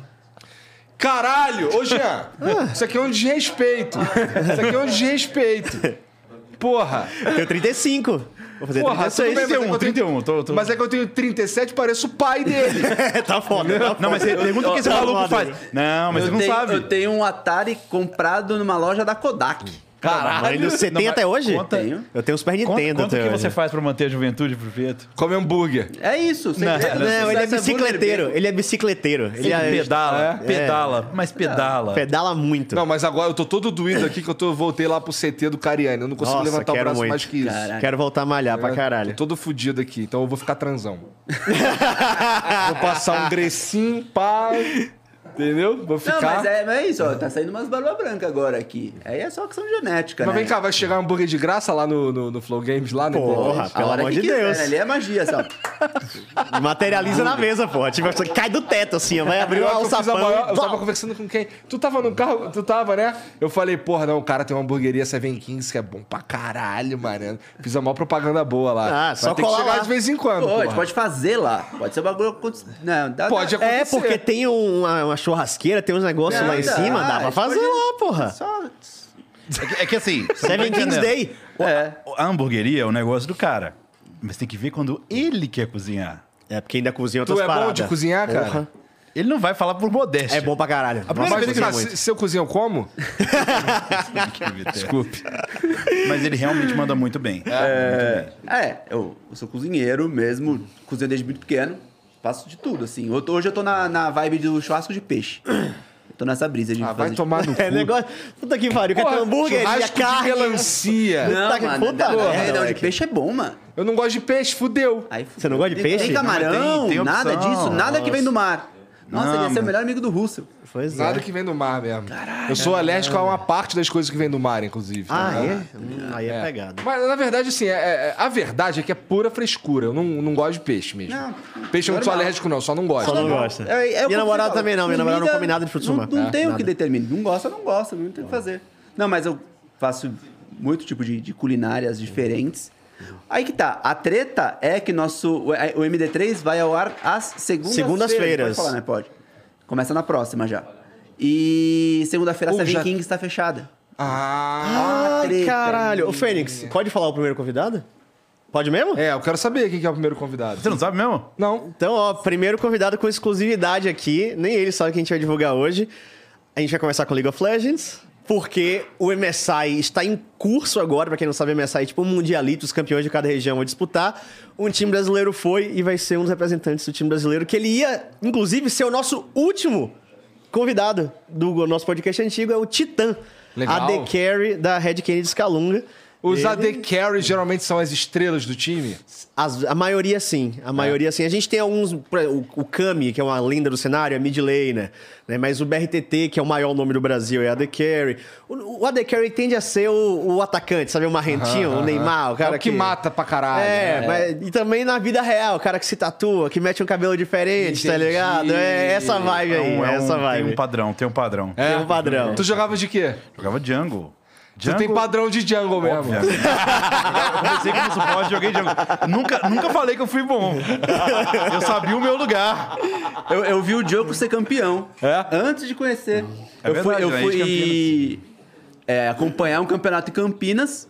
Speaker 1: Caralho! Ô, Jean!
Speaker 6: Ah.
Speaker 1: isso aqui é um desrespeito. Isso aqui é um desrespeito. Porra!
Speaker 6: Eu tenho 35. Vou fazer
Speaker 1: Porra, tudo
Speaker 6: 36.
Speaker 1: bem, mas é que
Speaker 7: 31,
Speaker 1: eu tenho-
Speaker 7: 31, tô- tô-
Speaker 1: Mas é que eu tenho 37 e pareço o pai dele.
Speaker 6: tá foda. Tá
Speaker 7: Não, mas você pergunta o que esse
Speaker 6: Tá
Speaker 7: maluco
Speaker 6: foda.
Speaker 7: faz. Não, mas
Speaker 8: eu
Speaker 7: você não
Speaker 8: tenho,
Speaker 7: sabe.
Speaker 8: Eu tenho um Atari comprado numa loja da Kodak.
Speaker 6: Caralho. Você
Speaker 7: Não,
Speaker 6: tem
Speaker 7: mas
Speaker 6: até hoje?
Speaker 7: conta-
Speaker 8: Tenho.
Speaker 6: Eu tenho o Super
Speaker 7: Conta-
Speaker 6: Nintendo
Speaker 7: Conta o
Speaker 6: até
Speaker 7: que
Speaker 6: hoje.
Speaker 7: você faz pra manter a juventude pro Preto?
Speaker 1: Come hambúrguer.
Speaker 8: É isso. Você
Speaker 7: Não,
Speaker 8: você
Speaker 6: Não, ele é
Speaker 8: acessa
Speaker 6: bicicleteiro.
Speaker 8: Burger
Speaker 6: Ele é bicicleteiro. Ele é-
Speaker 7: pedala,
Speaker 6: é.
Speaker 7: pedala, mas pedala.
Speaker 6: pedala muito.
Speaker 1: Não, mas agora eu tô todo doído aqui que eu tô, voltei lá pro CT do Cariani. Eu não consigo
Speaker 6: Nossa,
Speaker 1: levantar o
Speaker 6: quero
Speaker 1: braço
Speaker 6: muito.
Speaker 1: mais que isso.
Speaker 8: Caraca.
Speaker 6: Quero voltar a malhar pra caralho.
Speaker 1: Tô todo fudido aqui, então eu vou ficar transão. vou passar um dressinho, pá. Entendeu? Vou
Speaker 8: Não,
Speaker 1: ficar.
Speaker 8: mas é, mas é isso, ó. Tá saindo umas barba branca agora aqui. Aí é só questão genética,
Speaker 1: Mas
Speaker 8: né?
Speaker 1: vem cá, vai chegar hambúrguer de graça lá no, no, no Flow Games, lá né? no
Speaker 6: Porra.
Speaker 8: A
Speaker 6: Pelo
Speaker 8: hora
Speaker 6: amor
Speaker 8: que
Speaker 6: de
Speaker 8: quiser,
Speaker 6: Deus.
Speaker 8: né? Ali é magia, sabe?
Speaker 6: Materializa na mesa, porra. Tipo, você cai do teto assim, ó, vai abrir
Speaker 1: Pior
Speaker 6: lá
Speaker 1: que
Speaker 6: o
Speaker 1: eu, fiz a
Speaker 6: sapão.
Speaker 1: maior-
Speaker 6: e
Speaker 1: eu tava
Speaker 6: blá.
Speaker 1: conversando com quem? Tu tava no carro, tu tava, né? Eu falei, porra, não, o cara tem uma hamburgueria 715 que é bom pra caralho, mano. Fiz a maior propaganda boa lá.
Speaker 6: Ah, só
Speaker 1: Vai ter que
Speaker 6: colar
Speaker 1: chegar
Speaker 6: lá.
Speaker 1: de vez em quando.
Speaker 8: Pô, a gente
Speaker 1: porra.
Speaker 8: pode fazer lá. Pode ser um bagulho. aconte- Não, dá,
Speaker 1: Pode
Speaker 8: dá,
Speaker 6: É,
Speaker 1: acontecer.
Speaker 6: porque tem uma, uma churrasqueira, tem uns negócios
Speaker 8: Não,
Speaker 6: lá em
Speaker 8: dá,
Speaker 6: cima, dá pra fazer
Speaker 8: pode-
Speaker 6: lá, porra.
Speaker 8: Só.
Speaker 7: É que, é que assim. você não tá
Speaker 6: Seven Kings
Speaker 7: entendendo.
Speaker 6: Day.
Speaker 8: É.
Speaker 7: A hamburgueria é o negócio do cara. Mas tem que ver quando ele quer cozinhar.
Speaker 6: É, porque ainda cozinha
Speaker 1: Tu
Speaker 6: outras
Speaker 1: é bom
Speaker 6: paradas.
Speaker 1: de cozinhar, cara?
Speaker 6: Porra.
Speaker 7: Ele não vai falar por modéstia.
Speaker 6: É bom pra caralho.
Speaker 7: A primeira
Speaker 6: Nossa,
Speaker 1: Mas
Speaker 7: vez
Speaker 1: vem cá,
Speaker 6: cozinha muito.
Speaker 1: se, se eu cozinho, eu como?
Speaker 7: Desculpe. Mas ele realmente manda muito bem. Muito bem.
Speaker 8: É, eu, eu sou cozinheiro mesmo, cozinho desde muito pequeno. Faço de tudo, assim. Eu tô- Hoje eu tô na, na vibe do churrasco de peixe. Eu tô nessa brisa de
Speaker 1: Ah, vai
Speaker 8: fazer-
Speaker 1: tomar no cu.
Speaker 6: É negócio. Puta que pariu, quer ter um hambúrguer,
Speaker 1: churrasco
Speaker 6: e carne. Né?
Speaker 1: de melancia.
Speaker 8: Não,
Speaker 6: Puta que-
Speaker 8: mano,
Speaker 6: puta
Speaker 8: puta não,
Speaker 6: merda,
Speaker 8: não, de
Speaker 6: moleque.
Speaker 8: peixe é bom, mano.
Speaker 1: Eu não gosto de peixe, fudeu.
Speaker 8: Aí,
Speaker 6: Você não gosta de
Speaker 8: tem-
Speaker 6: peixe?
Speaker 8: Tem camarão,
Speaker 7: Não, tem- tem
Speaker 8: nada
Speaker 7: opção.
Speaker 8: disso, nada que vem do mar. Nossa,
Speaker 7: Não,
Speaker 8: ele ia ser o
Speaker 7: mano.
Speaker 8: melhor amigo do Russell.
Speaker 6: Pois é.
Speaker 1: Nada que vem do mar mesmo. eu sou alérgico a uma parte das coisas que vem do mar, inclusive. tá
Speaker 6: Ah,
Speaker 1: ligado?
Speaker 6: é? Hum, aí é pegado.
Speaker 1: Mas na verdade, assim, é- é- a verdade é que é pura frescura. Eu não, não gosto de peixe mesmo.
Speaker 8: Não,
Speaker 1: peixe eu não sou
Speaker 8: normal.
Speaker 1: alérgico, não, só não gosto.
Speaker 6: Só não gosta.
Speaker 8: É- é o que
Speaker 6: minha
Speaker 8: eu
Speaker 6: namorada
Speaker 8: falo.
Speaker 6: também não, minha namorada não
Speaker 8: Comida
Speaker 6: come nada de frutos do
Speaker 8: Não,
Speaker 6: mar.
Speaker 8: não
Speaker 6: É,
Speaker 8: tem o
Speaker 6: nada.
Speaker 8: que determine. Não gosta, não gosta, não tem o que fazer. Não, mas eu faço muito tipo de, de culinárias diferentes. Aí que tá. A treta é que nosso, o o MD3 vai ao ar às segundas-feiras.
Speaker 6: Segundas-feiras.
Speaker 8: Pode falar, né? Pode. Começa na próxima já. E segunda-feira a
Speaker 1: Uh,
Speaker 8: Seven
Speaker 1: já-
Speaker 8: Kings tá fechada.
Speaker 1: Ah.
Speaker 8: Ah,
Speaker 6: Ai,
Speaker 8: treta,
Speaker 6: caralho. Ô, Fênix, pode falar o primeiro convidado? Pode mesmo?
Speaker 1: É, eu quero saber quem que é o primeiro convidado.
Speaker 7: Você não sabe mesmo?
Speaker 1: Não.
Speaker 6: Então, ó, primeiro convidado com exclusividade aqui. Nem ele sabe que a gente vai divulgar hoje. A gente vai começar com League of Legends, porque o MSI está em curso agora. Pra quem não sabe, o MSI é tipo um mundialito, os campeões de cada região vão disputar. Um time brasileiro foi e vai ser um dos representantes do time brasileiro, que ele ia, inclusive, ser o nosso último convidado do nosso podcast antigo, é o Titã.
Speaker 1: Legal.
Speaker 6: AD Carry da Red Kennedy Scalunga.
Speaker 1: Os
Speaker 6: Ele-
Speaker 1: AD Carries geralmente são as estrelas do time.
Speaker 6: as- a maioria sim, a maioria sim. A gente tem alguns, por exemplo, o, o Kami, que é uma lenda do cenário, é mid laner, né? Mas o BRTT, que é o maior nome do Brasil, é AD Carry. O, o AD Carry tende a ser o, o atacante, sabe? O Marrentinho, o Neymar, o cara
Speaker 1: é o que, mata pra caralho.
Speaker 6: É,
Speaker 1: né?
Speaker 6: Mas, e também na vida real, o cara que se tatua, que mete um cabelo diferente, tá
Speaker 1: Entendi.
Speaker 6: ligado? É essa vibe aí, é essa vibe.
Speaker 7: Tem um padrão, tem um padrão.
Speaker 1: É.
Speaker 6: tem um padrão.
Speaker 1: Tu jogava de quê?
Speaker 7: Jogava Django.
Speaker 1: Tu tem padrão de jungle mesmo.
Speaker 7: Óbvio. é. Eu comecei como suporte, joguei Django. Nunca, nunca falei que eu fui bom. Eu sabia o meu lugar.
Speaker 8: Eu, eu vi o Diogo ser campeão. Antes de conhecer.
Speaker 7: É
Speaker 8: eu
Speaker 7: verdade,
Speaker 8: fui,
Speaker 7: né?
Speaker 8: eu
Speaker 7: De
Speaker 8: fui é, acompanhar um campeonato em Campinas.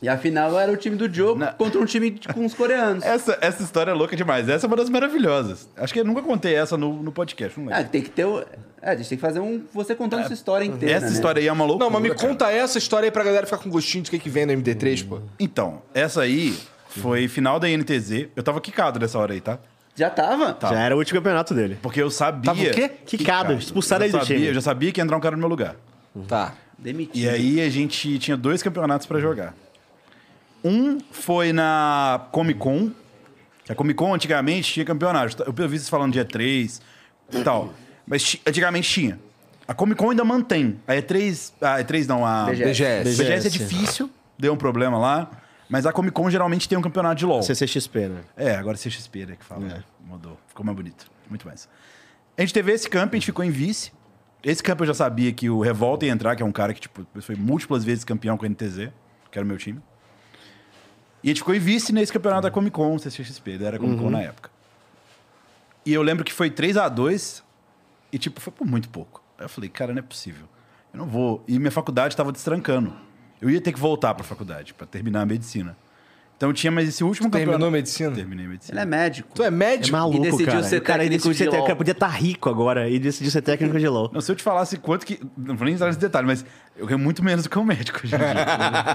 Speaker 8: E a final era o time do Diogo
Speaker 7: Na-
Speaker 8: contra um time de- com os coreanos.
Speaker 7: Essa, essa história é louca demais. Essa é uma das maravilhosas. Acho que eu nunca contei essa no, no podcast, não
Speaker 8: Ah,
Speaker 7: lembro.
Speaker 8: tem que ter. o- É, a gente tem que fazer um. Você contando sua história inteira.
Speaker 7: É. Essa
Speaker 8: né?
Speaker 7: história aí é uma loucura.
Speaker 1: Não, mas me
Speaker 7: cara.
Speaker 1: conta essa história aí pra galera ficar com gostinho do que, que vem no MD3, pô.
Speaker 7: Então, essa aí foi final da INTZ. Eu tava quicado nessa hora aí, tá?
Speaker 8: Já tava?
Speaker 6: Já era o último campeonato dele.
Speaker 7: Porque eu sabia.
Speaker 1: Tava o quê?
Speaker 6: Quicado, expulsaram
Speaker 7: Eu
Speaker 6: ele do
Speaker 7: sabia-
Speaker 6: time.
Speaker 7: Eu já sabia que ia entrar um cara no meu lugar.
Speaker 1: Tá.
Speaker 8: Demitido.
Speaker 7: E aí a gente tinha dois campeonatos pra jogar. Um foi na Comic Con. A Comic Con antigamente tinha campeonato. Eu vi vocês falando de E3 e tal. Mas ti- antigamente tinha. A Comic Con ainda mantém. A E3. A E3 ah, não, a.
Speaker 8: BGS.
Speaker 1: BGS.
Speaker 7: BGS é difícil. Deu um problema lá. Mas a Comic Con geralmente tem um campeonato de LOL.
Speaker 6: CCXP, né?
Speaker 7: É, agora CXP, né, que
Speaker 1: É.
Speaker 7: fala. né? Mudou. Ficou mais bonito. Muito mais. A gente teve esse camp, a gente ficou em vice. Esse camp eu já sabia que o Revolta ia entrar, que é um cara que tipo, foi múltiplas vezes campeão com o NTZ, que era o meu time. E a gente ficou em vice nesse campeonato da Comic Con, CCXP, da era Comic
Speaker 1: Uhum.
Speaker 7: Con na época. E eu lembro que foi 3 a 2 e tipo, foi por muito pouco. Aí eu falei, cara, não é possível. Eu não vou. E minha faculdade tava destrancando. Eu ia ter que voltar pra faculdade, pra terminar a medicina. Então tinha mais esse último
Speaker 1: Terminou a
Speaker 7: campeonato.
Speaker 1: medicina?
Speaker 7: Terminei a medicina.
Speaker 8: Ele é médico.
Speaker 1: Tu é
Speaker 6: É
Speaker 1: médico?
Speaker 6: maluco,
Speaker 8: E decidiu
Speaker 6: cara.
Speaker 8: ser
Speaker 6: o cara
Speaker 8: técnico
Speaker 6: decidiu
Speaker 8: de
Speaker 6: ser técnico.
Speaker 8: LOL.
Speaker 6: Cara, podia estar rico agora e decidiu ser técnico de LOL.
Speaker 7: Não, se eu te falasse quanto que. Não vou nem entrar nesse detalhe, mas eu ganho muito menos do que um médico hoje em dia.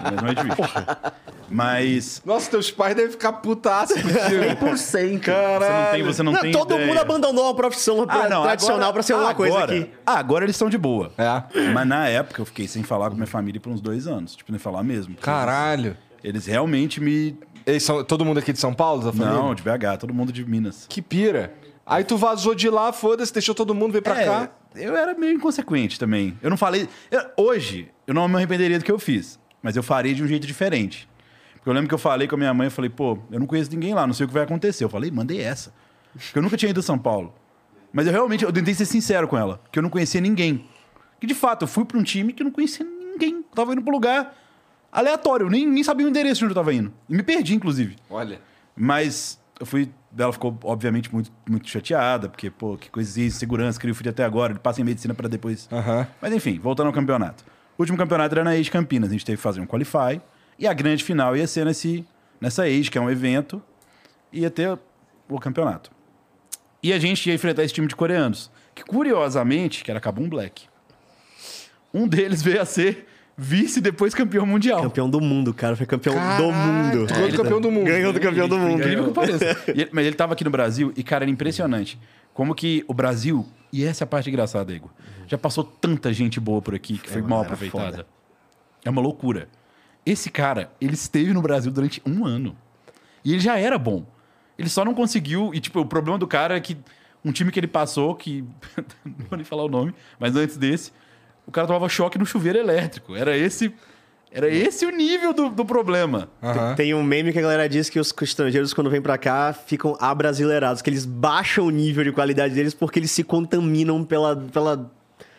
Speaker 7: mas não é difícil. Mas.
Speaker 1: Nossa, teus pais devem ficar putaço contigo.
Speaker 6: 100%.
Speaker 7: Você não tem, você não tem
Speaker 6: todo
Speaker 7: ideia. Ah,
Speaker 6: mundo abandonou a profissão pra- tradicional pra ser uma coisa
Speaker 7: agora,
Speaker 6: aqui.
Speaker 7: Ah, agora eles estão de boa.
Speaker 1: É.
Speaker 7: Mas na época eu fiquei sem falar com minha família por uns dois anos. Tipo, nem falar mesmo.
Speaker 1: Caralho.
Speaker 7: Eles realmente me.
Speaker 1: Eles são, todo mundo aqui de São Paulo, tá da família?
Speaker 7: Não, de BH, todo mundo de Minas.
Speaker 1: Que pira. Aí tu vazou de lá, foda-se, deixou todo mundo vir pra
Speaker 7: É,
Speaker 1: cá.
Speaker 7: Eu era meio inconsequente também. Eu não falei. eu- hoje, eu não me arrependeria do que eu fiz, mas eu faria de um jeito diferente. Porque eu lembro que eu falei com a minha mãe, eu falei, pô, eu não conheço ninguém lá, não sei o que vai acontecer. Eu falei, mandei essa. Porque eu nunca tinha ido a São Paulo. Mas eu realmente, eu tentei ser sincero com ela, que eu não conhecia ninguém. Que de fato, eu fui pra um time que eu não conhecia ninguém. Eu tava indo pra um lugar aleatório, eu nem, nem sabia o endereço de onde eu tava indo. E me perdi, inclusive.
Speaker 1: Olha.
Speaker 7: Mas eu fui. Ela ficou, obviamente, muito, muito chateada, porque, pô, que coisinha, insegurança, queria fugir até agora, ele passa em medicina para depois.
Speaker 1: Aham.
Speaker 7: Mas enfim, voltando ao campeonato. O último campeonato era na Age Campinas, a gente teve que fazer um qualify, e a grande final ia ser nesse, nessa Age, que é um evento, e ia ter o campeonato. E a gente ia enfrentar esse time de coreanos, que curiosamente, que era Kabum Black. Um deles veio a ser vice e depois campeão mundial.
Speaker 6: Campeão do mundo, cara. Foi campeão
Speaker 1: Caraca,
Speaker 6: do mundo.
Speaker 1: tu ganhou do campeão do mundo.
Speaker 6: Ganhou do campeão do mundo.
Speaker 7: Incrível que pareça. E ele- mas ele tava aqui no Brasil e, cara, era impressionante. Como que o Brasil, e essa é a parte engraçada, Igor, já passou tanta gente boa por aqui que foi mal
Speaker 6: era
Speaker 7: aproveitada.
Speaker 6: foda.
Speaker 7: É uma loucura. Esse cara, ele esteve no Brasil durante um ano. E ele já era bom. Ele só não conseguiu. E, tipo, o problema do cara é que um time que ele passou, que. não vou nem falar o nome, mas antes desse, o cara tomava choque no chuveiro elétrico. Era esse. Era esse o nível do, do problema.
Speaker 1: Aham.
Speaker 6: Tem um meme que a galera diz que os estrangeiros, quando vêm pra cá, ficam abrasileirados, que eles baixam o nível de qualidade deles porque eles se contaminam pela, pela-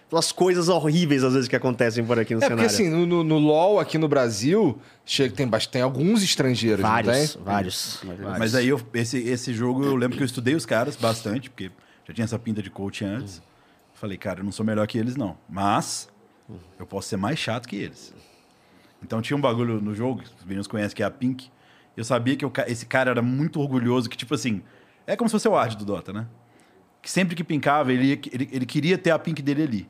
Speaker 6: pelas coisas horríveis, às vezes, que acontecem por aqui no
Speaker 1: É porque
Speaker 6: um cenário.
Speaker 1: assim, no, no- no LOL aqui no Brasil, chega, tem, bast- tem alguns estrangeiros,
Speaker 6: vários,
Speaker 1: não tem?
Speaker 6: vários, vários.
Speaker 7: Mas aí, eu- esse, esse jogo, eu lembro que eu estudei os caras bastante, porque já tinha essa pinta de coach antes. Falei, cara, eu não sou melhor que eles, não. Mas eu posso ser mais chato que eles. Então tinha um bagulho no jogo, que os meninos conhecem, que é a Pink. Eu sabia que o ca- esse cara era muito orgulhoso, que tipo assim... É como se fosse o Ard do Dota, né? Que sempre que pincava, ele, ia- ele, ele queria ter a Pink dele ali.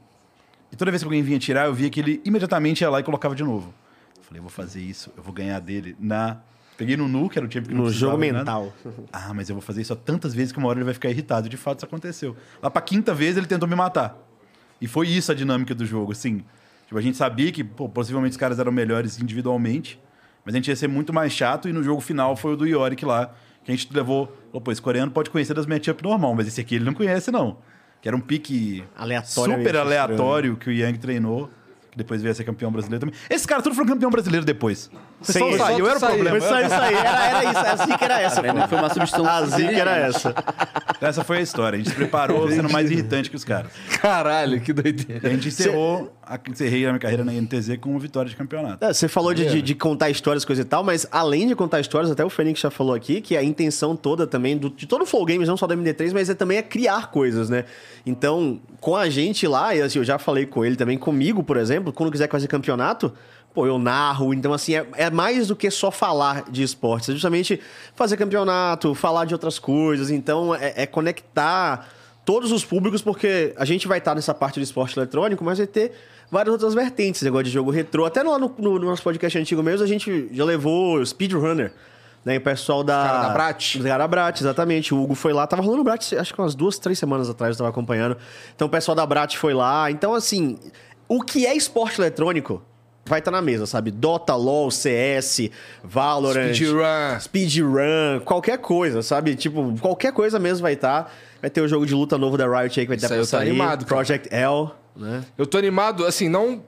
Speaker 7: E toda vez que alguém vinha tirar, eu via que ele imediatamente ia lá e colocava de novo. Eu falei, eu vou fazer isso, eu vou ganhar dele na... Peguei no Nu, que era o time que não
Speaker 6: no jogo
Speaker 7: precisava de nada.
Speaker 6: mental.
Speaker 7: Ah, mas eu vou fazer isso há tantas vezes que uma hora ele vai ficar irritado. De fato, isso aconteceu. Lá pra quinta vez ele tentou me matar. E foi isso a dinâmica do jogo, assim. Tipo, a gente sabia que pô, possivelmente os caras eram melhores individualmente, mas a gente ia ser muito mais chato. E no jogo final foi o do Yorick lá, que a gente levou. Falou, pô, esse coreano pode conhecer das matchup normal, mas esse aqui ele não conhece, não. Que era um pique
Speaker 6: Aleatório,
Speaker 7: super
Speaker 6: mesmo,
Speaker 7: aleatório que o Yang treinou. Que depois veio a ser campeão brasileiro também. Esses caras tudo foram campeão brasileiro depois. Você
Speaker 6: Sim,
Speaker 7: só
Speaker 6: só
Speaker 7: saiu,
Speaker 1: tu
Speaker 7: era o
Speaker 1: saiu.
Speaker 7: problema.
Speaker 6: Mas só isso aí, era, era isso, a zica era essa,
Speaker 8: Ele
Speaker 6: pô.
Speaker 8: Foi uma substituição.
Speaker 6: A zica era essa.
Speaker 7: Essa foi a história. A gente se preparou sendo mais irritante que os caras.
Speaker 1: Caralho, que
Speaker 7: E a
Speaker 1: doideira.
Speaker 7: gente encerrou, a, encerrei a minha carreira na NTZ com uma vitória de campeonato.
Speaker 6: É, Você falou de, de- de contar histórias, coisa e tal, mas além de contar histórias, até o Fênix já falou aqui, que a intenção toda também do- de todo o Flow Games, não só da MD3, mas é também é criar coisas, né? Então, com a gente lá, e assim, eu já falei com ele também, comigo, por exemplo, quando quiser fazer campeonato, pô, eu narro, então assim, é, é mais do que só falar de esportes, é justamente fazer campeonato, falar de outras coisas, então é- é conectar todos os públicos, porque a gente vai estar nessa parte do esporte eletrônico, mas vai ter várias outras vertentes, negócio de jogo retrô. Até lá no, no- no nosso podcast antigo mesmo, a gente já levou Speedrunner, né? E o pessoal da...
Speaker 1: Cara da Brat.
Speaker 6: Os caras da Brat, exatamente. O Hugo foi lá, tava rolando o Brat, acho que umas duas, três semanas atrás eu tava acompanhando. Então o pessoal da Brat foi lá. Então, assim, o que é esporte eletrônico vai estar na mesa, sabe? Dota, LoL, CS, Valorant...
Speaker 1: Speedrun.
Speaker 6: Speedrun, qualquer coisa, sabe? Tipo, qualquer coisa mesmo vai estar. Vai ter o jogo de luta novo da Riot aí que vai
Speaker 1: Isso
Speaker 6: estar
Speaker 1: aí eu
Speaker 6: pra
Speaker 1: tô
Speaker 6: sair.
Speaker 1: tá animado, cara. Tá
Speaker 6: Project L, né?
Speaker 1: Eu tô animado, assim, não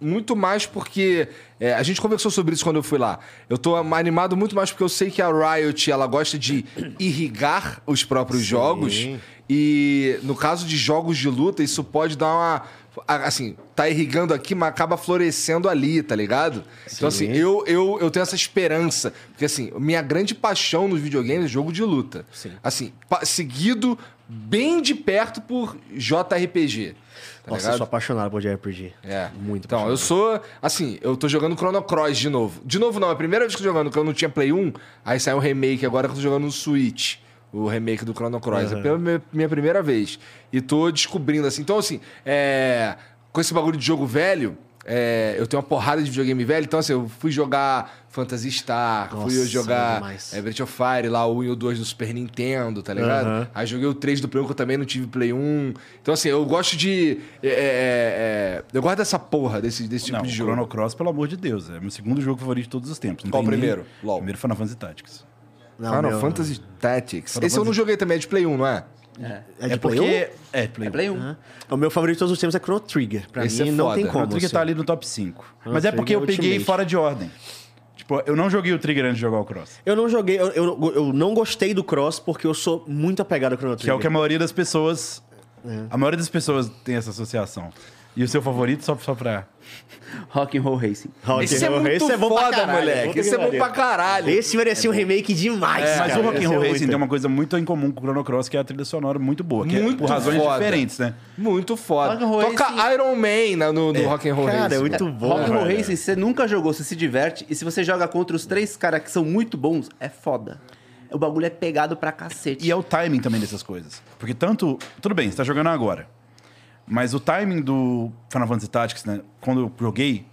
Speaker 1: muito mais porque É, a gente conversou sobre isso quando eu fui lá. Eu tô animado muito mais porque eu sei que a Riot ela gosta de irrigar os próprios jogos. E no caso de jogos de luta, isso pode dar uma. a- Assim, tá irrigando aqui, mas acaba florescendo ali, tá ligado? Então, assim, eu, eu, eu tenho essa esperança. Porque, assim, minha grande paixão nos videogames é jogo de luta. Assim, pa- seguido bem de perto por JRPG. Tá
Speaker 6: Nossa,
Speaker 1: ligado?
Speaker 6: eu sou apaixonado por JRPG.
Speaker 1: É.
Speaker 6: Muito
Speaker 1: Então, eu sou. Assim, eu tô jogando Chrono Cross de novo. De novo, não, é a primeira vez que eu tô jogando, porque eu não tinha Play 1, aí saiu um remake agora que eu tô jogando no Switch. O remake do Chrono Cross. É pela minha- minha primeira vez. E tô descobrindo, assim. Então, assim, é, com esse bagulho de jogo velho. é, eu tenho uma porrada de videogame velho, então assim, eu fui jogar Phantasy Star, fui eu
Speaker 6: Nossa,
Speaker 1: jogar
Speaker 6: demais.
Speaker 1: é, Breath of Fire lá, o 1 e o 2 do Super Nintendo, tá ligado?
Speaker 6: Aham.
Speaker 1: Aí joguei o 3 do Play 1, que eu também não tive Play 1. Então, assim, eu gosto de. é, é, é, eu gosto dessa porra, desse, desse tipo
Speaker 7: Não,
Speaker 1: de
Speaker 7: o
Speaker 1: jogo.
Speaker 7: Chrono Cross, pelo amor de Deus, é meu segundo jogo favorito de todos os tempos. Não
Speaker 1: Qual
Speaker 7: tem
Speaker 1: o primeiro? LOL.
Speaker 7: Primeiro Final Fantasy Tactics.
Speaker 6: Não,
Speaker 1: Final
Speaker 6: meu,
Speaker 1: Fantasy Tactics.
Speaker 7: Final
Speaker 1: Esse eu não
Speaker 7: Fantasy-
Speaker 1: joguei também, é de Play 1, não é? um?
Speaker 6: É de
Speaker 7: porque...
Speaker 6: Play 1?
Speaker 7: É, Play 1.
Speaker 8: É Play 1.
Speaker 6: Né? O meu favorito de todos os tempos é Chrono Trigger. Pra
Speaker 1: Esse
Speaker 6: mim,
Speaker 1: é
Speaker 6: não
Speaker 1: foda.
Speaker 6: tem como.
Speaker 7: O Trigger
Speaker 6: assim.
Speaker 7: tá ali no top 5.
Speaker 6: Ah,
Speaker 7: Mas é
Speaker 6: Trigger
Speaker 7: porque eu
Speaker 6: Ultimate.
Speaker 7: peguei fora de ordem. Tipo, eu não joguei o Trigger antes de jogar o Cross.
Speaker 6: Eu não joguei, eu, eu, eu não gostei do Cross porque eu sou muito apegado ao Chrono Trigger.
Speaker 7: Que é o que a maioria das pessoas... A maioria das pessoas tem essa associação. E o seu favorito, só, só pra...
Speaker 8: Rock and Roll Racing.
Speaker 6: Rock
Speaker 1: Esse é
Speaker 6: and Roll
Speaker 1: muito
Speaker 6: Racing bom pra
Speaker 1: foda,
Speaker 6: caralho.
Speaker 1: moleque.
Speaker 6: Puta
Speaker 1: Esse
Speaker 6: que
Speaker 1: é bom
Speaker 6: pariu.
Speaker 1: pra caralho. É
Speaker 6: Esse merecia um remake demais,
Speaker 7: Mas
Speaker 6: cara.
Speaker 7: o Rock
Speaker 6: Esse
Speaker 7: and Roll
Speaker 6: é
Speaker 7: Racing
Speaker 6: muito.
Speaker 7: tem uma coisa muito em comum com o Chrono Cross, que é a trilha sonora muito boa. Que é
Speaker 1: Muito
Speaker 7: por razões
Speaker 1: foda.
Speaker 7: diferentes, né?
Speaker 1: Muito foda.
Speaker 8: Rock and Roll
Speaker 1: Toca
Speaker 8: Racing.
Speaker 1: Iron Man na- no, no Rock and Roll
Speaker 6: Cara, é
Speaker 1: Racing.
Speaker 6: muito bom.
Speaker 8: Rock and Roll
Speaker 6: velho.
Speaker 8: Racing, você nunca jogou, você se diverte. E se você joga contra os três caras que são muito bons, é foda. O bagulho é pegado pra cacete.
Speaker 7: E é o timing também dessas coisas. Porque tanto. Tudo bem, você tá jogando agora. Mas o timing do Final Fantasy Tactics, né? Quando eu joguei,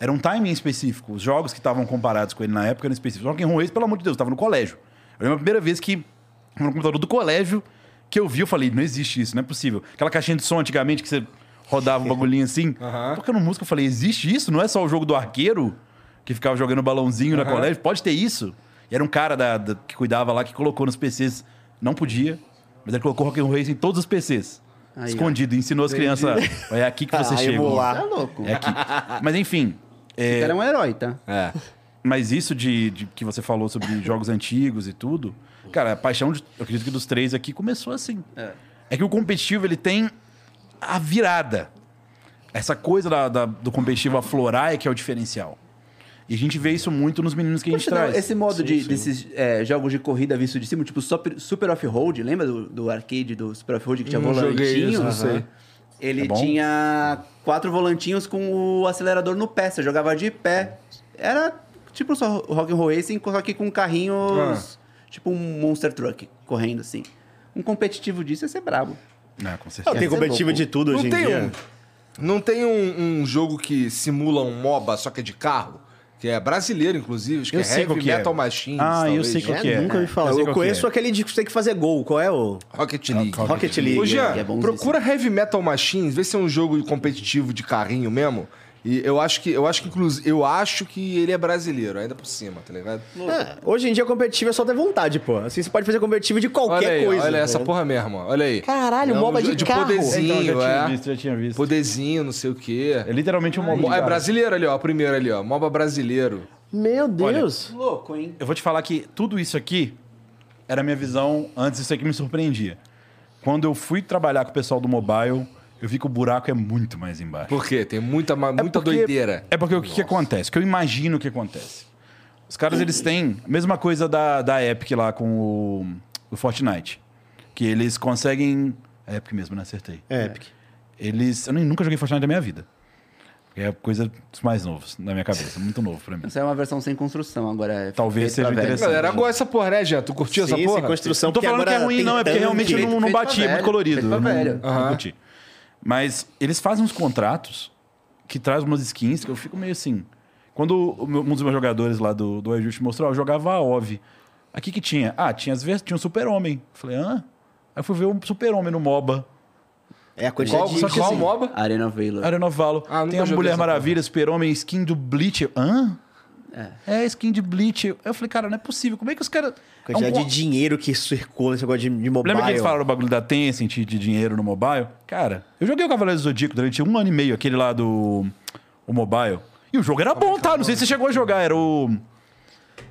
Speaker 7: era um timing específico. Os jogos que estavam comparados com ele na época eram específicos. Rock and Roll Race, pelo amor de Deus, eu tava no colégio. Eu lembro a primeira vez que no computador do colégio que eu vi, eu falei, não existe isso, não é possível. Aquela caixinha de som antigamente que você rodava um bagulhinho assim. Tocando música, eu falei, existe isso? Não é só o jogo do arqueiro que ficava jogando balãozinho na colégio? Pode ter isso? E era um cara da- da- que cuidava lá, que colocou nos PCs. Não podia, mas ele colocou Rock and Roll Race em todos os PCs.
Speaker 8: Aí,
Speaker 7: escondido, e ensinou as crianças. "Ó, É aqui que você
Speaker 6: Ah,
Speaker 7: chega.
Speaker 6: emular.
Speaker 8: Tá louco.
Speaker 7: É aqui. Mas enfim.
Speaker 8: O cara é um herói, tá?
Speaker 7: Mas isso de, de que você falou sobre jogos antigos e tudo, cara, a paixão, de, eu acredito que dos três aqui começou assim. É, que o competitivo ele tem a virada. Essa coisa da- da- do competitivo aflorar é que é o diferencial. E a gente vê isso muito nos meninos que a gente
Speaker 8: Poxa, não,
Speaker 7: traz.
Speaker 8: esse modo de, desses é, jogos de corrida visto de cima, tipo Super, Super Off-Road, lembra do, do arcade do Super Off-Road que tinha
Speaker 7: Hum,
Speaker 1: Não
Speaker 8: volantinho?
Speaker 1: joguei isso, não
Speaker 8: Aham.
Speaker 1: sei.
Speaker 8: Ele
Speaker 7: É bom?
Speaker 8: tinha quatro volantinhos com o acelerador no pé, você jogava de pé. Era tipo só Rock and Roll Racing, só que com carrinhos,
Speaker 7: Ah.
Speaker 8: tipo um Monster Truck, correndo assim. Um competitivo disso ia ser brabo.
Speaker 7: É, com
Speaker 6: Não,
Speaker 7: certeza.
Speaker 6: tem
Speaker 8: Esse é
Speaker 6: competitivo
Speaker 8: louco.
Speaker 6: de tudo
Speaker 1: Não
Speaker 6: hoje em
Speaker 1: tem
Speaker 6: dia.
Speaker 1: um. Não tem um, um jogo que simula um MOBA, só que é de carro? Que é brasileiro, inclusive. Acho que
Speaker 7: Eu
Speaker 1: é
Speaker 7: sei
Speaker 1: Heavy
Speaker 7: qual que é.
Speaker 1: Metal Machines,
Speaker 7: Ah, eu
Speaker 1: talvez.
Speaker 7: sei qual
Speaker 6: É,
Speaker 7: que é.
Speaker 6: Nunca ouvi falar.
Speaker 7: Eu
Speaker 6: Eu,
Speaker 7: sei qual que
Speaker 6: conheço
Speaker 7: é.
Speaker 6: aquele de que você tem que fazer gol. Qual é o
Speaker 1: Rocket League.
Speaker 6: Rocket League?
Speaker 1: Ô, Jean,
Speaker 8: que é bonzíssimo.
Speaker 1: procura Heavy Metal Machines, vê se é um jogo competitivo de carrinho mesmo. E eu acho que, eu acho que inclusive, eu acho que ele é brasileiro, ainda por cima, tá ligado?
Speaker 6: Ah, hoje em dia, competitivo é só ter vontade, pô. Assim, você pode fazer competitivo de qualquer
Speaker 1: olha aí,
Speaker 6: coisa.
Speaker 1: olha
Speaker 6: né?
Speaker 1: essa porra mesmo, ó, olha aí.
Speaker 6: Caralho,
Speaker 1: É um
Speaker 6: MOBA
Speaker 1: jogo
Speaker 6: de, carro.
Speaker 1: poderzinho,
Speaker 7: Então, eu já tinha
Speaker 1: é.
Speaker 7: visto, já tinha visto.
Speaker 1: Poderzinho, não sei o quê.
Speaker 7: É literalmente um modo de
Speaker 1: Mo- É
Speaker 7: cara.
Speaker 1: brasileiro ali, ó, o primeiro ali, ó, MOBA brasileiro.
Speaker 6: Meu Deus.
Speaker 8: Louco, hein?
Speaker 7: Eu vou te falar que tudo isso aqui era minha visão antes, isso aqui me surpreendia. Quando eu fui trabalhar com o pessoal do mobile, eu vi que o buraco é muito mais embaixo.
Speaker 1: Por quê? Tem muita, ma- muita
Speaker 7: porque-
Speaker 1: doideira.
Speaker 7: É porque o que, que acontece? O que eu imagino que acontece. Os caras, eles têm a mesma coisa da, da Epic lá com o, o Fortnite. Que eles conseguem... É Epic mesmo, né? Acertei.
Speaker 6: É, Epic.
Speaker 7: Eles... Eu nem- nunca joguei Fortnite na minha vida. É coisa dos mais novos na minha cabeça. Muito novo pra mim.
Speaker 8: Essa é uma versão sem construção agora. é
Speaker 7: Talvez
Speaker 8: feito
Speaker 7: seja
Speaker 8: pra velho.
Speaker 1: A
Speaker 7: interessante.
Speaker 1: galera gosta dessa porra, né, Jean? Tu curtiu
Speaker 6: Sim,
Speaker 1: essa
Speaker 6: sem
Speaker 1: porra?
Speaker 6: construção.
Speaker 7: Não tô
Speaker 6: porque
Speaker 7: falando que é
Speaker 6: agora
Speaker 7: ruim,
Speaker 6: tem
Speaker 7: não. É porque
Speaker 6: tanque.
Speaker 7: realmente eu não, não
Speaker 8: Feito pra
Speaker 7: batia. É muito
Speaker 8: velho,
Speaker 7: colorido.
Speaker 8: feito pra
Speaker 7: eu não-
Speaker 8: velho.
Speaker 7: não curti. Mas eles fazem uns contratos que traz umas skins que eu fico meio assim... Quando o meu- um dos meus jogadores lá do, do Ajuste mostrou, ó, eu jogava a OV. Aqui que tinha? Ah, tinha as vezes, tinha um super-homem. Eu Falei, hã? Aí eu fui ver um super-homem no MOBA.
Speaker 6: É a
Speaker 1: Qual,
Speaker 6: quantidade de...
Speaker 1: só
Speaker 7: que
Speaker 1: qual
Speaker 7: assim,
Speaker 1: MOBA?
Speaker 8: Arena of Valor.
Speaker 7: Arena of Valor.
Speaker 1: Ah, nunca
Speaker 7: tem a
Speaker 1: joguei
Speaker 7: Mulher
Speaker 1: essa
Speaker 7: Maravilha, super-homem, skin do Bleach. Hã? É. skin de Bleach. Aí Eu falei, cara, não é possível. Como é que os caras... É um
Speaker 6: Quantidade
Speaker 7: con-
Speaker 6: de dinheiro que circula nesse negócio de, de mobile.
Speaker 7: Lembra que eles falaram o bagulho da Tencent de dinheiro no mobile? Cara, eu joguei o Cavaleiro do Zodíaco durante um ano e meio, aquele lá do o mobile. E o jogo era bom, tá? Não sei se você chegou a jogar, era o.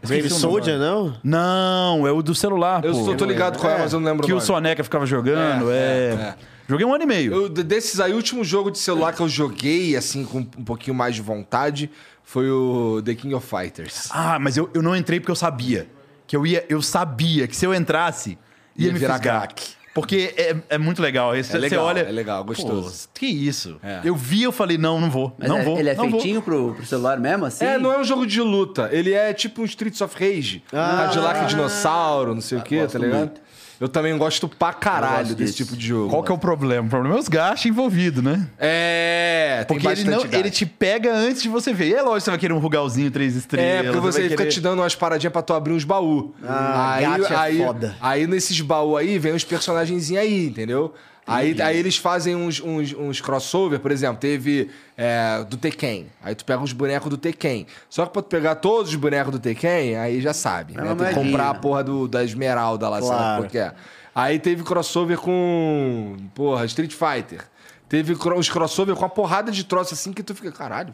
Speaker 6: Brave
Speaker 7: Esqueci o nome
Speaker 6: Soldier,
Speaker 7: agora.
Speaker 6: não?
Speaker 7: Não, é o do celular,
Speaker 1: Eu
Speaker 7: pô.
Speaker 1: sou- tô ligado qual é, mas eu não lembro
Speaker 7: Que
Speaker 1: o
Speaker 7: o
Speaker 1: nome.
Speaker 7: Soneca ficava jogando, é. Joguei um ano e meio.
Speaker 1: Eu- de- desses aí, o último jogo de celular que eu joguei, assim, com um pouquinho mais de vontade, foi o The King of Fighters.
Speaker 7: Ah, mas eu, eu não entrei porque eu sabia. Que eu ia. Eu sabia que se eu entrasse, ia,
Speaker 1: Ia
Speaker 7: me
Speaker 1: virar
Speaker 7: fisgar.
Speaker 1: craque.
Speaker 7: Porque é, é muito legal. Esse,
Speaker 1: É legal,
Speaker 7: você olha,
Speaker 1: é legal, gostoso.
Speaker 7: Pô, que isso?
Speaker 1: É.
Speaker 7: Eu vi, eu falei, não, não vou.
Speaker 8: Mas
Speaker 7: não
Speaker 8: é-
Speaker 7: vou.
Speaker 8: ele é
Speaker 7: não vou.
Speaker 8: feitinho pro, pro celular mesmo, assim?
Speaker 1: É, não é um jogo de luta. Ele é tipo um Streets of Rage. Tá
Speaker 6: Ah.
Speaker 1: Cadillac Dinossauro, não sei o
Speaker 7: Ah,
Speaker 1: quê, tá ligado? Eu também gosto pra
Speaker 8: Eu
Speaker 1: caralho desse
Speaker 8: gosto desse.
Speaker 1: tipo de jogo.
Speaker 7: Qual que é o problema? O problema é os gastos envolvidos, né?
Speaker 1: É, tem
Speaker 7: Porque ele,
Speaker 1: bastante
Speaker 7: não,
Speaker 1: gacha.
Speaker 7: ele te pega antes de você ver. E é lógico que você vai querer um rugalzinho três estrelas.
Speaker 1: É, porque você
Speaker 7: vai
Speaker 1: fica
Speaker 7: querer-
Speaker 1: te dando umas paradinhas pra tu abrir uns baús.
Speaker 6: Ah, gacha é foda.
Speaker 1: Aí nesses baús aí vem uns personagenzinhos aí, entendeu? Aí, aí eles fazem uns, uns, uns crossover, por exemplo, teve é, do Tekken. Aí tu pega os bonecos do Tekken. Só que pra tu pegar todos os bonecos do Tekken, aí já sabe,
Speaker 8: É
Speaker 1: né?
Speaker 8: uma
Speaker 1: Tem que
Speaker 8: magia.
Speaker 1: comprar a porra do, da Esmeralda lá, sei lá
Speaker 6: Claro.
Speaker 1: por que é. Aí teve crossover com, porra, Street Fighter. Teve cro- os crossover com uma porrada de troço assim que tu fica, caralho.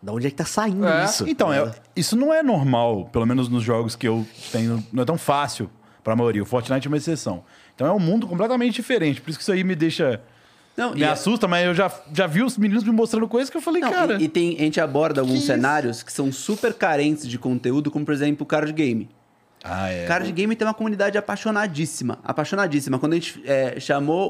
Speaker 6: Da onde é que tá saindo
Speaker 1: É.
Speaker 6: isso?
Speaker 7: Então, é- isso não é normal, pelo menos nos jogos que eu tenho. Não é tão fácil pra maioria. O Fortnite é uma exceção. Então é um mundo completamente diferente. Por isso que isso aí me deixa.
Speaker 8: Não,
Speaker 7: Me
Speaker 8: e- é-
Speaker 7: assusta, mas eu já, já vi os meninos me mostrando coisas que eu falei,
Speaker 8: Não,
Speaker 7: cara.
Speaker 8: e, e tem, a gente aborda alguns
Speaker 7: isso?
Speaker 8: cenários que são super carentes de conteúdo, como por exemplo o card game.
Speaker 7: Ah, é.
Speaker 8: Card game tem uma comunidade apaixonadíssima. Apaixonadíssima. Quando a gente é, chamou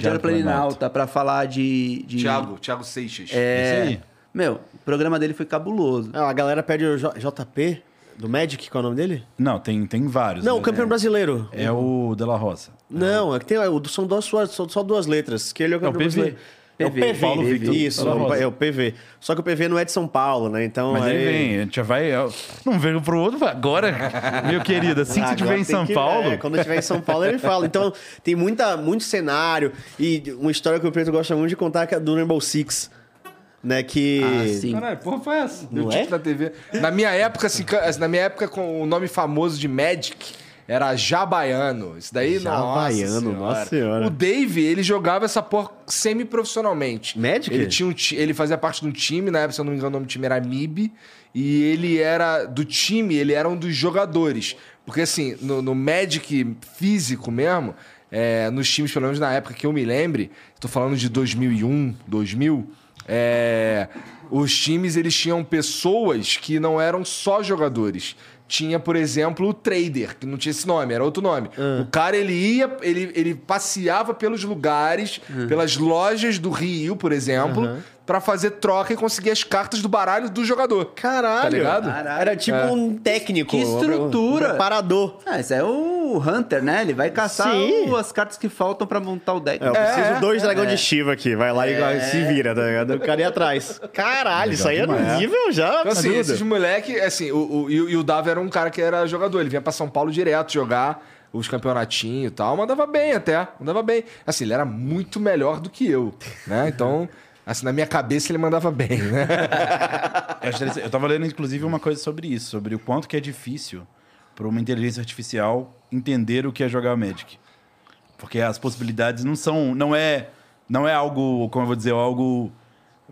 Speaker 7: Diário
Speaker 8: Diário Planinalta
Speaker 7: Planinalta
Speaker 8: pra falar de. de
Speaker 1: Thiago, Thiago Seixas.
Speaker 8: É,
Speaker 7: Isso aí.
Speaker 8: Meu, o programa dele foi cabuloso.
Speaker 6: Não, É, a galera pede o J- JP, do Magic, qual é o nome dele?
Speaker 7: Não, tem, tem vários.
Speaker 6: Não,
Speaker 7: né?
Speaker 6: o campeão brasileiro.
Speaker 7: É o De La Roça.
Speaker 6: Não, é que tem, é, o- são duas, só, só duas letras, que ele é o
Speaker 7: É o
Speaker 6: campeão
Speaker 7: PV.
Speaker 6: brasileiro. É o
Speaker 8: PV,
Speaker 6: PV,
Speaker 7: Paulo Victor.
Speaker 6: isso,
Speaker 7: Paulo Rosa.
Speaker 6: é o PV. Só que o PV não é de São Paulo, né? Então
Speaker 7: Mas ele
Speaker 6: aí-
Speaker 7: vem, a gente já vai. eu- Não veio pro outro, fala, agora, meu querido, assim que
Speaker 6: Ah,
Speaker 7: você
Speaker 6: Agora
Speaker 7: estiver em
Speaker 6: tem
Speaker 7: São
Speaker 6: que-
Speaker 7: Paulo.
Speaker 6: é, quando estiver em São Paulo, ele fala. Então, tem muita, muito um cenário e uma história que o Preto gosta muito de contar que é do Rainbow Six, né? Que...
Speaker 8: Ah, sim.
Speaker 1: Caralho, porra foi essa? Deu
Speaker 6: Não
Speaker 1: título
Speaker 6: é?
Speaker 1: na TV. Na minha época, assim, ca- assim, na minha época, com o nome famoso de Magic era Jabaiano. Isso daí,
Speaker 6: Jabaiano,
Speaker 1: nossa senhora.
Speaker 6: nossa senhora.
Speaker 1: O Dave, ele jogava essa porra semi-profissionalmente.
Speaker 6: Magic?
Speaker 1: Ele, tinha um ti- ele fazia parte de um time, na época, se eu não me engano, o nome do time era MIB. E ele era do time, ele era um dos jogadores. Porque, assim, no, no Magic físico mesmo, é, nos times, pelo menos na época que eu me lembre, tô falando de 2001, 2000, é, os times eles tinham pessoas que não eram só jogadores. Tinha, por exemplo, o trader, que não tinha esse nome, era outro nome. O cara, ele ia, ele, ele passeava pelos lugares, pelas lojas do Rio, por exemplo, pra fazer troca e conseguir as cartas do baralho do jogador.
Speaker 6: Caralho!
Speaker 1: Tá ligado?
Speaker 8: Caralho.
Speaker 6: Era tipo
Speaker 1: É.
Speaker 6: um técnico.
Speaker 8: Que estrutura!
Speaker 6: Um preparador.
Speaker 8: Ah, esse é o Hunter, né? Ele vai caçar
Speaker 6: Sim.
Speaker 8: o- as cartas que faltam pra montar o deck.
Speaker 6: É, eu preciso dois dragões de Shiva aqui. Vai lá e se vira, tá ligado? O cara ia atrás. Caralho, isso aí é no nível já
Speaker 1: Então, assim,
Speaker 6: absurdo.
Speaker 1: esses moleque, assim, o, o, e, o- e o Dava era um cara que era jogador. Ele vinha pra São Paulo direto jogar os campeonatinhos e tal. Mandava bem até, mandava bem. Assim, ele era muito melhor do que eu, né? Então, assim, na minha cabeça ele mandava bem, né?
Speaker 7: Eu acho interessante. Eu tava lendo, inclusive, uma coisa sobre isso, sobre o quanto que é difícil para uma inteligência artificial entender o que é jogar Magic. Porque as possibilidades não são. Não é, não é algo, como eu vou dizer, algo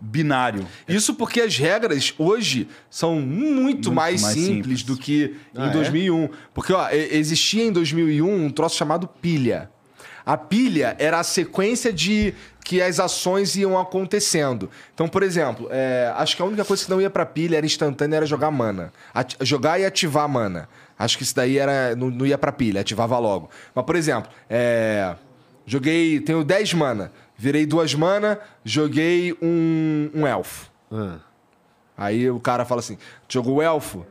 Speaker 7: binário.
Speaker 1: Isso porque as regras hoje são muito, mais,
Speaker 7: mais
Speaker 1: simples,
Speaker 7: simples.
Speaker 1: do que em
Speaker 6: Ah, é?
Speaker 1: 2001. Porque ó, e- existia em 2001 um troço chamado pilha. A pilha era a sequência de que as ações iam acontecendo. Então, por exemplo, é, acho que a única coisa que não ia pra pilha era instantânea era jogar mana. Ati- jogar e ativar mana. Acho que isso daí era não, não ia pra pilha, ativava logo. Mas, por exemplo, é, joguei. Tenho 10 mana. Virei duas mana, joguei um, um elfo. Aí o cara fala assim: "Tu jogou o elfo?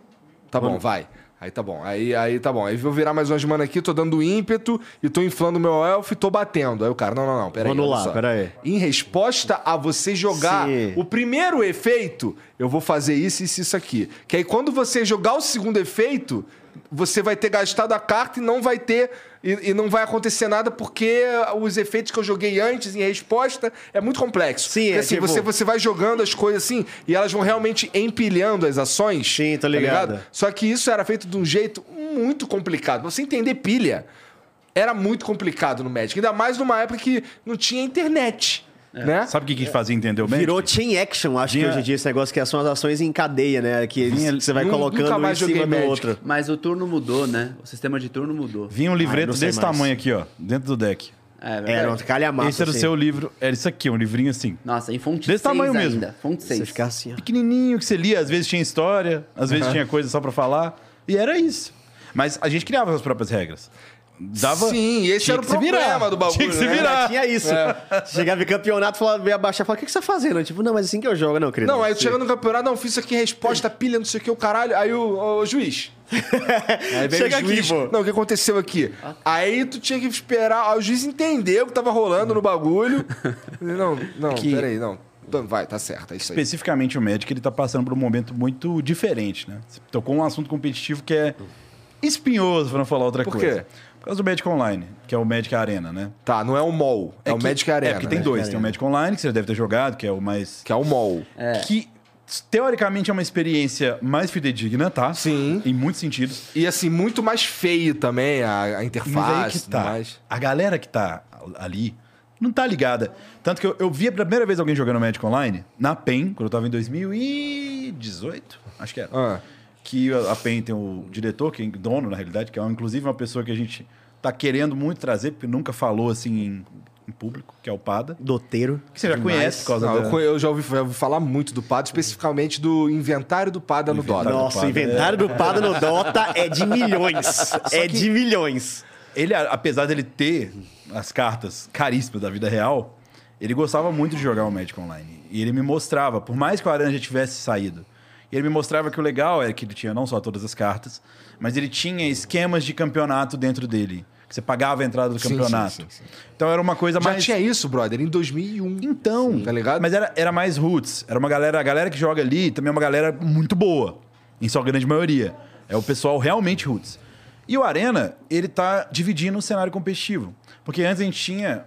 Speaker 1: Tá bom, vai. Aí tá bom, aí, aí tá bom. Aí vou virar mais umas manas aqui, tô dando ímpeto e tô inflando meu elfo e tô batendo. Aí o cara, não, não, não, peraí.
Speaker 6: Vou anular,
Speaker 1: olha só.
Speaker 6: peraí.
Speaker 1: Em resposta a você jogar
Speaker 6: Sim.
Speaker 1: o primeiro efeito, eu vou fazer isso, isso, isso aqui. Que aí quando você jogar o segundo efeito, você vai ter gastado a carta e não vai ter. E, e não vai acontecer nada porque os efeitos que eu joguei antes em resposta é muito complexo.
Speaker 6: Sim,
Speaker 1: Porque,
Speaker 6: é
Speaker 1: assim,
Speaker 6: tipo-
Speaker 1: você, você vai jogando as coisas assim e elas vão realmente empilhando as ações.
Speaker 6: Sim, tô
Speaker 1: tá
Speaker 6: ligado.
Speaker 1: Só que isso era feito de um jeito muito complicado. Pra você entender pilha, era muito complicado no Magic. Ainda mais numa época que não tinha internet.
Speaker 6: É.
Speaker 1: né?
Speaker 7: Sabe o que, que fazia entender bem?
Speaker 6: Virou Chain Action, acho
Speaker 7: Vinha-
Speaker 6: que hoje em dia esse negócio que são as ações em cadeia, né? Que eles-
Speaker 7: Vinha-
Speaker 6: você vai
Speaker 1: Nun-
Speaker 6: colocando
Speaker 1: nunca
Speaker 6: um em
Speaker 1: mais joguei
Speaker 6: cima do
Speaker 1: Magic.
Speaker 6: outro.
Speaker 8: Mas o turno mudou, né? O sistema de turno mudou.
Speaker 7: Vinha um livreto
Speaker 6: Ah, não sei
Speaker 7: desse
Speaker 6: mais.
Speaker 7: tamanho aqui, ó, dentro do deck.
Speaker 8: É, verdade.
Speaker 6: Era um calhamaço.
Speaker 7: Esse era o seu livro, era isso aqui, um livrinho assim.
Speaker 8: Nossa, em fonte
Speaker 7: Desse
Speaker 8: seis
Speaker 7: tamanho
Speaker 8: ainda.
Speaker 7: mesmo.
Speaker 8: Fonte
Speaker 6: Você
Speaker 8: 6.
Speaker 6: ficar assim, ó.
Speaker 7: pequenininho que você lia, às vezes tinha história, às vezes tinha coisa só pra falar, e era isso. Mas a gente criava as próprias regras. Dava
Speaker 1: Sim, esse
Speaker 7: tinha
Speaker 1: era o
Speaker 7: que se virar.
Speaker 1: problema do bagulho,
Speaker 7: Tinha que se
Speaker 1: né?
Speaker 7: virar.
Speaker 6: Tinha isso. Chegava em campeonato, falava, ia baixar, falava, o que, que você tá fazendo? Eu, tipo, não, mas assim que eu jogo, não, querido.
Speaker 1: Não, aí tu chega no campeonato, não, fiz isso aqui, resposta, pilha, não sei o que, o caralho. Aí o, o juiz. aí vem
Speaker 6: Chega
Speaker 1: o juiz.
Speaker 6: aqui, pô. Ah.
Speaker 1: Não, o que aconteceu aqui? Aí tu tinha que esperar o juiz entender o que tava rolando no bagulho. Não, não, peraí, não. Então, Vai, tá certo, é isso aí.
Speaker 7: Especificamente o Magic, ele tá passando por um momento muito diferente, né? Você tocou um assunto competitivo que é espinhoso, pra não falar outra
Speaker 1: Por quê?
Speaker 7: coisa. Por causa do Magic Online, que é o Magic Arena, né?
Speaker 1: Tá, não é o mol, é, o
Speaker 7: que-
Speaker 1: Magic Arena.
Speaker 7: É, porque tem
Speaker 1: né?
Speaker 7: dois. Tem o Magic Online, que você deve ter jogado, que é o mais...
Speaker 1: Que é o mol.
Speaker 7: Que, teoricamente, é uma experiência mais fidedigna, tá?
Speaker 1: Sim.
Speaker 7: Em muitos sentidos.
Speaker 1: E assim, muito mais feio também a, a interface.
Speaker 7: Mas aí que
Speaker 1: tudo
Speaker 7: tá.
Speaker 1: mais.
Speaker 7: A galera que tá ali não tá ligada. Tanto que eu, eu vi a primeira vez alguém jogando Magic Online na PEN, quando eu tava em 2018, acho que era.
Speaker 1: Ah.
Speaker 7: Que a a PEN tem o diretor, que é dono, na realidade, que é inclusive uma pessoa que a gente tá querendo muito trazer, porque nunca falou assim em, em público, que é o Pada.
Speaker 6: Doteiro.
Speaker 7: Que você já conhece por causa
Speaker 1: Não,
Speaker 7: da...
Speaker 1: eu, conhe- eu já ouvi, já ouvi falar muito do Pada, especificamente do inventário do Pada no Dota.
Speaker 6: Nossa,
Speaker 7: Pada,
Speaker 6: o inventário do Pada no Dota é de milhões. É de milhões.
Speaker 7: Ele, a- apesar dele ter as cartas caríssimas da vida real, ele gostava muito de jogar o Magic Online. E ele me mostrava, por mais que o Aranha já tivesse saído, ele me mostrava que o legal era que ele tinha não só todas as cartas, mas ele tinha esquemas de campeonato dentro dele. Que você pagava a entrada do
Speaker 1: Sim,
Speaker 7: campeonato.
Speaker 1: sim, sim,
Speaker 7: Então era uma coisa
Speaker 1: Já
Speaker 7: mais.
Speaker 1: tinha isso, brother, em 2001.
Speaker 7: Então,
Speaker 1: Sim, tá ligado?
Speaker 7: Mas era, era mais roots. Era uma galera, a galera que joga ali também é uma galera muito boa, em sua grande maioria. É o pessoal realmente roots. E o Arena, ele tá dividindo o cenário competitivo. Porque antes a gente tinha.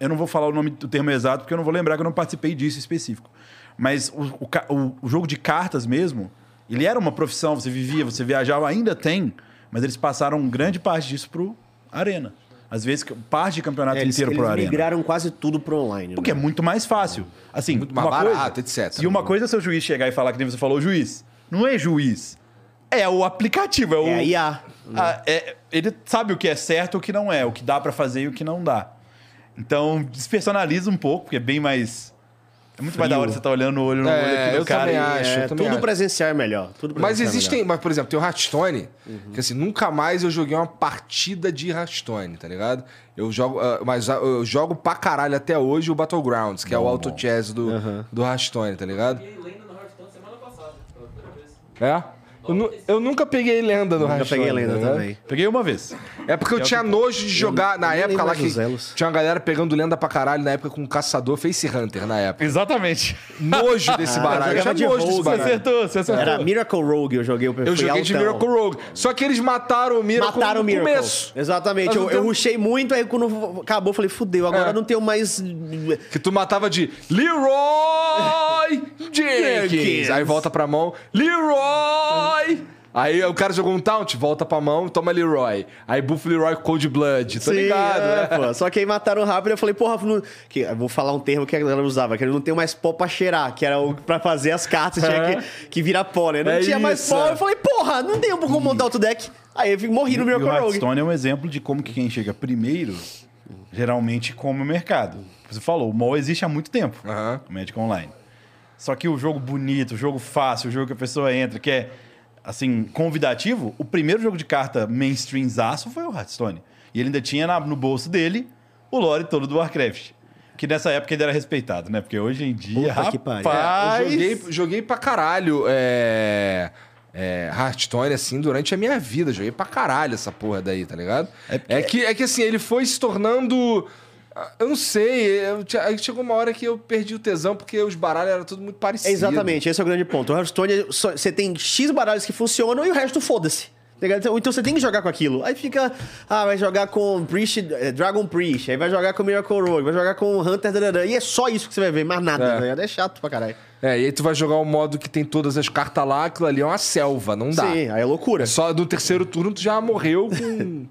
Speaker 7: Eu não vou falar o nome do termo exato, porque eu não vou lembrar que eu não participei disso em específico. Mas o, o ca- o- o jogo de cartas mesmo, ele era uma profissão, você vivia, você viajava, ainda tem, mas eles passaram grande parte disso pro Arena. Às vezes, parte de campeonato
Speaker 6: É, eles
Speaker 7: inteiro
Speaker 6: eles
Speaker 7: pro Arena.
Speaker 6: migraram quase tudo pro online.
Speaker 7: Porque é
Speaker 6: né?
Speaker 7: muito mais fácil. Assim,
Speaker 1: Muito mais
Speaker 7: uma
Speaker 1: barato, né?
Speaker 7: coisa,
Speaker 1: etc.
Speaker 7: E uma coisa é seu juiz chegar e falar que nem você falou, juiz. Não é juiz. É o aplicativo, é o.
Speaker 6: É a né? IA.
Speaker 7: Ah, é- ele sabe o que é certo e o que não é, o que dá pra fazer e o que não dá. Então, despersonaliza um pouco, porque é bem mais. É muito mais da hora você tá olhando o olho no olho
Speaker 1: É,
Speaker 7: aqui do
Speaker 1: eu
Speaker 7: cara.
Speaker 1: também
Speaker 7: e-
Speaker 1: acho. eu
Speaker 6: É,
Speaker 1: também
Speaker 6: tudo
Speaker 1: acho.
Speaker 6: presencial é melhor. tudo
Speaker 1: Mas
Speaker 6: presencial é
Speaker 7: tá
Speaker 1: existem, mas por exemplo, tem o Hearthstone,
Speaker 7: Uhum.
Speaker 1: que assim, nunca mais eu joguei uma partida de Hearthstone, tá ligado? Eu jogo, ah, mas ah, eu jogo pra caralho até hoje o Battlegrounds, que é o auto chess do, do Hearthstone, tá ligado?
Speaker 5: Fiquei lendo no Hearthstone semana passada, pela primeira vez.
Speaker 1: É? Eu, nu- eu nunca peguei lenda no
Speaker 6: melhor. Eu
Speaker 1: Hearthstone.
Speaker 6: peguei a lenda
Speaker 1: tá ligado?
Speaker 6: também.
Speaker 7: Peguei uma vez.
Speaker 1: É porque eu tinha nojo de jogar na
Speaker 6: nem
Speaker 1: época lá
Speaker 6: lembro
Speaker 1: que
Speaker 6: dos elos.
Speaker 1: tinha uma galera pegando lenda pra caralho na época com um caçador Face Hunter na época.
Speaker 7: Exatamente.
Speaker 1: Nojo desse baralho. Eu
Speaker 6: Ah,
Speaker 1: tinha
Speaker 6: jogava de
Speaker 1: nojo desse
Speaker 6: rogue,
Speaker 7: Você
Speaker 1: baralho.
Speaker 7: acertou, você acertou.
Speaker 6: Era Miracle Rogue, eu joguei o
Speaker 1: é Eu joguei de Miracle Rogue. Só que eles mataram o Miracle
Speaker 6: Mataram o
Speaker 1: no
Speaker 6: Miracle.
Speaker 1: começo. Mas
Speaker 6: Exatamente.
Speaker 1: não
Speaker 6: Eu,
Speaker 1: tem-
Speaker 6: eu rushei muito, aí quando acabou, eu falei, fudeu, agora
Speaker 1: É.
Speaker 6: não tenho mais.
Speaker 1: Que tu matava de Leroy Jenkins.
Speaker 6: Jenkins.
Speaker 1: Aí volta pra mão. Leroy! Aí o cara jogou um taunt, volta pra mão, toma Leroy. Aí bufa Leroy Cold Blood. Tô
Speaker 6: Sim,
Speaker 1: ligado,
Speaker 6: é,
Speaker 1: né?
Speaker 6: pô. Só que aí mataram rápido, eu falei, porra, não... que, eu vou falar um termo que a galera usava, que eu não tenho mais pó pra cheirar, que era o, pra fazer as cartas, tinha que, que virar pó, né? Não
Speaker 1: É
Speaker 6: tinha mais
Speaker 1: isso,
Speaker 6: pó,
Speaker 1: é.
Speaker 6: eu falei, porra, não tem como montar outro deck. Aí eu fico- morri no
Speaker 7: E o
Speaker 6: Miracle Rogue.
Speaker 7: Hearthstone é um exemplo de como que quem chega primeiro geralmente come o mercado. Você falou, o mall existe há muito tempo,
Speaker 1: Aham.
Speaker 7: o Magic Online. Só que o jogo bonito, o jogo fácil, o jogo que a pessoa entra, que é assim, convidativo, o primeiro jogo de carta mainstreamzaço foi o Hearthstone. E ele ainda tinha na- no bolso dele o lore todo do Warcraft. Que nessa época ainda era respeitado, né? Porque hoje em dia,
Speaker 6: Puta
Speaker 7: rapaz...
Speaker 6: que pariu.
Speaker 1: É, Eu joguei, joguei pra caralho é, é, Hearthstone, assim, durante a minha vida. Joguei pra caralho essa porra daí, tá ligado? É, que, é que, assim, ele foi se tornando... ah, Eu não sei, eu, tinha- aí chegou uma hora que eu perdi o tesão porque os baralhos eram tudo muito
Speaker 6: É,
Speaker 1: parecidos.
Speaker 6: Exatamente, esse é o grande ponto. O Hearthstone, só- você tem X baralhos que funcionam e o resto foda-se. Tá ligado? Então então você tem que jogar com aquilo. Aí fica. Ah, vai jogar com Priest, eh, Dragon Priest, aí vai jogar com Miracle Rogue, vai jogar com Hunter. dadadã. E é só isso que você vai ver, mais nada.
Speaker 1: É.
Speaker 6: tá ligado? É, chato pra caralho.
Speaker 1: É, e aí tu vai jogar o modo que tem todas as cartas lá, aquilo ali é uma selva, não dá.
Speaker 6: Sim, aí é loucura.
Speaker 1: Só no terceiro turno tu já morreu com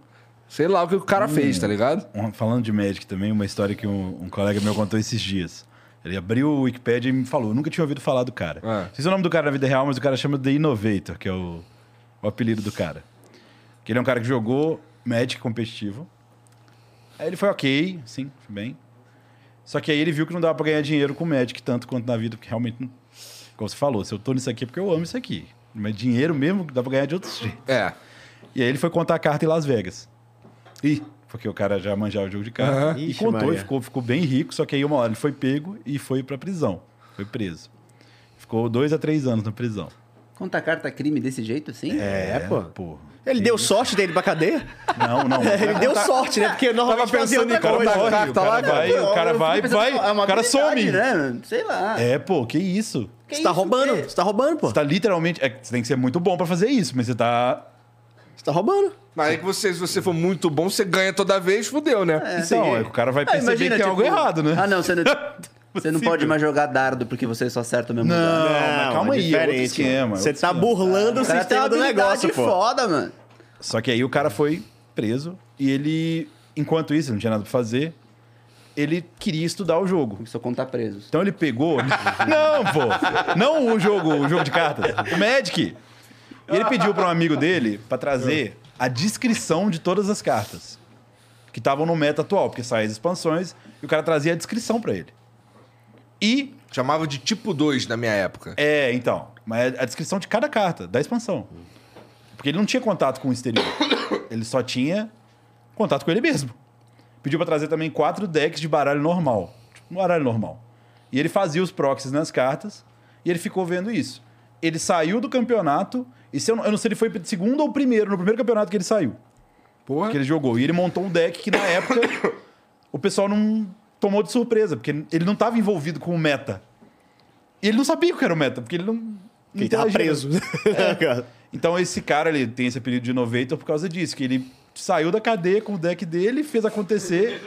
Speaker 1: Sei lá o que o cara fez, tá ligado?
Speaker 7: Um- falando de Magic também, uma história que um, um colega meu contou esses dias. Ele abriu o Wikipedia e me falou. Eu nunca tinha ouvido falar do cara.
Speaker 1: Ah.
Speaker 7: Não sei se é o nome do cara na vida real, mas o cara chama The Innovator, que é o, o apelido do cara. Que ele é um cara que jogou Magic competitivo. Aí ele foi ok, sim, foi bem. Só que aí ele viu que não dava pra ganhar dinheiro com Magic tanto quanto na vida, porque realmente, não- como você falou, se eu tô nisso aqui é porque eu amo isso aqui. Mas dinheiro mesmo dá pra ganhar de outros jeitos.
Speaker 1: É.
Speaker 7: E aí ele foi contar a carta em Las Vegas. Ih, porque o cara já manjava o jogo de carta.
Speaker 6: Aham.
Speaker 7: E
Speaker 6: Ixi,
Speaker 7: contou e
Speaker 6: Maria.
Speaker 7: ficou, ficou bem rico, só que aí uma hora ele foi pego e foi pra prisão. Foi preso. Ficou dois a três anos na prisão.
Speaker 8: Conta a carta crime desse jeito, assim?
Speaker 6: É, pô.
Speaker 7: Porra.
Speaker 6: Ele deu sorte dele pra cadeia?
Speaker 7: Não, tá- não.
Speaker 6: Ele deu sorte, né? Porque normalmente fazia outra
Speaker 7: cara
Speaker 6: coisa.
Speaker 7: morre, o cara vai, o cara
Speaker 8: Eu
Speaker 7: vai,
Speaker 8: fico pensando,
Speaker 7: vai,
Speaker 8: é uma
Speaker 7: o cara
Speaker 8: habilidade,
Speaker 7: some.
Speaker 8: Né? Sei lá.
Speaker 7: É, pô, que isso?
Speaker 8: Que
Speaker 6: Você tá
Speaker 8: isso,
Speaker 6: roubando,
Speaker 8: que-
Speaker 6: você tá roubando, pô.
Speaker 7: Você tá literalmente. é, você tem que ser muito bom pra fazer isso, mas você tá.
Speaker 6: Você tá roubando.
Speaker 1: Mas aí que você, se você for muito bom, você ganha toda vez, fudeu, né?
Speaker 7: Então, é que o cara vai
Speaker 8: Ah,
Speaker 7: perceber que tem algo errado, né?
Speaker 8: Ah, não, você não, você não
Speaker 7: Possível.
Speaker 8: pode mais jogar dardo porque você só acerta o mesmo
Speaker 7: Não,
Speaker 8: dado.
Speaker 7: mas calma aí, é outro
Speaker 6: diferente,
Speaker 7: esquema.
Speaker 6: mano.
Speaker 7: é
Speaker 6: Você
Speaker 7: outro
Speaker 6: tá
Speaker 7: esquema.
Speaker 6: burlando o
Speaker 8: O cara tem uma
Speaker 6: sistema do
Speaker 8: habilidade
Speaker 6: negócio, pô.
Speaker 8: foda, mano.
Speaker 7: Só que aí o cara foi preso e ele, enquanto isso, ele não tinha nada pra fazer, ele queria estudar o jogo.
Speaker 8: Começou a contar presos.
Speaker 7: Então ele pegou. não, pô! Não o jogo, o jogo de cartas, o Magic! E ele pediu pra um amigo dele pra trazer a descrição de todas as cartas que estavam no meta atual, porque saem as expansões e o cara trazia a descrição pra ele. E
Speaker 1: Chamava de tipo 2 na minha época.
Speaker 7: é, então. Mas a descrição de cada carta, da expansão. Porque ele não tinha contato com o exterior. ele só tinha contato com ele mesmo. Pediu pra trazer também quatro decks de baralho normal. Tipo, um baralho normal. E ele fazia os proxies nas cartas e ele ficou vendo isso. Ele saiu do campeonato e se eu, não, eu não sei se ele foi segundo ou primeiro, no primeiro campeonato que ele saiu,
Speaker 1: Porra.
Speaker 7: que ele jogou. E ele montou um deck que na época o pessoal não tomou de surpresa, porque ele não estava envolvido com o meta. E ele não sabia o que era o meta, porque ele não. não
Speaker 6: Ele tava
Speaker 7: interagia.
Speaker 6: tá preso.
Speaker 7: Então esse cara ele tem esse apelido de Innovator por causa disso, que ele saiu da cadeia com o deck dele, fez acontecer.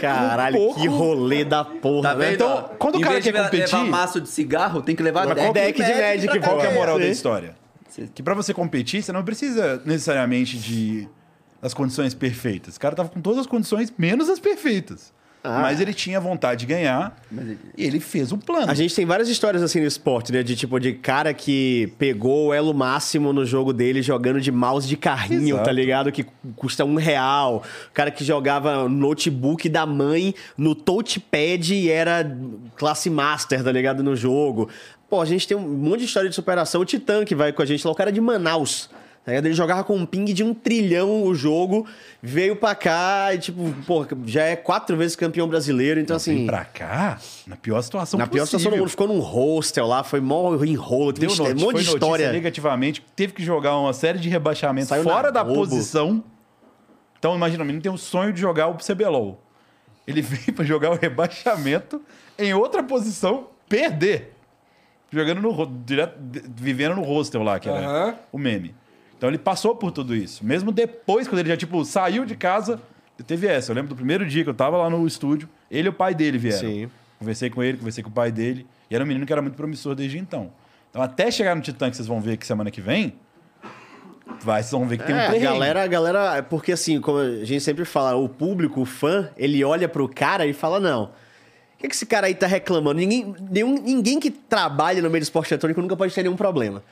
Speaker 6: Caralho,
Speaker 7: Um pouco.
Speaker 6: que rolê da porra,
Speaker 8: Tá
Speaker 6: né?
Speaker 8: vendo?
Speaker 7: então,
Speaker 8: ó?
Speaker 7: quando o
Speaker 8: Em
Speaker 7: cara
Speaker 8: vez
Speaker 7: quer
Speaker 8: de levar
Speaker 7: competir-
Speaker 8: maço de cigarro, tem que levar
Speaker 6: qual que é
Speaker 8: deck
Speaker 6: o deck de
Speaker 8: Magic
Speaker 6: Magic,
Speaker 8: pra
Speaker 7: Qual que é a
Speaker 8: caralho.
Speaker 7: moral
Speaker 6: Sim.
Speaker 7: da história?
Speaker 8: Sim.
Speaker 7: Que pra você competir, você não precisa necessariamente de as condições perfeitas. O cara tava com todas as condições, menos as perfeitas.
Speaker 6: Ah.
Speaker 7: Mas ele tinha vontade de ganhar
Speaker 8: Mas ele-
Speaker 7: e ele fez um plano.
Speaker 6: A gente tem várias histórias assim no esporte, né? De tipo, de cara que pegou o elo máximo no jogo dele jogando de mouse de carrinho,
Speaker 7: Exato.
Speaker 6: tá ligado? Que custa um real. Cara que jogava notebook da mãe no touchpad e era classe master, tá ligado? No jogo. Pô, a gente tem um monte de história de superação. O Titã que vai com a gente lá, o cara é de Manaus. Tá ligado? Ele jogava com um ping de um trilhão o jogo, veio pra cá e, tipo, pô, já é quatro vezes campeão brasileiro, então assim.
Speaker 7: Vem pra cá, na pior situação
Speaker 6: Na pior situação do mundo, ficou num hostel lá, foi mó enrolo, teve
Speaker 7: Deu
Speaker 6: um monte
Speaker 7: notícia,
Speaker 6: de
Speaker 7: foi notícia
Speaker 6: história.
Speaker 7: negativamente, teve que jogar uma série de rebaixamentos
Speaker 6: Saiu na
Speaker 7: fora da
Speaker 6: Globo.
Speaker 7: posição. Então, imagina, o menino tem o sonho de jogar o CBLOL. Ele vem pra jogar o rebaixamento em outra posição, perder. Jogando no ro- direto, de- vivendo no hostel lá, que era
Speaker 1: Aham.
Speaker 7: o meme. Então ele passou por tudo isso. Mesmo depois, quando ele já, tipo, saiu de casa, teve essa. Eu lembro do primeiro dia que eu tava lá no estúdio, ele e o pai dele vieram.
Speaker 6: Sim.
Speaker 7: Conversei com ele, conversei com o pai dele. E era um menino que era muito promissor desde então. Então, até chegar no Titã, que vocês vão ver que semana que vem, vai, vocês vão ver que tem um
Speaker 6: É, a
Speaker 7: perrengue.
Speaker 6: galera, a galera, porque assim, como a gente sempre fala, o público, o fã, ele olha pro cara e fala: não. O que, que esse cara aí tá reclamando? Ninguém, nenhum- ninguém que trabalha no meio do esporte eletrônico nunca pode ter nenhum problema.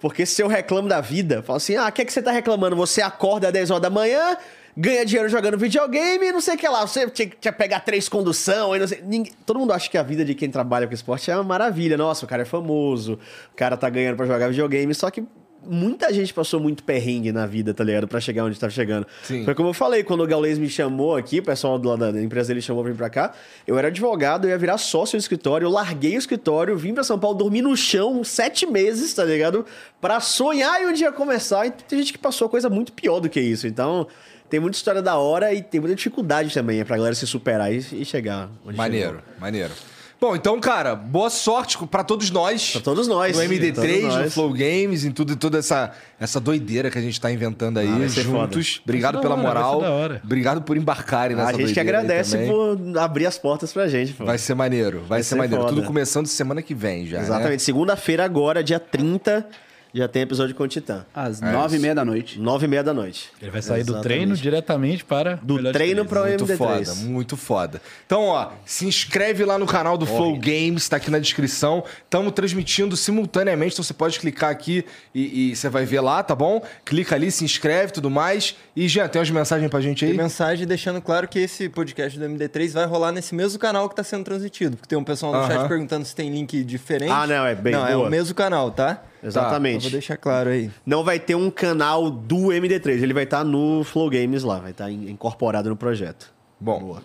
Speaker 6: Porque se eu reclamo da vida, falo assim: ah, o que, que você tá reclamando? Você acorda às 10 horas da manhã, ganha dinheiro jogando videogame, não sei o que lá. Você tinha que pegar três condução, aí não sei. Ninguém- todo mundo acha que a vida de quem trabalha com esporte é uma maravilha. Nossa, o cara é famoso, o cara tá ganhando pra jogar videogame, só que muita gente passou muito perrengue na vida, tá ligado? Pra chegar onde tá chegando.
Speaker 1: Sim.
Speaker 6: Foi como eu falei, quando o Gaules me chamou aqui, o pessoal do lado da empresa dele chamou pra vir pra cá, eu era advogado, eu ia virar sócio do escritório, eu larguei o escritório, vim pra São Paulo, dormi no chão sete meses, tá ligado? Pra sonhar e um dia começar. E tem gente que passou coisa muito pior do que isso. Então, tem muita história da hora e tem muita dificuldade também, é pra galera se superar e, e chegar onde
Speaker 1: Maneiro,
Speaker 6: chegou.
Speaker 1: maneiro. Bom, então, cara, boa sorte pra todos nós.
Speaker 6: Pra todos nós.
Speaker 1: No MD3,
Speaker 6: Todos
Speaker 1: no
Speaker 6: nós.
Speaker 1: Flow Games, em tudo, toda essa, essa doideira que a gente tá inventando
Speaker 7: Ah,
Speaker 1: aí
Speaker 6: vai ser
Speaker 1: juntos. Obrigado
Speaker 7: Vai ser
Speaker 1: pela
Speaker 7: da hora, vai
Speaker 1: moral.
Speaker 7: ser da hora.
Speaker 1: Obrigado por embarcarem nessa
Speaker 6: Ah, A gente que
Speaker 1: né, doideira aí
Speaker 6: agradece
Speaker 1: também.
Speaker 6: por abrir as portas pra gente, pô.
Speaker 1: Vai ser maneiro, vai,
Speaker 6: Vai
Speaker 1: ser,
Speaker 6: ser
Speaker 1: maneiro.
Speaker 6: foda.
Speaker 1: Tudo começando semana que vem já. né?
Speaker 6: Exatamente. Segunda-feira agora, dia 30. já tem episódio com o Titã.
Speaker 8: Às
Speaker 1: É
Speaker 8: nove e meia da noite.
Speaker 6: Nove e meia da noite.
Speaker 7: Ele vai sair do
Speaker 6: Exatamente.
Speaker 7: treino diretamente para.
Speaker 6: Do
Speaker 7: Melhor de
Speaker 6: treino
Speaker 7: Três.
Speaker 6: para o
Speaker 1: Muito
Speaker 6: MD3.
Speaker 1: foda, muito foda. Então, ó, se inscreve lá no canal do Flow Games, tá aqui na descrição. Estamos transmitindo simultaneamente, então você pode clicar aqui e, e você vai ver lá, tá bom? Clica ali, se inscreve e tudo mais. E, Jean, tem umas mensagens pra gente aí?
Speaker 9: Tem mensagem deixando claro que esse podcast do MD3 vai rolar nesse mesmo canal que tá sendo transmitido. Porque tem um pessoal no
Speaker 1: Aham.
Speaker 9: chat perguntando se tem link diferente.
Speaker 6: Ah, não, é bem
Speaker 9: Não, é
Speaker 6: boa.
Speaker 9: o mesmo canal, tá?
Speaker 6: Exatamente.
Speaker 9: Eu vou deixar claro aí.
Speaker 6: Não vai ter um canal do MD3, ele vai estar no Flow Games lá, vai estar incorporado no projeto.
Speaker 1: Bom.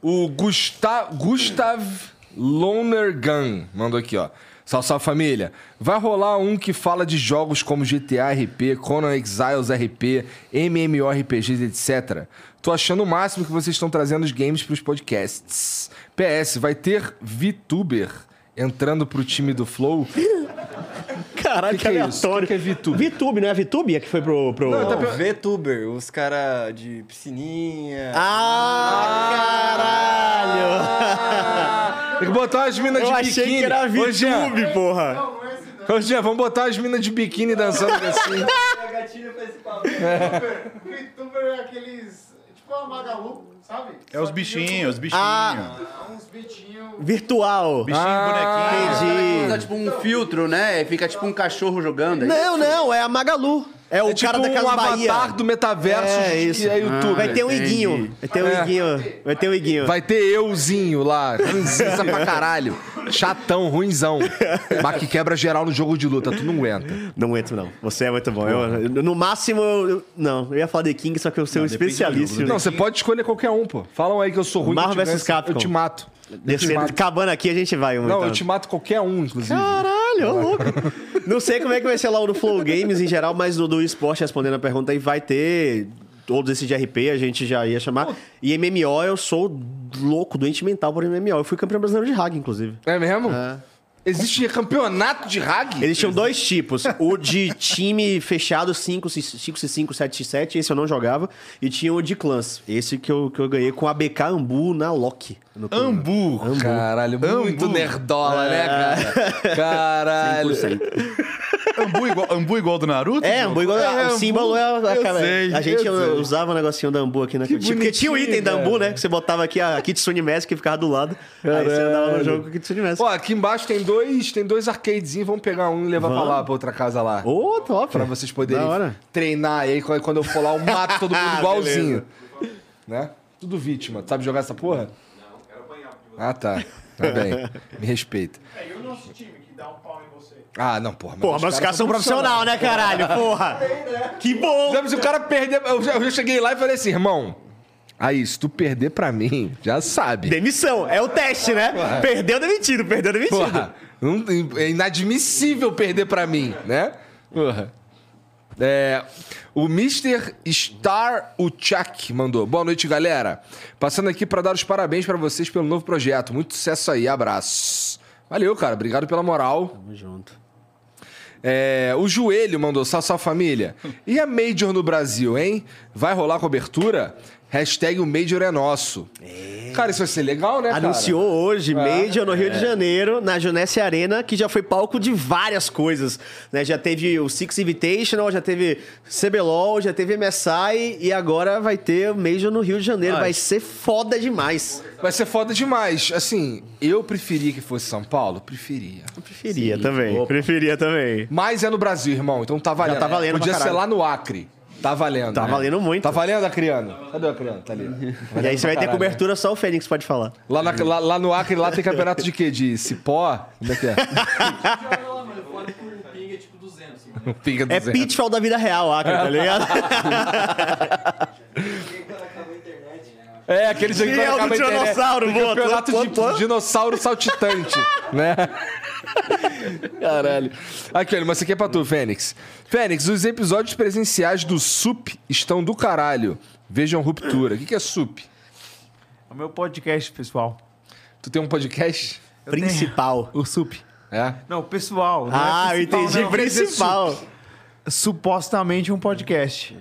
Speaker 1: O Gusta- Gustav Lonergan mandou aqui, ó. Salve, salve família. Vai rolar um que fala de jogos como GTA RP, Conan Exiles RP, MMORPGs, etc. Tô achando o máximo que vocês estão trazendo os games pros podcasts. PS, vai ter VTuber entrando pro time do Flow?
Speaker 6: Caralho,
Speaker 1: Que que é isso?
Speaker 6: aleatório.
Speaker 1: Que que é VTube? tá
Speaker 6: VTube, não é a VTube? É que foi pro. pro...
Speaker 9: Não, VTuber, os cara de piscininha.
Speaker 6: Ah,
Speaker 1: Tem que botar umas minas
Speaker 6: caralho!
Speaker 1: de
Speaker 6: Eu
Speaker 1: biquíni.
Speaker 6: achei que era
Speaker 1: Ô, Jean,
Speaker 6: VTube, porra!
Speaker 1: Ô, Jean, vamos botar as minas de biquíni dançando assim.
Speaker 3: A gatilha pra esse pavão. VTuber, VTuber é aqueles. Tipo uma Magalu, sabe?
Speaker 7: É os bichinhos, os bichinhos.
Speaker 6: Ah.
Speaker 3: Uns bitinhos.
Speaker 6: Virtual!
Speaker 7: Bichinho, bonequinho.
Speaker 8: Usa
Speaker 6: Entendi.
Speaker 8: tipo um filtro, né? E fica tipo um cachorro jogando.
Speaker 6: Não, não, é a Magalu. É o
Speaker 1: É tipo
Speaker 6: cara da Casa
Speaker 1: um
Speaker 6: Bahia.
Speaker 1: avatar do metaverso
Speaker 6: É,
Speaker 1: de- que
Speaker 6: isso.
Speaker 1: é youtuber.
Speaker 6: Vai ter um
Speaker 8: Entendi.
Speaker 6: iguinho. Vai ter um
Speaker 1: É.
Speaker 6: iguinho. Vai ter um iguinho.
Speaker 1: Vai ter euzinho lá, ranzinza pra caralho. Chatão, ruinzão. Mas que quebra geral no jogo de luta, tu não aguenta.
Speaker 6: Não entro, não. Você é muito bom. Eu- eu- no máximo, eu, eu- não. Eu ia falar The King, só que eu sou um
Speaker 7: depende do
Speaker 6: especialista.
Speaker 7: jogo,
Speaker 1: Não, você pode escolher qualquer um, pô. Falam aí que eu sou ruim.
Speaker 6: Marvel
Speaker 1: eu te
Speaker 6: versus
Speaker 1: ganho,
Speaker 6: Capcom.
Speaker 1: Eu te mato. Eu te
Speaker 6: Descendo,
Speaker 1: mato.
Speaker 6: acabando aqui, a gente vai. Um,
Speaker 1: Não,
Speaker 6: então.
Speaker 1: eu te mato qualquer um, inclusive.
Speaker 6: Caralho, ô louco. Não sei como é que vai ser lá o do Flow Games em geral, mas no do esporte, respondendo a pergunta aí, vai ter todos esses de RP, a gente já ia chamar. E MMO, eu sou louco, doente mental por MMO. Eu fui campeão brasileiro de Hag, inclusive.
Speaker 1: É mesmo? Existe campeonato de rag?
Speaker 6: Eles tinham dois tipos. O de time fechado, 5 5 7 7 esse eu não jogava. E tinha o de clãs. Esse que eu, que eu ganhei com a BK Ambu na Loki. No turno.
Speaker 7: Ambu.
Speaker 1: Caralho, muito nerdola,
Speaker 6: É.
Speaker 1: né, cara? Caralho.
Speaker 7: Ambu igual, ambu igual do Naruto?
Speaker 6: É, Ambu igual
Speaker 7: É,
Speaker 6: o
Speaker 7: Ambu.
Speaker 6: símbolo é a, a,
Speaker 7: Eu
Speaker 6: cara,
Speaker 7: sei,
Speaker 6: a gente
Speaker 7: eu sei.
Speaker 6: usava o negocinho da Ambu aqui na
Speaker 1: Que
Speaker 6: Porque tinha o item da
Speaker 1: bonitinho,
Speaker 6: Ambu, né? Que você botava aqui a Kitsune Mask que ficava do lado. Aí você andava no jogo com a Kitsune Mask.
Speaker 1: Ó, aqui embaixo tem dois, tem dois arcadezinhos, vamos pegar um e levar pra lá, pra outra casa lá.
Speaker 6: Ô, top.
Speaker 1: Pra vocês poderem
Speaker 6: Da hora.
Speaker 1: treinar. E aí, quando quando eu for lá, eu mato todo mundo
Speaker 6: Ah,
Speaker 1: igualzinho. Né? Tudo vítima. Tu Sabe jogar essa porra? Não, quero apanhar. Ah, tá. Tá bem. Me respeita.
Speaker 3: É, e o nosso time que dá um pau em você?
Speaker 1: Ah, não, porra.
Speaker 6: Porra, mas os caras são profissional, né, caralho? Porra. Que bom.
Speaker 1: Sabe, se o cara perder... Eu já, eu já cheguei lá e falei assim, irmão... Aí, se tu perder pra mim, já sabe.
Speaker 6: Demissão. É o teste, né? Perdeu, demitido. Perdeu, demitido.
Speaker 1: Porra, não- é inadmissível perder pra mim, né? Porra. É, o Mr. Star Uchak mandou. Boa noite, galera. Passando aqui pra dar os parabéns pra vocês pelo novo projeto. Muito sucesso aí, abraço. Valeu, cara. Obrigado pela moral.
Speaker 6: Tamo junto.
Speaker 1: É, o Joelho mandou. Salve, salve, família. E a Major no Brasil, hein? Vai rolar cobertura? Hashtag o Major é nosso. Cara, isso vai ser legal, né, cara?
Speaker 6: É. Anunciou hoje, Major no Rio de Janeiro, na Junesse Arena, que já foi palco de várias coisas. né? Já teve o Six Invitational, já teve CBLOL, já teve MSI e agora vai ter o Major no Rio de Janeiro. Vai ser foda demais.
Speaker 1: Vai ser foda demais. Assim, eu preferia que fosse São Paulo? Preferia.
Speaker 6: Preferia também. Preferia também.
Speaker 1: Mas é no Brasil, irmão. Então tá valendo.
Speaker 6: tá valendo
Speaker 1: Podia
Speaker 6: pra
Speaker 1: ser
Speaker 6: caralho.
Speaker 1: lá no Acre. Tá valendo.
Speaker 6: Tá
Speaker 1: né?
Speaker 6: valendo muito.
Speaker 1: Tá valendo, Acriano? Cadê o Acriano? Tá ali. Tá valendo
Speaker 6: E aí você vai
Speaker 1: pra
Speaker 6: ter
Speaker 1: caralho.
Speaker 6: cobertura, só o Fênix pode falar.
Speaker 1: Lá, na- lá- lá no Acre, lá tem campeonato de quê? De cipó? Como é que é?
Speaker 5: Joga lá, mano. Foda por um ping é tipo 200, mano.
Speaker 1: Pinga
Speaker 6: É
Speaker 1: do Zé.
Speaker 6: pitfall da vida real, Acre, tá ligado?
Speaker 1: É, aquele jogo que
Speaker 6: Sim, é o
Speaker 1: acaba
Speaker 6: do
Speaker 1: a internet.
Speaker 6: dinossauro,
Speaker 1: Tem
Speaker 6: boa,
Speaker 1: Campeonato
Speaker 6: boa,
Speaker 1: de
Speaker 6: boa.
Speaker 1: dinossauro saltitante, né? Caralho. Aqui, olha, mas isso aqui é pra tu, Fênix. Fênix, os episódios presenciais do SUP estão do caralho. Vejam Ruptura. O que que é SUP?
Speaker 3: É o meu podcast, pessoal.
Speaker 1: Tu tem um podcast?
Speaker 6: Principal.
Speaker 3: O SUP.
Speaker 1: É?
Speaker 3: Não, pessoal. não é
Speaker 6: Ah, eu
Speaker 3: principal,
Speaker 6: entendi.
Speaker 3: não.
Speaker 6: Principal.
Speaker 3: Supostamente um podcast.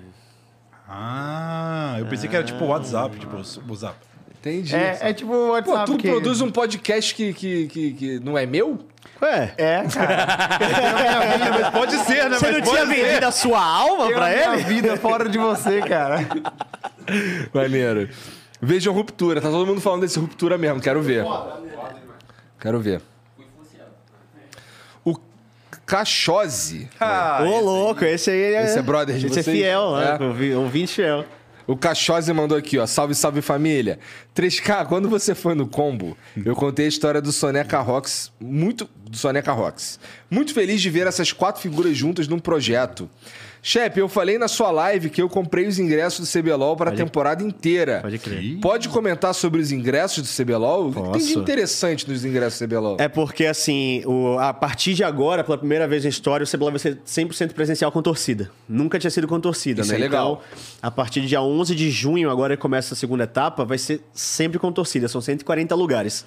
Speaker 7: Ah, eu pensei que era tipo WhatsApp, tipo o Zap.
Speaker 1: Entendi.
Speaker 3: É, é tipo o
Speaker 1: Pô,
Speaker 3: WhatsApp.
Speaker 1: tu um
Speaker 3: que-
Speaker 1: produz um podcast que, que, que, que não é meu?
Speaker 6: Ué,
Speaker 3: É, cara.
Speaker 6: mas pode ser, né? Você não tinha vendido a sua alma pra
Speaker 3: Tem a minha
Speaker 6: ele?
Speaker 3: vida fora de você, cara.
Speaker 1: Maneiro. Vejam Ruptura. Tá todo mundo falando desse Ruptura mesmo. Quero ver. Quero ver. O Cachose.
Speaker 6: Ô, louco, esse aí é...
Speaker 1: Esse é brother de
Speaker 6: Esse é
Speaker 1: vocês?
Speaker 6: fiel, né?
Speaker 1: É.
Speaker 6: Ouvi- Ouvinte fiel.
Speaker 1: O Cachose mandou aqui, ó. Salve, salve família. 3K, quando você foi no combo, eu contei a história do Soneca Rocks, muito. Do Soneca Rocks. Muito feliz de ver essas quatro figuras juntas num projeto. Chepe, eu falei na sua live que eu comprei os ingressos do CBLOL para a temporada inteira. Pode crer. Pode comentar sobre os ingressos do CBLOL? O que tem de
Speaker 6: Posso.
Speaker 1: interessante nos ingressos do CBLOL?
Speaker 6: É porque, assim, o- a partir de agora, pela primeira vez na história, o CBLOL vai ser 100% presencial com torcida. Nunca tinha sido com torcida,
Speaker 1: Isso
Speaker 6: né?
Speaker 1: é legal.
Speaker 6: Então, a partir do dia 11 de junho, agora que começa a segunda etapa, vai ser sempre com torcida. São 140 lugares.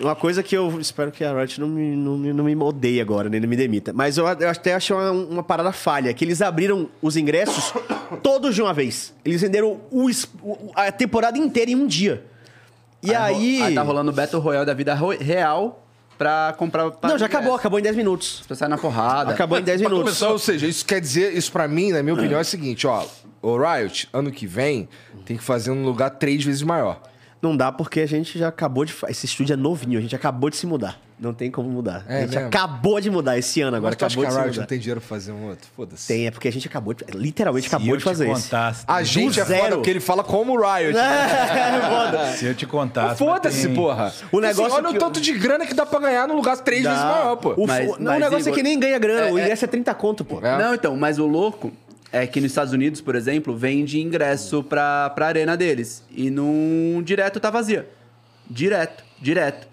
Speaker 6: Uma coisa que eu espero que a Riot não me, não, me- não me odeie agora, nem não me demita. Mas eu, eu até achei uma, uma parada falha, que eles abriram os ingressos todos de uma vez. Eles venderam o es- o- a temporada inteira em um dia. E aí...
Speaker 8: Aí tá rolando o Battle Royale da vida ro- real pra comprar. pra-
Speaker 6: Não, já acabou, acabou em 10 minutos.
Speaker 8: Pra sair na porrada.
Speaker 6: Acabou em 10
Speaker 1: Pra
Speaker 6: minutos.
Speaker 1: começar, ou seja, isso quer dizer, isso pra mim, na minha opinião, é o seguinte, ó. O Riot, ano que vem, tem que fazer um lugar três vezes maior.
Speaker 6: Não dá porque a gente já acabou de. fa- Esse estúdio é novinho, a gente acabou de se mudar. Não tem como mudar.
Speaker 1: É
Speaker 6: a gente
Speaker 1: mesmo?
Speaker 6: acabou de mudar esse ano agora.
Speaker 1: Mas tu acha
Speaker 6: Acabou
Speaker 1: que a
Speaker 6: de se
Speaker 1: Riot
Speaker 6: mudar.
Speaker 1: não
Speaker 6: Tem...
Speaker 1: tem dinheiro pra fazer um outro? Foda-se.
Speaker 6: é porque a gente acabou de. Literalmente
Speaker 7: Se
Speaker 6: acabou
Speaker 7: eu
Speaker 6: de
Speaker 7: te
Speaker 6: fazer isso. Ah,
Speaker 7: contasse,
Speaker 1: A gente é foda
Speaker 6: zero.
Speaker 1: porque ele fala como o Riot. né?
Speaker 7: Se eu te contasse.
Speaker 1: Foda-se,
Speaker 7: tem-
Speaker 1: porra.
Speaker 6: O negócio é
Speaker 1: Assim, olha
Speaker 6: que
Speaker 1: o
Speaker 6: eu-
Speaker 1: tanto de grana que dá pra ganhar num lugar três
Speaker 6: Dá.
Speaker 1: vezes maior, pô.
Speaker 6: O,
Speaker 8: Mas-
Speaker 6: f- não,
Speaker 8: mas,
Speaker 6: o negócio
Speaker 8: Igor-
Speaker 6: é que nem ganha grana. o
Speaker 8: É, é-
Speaker 6: ingresso é 30 conto, pô.
Speaker 1: É.
Speaker 8: Não, então, mas o louco é que nos Estados Unidos, por exemplo, vende ingresso pra, pra arena deles. E num direto tá vazia. Direto, direto.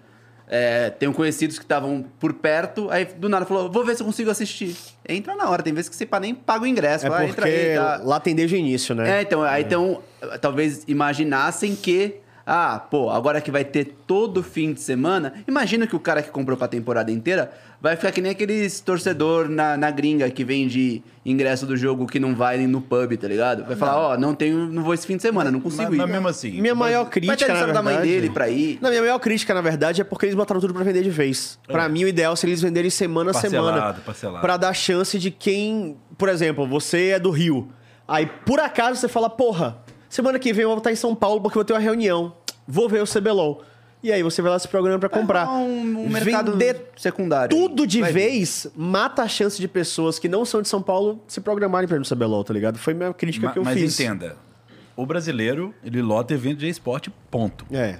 Speaker 8: É, tenho conhecidos que estavam por perto, aí do nada falou: vou ver se eu consigo assistir. Entra na hora, tem vezes que você pá, nem paga o ingresso.
Speaker 6: É
Speaker 8: fala,
Speaker 6: porque
Speaker 8: entra aí, tá.
Speaker 6: lá tem desde o início, né?
Speaker 8: É, então, aí então, talvez imaginassem que. Ah, pô, agora que vai ter todo fim de semana, imagina que o cara que comprou pra temporada inteira vai ficar que nem aqueles torcedor na, na gringa que vende ingresso do jogo que não vai no pub, tá ligado? Vai falar, ó, não tenho, não vou esse fim de semana, não consigo
Speaker 7: Mas,
Speaker 8: ir.
Speaker 7: mas mesmo assim.
Speaker 6: Minha maior crítica.
Speaker 8: vai ter a
Speaker 6: na
Speaker 8: lição da mãe
Speaker 6: verdade-
Speaker 8: dele pra ir.
Speaker 6: Não, minha maior crítica, na verdade, é porque eles botaram tudo pra vender de vez. Pra mim, o ideal é se eles venderem semana a
Speaker 7: Parcelado,
Speaker 6: semana.
Speaker 7: parcelado.
Speaker 6: Pra dar chance de quem... Por exemplo, você é do Rio. Aí, por acaso, você fala, porra, semana que vem eu vou estar em São Paulo porque eu vou ter uma reunião. Vou ver o CBLOL. E aí você vai lá se programa pra comprar.
Speaker 8: Um, um mercado
Speaker 6: Vender
Speaker 8: secundário.
Speaker 6: tudo de
Speaker 8: Vai ver.
Speaker 6: vez mata a chance de pessoas que não são de São Paulo se programarem pra ir no CBLOL, tá ligado? Foi a minha crítica
Speaker 7: Ma-
Speaker 6: que eu
Speaker 7: mas
Speaker 6: fiz.
Speaker 7: entenda. O brasileiro, ele lota evento de esporte, ponto.
Speaker 6: É.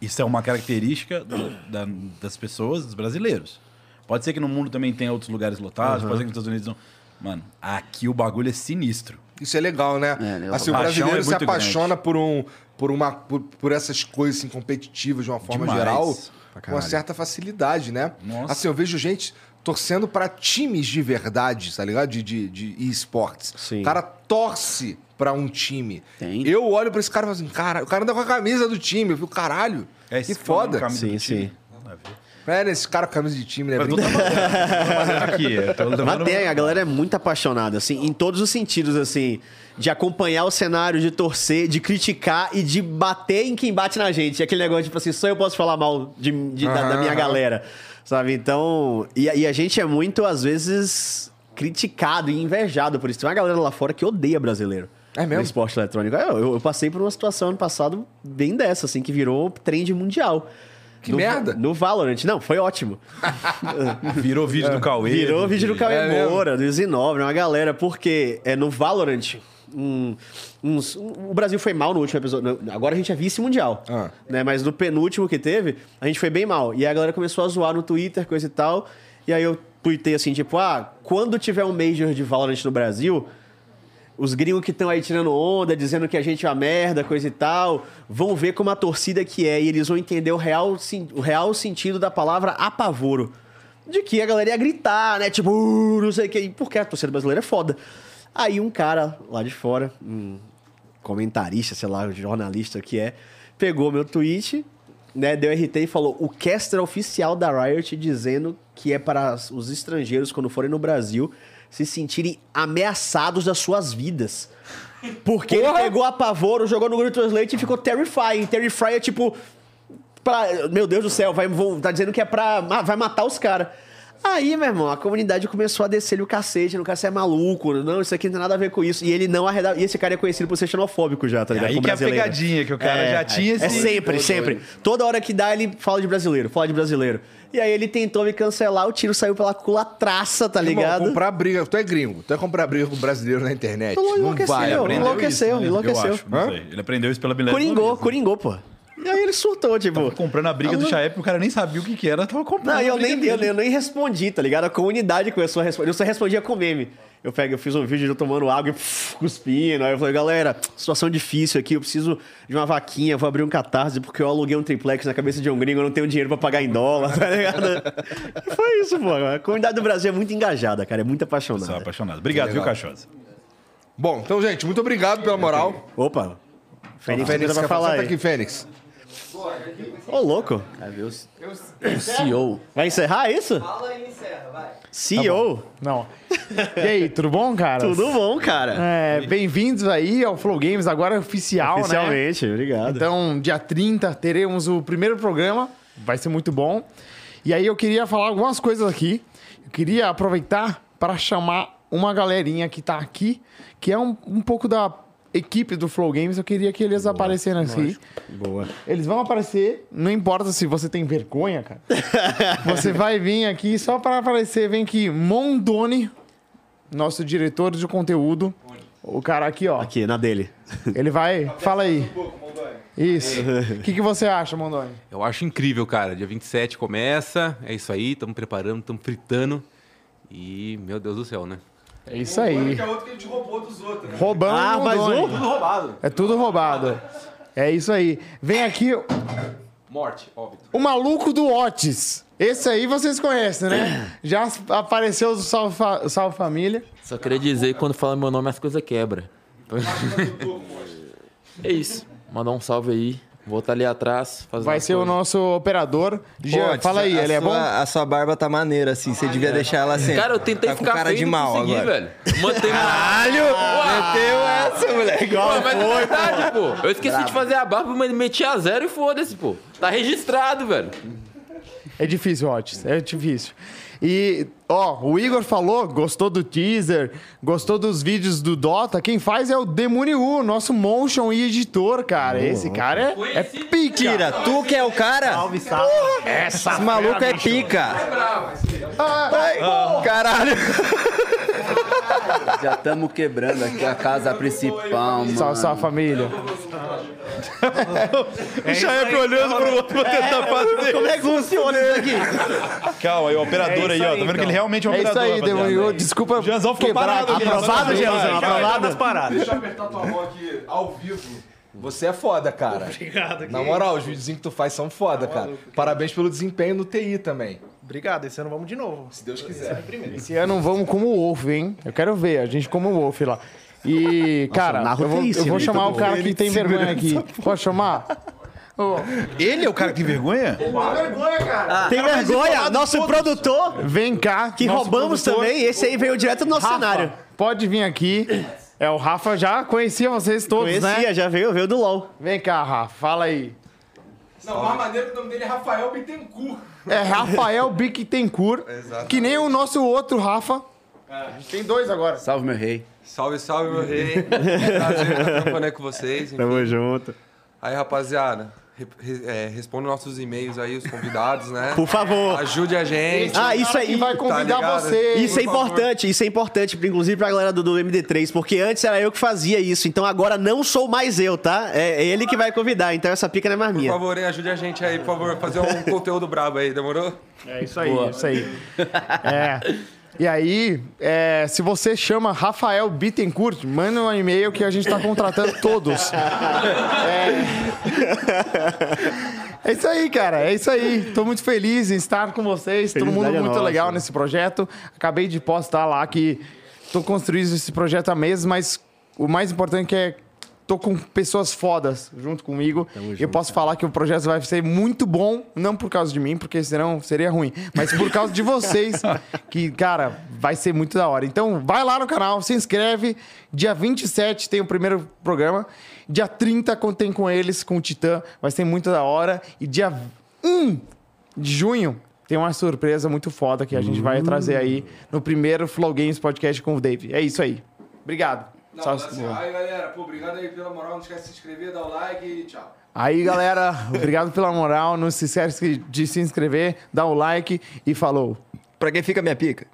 Speaker 7: Isso é uma característica do- da- das pessoas, dos brasileiros. Pode ser que no mundo também tenha outros lugares lotados, pode ser que nos Estados Unidos não. Mano, aqui o bagulho é sinistro.
Speaker 1: Isso é legal, né?
Speaker 8: É, legal.
Speaker 1: Assim, o
Speaker 7: Paixão
Speaker 1: brasileiro
Speaker 7: é
Speaker 1: se
Speaker 7: muito
Speaker 1: apaixona por um, por uma, por, por essas coisas assim, competitivas de uma forma
Speaker 7: Demais.
Speaker 1: geral,
Speaker 7: Pra
Speaker 1: com uma
Speaker 7: caralho.
Speaker 1: certa facilidade, né?
Speaker 7: Nossa.
Speaker 1: Assim, eu vejo gente torcendo pra times de verdade, tá ligado? De, de, de esportes.
Speaker 6: Sim.
Speaker 1: O cara torce pra um time.
Speaker 8: Tem.
Speaker 1: Eu olho pra esse cara e falo assim, cara, o cara anda com a camisa do time. Eu fico, caralho,
Speaker 7: É
Speaker 1: que
Speaker 7: esse
Speaker 1: foda.
Speaker 7: camisa
Speaker 6: Sim,
Speaker 7: do time.
Speaker 6: sim.
Speaker 7: Nada a ver.
Speaker 1: É, né? Esse cara com camisa de time, né?
Speaker 7: Mas tá eu tô
Speaker 1: Brinca-
Speaker 7: trabalhando aqui. eu tô
Speaker 6: Mas
Speaker 7: levando-
Speaker 6: tem, a galera é muito apaixonada, assim, em todos os sentidos, assim, de acompanhar o cenário, de torcer, de criticar e de bater em quem bate na gente. É Aquele negócio, tipo assim, só eu posso falar mal de, de- da- da,
Speaker 1: Aham,
Speaker 6: minha
Speaker 1: aham.
Speaker 6: galera, sabe? Então, e, a- e a gente é muito, às vezes, criticado e invejado por isso. Tem uma galera lá fora que odeia brasileiro.
Speaker 1: É mesmo?
Speaker 6: No esporte eletrônico. Eu, eu- eu passei por uma situação ano passado bem dessa, assim, que virou trend mundial.
Speaker 1: Que
Speaker 6: No-
Speaker 1: merda!
Speaker 6: No Valorant. Não, foi ótimo.
Speaker 7: Virou vídeo do Cauê.
Speaker 6: Virou o vídeo do Cauê
Speaker 1: É mesmo?
Speaker 6: Moura, do Zinobre, uma galera, porque é no Valorant. um- uns- um- o Brasil foi mal no último episódio. no- Agora a gente é vice-mundial.
Speaker 1: Ah.
Speaker 6: Né? Mas no penúltimo que teve, a gente foi bem mal. E aí a galera começou a zoar no Twitter, coisa e tal. E aí eu tuitei assim, tipo, ah, quando tiver um Major de Valorant no Brasil, os gringos que estão aí tirando onda, dizendo que a gente é uma merda, coisa e tal, vão ver como a torcida que é e eles vão entender o real, sen- o real sentido da palavra apavoro. De que a galera ia gritar, né? Tipo, "Uh", não sei o que. Porque a torcida brasileira é foda. Aí um cara lá de fora, um comentarista, sei lá, um jornalista que é, pegou meu tweet, né? Deu RT e falou: o caster oficial da Riot dizendo que é para os estrangeiros, quando forem no Brasil, se sentirem ameaçados das suas vidas. Porque ele pegou a pavoro, jogou no Google Translate e ficou terrifying. Terrifying é tipo. pra. Meu Deus do céu, vai, vou- tá dizendo que é pra. ma- Vai matar os caras. Aí, meu irmão, a comunidade começou a descer-lhe o cacete, no cara, você é maluco, não, isso aqui não tem nada a ver com isso. E ele não arredava. E esse cara é conhecido por ser xenofóbico já, tá ligado?
Speaker 7: aí
Speaker 6: Com
Speaker 7: que é a
Speaker 6: brasileiro.
Speaker 7: pegadinha, que o cara já tinha esse...
Speaker 6: É sempre, sempre. Toda hora que dá, ele fala de brasileiro, fala de brasileiro. E aí ele tentou me cancelar, o tiro saiu pela culatraça, tá
Speaker 1: Irmão,
Speaker 6: ligado?
Speaker 1: comprar briga. Tu é gringo. Tu é comprar briga com brasileiro na internet.
Speaker 6: Então,
Speaker 1: Não
Speaker 6: enlouqueceu,
Speaker 1: vai, aprende.
Speaker 7: Aprendeu
Speaker 6: enlouqueceu,
Speaker 7: isso, né?
Speaker 6: enlouqueceu.
Speaker 7: Eu acho, não
Speaker 1: Hã?
Speaker 7: sei. Ele aprendeu isso pela Bilhete.
Speaker 6: Coringou, coringou, pô. E aí ele surtou, tipo.
Speaker 7: é Comprando a briga do Chaep, o cara nem sabia o que que era, tava comprando.
Speaker 6: Não,
Speaker 7: a
Speaker 6: e eu
Speaker 7: briga
Speaker 6: nem,
Speaker 7: dele.
Speaker 6: eu, eu nem respondi, tá ligado? A comunidade começou a responder. Eu só respondia com meme. Eu, pego, eu fiz um vídeo de eu tomando água e pff, cuspindo. Aí eu falei, galera, situação difícil aqui, eu preciso de uma vaquinha, vou abrir um catarse, porque eu aluguei um triplex na cabeça de um gringo, eu não tenho dinheiro pra pagar em dólar, tá ligado? Foi isso, pô. A comunidade do Brasil é muito engajada, cara, é muito
Speaker 7: Você é
Speaker 6: apaixonada.
Speaker 7: apaixonado. Obrigado, viu,
Speaker 1: Legal.
Speaker 7: Cachosa?
Speaker 1: Bom, então, gente, muito obrigado pela moral.
Speaker 6: Opa, Fênix,
Speaker 1: Fênix,
Speaker 6: Fênix
Speaker 1: quer
Speaker 6: vai falar
Speaker 1: Senta aqui,
Speaker 6: aí.
Speaker 1: Fênix.
Speaker 6: Ô, louco.
Speaker 8: O CEO.
Speaker 6: Vai encerrar é isso?
Speaker 5: Fala e encerra, vai.
Speaker 6: CEO.
Speaker 3: Não. E aí, tudo Tá bom, cara?
Speaker 6: Tudo bom, cara?
Speaker 3: É, bem-vindos aí ao Flow Games, agora oficial, né?
Speaker 6: Oficialmente, obrigado.
Speaker 3: Então, dia 30, teremos o primeiro programa. Vai ser muito bom. E aí, eu queria falar algumas coisas aqui. Eu queria aproveitar para chamar uma galerinha que tá aqui, que é um, um pouco da equipe do Flow Games. Eu queria que eles aparecessem aqui.
Speaker 6: Boa.
Speaker 3: Eles vão aparecer, não importa se você tem vergonha, cara. você vai vir aqui só para aparecer. Vem aqui, Mondoni, nosso diretor de conteúdo. O cara aqui, ó.
Speaker 6: Aqui, na dele.
Speaker 3: Ele vai. Fala
Speaker 5: um
Speaker 3: aí. Isso. O que, que você acha, Mondoni?
Speaker 10: Eu acho incrível, cara. Dia 27 começa, é isso aí, estamos preparando, estamos fritando. E, meu Deus do céu, né?
Speaker 3: É isso aí.
Speaker 5: Que é outro que a gente roubou dos outros. né?
Speaker 3: Roubando
Speaker 6: Ah,
Speaker 3: o
Speaker 6: mais
Speaker 3: Mondoni.
Speaker 6: um?
Speaker 3: É tudo roubado. É isso aí. Vem aqui
Speaker 10: Morte, óbito.
Speaker 3: o maluco do Otis. Esse aí vocês conhecem, né? Já apareceu o Salve, Fa- Salve Família.
Speaker 9: Só queria dizer que quando fala meu nome as coisas quebram. é isso. Mandar um salve aí. Vou estar ali atrás. Fazendo
Speaker 3: Vai
Speaker 9: as
Speaker 3: ser o
Speaker 9: coisas.
Speaker 3: nosso operador. Jean,
Speaker 9: Otis,
Speaker 3: fala aí,
Speaker 9: a
Speaker 3: ele é
Speaker 9: sua-
Speaker 3: bom?
Speaker 9: A sua barba tá maneira, assim. Você devia deixar ela assim.
Speaker 10: Cara, eu tentei
Speaker 9: Tá com
Speaker 10: ficar
Speaker 9: cara
Speaker 10: feio
Speaker 9: de
Speaker 10: e não
Speaker 9: mal
Speaker 10: consegui,
Speaker 9: agora.
Speaker 10: velho. Mantei Caralho! Meteu essa, moleque. Pô, mas é verdade, pô. Eu esqueci de fazer a barba, mas meti a zero e foda-se, pô. Tá registrado, velho.
Speaker 3: É difícil, Otis. É difícil. E, ó, o Igor falou, gostou do teaser, gostou dos vídeos do Dota. Quem faz é o Demônio, nosso motion e editor, cara. Esse cara é, é pica.
Speaker 9: Tira, tu que é o cara?
Speaker 3: Essa
Speaker 9: Esse maluco é pica. Ai, caralho.
Speaker 8: Já estamos quebrando aqui a casa principal, mano.
Speaker 3: Salve, salve, família.
Speaker 6: Já é olhando pro outro pra tentar fazer. Como é que funciona isso aqui?
Speaker 7: Calma aí, o operador aí, ó. Tá vendo que ele realmente é um
Speaker 3: É isso
Speaker 7: operador.
Speaker 3: aí,
Speaker 7: rapaziada.
Speaker 3: Demônio. Desculpa.
Speaker 7: O Janzão ficou
Speaker 3: quebrar
Speaker 7: parado
Speaker 3: aqui.
Speaker 7: ali,
Speaker 6: Aprovado,
Speaker 7: rapaziada.
Speaker 6: Jeanzão? Aprovado?
Speaker 1: Deixa eu apertar tua mão aqui ao vivo. Você é foda, cara. Obrigado. Na moral, os videozinhos que tu faz são foda, cara. Parabéns pelo desempenho no TI também.
Speaker 11: Obrigado, esse ano vamos de novo.
Speaker 1: Se Deus quiser.
Speaker 3: Esse ano vamos como o Wolf, hein? Eu quero ver, a gente como o Wolf lá. E, cara,
Speaker 6: narro
Speaker 3: eu vou,
Speaker 6: tem isso,
Speaker 3: eu vou
Speaker 6: né?
Speaker 3: chamar
Speaker 6: Tá
Speaker 3: o
Speaker 6: bom.
Speaker 3: cara que tem vergonha aqui. Posso chamar? Ô,
Speaker 7: Ele é o cara que tem vergonha?
Speaker 6: Tem vergonha? Nosso produtor,
Speaker 3: Vem cá.
Speaker 6: que
Speaker 3: nosso
Speaker 6: roubamos
Speaker 3: produtor.
Speaker 6: também, esse aí veio direto do nosso
Speaker 3: Rafa,
Speaker 6: cenário.
Speaker 3: Pode vir aqui. É, o Rafa já conhecia vocês todos,
Speaker 6: Conhecia,
Speaker 3: né?
Speaker 6: já veio, veio do LOL.
Speaker 3: Vem cá, Rafa, fala aí.
Speaker 5: Não, o mais maneiro que o nome dele é Rafael Bittencourt.
Speaker 3: É Rafael Biquitencourt, que nem o nosso outro Rafa.
Speaker 5: É.
Speaker 3: Tem dois agora.
Speaker 8: Salve, meu rei.
Speaker 10: Salve, salve, meu rei. Prazer estar trampando aí com vocês.
Speaker 6: Tamo junto.
Speaker 10: Aí, rapaziada, re- re- é, responda nossos e-mails aí, os convidados, né?
Speaker 6: Por favor.
Speaker 10: Ajude a
Speaker 1: um
Speaker 10: gente.
Speaker 6: Ah, isso
Speaker 3: Cara
Speaker 6: aí.
Speaker 3: que vai convidar
Speaker 10: ligado?
Speaker 3: vocês.
Speaker 6: Isso é importante, isso é importante, inclusive pra galera do, do MD3, porque antes era eu que fazia isso, então agora não sou mais eu, tá? É ele que vai convidar, então essa pica não é mais
Speaker 10: Por
Speaker 6: minha.
Speaker 10: favor, hein, ajude a gente aí, por favor, fazer um conteúdo brabo aí, demorou?
Speaker 3: É isso aí, é isso aí. É. E aí, é, se você chama Rafael Bittencourt, manda um e-mail que a gente tá contratando todos. É... É isso aí, cara. É isso aí. Tô muito feliz em estar com vocês. Todo mundo
Speaker 6: Felicidade é
Speaker 3: muito
Speaker 6: nossa.
Speaker 3: legal nesse projeto. Acabei de postar lá que tô construindo esse projeto há meses, mas o mais importante é que tô com pessoas fodas junto comigo. eu posso falar que o projeto vai ser muito bom, não por causa de mim, porque senão seria ruim, mas por causa de vocês, que, cara, Vai ser muito da hora. Então, vai lá no canal, se inscreve. Dia 27 tem o primeiro programa. Dia 30 contém com eles, com o Titã. Vai ser muito da hora. E dia 1 de junho tem uma surpresa muito foda que a gente vai trazer aí no primeiro Flow Games Podcast com o Dave. É isso aí. Obrigado.
Speaker 1: Não,
Speaker 3: Só-
Speaker 6: um
Speaker 1: mas assim, ó, aí, galera, pô, obrigado aí pela moral. Não esquece de se inscrever, dar o like e tchau.
Speaker 3: Aí, galera, obrigado pela moral. Não se esquece de se inscrever, dá um like e falou.
Speaker 9: Pra quem fica minha pica?